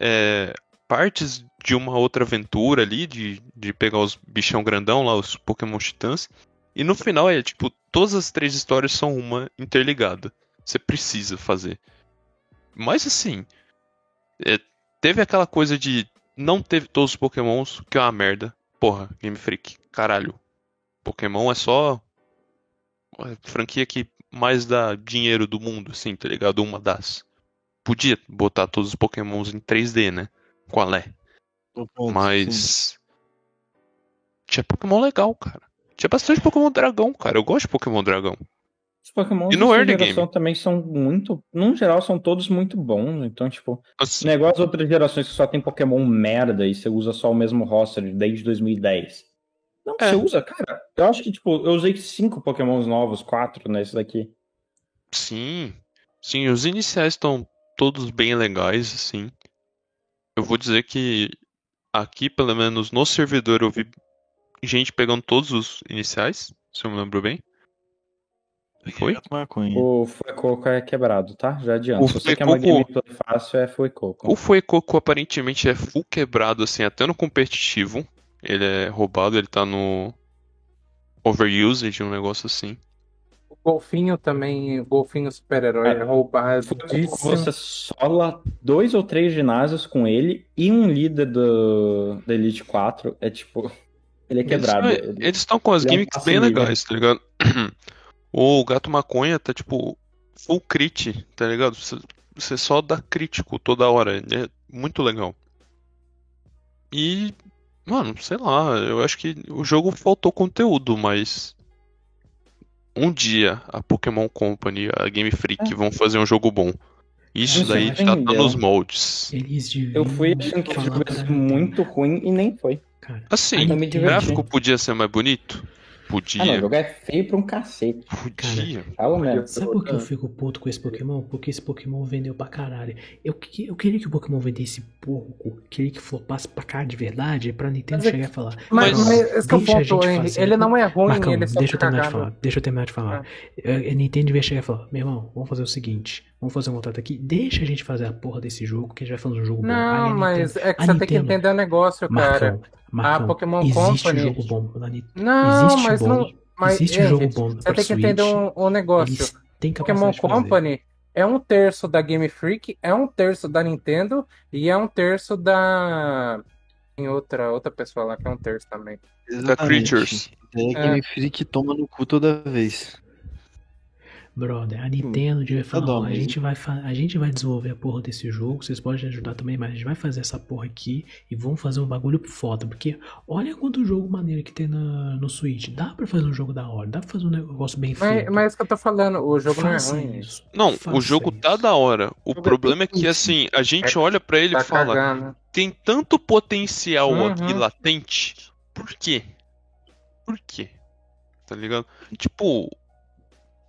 C: é, partes de uma outra aventura ali, de, de pegar os bichão grandão lá, os Pokémon Titãs. E no final é tipo, todas as três histórias são uma interligada. Você precisa fazer. Mas assim, é, teve aquela coisa de não teve todos os Pokémons, que é uma merda. Porra, Game Freak, caralho. Pokémon é só a franquia que mais dá dinheiro do mundo, assim, tá ligado? Uma das. Podia botar todos os Pokémons em 3D, né? Qual é? Mas. Tinha Pokémon legal, cara. Tinha bastante Pokémon Dragão, cara. Eu gosto de Pokémon Dragão.
D: Os Pokémon
C: E no
D: dessa
C: early
D: geração também são muito. Num geral, são todos muito bons. Então, tipo,
C: Assim,
D: negócio as outras gerações que só tem Pokémon merda e você usa só o mesmo roster desde 2010. Não,
C: É.
D: você usa, cara. Eu acho que, tipo, eu usei cinco Pokémons novos, quatro nesse daqui.
C: Sim, sim, os iniciais estão todos bem legais, assim. Eu vou dizer que aqui, pelo menos no servidor, eu vi gente pegando todos os iniciais, se eu me lembro bem. Foi?
B: Gato Maconha.
D: O Fuecoco é quebrado, tá? Já adianta.
C: O
D: Se você quer uma
C: Fuecoco-
D: gameplay fácil, é Fuecoco.
C: O Fuecoco aparentemente é full quebrado, assim, até no competitivo. Ele é roubado, ele tá no overusage, um negócio assim.
G: O é um golfinho também, o golfinho super-herói, é
D: Cara, Fuecoco,
G: roubadíssimo.
D: Você sola dois ou três ginásios com ele e um líder do, da Elite 4. É tipo. Ele é quebrado.
C: Eles-
D: Ele-
C: Eles estão com as
D: ele é um
C: gimmicks bem
D: passe livre.
C: legais, tá ligado? O gato maconha tá tipo full crit, tá ligado? Você- Você só dá crítico toda hora, é muito legal. E, mano, sei lá, eu acho que o jogo faltou conteúdo, mas um dia a Pokémon Company, a Game Freak
D: É.
C: vão fazer um jogo bom. Isso
D: Isso
C: daí
D: vai
C: já tá
D: vender.
C: nos moldes.
A: Eles
D: Eu fui
A: deviam
D: achando que
A: falar
D: ia
A: pra
D: ser
A: Nintendo.
D: muito ruim e nem foi.
A: Cara,
C: Assim,
D: Ainda me
C: o
D: diverti.
C: gráfico podia ser mais bonito?
D: Ah, não,
C: Podia,
D: jogar é feio pra um cacete. tá,
C: podia.
D: Fala mesmo.
A: sabe por que eu fico puto com esse Pokémon? Porque esse Pokémon vendeu pra caralho. Eu, que- eu queria que o Pokémon vendesse pouco, queria que flopasse pra cá de verdade, pra Nintendo
G: Mas é-
A: chegar e falar.
G: Mas,
C: Mas-
G: mas esse que é o
A: Deixa a
G: ponto,
A: gente
G: Henry.
A: fazer.
G: Ele não é ruim,
A: Marcão,
G: ele só Ah.
A: deixa eu terminar de
G: cagado.
A: falar. Deixa eu terminar de falar. Eh, A Nintendo devia chegar e falar: meu irmão, vamos fazer o seguinte, vamos fazer um contrato aqui, deixa a gente fazer a porra desse jogo, que a gente vai fazer um jogo bom. Aí a
G: Não, mas é que
A: a
G: você tem que
A: Nintendo-
G: entender o negócio,
A: Nintendo,
G: cara.
A: Marcão, Marcão,
G: a Pokémon
A: existe
G: Company.
A: jogo bom na Nintendo.
G: Não,
A: existe
G: mas
A: bom,
G: não. Mas,
A: existe
G: é,
A: jogo
G: gente,
A: bom
G: Você
A: pra
G: tem que entender
A: Switch.
G: um, um negócio.
A: Eles têm
G: Pokémon
A: capacidade de fazer.
G: Company é um terço da Game Freak, é um terço da Nintendo e é um terço da. Tem outra, outra pessoa lá que é um terço também.
B: Exatamente.
C: Creatures.
B: É que
G: É.
B: me Freak toma no cu toda vez.
A: Brother, a Nintendo devia falar,
B: dou,
A: ó, a,
B: mas-
A: gente vai fa- a gente vai desenvolver a porra desse jogo, vocês podem ajudar também, mas a gente vai fazer essa porra aqui e vamos fazer um bagulho foda, porque olha quanto jogo maneiro que tem na, no Switch, dá pra fazer um jogo da hora, dá pra fazer um negócio bem
G: Mas,
A: feito.
G: mas é isso que eu tô falando, o jogo
A: Faça
G: não é ruim.
A: isso.
C: Não,
A: Faça
C: o jogo
A: isso.
C: tá da hora. O
B: Jogo é
C: problema é que
B: potente.
C: assim, a gente olha pra ele e
G: Tá
C: fala,
G: cagando.
C: tem tanto potencial aqui
G: Uhum.
C: latente. Por quê? Por quê? Tá ligado? Tipo,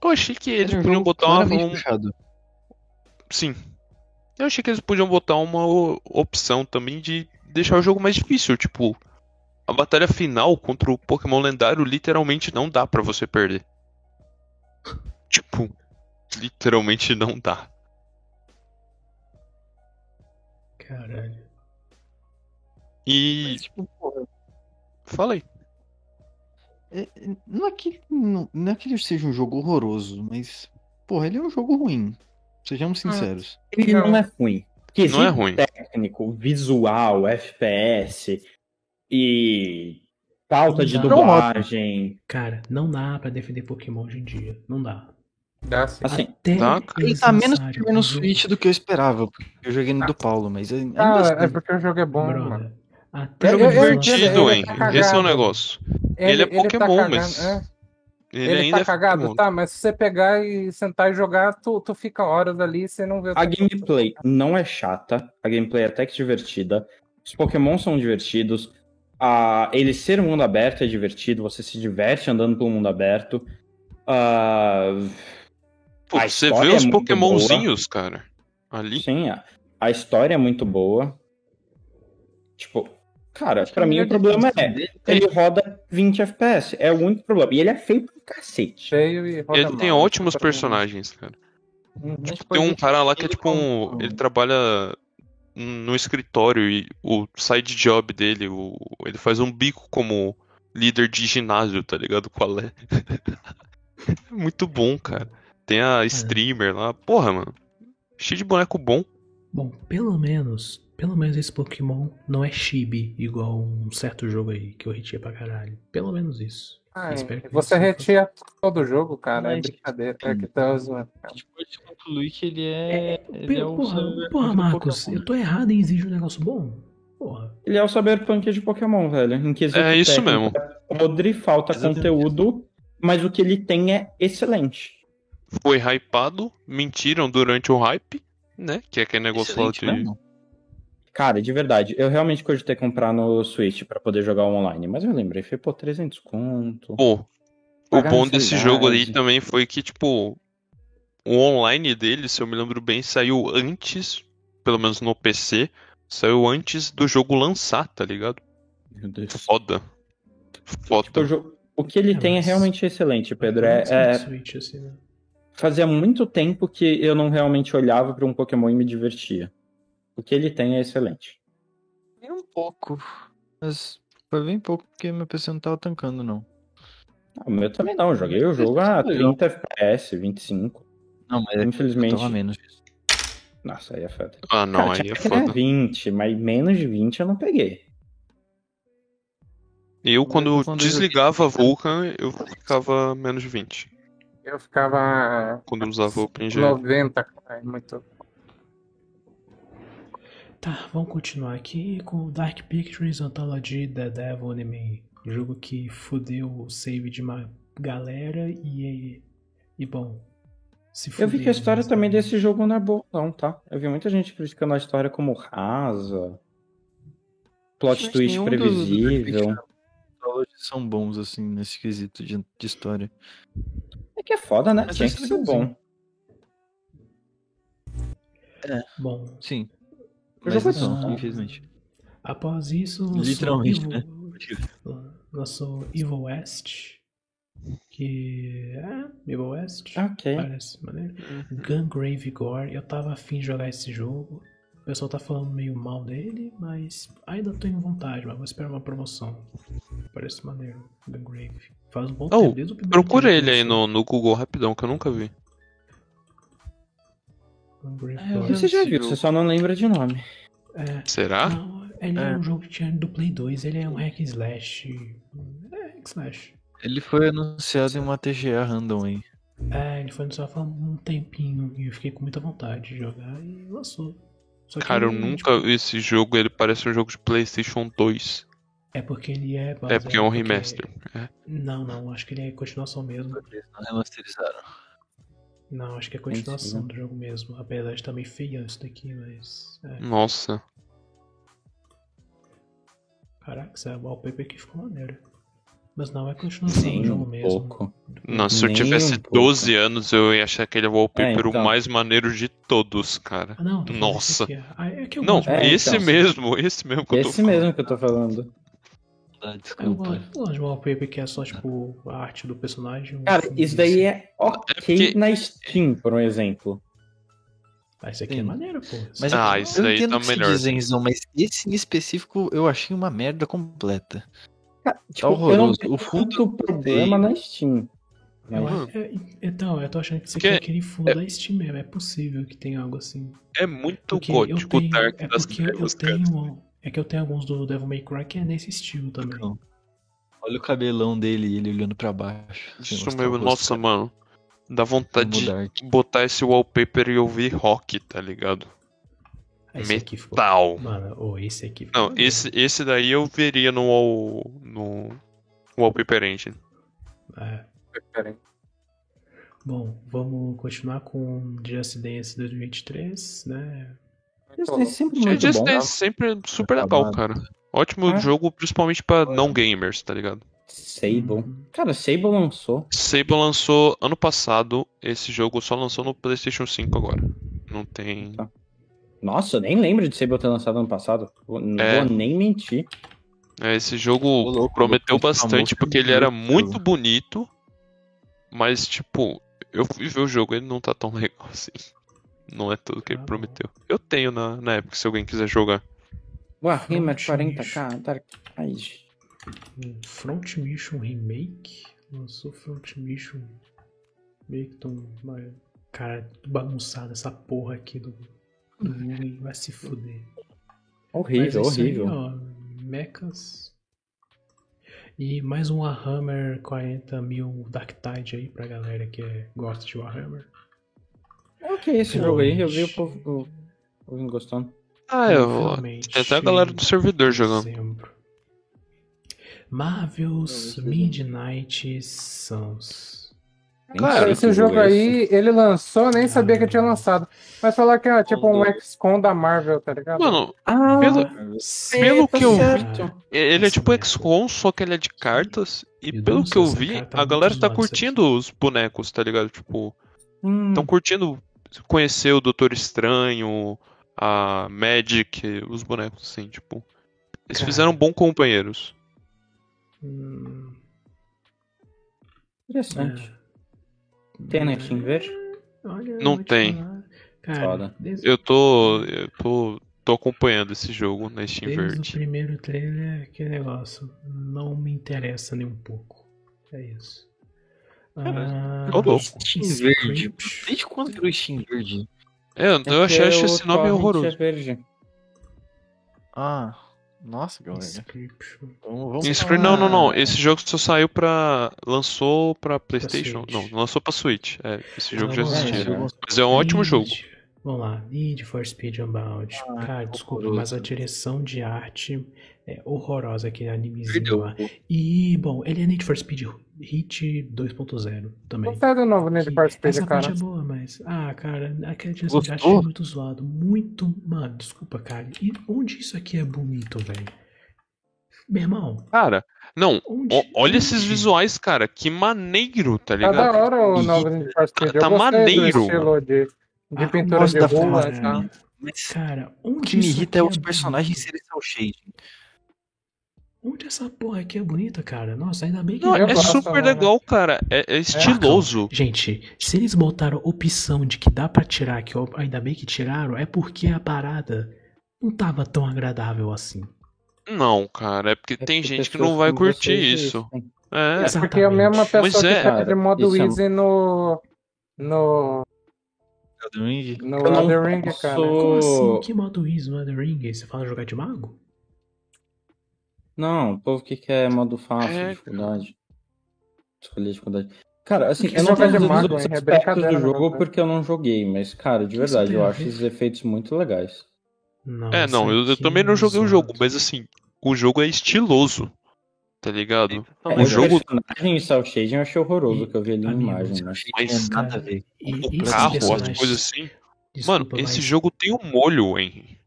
C: eu achei que eles
B: Era um
C: podiam
B: jogo
C: botar uma,
B: claramente
C: um-
B: puxado.
C: sim. Eu achei que eles podiam botar uma o- opção também de deixar o jogo mais difícil, tipo, a batalha final contra o Pokémon lendário literalmente não dá pra você perder. Tipo, literalmente não dá.
A: Caralho.
C: E
B: Tipo, porra,
C: falei,
B: é- é- não, é que, não, não é que ele seja um jogo horroroso, mas, porra, ele é um jogo ruim. Sejamos sinceros.
D: Ele não é ruim. Porque
C: não é ruim.
D: técnico, visual, FPS e falta de
A: Não.
D: dublagem.
A: Cara, não dá pra defender Pokémon hoje em dia, não dá.
G: Dá sim.
D: Assim,
A: Até
C: Tá,
B: Ele
A: eles
B: tá menos
A: lançarem
B: no
A: um jogo-
B: Switch do que eu esperava, porque eu joguei no do Paulo, mas ainda
G: Ah, é
B: assim,
G: porque o jogo é bom, mano.
A: Brother,
G: É
A: até
G: um jogo
A: eles
G: entendo,
C: divertido,
A: lançarem-
G: ele
C: hein?
G: tá cagado.
C: Esse é o negócio. Ele é Pokémon,
G: tá cagando,
C: mas-
G: é.
C: Ele,
G: Ele,
C: ainda
G: tá
C: é
G: cagado,
C: Pokémon.
G: tá, mas se você pegar e sentar e jogar, tu, tu fica horas ali e você não vê o
D: a
G: tempo.
D: gameplay não é chata. A gameplay é até que divertida. Os Pokémon são divertidos. Ah, ele ser um mundo aberto é divertido. Você se diverte andando pelo mundo aberto. Ah,
C: Pô,
D: A
C: você vê
D: história é
C: os
D: muito
C: Pokémonzinhos, cara. Ali.
D: Sim, a, a história é muito boa. Tipo, cara, pra mim o
B: melhor
D: problema
G: tá
D: é.
B: dele-
D: Ele roda 20 FPS. É o único problema. E ele é feio pra cacete.
G: Cheio e roda
C: Ele tem
G: mal. né?
C: ótimos
G: Pra mim,
C: personagens, cara.
G: uhum,
C: Tem
G: coisa
C: um
G: de-
C: cara lá que é
B: ele
C: tipo um.
B: com-
C: Ele trabalha no escritório e o side job dele, o... ele faz um bico como líder de ginásio, tá ligado? Qual é? É Muito bom, cara. Tem
G: É.
C: a streamer lá. Porra, mano. Cheio de boneco bom.
A: Bom, pelo menos, pelo menos esse Pokémon não é chibi, igual um certo jogo aí que eu retia pra caralho. Pelo menos isso.
G: Ai,
A: Espero que
G: você
A: isso-
G: retira todo o jogo, cara. É
B: Mas-
G: brincadeira. É que tá zoando.
B: A gente pode concluir que ele é. ele é
A: Pelo-
B: o
A: porra,
B: server
A: porra,
B: do
A: Marcos,
B: Pokémon. né?
A: eu tô errado em exigir um negócio bom? Porra.
D: Ele é o Cyberpunk de Pokémon, velho. Em quesito
C: É isso mesmo.
D: técnico, é Podre, falta
B: Exatamente.
D: conteúdo, mas o que ele tem é excelente.
C: foi hypado, mentiram durante o hype, né? Que é aquele negócio lá
B: Excelente,
C: de.
B: né?
D: Cara, de verdade, eu realmente cogitei comprar no Switch pra poder jogar online, mas eu lembrei, falei, pô, 300 conto.
C: Pô, o
D: Pagar
C: bom desse jogo aí
D: mensalidade.
C: também foi que, tipo, o online dele, se eu me lembro bem, saiu antes, pelo menos no PC, saiu antes do jogo lançar, tá ligado?
D: Meu Deus.
C: Foda.
D: Tipo, o,
C: Foda.
D: jo- o que ele
A: É,
D: tem é
A: mas-
D: realmente excelente, Pedro. É,
A: Mas
D: é-
A: no Switch, assim, né?
D: fazia muito tempo que eu não realmente olhava pra um Pokémon e me divertia. O que ele tem é excelente.
B: Nem um pouco. Mas foi bem pouco porque meu PC não tava tancando, não.
D: Ah, o meu também não, eu joguei o jogo a
B: Isso é legal.
D: 30 FPS, 25.
B: Não, mas
D: Infelizmente.
B: tava menos.
D: Nossa, aí é foda.
C: Ah, não,
D: Cara,
C: aí
D: tinha
C: é
D: que pegar
C: foda.
D: 20, mas menos de 20 eu não peguei.
C: Eu,
B: Mas
C: quando
B: quando eu joguei-
C: desligava a Vulcan, eu ficava menos 20.
G: Eu ficava
C: Quando eu usava o Pringel.
G: 90, cara, é muito.
A: Tá, vamos continuar aqui com o Dark Pictures Anthology The Devil in Me. Um jogo que fudeu o save de uma galera e. E bom. Se
D: Eu vi que a
A: fuderam,
D: história
A: mas- tá
D: também desse jogo não é boa, não, tá? Eu vi muita gente criticando a história como rasa, plot
B: Acho que
D: twist
B: nenhum do-
D: previsível.
B: Os são bons, assim, nesse quesito de, de história.
D: É que é foda, né?
B: Mas
D: Tinha
B: vai
D: que
B: ser
D: ser bom.
A: Bom,
B: Sim.
D: Eu
B: Mas
D: já
B: não
D: vou
B: são,
A: dar-
B: infelizmente.
A: após isso. lançou
B: Literalmente,
A: Evil-
B: né?
C: né?
A: Lançou Evil West. Que. É, Evil West.
B: Ah,
D: Ah,
B: é?
D: Ok.
A: Parece maneiro.
B: Uhum.
A: Gungrave Gore, eu tava afim de jogar esse jogo. O pessoal tá falando meio mal dele, mas ainda tenho vontade, mas vou esperar uma promoção. Parece maneiro, Gungrave. Faz um bom
C: Oh,
A: tempo desde o primeiro
C: Procura
A: dia que
C: ele aí
A: lançou.
C: no, no Google rapidão, que eu nunca vi.
A: Gungrave
B: É, eu
A: Gore.
D: Você já
B: Esse
D: viu,
B: jogo.
D: você só não lembra de nome.
A: É,
C: Será?
A: não, ele é.
B: É.
A: um jogo que tinha do Play 2, ele é um hack and slash. É, hack and slash.
B: Ele foi anunciado em uma TGA random aí.
A: É, ele foi no sofá há um tempinho e eu fiquei com muita vontade de jogar e lançou. Só que
C: Cara, eu
A: ele,
C: nunca vi esse jogo, ele parece um jogo de PlayStation 2.
A: É porque ele é.
C: É porque é um
A: baseado-
C: remaster.
A: Não, não, acho que ele é continuação mesmo.
B: Não remasterizaram.
A: Não, acho que é a continuação do jogo mesmo. Apesar de tá meio feio isso daqui, mas. É.
C: Nossa.
A: Caraca, essa wallpaper aqui ficou maneira. Mas não, é continuação
B: um
A: do jogo mesmo.
D: um pouco.
C: Nossa, se eu
D: Nem
C: tivesse
D: um pouco.
C: 12 anos, eu ia achar aquele wallpaper
D: É, então.
C: o mais maneiro de todos, cara.
A: Ah, não, tô falando esse
C: Nossa.
A: aqui, é. Ah, é que eu
C: Não,
A: gosto de-
D: é,
C: esse
D: então.
C: mesmo, esse mesmo que eu tô
D: Esse mesmo que eu tô falando.
B: Ah,
A: Eu
B: desculpa.
A: gosto eu gosto de wallpaper que é só, tipo, a arte do personagem. um
D: Cara,
A: fundo
D: isso daí
A: assim.
D: é ok
C: É porque- tá
D: na Steam, por um exemplo.
A: Ah, isso aqui é
B: Sim.
A: maneiro, pô.
B: Mas
D: é
C: Ah,
B: eu-
C: isso
B: eu
C: daí
B: entendo
C: tá
B: o que você
C: melhor.
B: diz, Enzão, mas esse em específico eu achei uma merda completa. Tá
D: Tipo, eu não
B: horroroso.
D: tenho
B: O fundo
D: tanto problema na Steam.
A: Eu
D: Mas-
A: acho- é, então, eu tô achando que isso aqui
C: Porque-
A: é aquele fundo
C: é-
A: da Steam mesmo. É possível que tenha algo assim.
C: É muito
A: Porque
C: gótico
A: eu
C: o
A: tenho,
C: tipo, Dark
A: é
C: das
A: porque eu
C: Trevas, cara.
A: tenho. É que eu tenho alguns do Devil May Cry que é nesse estilo também.
B: Não. Olha o cabelão dele e ele olhando pra baixo. sem
C: Isso
B: mostrar o
C: mesmo,
B: rosto,
C: nossa,
B: cara.
C: mano. Dá
B: Como
C: vontade Tá de
B: Dark.
C: botar esse wallpaper e ouvir rock, tá ligado?
A: Ah, Esse aqui ficou.
C: Tal.
A: Mano, ou esse aqui ficou.
C: Não,
A: maneiro.
C: esse, esse daí eu veria no, wall, no Wallpaper Engine.
A: É.
G: Pera aí.
A: Bom, vamos continuar com Just Dance 2023, né?
D: Isso é sempre
C: Eu
D: muito
C: Just
D: bom.
C: Dance sempre super legal,
B: Acabado.
C: cara. Ótimo
D: É.
C: jogo, principalmente pra não gamers, tá ligado?
A: É Um
D: Sable. Cara, Sable lançou.
C: Sable lançou ano passado, esse jogo só lançou no PlayStation 5 agora. Não tem.
D: Tá. Nossa, eu nem lembro de Sable ter lançado ano passado. Vou- Não
C: É.
D: vou nem mentir.
C: É, esse jogo
B: louco,
C: prometeu
B: louco, esse famoso
C: bastante porque ele era
B: bonito.
C: muito bonito, mas tipo, eu fui ver o jogo ele não tá tão legal assim. Não é tudo que ele
A: Ah, bom.
C: prometeu. Eu tenho na, na época, se alguém quiser jogar.
D: Warhammer
A: Front
D: 40k, Dark Age.
A: Hum, Front Mission Remake. Lançou Front Mission. Meio que tão. vai- Cara, bagunçada essa porra aqui do. do Google, vai se fuder. Mas
D: Horrível,
A: é isso aí,
D: horrível.
A: ó, mechas. E mais um Warhammer 40 mil Dark Tide aí pra galera que é- gosta de Warhammer.
D: Ok, é esse
A: Finalmente.
D: jogo aí, eu vi o povo o- o gostando.
C: Ah, eu.
A: Finalmente,
C: Tem até a galera do servidor jogando.
A: dezembro.
H: é
A: Marvel's Midnight Suns.
G: Cara, esse jogo aí, ele lançou, nem sabia que tinha lançado. Mas falar que é tipo um XCOM da Marvel, tá ligado?
C: Mano,
H: Ah,
C: pelo, pelo que eu vi,
A: Cara,
C: ele é
A: Isso
C: tipo
A: mesmo.
C: XCOM, só que ele é de cartas. E
A: Meu
C: pelo
A: Deus
C: que eu
A: do céu, essa
C: vi,
A: cara tá
C: a galera
A: muito
C: tá
A: zoada, isso
C: curtindo os bonecos, tá ligado? Tipo,
G: Hum,
C: estão curtindo conhecer o Doutor Estranho, a Magic, os bonecos, assim, tipo. Eles
A: Cara.
C: fizeram bons companheiros.
A: hum,
H: Interessante.
A: é.
H: Tem Netinho verde?
A: Olha, eu
C: Não
A: vou te
C: tem.
A: falar. Cara,
H: Foda.
A: desde,
C: Eu tô. Eu tô. tô acompanhando esse jogo na Steam
A: desde o
C: Verde.
A: primeiro trailer, é aquele negócio. Não me interessa nem um pouco. É isso. Ah,
C: Ô, louco.
B: Steam Verde. Desde quando virou Steam Verde?
C: É, eu, eu é achei, achei esse nome
G: é
C: horroroso.
B: Ah, nossa, galera.
A: Inscription.
B: Vamos, vamos
C: Screen, não, não, não. Esse jogo só saiu pra. Lançou pra PlayStation?
A: Switch.
C: não, lançou pra Switch. É, esse jogo
A: Ah,
C: já
A: bom,
C: existia.
A: é,
C: Mas é um ótimo
A: Need-
C: jogo.
A: Vamos lá, Need for Speed Unbound. Cara, desculpa,
B: horroroso.
A: mas a direção de arte é horrorosa aquele animezinho
B: Perdeu.
A: lá. E, bom, ele é Need for Speed Hit 2.0 também.
G: Gostei do novo Need for
A: Que
G: Speed,
A: Essa
G: cara.
A: parte é boa, mas. Ah, cara, aquela direção de arte
B: Gostou?
A: é muito zoado. Muito. Mano, desculpa, cara. E onde isso aqui é bonito, velho? Meu irmão,
C: Cara, não.
A: onde.
C: o- olha esses
A: onde?
C: visuais, cara. Que maneiro, tá
G: Tá da
C: ligado?
G: hora o
C: E-
G: novo Need for Speed. Eu
C: tá
G: gostei
C: maneiro.
G: do estilo de, de
A: Ah,
G: pintura
A: nossa,
G: de
A: tá
G: rua.
A: foda,
G: tá?
A: né?
B: Mas
A: Cara,
B: o
A: onde
B: que me
A: isso
B: irrita é
A: aqui
B: os personagens serem cel shading.
A: Onde essa porra aqui é bonita, cara? Nossa, ainda bem que.
C: Não,
G: Eu
C: é
G: gosto,
C: super
G: mano.
C: legal, cara. É, é estiloso.
A: Gente, se eles botaram opção de que dá pra tirar, que eu- ainda bem que tiraram, é porque a parada não tava tão agradável assim.
C: Não, cara. É porque tem gente que não vai curtir isso. É.
A: Exatamente.
G: Porque a mesma pessoa
C: Pois é,
G: que tá de modo
H: isso é-
G: easy no. No.
B: Elden Ring.
G: No
H: não
G: Elden Ring,
H: posso-
G: cara.
A: Como
H: Ô.
A: assim? Que modo isso no Elden Ring? Você fala jogar de mago?
H: Não, o povo que quer modo fácil,
C: É,
H: dificuldade. Escolher dificuldade. Cara, assim,
A: Porque
H: eu
A: isso
H: não
A: vai
H: tenho
A: de
H: todos
G: mago,
H: os
G: hein? É
H: aspectos
G: brincadeira,
H: do
G: né,
H: jogo
G: cara?
H: porque eu não joguei, mas, cara, de
A: Que isso
H: verdade,
A: tem
H: eu
A: a
H: acho
A: ver?
H: esses efeitos muito legais.
A: Não,
C: É, não,
A: isso
C: eu, eu
A: aqui
C: também não
A: é
C: joguei o
A: zoado.
C: jogo, mas assim, o jogo é estiloso, tá ligado?
B: Então,
H: É,
C: O jogo,
H: personagem e Cell Shading eu achei horroroso o que eu vi ali em
A: Amigos,
H: imagem, né?
C: mas
A: Cara,
B: Nada a ver.
A: e
B: o
A: esses
C: carro, as
A: personagens-
C: coisas assim.
A: Desculpa,
C: Mano, esse
A: mas-
C: jogo é tem um molho, Henry.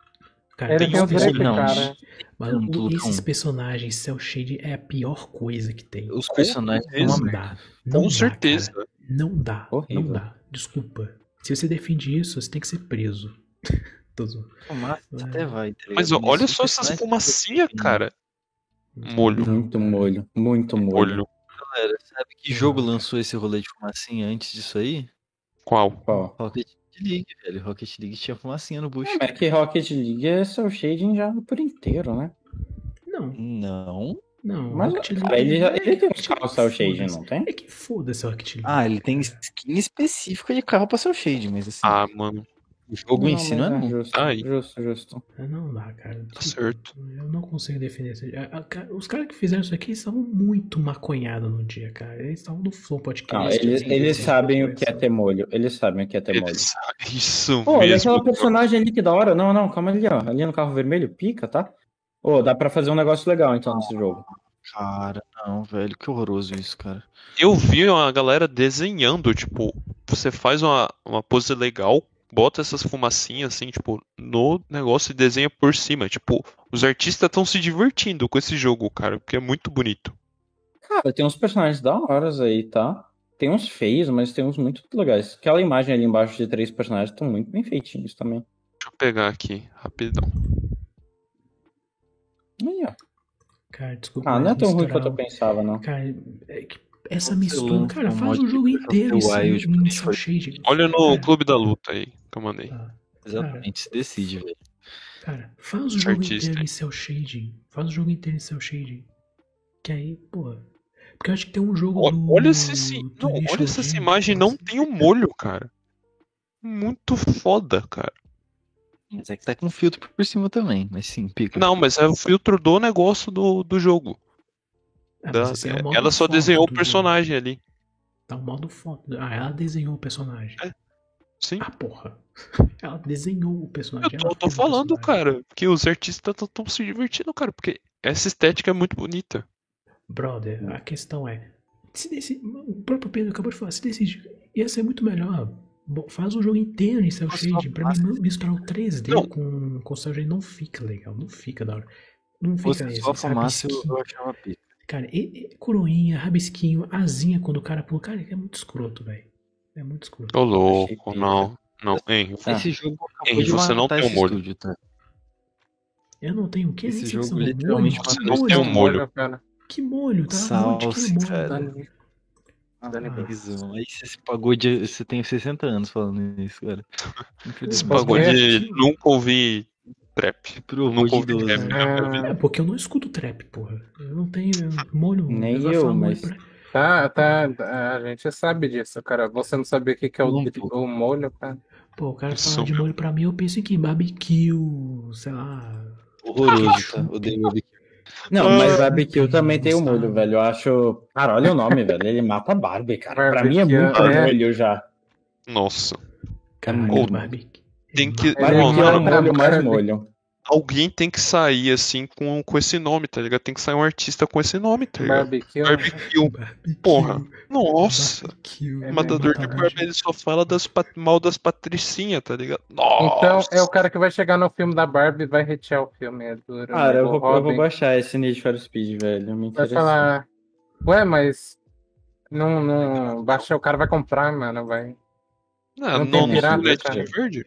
A: Cara,
G: Ele
A: esses
G: tem um
A: personagens-
G: drip,
B: não.
G: cara.
A: Mano, o-
B: Tudo
A: esses
B: bom.
A: personagens cel shade é a pior coisa que tem.
B: Os personagens são uma
A: Não
B: merda.
A: dá. Não
C: né? Com
A: dá,
C: certeza.
A: cara. Não dá.
H: Horrível.
A: Não dá. Desculpa. Se você defende isso, você tem que ser preso. Tô zoando.
B: Fumaça
A: É.
B: até vai. tá
C: Mas ó,
B: ligado?
C: olha
B: os
C: só essas
B: personagens-
C: fumacinhas,
A: um
C: cara. Molho.
H: Muito molho, muito molho.
C: Molho.
B: Galera, sabe que jogo lançou esse rolê de fumacinha antes disso aí?
C: Qual?
H: Ó,
B: Rocket League, velho. Rocket League tinha fumacinha no bucho.
H: É que Rocket League é Cell Shading já por inteiro, né?
A: Não,
B: Não.
A: não.
H: Mas,
A: Rocket League- é um
H: cara, ele, já, ele tem
A: Rocket
H: uns carros Cell
A: League,
H: Shading,
A: foda-se.
H: não tem?
A: É que foda-se o Rocket League.
B: Ah, ele tem skin específica de carro pra seu shade, mas assim,
C: Ah, mano,
B: o jogo em si não é
H: mas
B: não.
H: Justo,
C: Ai.
H: justo, justo.
A: Ah, Não dá, cara.
C: tá certo.
A: Eu não consigo defender esse... a- a- ca- Os caras que fizeram isso aqui estavam muito maconhados no dia, cara. Eles estavam no Flow Podcast.
H: Não, Ah, eles,
A: assim,
H: eles
A: assim,
H: sabem o
A: coisa.
H: que é ter molho. Eles sabem o que é ter molho.
C: Ele sabe isso
H: Pô, olha
D: é
C: mesmo.
H: aquela personagem ali que da hora. Não, não, calma ali, ó. Ali no carro vermelho, pica, tá? Ô, dá pra fazer um negócio legal então nesse jogo.
B: Cara, não, velho, que horroroso isso, cara.
C: Eu vi uma galera desenhando, tipo, você faz uma, uma pose legal, bota essas fumacinhas assim, tipo, no negócio e desenha por cima. Tipo, os artistas estão se divertindo com esse jogo, cara, porque é muito bonito.
H: Cara, tem uns personagens da horas aí, tá? Tem uns feios, mas tem uns muito legais. Aquela imagem ali embaixo de três personagens estão muito bem feitinhos também.
C: Deixa eu pegar aqui, rapidão.
H: Aí, ó.
A: Cara, desculpa.
H: Ah, não é
A: mas
H: tão ruim
A: misturar
H: quanto eu
A: o-
H: pensava, não.
A: Cara, é que essa
B: Você
A: mistura,
B: lança
A: cara,
B: um
A: faz
B: mod
A: o jogo
B: de
A: inteiro isso
B: Wild
A: em- em
B: pra
A: Soul Shade.
C: Olha no
A: Cara,
C: Clube da Luta aí, que eu mandei.
A: tá.
B: Exatamente, se decide, velho.
A: Cara, faz o jogo
C: Artista.
A: inteiro em cel shading. Faz o jogo inteiro em cel shading. Que aí, porra. Porque eu acho que tem um jogo.
C: Ó,
A: do- né?
C: Olha essa, ci-
A: do
C: não,
A: Nation
C: olha essa
A: Game,
C: imagem,
A: cara.
C: não tem um molho, cara. Muito foda, cara.
B: Mas é que tá com filtro por cima também, mas sim, pica.
C: Não, mas é o filtro do negócio do, do jogo.
A: Ah,
C: Da-
A: mas esse é o modo
C: ela só
A: foto
C: desenhou o
A: do
C: personagem ali.
A: jogo. Tá o modo foto. Ah, ela desenhou o personagem.
C: Sim.
A: Ah, porra. Ela desenhou o personagem.
C: Eu tô,
A: ela
C: tô
A: fez o
C: falando,
A: personagem.
C: cara, que os artistas estão se divertindo, cara, porque essa estética é muito bonita.
A: Brother, a questão é: Se deci- O próprio Pedro acabou de falar, se decide. Ia ser muito melhor. Bom, faz um jogo inteiro em cel shading. Pra mim, não misturar o 3D
C: Não.
A: com, com cel shading não fica legal. Não fica da hora. Não fica
B: Você
A: isso.
B: só fumaça, eu,
A: rabisquinho.
B: eu achava pica.
A: Cara, e, e, coroinha, rabisquinho, asinha quando o cara pula. Cara, é muito escroto, velho. É muito escroto.
C: Ô
B: Achei é,
C: louco,
B: pica.
C: não. Não, hein, eu fui-
B: Esse jogo acabou
C: Henry,
B: de
C: você não
B: matar
C: tem
B: esse
C: um molho.
B: estúdio, tá?
A: Eu não tenho o quê?
B: Esse
A: Nem sei
B: jogo
A: que são
B: literalmente
A: molhos.
C: você
A: Que
C: não
A: molho?
C: tem um molho.
G: cara.
A: Que molho, tá? Onde que é
B: Salsa,
A: molho?
B: cara.
G: Dani- Dani
A: Ah.
G: Brito.
B: Visão. Aí você se pagou de. Você tem 60 anos falando isso, cara.
A: Esse
B: Infelizmente.
C: bagulho
A: é-
C: de nunca ouvi trap.
B: Provou
C: Nunca
B: de né?
C: ouvi
B: 12.
C: trap.
A: É,
G: Ah,
A: porque eu não escuto trap, porra. Eu não tenho molho.
H: Nem
A: vou
H: eu,
A: falar molho
H: mas-
A: pra-
G: tá, tá. A gente sabe disso, cara. Você não sabia o que, que é o,
B: Não,
G: tri- o molho, cara.
A: Pô, o cara
C: Isso
A: fala de
C: mesmo.
A: molho pra mim, eu penso em que barbecue, sei lá.
B: Horroroso, tá? Odeio ouvir.
H: Não,
C: Ah,
H: mas barbecue também tem o
A: gostava.
H: molho, velho. Eu acho. Cara, olha o nome, velho. Ele mata Barbie, cara. Pra mim é
G: Barbecue,
H: muito
G: é.
H: molho já.
C: Nossa.
A: Caralho,
C: Ou-
A: barbecue.
C: Tem que.
G: Ele
C: Mano,
H: É Barbecue é um
G: mata
H: molho mais
G: Barbie.
H: molho.
C: alguém tem que sair assim com, com esse nome, tá ligado? Tem que sair um artista com esse nome, tá ligado?
G: Barbecue.
H: é
C: Barbecue.
A: Barbecue, tá
C: Porra. Nossa.
A: Barbecue.
G: É
C: Matador de
A: Matador
C: barba, ele só fala das pat- mal das patricinhas, tá ligado?
G: Então
C: Nossa.
G: é o cara que vai chegar no filme da Barbie e vai retear o filme. É duro.
H: Cara,
G: né?
H: eu
G: O
H: vou, eu vou
G: Robin
H: baixar esse Need for Speed, velho. Me
G: vai
H: interessa.
G: falar. Ué, mas. Não, não. Baixei, o cara vai comprar, mano. Vai.
C: Ah,
G: não tem
C: não, não,
G: pirata,
C: não é
G: cara.
C: verde?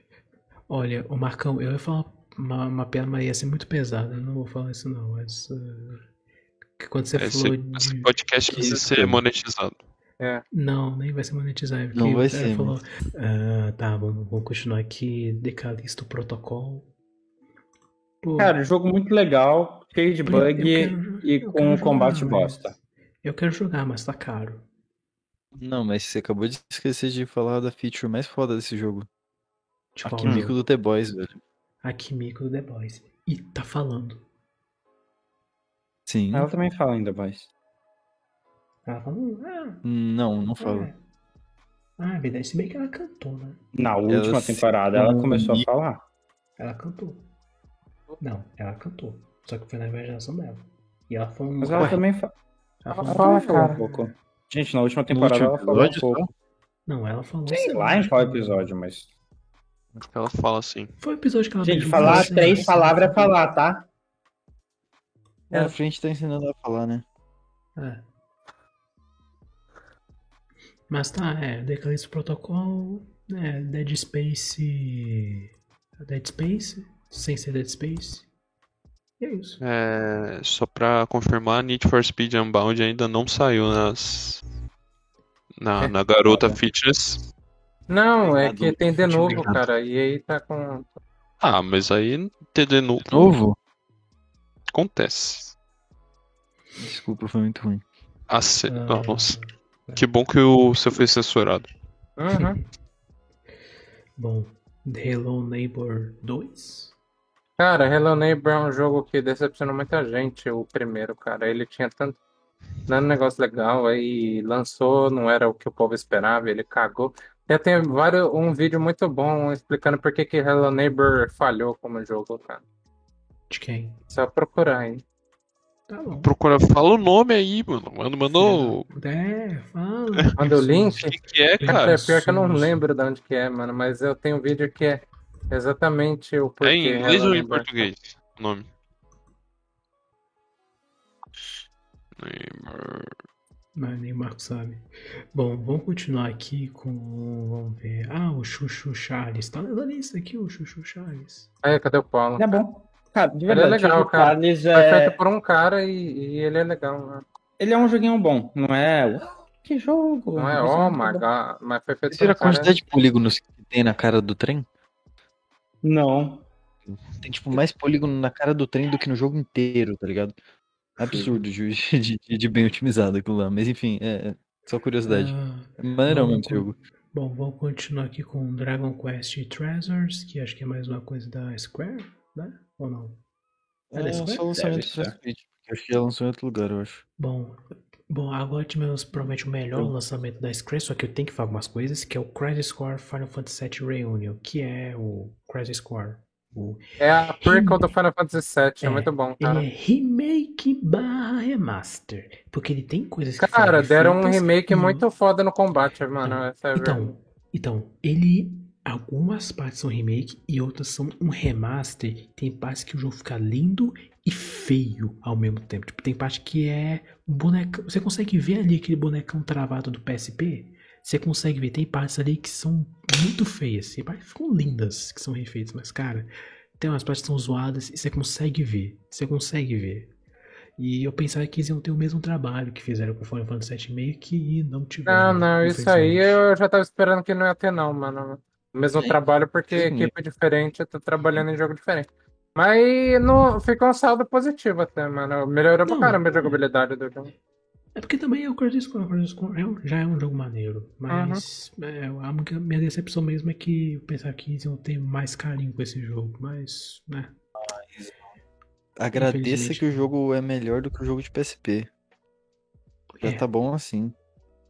A: Olha, o Marcão, eu ia falar uma, uma piada, mas ia ser muito pesada. Eu não vou falar isso, não. Mas, eh, que quando você
C: Esse,
A: falou
C: esse
A: de.
C: podcast precisa
B: isso,
C: ser
B: cara?
C: monetizado.
A: Não, nem vai ser monetizado. porque
B: Não vai
A: o cara
B: ser, né?
A: falou, "Ah, tá, vamos, vamos continuar aqui. Decalisto protocolo.
D: Tipo,
A: Pô,
H: Cara, jogo muito legal, cheio de
A: eu- eu
H: bug
A: quero-
H: e
A: eu
H: com
A: quero
H: combate
A: jogar, mas-
H: bosta.
A: Eu quero jogar, mas tá caro.
B: Não, mas você acabou de esquecer de falar da feature mais foda desse jogo.
A: Tipo,
B: A
A: ó,
B: Kimiko do The Boys, velho.
A: a Kimiko do The Boys. E tá falando.
B: Sim.
D: É
H: Ela também fala ainda mais.
A: Ela fala, "Hum, ah,
B: Não, não falo.
A: é." Ah, é verdade, se bem que ela cantou, né?
H: Na última
B: se-
H: temporada, ela começou a falar.
A: Ela cantou. Não, ela cantou. Só que foi na imaginação dela. E ela falou.
H: Mas ela também fala.
A: ela
H: Ela
A: falou-
G: fala,
H: também falou
G: cara.
H: um pouco. Gente, na última
B: No
H: temporada
B: último
H: ela falou um
B: episódio,
H: pouco.
A: Não, ela falou.
H: Sei
A: assim,
H: lá em
A: acho
H: qual
A: que-
H: episódio, mas.
C: Ela fala assim.
A: Foi o episódio que ela
H: Gente,
A: beijou,
H: falar
A: assim,
H: três
A: assim,
H: palavras é falar, tá?
B: Na frente tá ensinando ela a falar, né?
A: É. Mas tá, é, Declaração Protocol, é, Dead Space. tá, Dead Space? Sem ser Dead Space. E é isso.
C: É, só pra confirmar, Need for Speed Unbound ainda não saiu nas. Na, na garota fitness.
G: Não, é
B: Obrigado,
G: que tem de
B: muito
G: novo,
B: obrigado.
G: cara. E aí tá com.
C: Ah, mas aí TD no...
B: Novo?
C: acontece.
B: Desculpa, foi muito ruim.
C: Ah, se-
A: Ah.
C: ah, nossa. Que bom que o seu foi censurado.
G: Uhum.
A: Bom, Hello Neighbor 2.
G: Cara, Hello Neighbor é um jogo que decepcionou muita gente, o primeiro, cara. Ele tinha tanto, tanto negócio legal, aí lançou, não era o que o povo esperava, ele cagou. Já tem vários, um vídeo muito bom explicando por que que Hello Neighbor falhou como jogo, cara.
A: De quem?
G: Só procurar aí.
A: Tá bom.
C: Procura, fala o nome aí, mano. Manda, manda o
A: É, fala.
G: Manda o link.
C: o que, que é,
G: É
C: cara.
G: pior que eu não
A: sim, sim.
G: lembro de onde que é, mano, mas eu tenho um vídeo que é exatamente o porquê
C: É em inglês
G: Hello
C: ou em
G: Neighbor.
C: português? O nome. Neighbor.
A: Mas nem o Marco sabe. Bom, vamos continuar aqui com. Vamos ver. Ah, o Chuchu Charles. Tá na lista aqui, o Chuchu Charles.
G: Aí, cadê o Paulo?
H: É bom. Cara, de
G: Ele é
H: verdade,
G: legal,
H: Chuchu
G: cara.
H: Charles
G: Foi
H: é...
G: feito por um cara e, e ele é legal, né?
H: Ele é um joguinho bom, não é? "Uau, Que jogo!
G: Não é,
H: Mas
G: oh
H: muito
G: my
H: bom."
G: god, mas foi feito
B: Vocês viram a
G: por um cara-
B: quantidade de polígonos que tem na cara do trem?
H: Não.
B: Tem, tipo, mais polígono na cara do trem do que no jogo inteiro, tá ligado? Absurdo de, de, de- de bem otimizado aquilo lá. Mas enfim, é é só curiosidade.
A: Ah,
B: É maneirão
A: não,
B: mesmo esse
A: não.
B: jogo.
A: bom, vamos continuar aqui com Dragon Quest Treasures, que acho que é mais uma coisa da Square, né? Ou não?
B: É,
A: Ela é
B: só
A: Square?
B: lançamento pra Switch, porque acho tipo, que já lançou em outro lugar, eu acho.
A: Bom, bom, agora tivemos provavelmente o melhor
B: Pronto.
A: lançamento da Square, só que eu tenho que falar algumas coisas, que é o Crisis Core Final Fantasy VII Reunion, que é o Crisis Core O
G: É a prequel do Final Fantasy VII, é, muito bom,
A: ele é
G: cara.
A: remake barra remaster. Porque ele tem coisas que foram
G: Cara, deram um
A: refeitas
G: remake
A: no-
G: muito foda no combate, mano. Essa é a verdade.
A: uhum. Então, então, ele. Algumas partes são remake e outras são um remaster. Tem partes que o jogo fica lindo e feio ao mesmo tempo. Tipo, tem parte que é um bonecão. Você consegue ver ali aquele bonecão travado do PSP? Você consegue ver, tem partes ali que são muito feias. Tem partes que ficam lindas, que são refeitas, mas, cara, tem umas partes que são zoadas e você consegue ver. Você consegue ver. E eu pensava que eles iam ter o mesmo trabalho que fizeram com Final Fantasy VII meio que não
G: Não,
A: tiveram.
G: Ah, não, isso aí
A: é, infelizmente.
G: eu já tava esperando que não ia ter, não, mano. O mesmo trabalho, porque
B: Sim.
G: equipe diferente, eu tô trabalhando em jogo diferente. Mas não, ficou um saldo positivo até, mano. Melhorou pra
A: Não.
G: caramba a jogabilidade do jogo.
A: É porque também é o Crisis Core. O Crisis Core é um- já é um jogo maneiro. Mas é, a única- minha decepção mesmo é que eu pensava que eles iam ter mais carinho com esse jogo. Mas, né?
B: Agradeça
A: Infelizmente.
B: que o jogo é melhor do que o jogo de PSP. Já
A: É,
B: tá bom assim.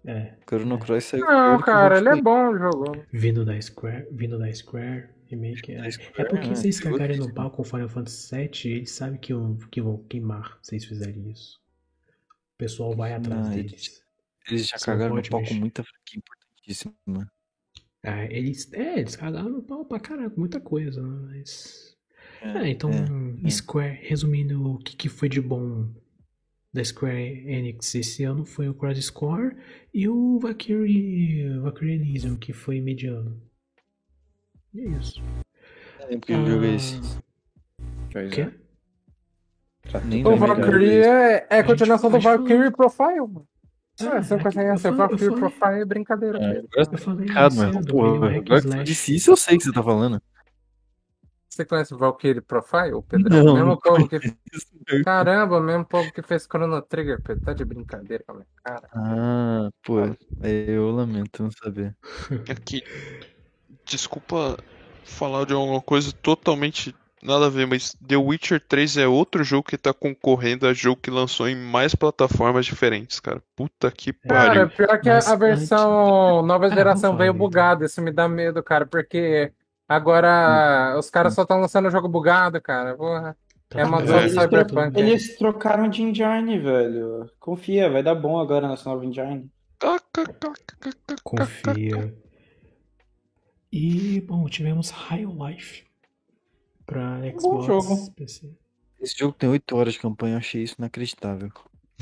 A: é.
B: Chrono Cross saiu
G: Não,
B: pior que o
G: cara,
B: jogo
G: ele
B: de
G: é bom o jogo.
A: Vindo da Square. Vindo da Square. Remake. É,
B: Da
A: é
B: Square,
A: porque
B: né?
A: vocês
B: Jogo
A: cagarem
B: de-
A: no pau com o Final Fantasy VII, eles sabem que, eu, que vão queimar se eles fizerem isso. O pessoal vai atrás
B: Não, eles-
A: deles.
B: Eles já
A: São
B: cagaram no
A: ótimos.
B: pau com muita franquia importantíssima.
A: Ah, eles, é, eles cagaram no pau pra caraca, muita coisa, né? Mas. É, então,
B: é.
A: Square, resumindo o que, que foi de bom da Square Enix esse ano foi o Cross Score e o Valkyrie, Valkyrie Elysium, que foi mediano. E é isso.
B: Nem porque o jogo é esse.
A: O quê?
B: é.
H: Tá
B: Nem
G: O
B: vai melhorar
G: Valkyrie
B: isso.
G: é, é a
A: gente
G: continuação do
A: pode falar.
G: Valkyrie Profile, mano.
A: Ah,
G: É, você não
A: aqui-
G: consegue
A: eu
G: ser
A: falei- eu
G: Valkyrie
A: falei-
G: Profile é brincadeira. cara.
A: Eu falei
B: Cara,
A: mais
B: mano,
A: cedo,
B: porra,
A: ele é um
B: velho,
A: hack and
B: agora que você
A: slash.
B: disse isso, eu sei o que você tá falando.
G: Você conhece o Valkyrie Profile, Pedro?
B: Não,
G: mesmo
B: não
G: povo que...
B: Isso, eu-
G: Caramba, mesmo povo que fez Chrono Trigger, Pedro. Tá de brincadeira com a minha cara.
B: Ah, pô, eu lamento não saber.
C: É que, desculpa falar de alguma coisa totalmente nada a ver, mas The Witcher 3 é outro jogo que tá concorrendo a jogo que lançou em mais plataformas diferentes, cara. Puta que
G: Cara,
C: pariu.
G: pior que
A: Mas
G: a versão nova
A: Ah,
G: geração
A: vamos
G: veio
A: falar dele.
G: bugada, isso me dá medo, cara, porque agora os caras só estão lançando jogo bugado, cara. Porra.
A: Tá
G: É
A: bom,
G: uma
A: tá
C: só
A: bom,
C: de
D: Eles, tro-
G: Cyberpunk, né?
A: tá bom.
D: eles trocaram de engine, velho. Confia, vai dar bom agora nessa nova engine.
A: Confia. E, bom, tivemos High Life pra Xbox,
D: jogo.
A: PC.
B: Esse jogo tem 8 horas de campanha, eu achei isso inacreditável.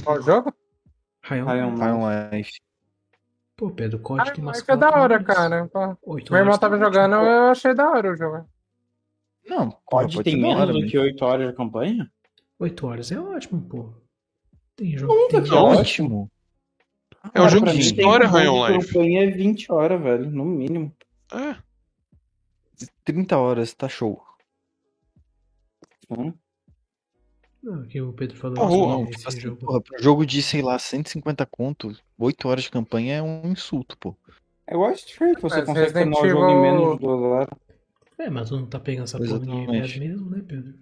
G: Qual jogo?
A: High
D: High
A: Life.
D: on Life.
B: Time Life.
A: Pô, Pedro,
G: Ah,
A: código que
G: mas é da hora, cara. Pô, Meu irmão tava jogando, eu achei da hora o jogo.
B: Não, porra,
D: Pode,
B: pode
D: ter
B: ser da
D: menos
B: hora,
D: do
B: mas-
D: que 8 horas de campanha?
A: 8 horas é ótimo, pô. Tem jogo.
D: Nunca
C: tá
A: tem
D: vi,
A: jogo-
D: ó.
B: Ótimo. Ah,
C: É um
D: Cara,
C: jogo
D: pra
C: de
D: mim, tem
C: história,
D: um jogo
C: Rayon
D: de
C: Life.
D: campanha é 20 horas, velho, no mínimo.
C: É,
B: 30 horas, tá show.
D: Hum.
A: Não, que o Pedro falou
C: Porra,
A: que
C: não,
A: esse
B: Tipo assim,
A: jogo.
B: porra, pro jogo de, sei lá, 150 conto, 8 horas de campanha é um insulto, pô.
D: É Wall Street, você
G: Mas
D: consegue
G: Resident
D: terminar o jogo em
G: Evil-
D: menos de 2 horas.
A: É, mas tu não tá pegando essa porra no Game Pass
B: Exatamente.
A: mesmo, né, Pedro?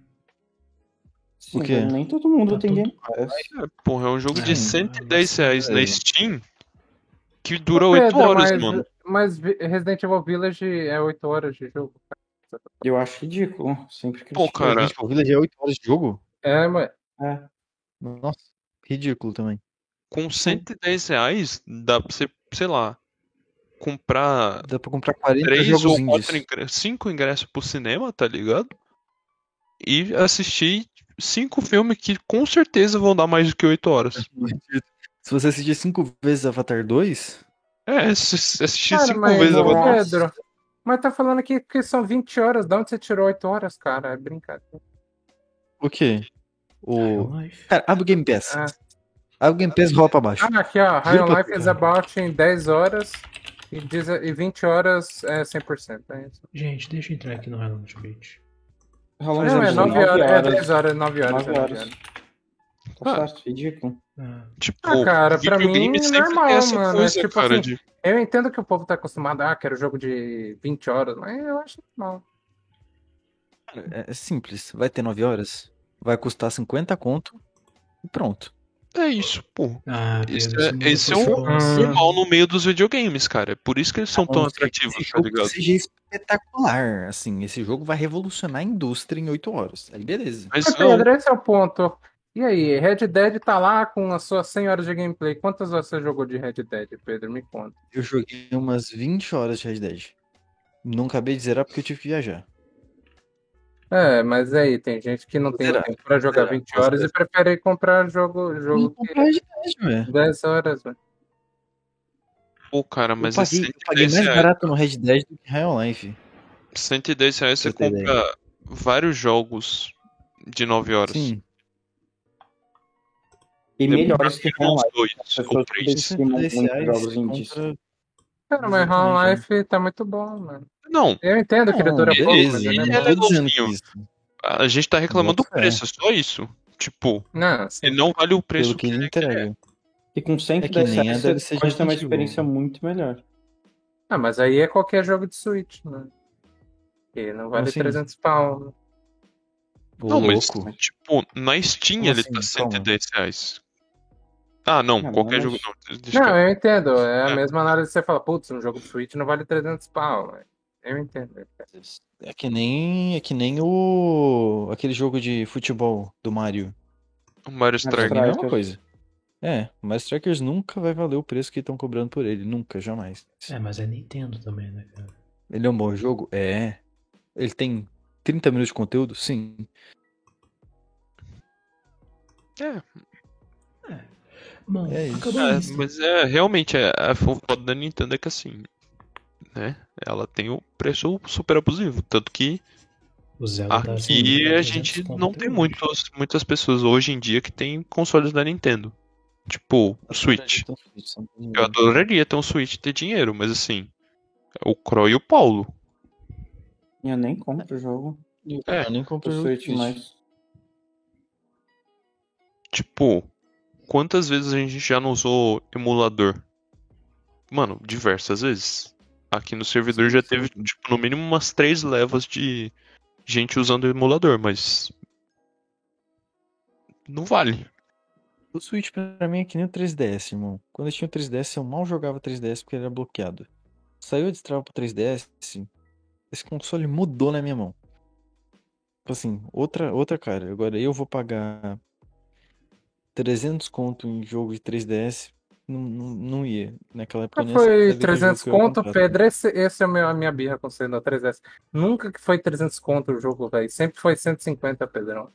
D: Sim,
B: quê?
D: Nem todo mundo
A: Tá
D: tem
A: tudo-
D: Game Pass.
C: é, porra, é um jogo de
A: É,
C: 110 reais na
B: beleza.
C: Steam que dura 8
G: Pedro,
C: horas,
G: mas, é-
C: mano.
G: mas Vi- Resident Evil Village é 8 horas de jogo.
D: Eu acho ridículo, sempre critiquei.
C: Pô, cara,
B: Resident Evil Village é 8 horas de jogo?
G: É, mas
D: É.
B: Nossa, ridículo também.
C: com 110 reais dá pra você, sei lá, comprar
B: Dá pra comprar 40
C: três
B: jogos
C: ou
B: indies.
C: quatro ingressos, cinco ingressos pro cinema, tá ligado? E assistir cinco filmes que com certeza vão dar mais do que oito horas.
B: Se você assistir 5 vezes Avatar 2,
C: É, assi- assistir
G: Cara,
C: cinco
G: mas
C: vezes
G: não- é
C: agora.
G: Pedro, mas tá falando aqui que são 20 horas. Da onde você tirou 8 horas, cara? É brincadeira.
B: o quê?
C: Ah,
B: O...
A: High on Life.
B: Cara, abre o Game Pass.
G: Ah.
B: Abre o Game Pass e rola pra baixo.
G: Ah, aqui, ó. High on
B: Juro
G: Life is about em 10 horas e, 10 e 20 horas é 100%. É isso.
A: Gente, deixa eu entrar aqui no Highland Beach.
D: Rolando
G: Não, é
D: jogo,
G: 9 horas, é 10 horas, 9 horas.
D: Nove
G: é
D: horas.
G: 9 horas.
D: Tá certo, ridículo.
A: Ah,
C: Tipo,
G: Ah, cara, pra
C: videogame
G: mim,
C: sempre tem
G: normal,
C: essa
G: mano, é
C: coisa,
G: tipo
C: cara,
G: assim,
C: de-
G: Eu entendo que o povo tá acostumado, ah, quero jogo de 20 horas, mas eu acho normal.
B: É, é simples. Vai ter 9 horas, vai custar 50 conto e pronto.
C: É isso, pô.
A: Ah,
C: Isso
A: Pedro,
C: é-
A: isso não
C: esse é
A: foi
C: um-
A: bom.
C: Normal no meio dos videogames, cara. É Por isso que eles são tão
B: Mano,
C: atrativos,
B: Então, esse
C: tá
B: jogo
C: ligado?
B: seja espetacular, assim, esse jogo vai revolucionar a indústria em 8 horas. Aí beleza.
C: Mas
G: Mas,
C: não,
G: Pedro, esse é o ponto. E aí, Red Dead tá lá com as suas 100 horas de gameplay. Quantas horas você jogou de Red Dead, Pedro? Me conta.
B: Eu joguei umas 20 horas de Red Dead. Não acabei de zerar porque eu tive que viajar.
G: É, mas aí, tem gente que não tem
B: Será?
G: tempo pra jogar
B: Será?
G: 20 horas e prefere comprar jogo, jogo
B: comprar Red Dead, velho.
G: que 10 horas. né? velho.
C: pô, cara, mas
B: eu
C: é
B: paguei, eu paguei
C: 110
B: mais
C: reais.
B: barato no Red Dead do que High on Life.
C: 110 reais você
B: Pra ter
C: compra vários jogos de 9 horas.
B: Sim,
C: É
H: E melhores que
C: Depois, uns
H: Half-Life.
C: dois
H: As
C: ou
H: pessoas
C: três.
H: Isso, muitos
B: 110 reais
H: jogos
B: você
H: indies.
B: compra...
G: Cara, mas Round
B: Exatamente, né?
G: Life tá muito bom, mano.
C: Não,
G: Eu entendo que ele
B: Não,
G: dura pouco, mas
B: beleza,
G: ele é
C: ele
B: né? não
G: bom.
B: tô dizendo
C: legalzinho.
B: que isso.
C: a gente tá reclamando do
B: Boto fé.
C: preço, é só isso. Tipo,
G: Não, assim,
C: ele não vale o preço
B: Pelo que ele
C: ele
B: entrega.
H: E com 110
B: É que nem a
H: reais
B: DLC
H: você
B: de
H: pode ter uma
B: Resident Evil.
C: né?
H: experiência muito melhor.
G: Ah, mas aí é qualquer jogo de Switch, né? Porque não vale
B: assim?
G: 300 pau.
B: Ô,
C: Não, mas,
B: louco.
C: tipo, na Steam
B: Como
C: ele
B: assim?
C: tá
B: Calma.
C: 110 reais. Ah, não,
H: Não,
C: qualquer
H: mas-
C: jogo não. Deixa
G: Não, eu entendo. É a
C: É.
G: mesma análise que você fala, putz, um jogo de Switch não vale 300 pau. né? Eu entendo.
B: É que nem, é que nem o aquele jogo de futebol do Mario.
C: eu... um Mario
B: Pra
C: Strike.
B: mim é a mesma
H: Strikers.
B: coisa. É, mas Strikers nunca vai valer o preço que estão cobrando por ele, nunca, jamais.
A: É, mas é Nintendo também, né, cara?
B: Ele é um bom jogo? É. Ele tem 30 minutos de conteúdo? Sim.
A: Bom,
B: É isso.
A: acabou
C: É,
A: isso.
C: mas é, realmente, é, a foda da Nintendo é que assim, né? Ela tem o preço super abusivo. Tanto que
A: O Zelda tá
C: aqui
A: sendo
C: a
A: 300
C: gente
A: conto
C: não
A: até
C: tem
A: hoje.
C: muitos, muitas pessoas hoje em dia que tem consoles da Nintendo. Tipo, o Switch.
B: Então, Switch, são todos
C: Eu
B: melhores.
C: adoraria ter um Switch e ter dinheiro, mas assim, é o Croy e o Paulo.
H: Eu nem compro o jogo
C: É.
B: Eu nem
H: pro
B: compro o
H: Switch
B: Switch.
H: mais.
C: Tipo, quantas vezes a gente já não usou emulador? Mano, diversas vezes. Aqui no servidor já teve, tipo, no mínimo umas três levas de gente usando emulador, mas. Não vale.
B: O Switch pra mim é que nem o 3DS, irmão. Quando eu tinha o 3DS, eu mal jogava 3DS porque ele era bloqueado. Saiu a destrava pro 3DS, assim, esse console mudou na minha mão. Tipo assim, outra, outra cara. Agora eu vou pagar 300 conto em jogo de 3DS, não, não, não ia. Naquela época eu nem
G: foi
B: sabia que
G: 300
B: jogo que eu ia
G: conto,
B: comprar.
G: Pedro. Esse, esse é o meu- a minha birra com sendo a 3S. Nunca que foi 300 conto o jogo, velho. Sempre foi 150, Pedrão.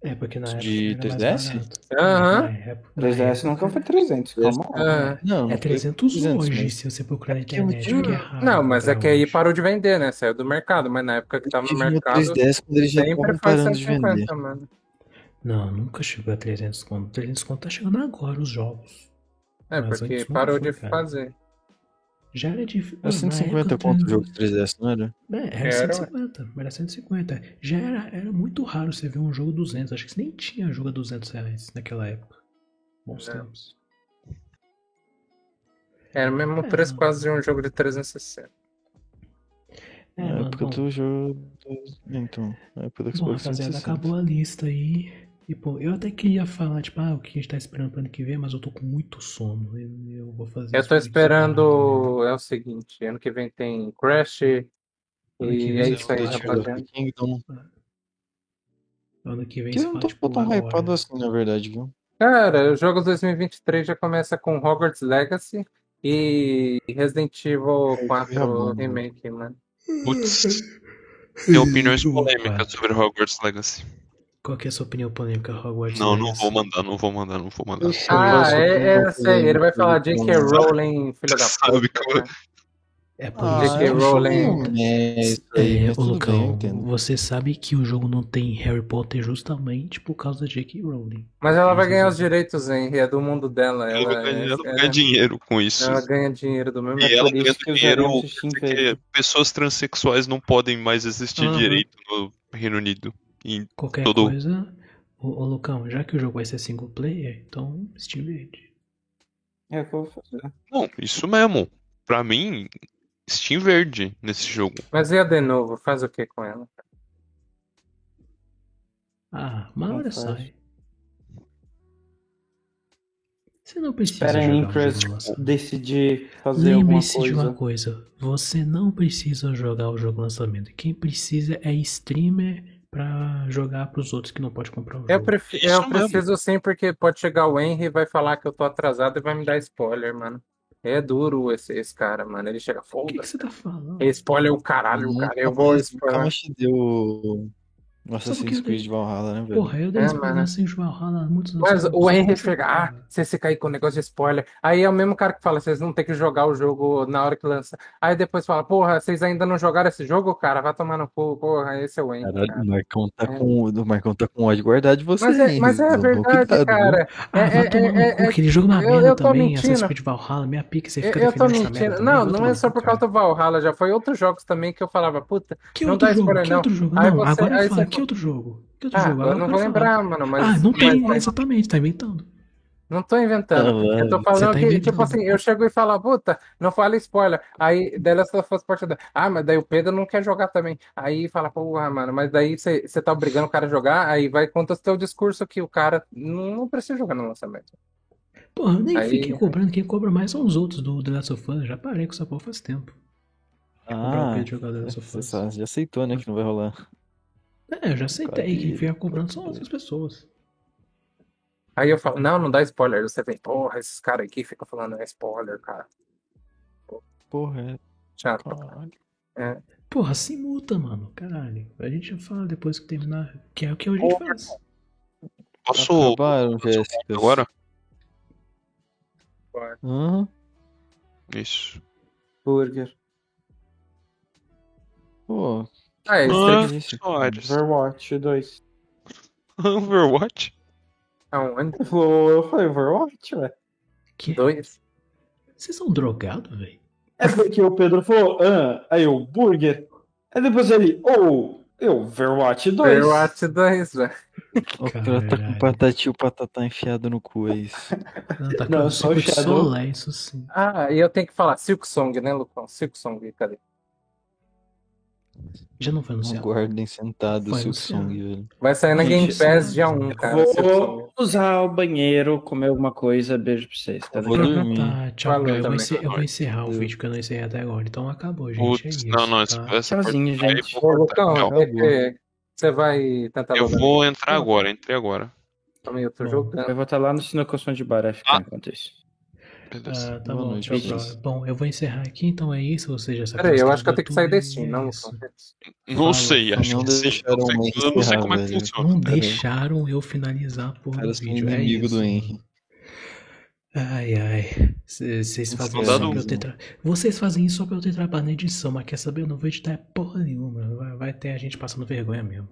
A: É, porque na época
B: De
A: era mais
B: 3DS?
A: barato.
G: Aham.
A: Na época- na
H: 3DS
A: época-
H: nunca foi 300, calma lá.
G: É.
B: Não, não
A: É
B: foi
A: 300 hoje,
B: mas-
A: se você procurar na
B: É que eu
A: internet.
B: tive-
A: porque é raro
G: Não, mas é
A: comprar
G: que aí
A: hoje.
G: parou de vender, né? Saiu do mercado. Mas na época que
B: Eu
G: tava tá no
B: tive meu
G: mercado,
B: 3DS quando ele já
G: sempre
B: tava
G: foi
B: parando de vender.
G: 150, mano.
A: Não, nunca chegou a 300 conto. 300 conto tá chegando agora, os jogos.
G: É,
A: Mas
G: porque
A: antes nunca
G: parou
A: foi,
G: de
A: cara.
G: fazer.
A: Já era difícil.
G: é
B: Era 150 conto o jogo de 3DS, não era?
A: É, era,
G: Era, ué.
A: 150, era 150. Já era, era muito raro você ver um jogo 200. Acho que você nem tinha jogo a 200 reais naquela época. Bons
G: É.
A: tempos.
G: Era o mesmo
A: É.
G: preço quase de um jogo de 360.
A: É,
B: Na
A: mano,
B: época
A: bom,
B: do jogo. Então, na época do
A: bom,
B: Xbox
A: rapaziada,
B: 360.
A: acabou a lista aí. E, pô, eu até queria falar, tipo, ah, o que a gente tá esperando pro ano que vem, mas eu tô com muito sono. Eu, eu vou fazer
G: Eu
A: isso
G: tô
A: por separado,
G: esperando. É o seguinte: ano que vem tem Crash. E
A: Ano que vem
G: é
A: tem
G: isso aí,
A: Crash,
G: rapaziada.
B: Kingdom.
A: né? Ano que vem
B: Que
A: se
B: eu não
A: pá,
B: tô
A: tipo,
B: tão
A: agora.
B: hypado assim, na verdade, viu?
G: Cara, o jogo 2023 já começa com Hogwarts Legacy e Resident Evil
B: Resident Evil
G: 4
B: bom, né?
G: Remake, mano.
C: Putz, tem opiniões polêmicas sobre Hogwarts Legacy.
A: Qual que é a sua opinião polêmica, Hogwarts?
C: Não, não
A: Legacy?
C: vou mandar, não vou mandar, não vou mandar.
B: Deixa
A: um
G: Ah,
B: Nossa, como
G: é, é, eu
B: eu
G: sei, ele
B: falei,
G: vai falar
B: como-
A: né?
G: J.K. Rowling, filho da
C: Sabe
G: puta.
C: como-
G: né?
A: É por
B: Ah,
A: isso
G: J.K.
A: que
B: é um
A: eu-
G: Rowling.
B: jogo, né, isso aí,
A: É,
B: mas
A: ô
B: tudo bem, eu
A: Lucão,
B: entendo.
A: você sabe que o jogo não tem Harry Potter justamente por causa da J.K. Rowling.
G: Mas ela vai
A: Mas
G: ganhar
A: eu-
G: os direitos, hein? É do mundo dela.
C: Ela
G: Ela,
C: vai ganhar, ela vai ganhar
G: é,
C: dinheiro com isso.
G: ela ganha dinheiro do mesmo é
C: E ela
H: por isso
C: ganhando
H: que os
C: dinheiro
H: aliens se
C: quer dizer que
H: invertem.
C: pessoas transexuais não podem mais existir
G: Uhum.
C: direito no Reino Unido. E
A: Qualquer
C: Todo-
A: coisa. Ô, ô, Lucão, já que o jogo vai ser single player, então Steam Verde.
H: É o que eu vou fazer.
C: Não, isso mesmo. Pra mim, Steam Verde nesse jogo.
G: Mas e a de novo? Faz o que com ela?
A: Ah, uma
H: Não
A: Ah, hora
H: faz.
A: sai. Você não precisa
D: Espera aí,
A: jogar um
D: Chris.
A: jogo lançamento.
D: Decidir fazer alguma
A: Lembre-se de uma
D: coisa.
A: coisa, você não precisa jogar o jogo lançamento. Quem precisa é streamer pra jogar pros outros que não pode comprar o jogo.
G: Eu, pref...
C: Isso
G: eu
C: mesmo.
G: preciso sim, porque pode chegar o Henry e vai falar que eu tô atrasado e vai me dar spoiler, mano. É duro esse, esse cara, mano. Ele chega,
A: O que, que
G: foda-se.
A: você tá falando?
G: É Spoiler o caralho,
B: Nunca
G: cara. Eu vou
B: mais- Nunca
G: spoiler.
B: mais te deu o Assassin's
A: eu
B: Creed Valhalla, né, velho?
A: Porra, eu dei
G: É,
A: spoiler
G: mano.
A: sem jogar o Valhalla há muitos anos.
G: Mas
A: atrás.
G: o Henry
A: é Você
G: chega,
A: tá-
G: ah, você se cair com o negócio de spoiler. Aí é o mesmo cara que fala, vocês não tem que jogar o jogo na hora que lança. Aí depois fala, porra, vocês ainda não jogaram esse jogo, cara? Vai tomar no cu, porra, esse é o Henry.
B: Caralho,
G: cara.
B: o Marcão tá
G: É.
B: com, o Marcão tá com ódio guardado de você,
G: Mas é,
B: hein?
G: mas é
A: né?
B: Tomou
G: verdade,
B: cuidado, viu?
G: cara.
A: Ah,
G: É-
A: vai
G: é-
A: tomar
G: é-
A: no cu,
G: é-
A: aquele jogo é uma
G: eu-
A: merda
G: eu tô
A: também. Assassin's
G: mentindo.
A: Creed Valhalla, minha pica, você
G: Eu,
A: fica
G: eu
A: defendendo
G: tô
A: essa merda.
G: mentindo.
A: também,
G: Não,
A: vai
G: não
A: tomar
G: é
A: no
G: só
A: cu,
G: por
A: cara.
G: causa do Valhalla, já foi outros jogos também que eu falava, puta,
A: Que
G: Não
A: outro
G: dá
A: jogo?
G: spoiler,
A: que
G: não.
A: outro jogo?
G: Aí
A: Não,
G: você-
A: agora
G: aí
A: fala,
G: você-
A: que outro jogo? Que outro
G: ah,
A: jogo? Agora
G: eu não
A: quero
G: vou
A: falar.
G: lembrar, mano, mas.
A: Ah, não tem,
G: mas-
A: exatamente, tá inventando.
G: Não tô inventando.
B: Ah,
G: Eu tô
B: vai.
A: tá
G: falando que,
A: inventando.
G: tipo assim, eu chego e falo, puta, não fala spoiler. Aí, daí ela fosse parte da. Ah, mas daí o Pedro não quer jogar também. Aí fala, porra, mano, mas daí você tá obrigando o cara a jogar, aí vai contra o seu discurso que o cara não, não precisa jogar no lançamento.
A: Porra, eu nem
G: Aí-
A: fiquei cobrando. Quem cobra mais são os outros do The Last of Us. Já parei com essa porra faz tempo. Comprar um o
B: Ah,
A: Pedro jogar The Last of
B: você
A: Us.
B: só- já aceitou, né, que não vai rolar.
A: É, eu já aceitei.
B: Cadê?
A: Quem fica cobrando são outras pessoas.
G: Aí eu falo, não, não dá spoiler. Você vem, porra, esses caras aqui ficam falando é spoiler, cara.
B: Porra, é-
G: Chato.
B: caralho.
A: Porra, se multa, mano. Caralho. A gente já fala depois que terminar. Que é o que a gente faz.
B: Tá
C: Posso
B: Acabaram, Jéssica.
C: agora?
B: Hã?
C: Isso.
D: Burger.
B: Pô,
G: Ah,
C: Ah.
G: é, Street
B: isso.
C: Soares.
D: Overwatch 2.
C: Overwatch?
G: Aonde?
D: Ele falou, eu falei Overwatch, velho.
A: Que... é.
G: Dois.
A: Vocês são drogados, velho?
D: É porque o Pedro falou, ah, aí o Burger. Aí depois ele, ou, eu, Overwatch 2.
G: Overwatch 2, velho.
B: O cara tá com
A: Caralho.
B: patati e o patatá enfiado no cu, é isso.
A: Não, tá
D: Não,
A: com
D: só o
A: suco de
D: Shadow.
A: solé, é isso sim.
G: Ah, e eu tenho que falar Silk Song, né, Lucão? Silk Song, cadê?
A: Já não assim, foi
B: Não
A: anunciado.
B: guardem sentado o
A: Vai
B: seu
A: no céu.
B: song, velho.
G: Vai sair na Game
H: Gente,
G: Pass dia 1, cara. Silk Song.
H: Vou usar o banheiro, comer alguma coisa, beijo pra vocês, tá
B: Vou
H: ligado?
B: dormir.
A: Tá, tchau,
G: Valeu
A: cara. eu, vou
G: também.
A: encer- eu vou encerrar o vídeo que eu não encerrei até agora. Então acabou, gente. é
C: Putz,
A: isso,
C: não, não, essa,
A: tá?
C: essa parte
H: Tchauzinho,
C: aí eu
H: gente.
C: vou
G: Ô,
C: cortar.
G: Lucão,
C: Não,
B: Acabou.
G: é, é, você vai tentar
C: eu
G: logar
C: vou entrar agora, entrei agora.
G: também, eu tô
A: Bom.
G: jogando.
H: Eu vou estar lá no Sinocoção de Bar FK
C: Ah.
H: enquanto isso.
C: Beleza.
A: Ah, tá
B: Boa
A: bom,
B: noite,
A: tchau,
B: gente.
A: tchau. Bom, eu vou encerrar aqui, então é isso. Você já sabe.
G: Peraí, eu
A: quem
G: acho que eu tenho que sair
A: tudo,
G: desse time,
A: é
G: não,
A: isso.
G: Lucão.
C: Não
A: Fala,
C: sei,
A: fala.
C: acho
B: Não
C: que sim.
B: deixaram
C: não sei,
B: mais
C: eu não sei
B: encerrar,
C: como é que
B: velho.
C: funciona.
A: Não
B: Peraí.
A: deixaram eu finalizar a porra do
B: Caras são
A: vídeo. É
B: um inimigo
A: isso.
B: do Henry.
A: Ai, ai. Vocês
B: Não
A: fazem
C: dá
A: isso só
C: não.
A: pra eu ter tra... Vocês fazem isso só pra eu ter trabalho na edição, mas quer saber? Eu não vou editar porra nenhuma. Vai, vai ter a gente passando vergonha mesmo.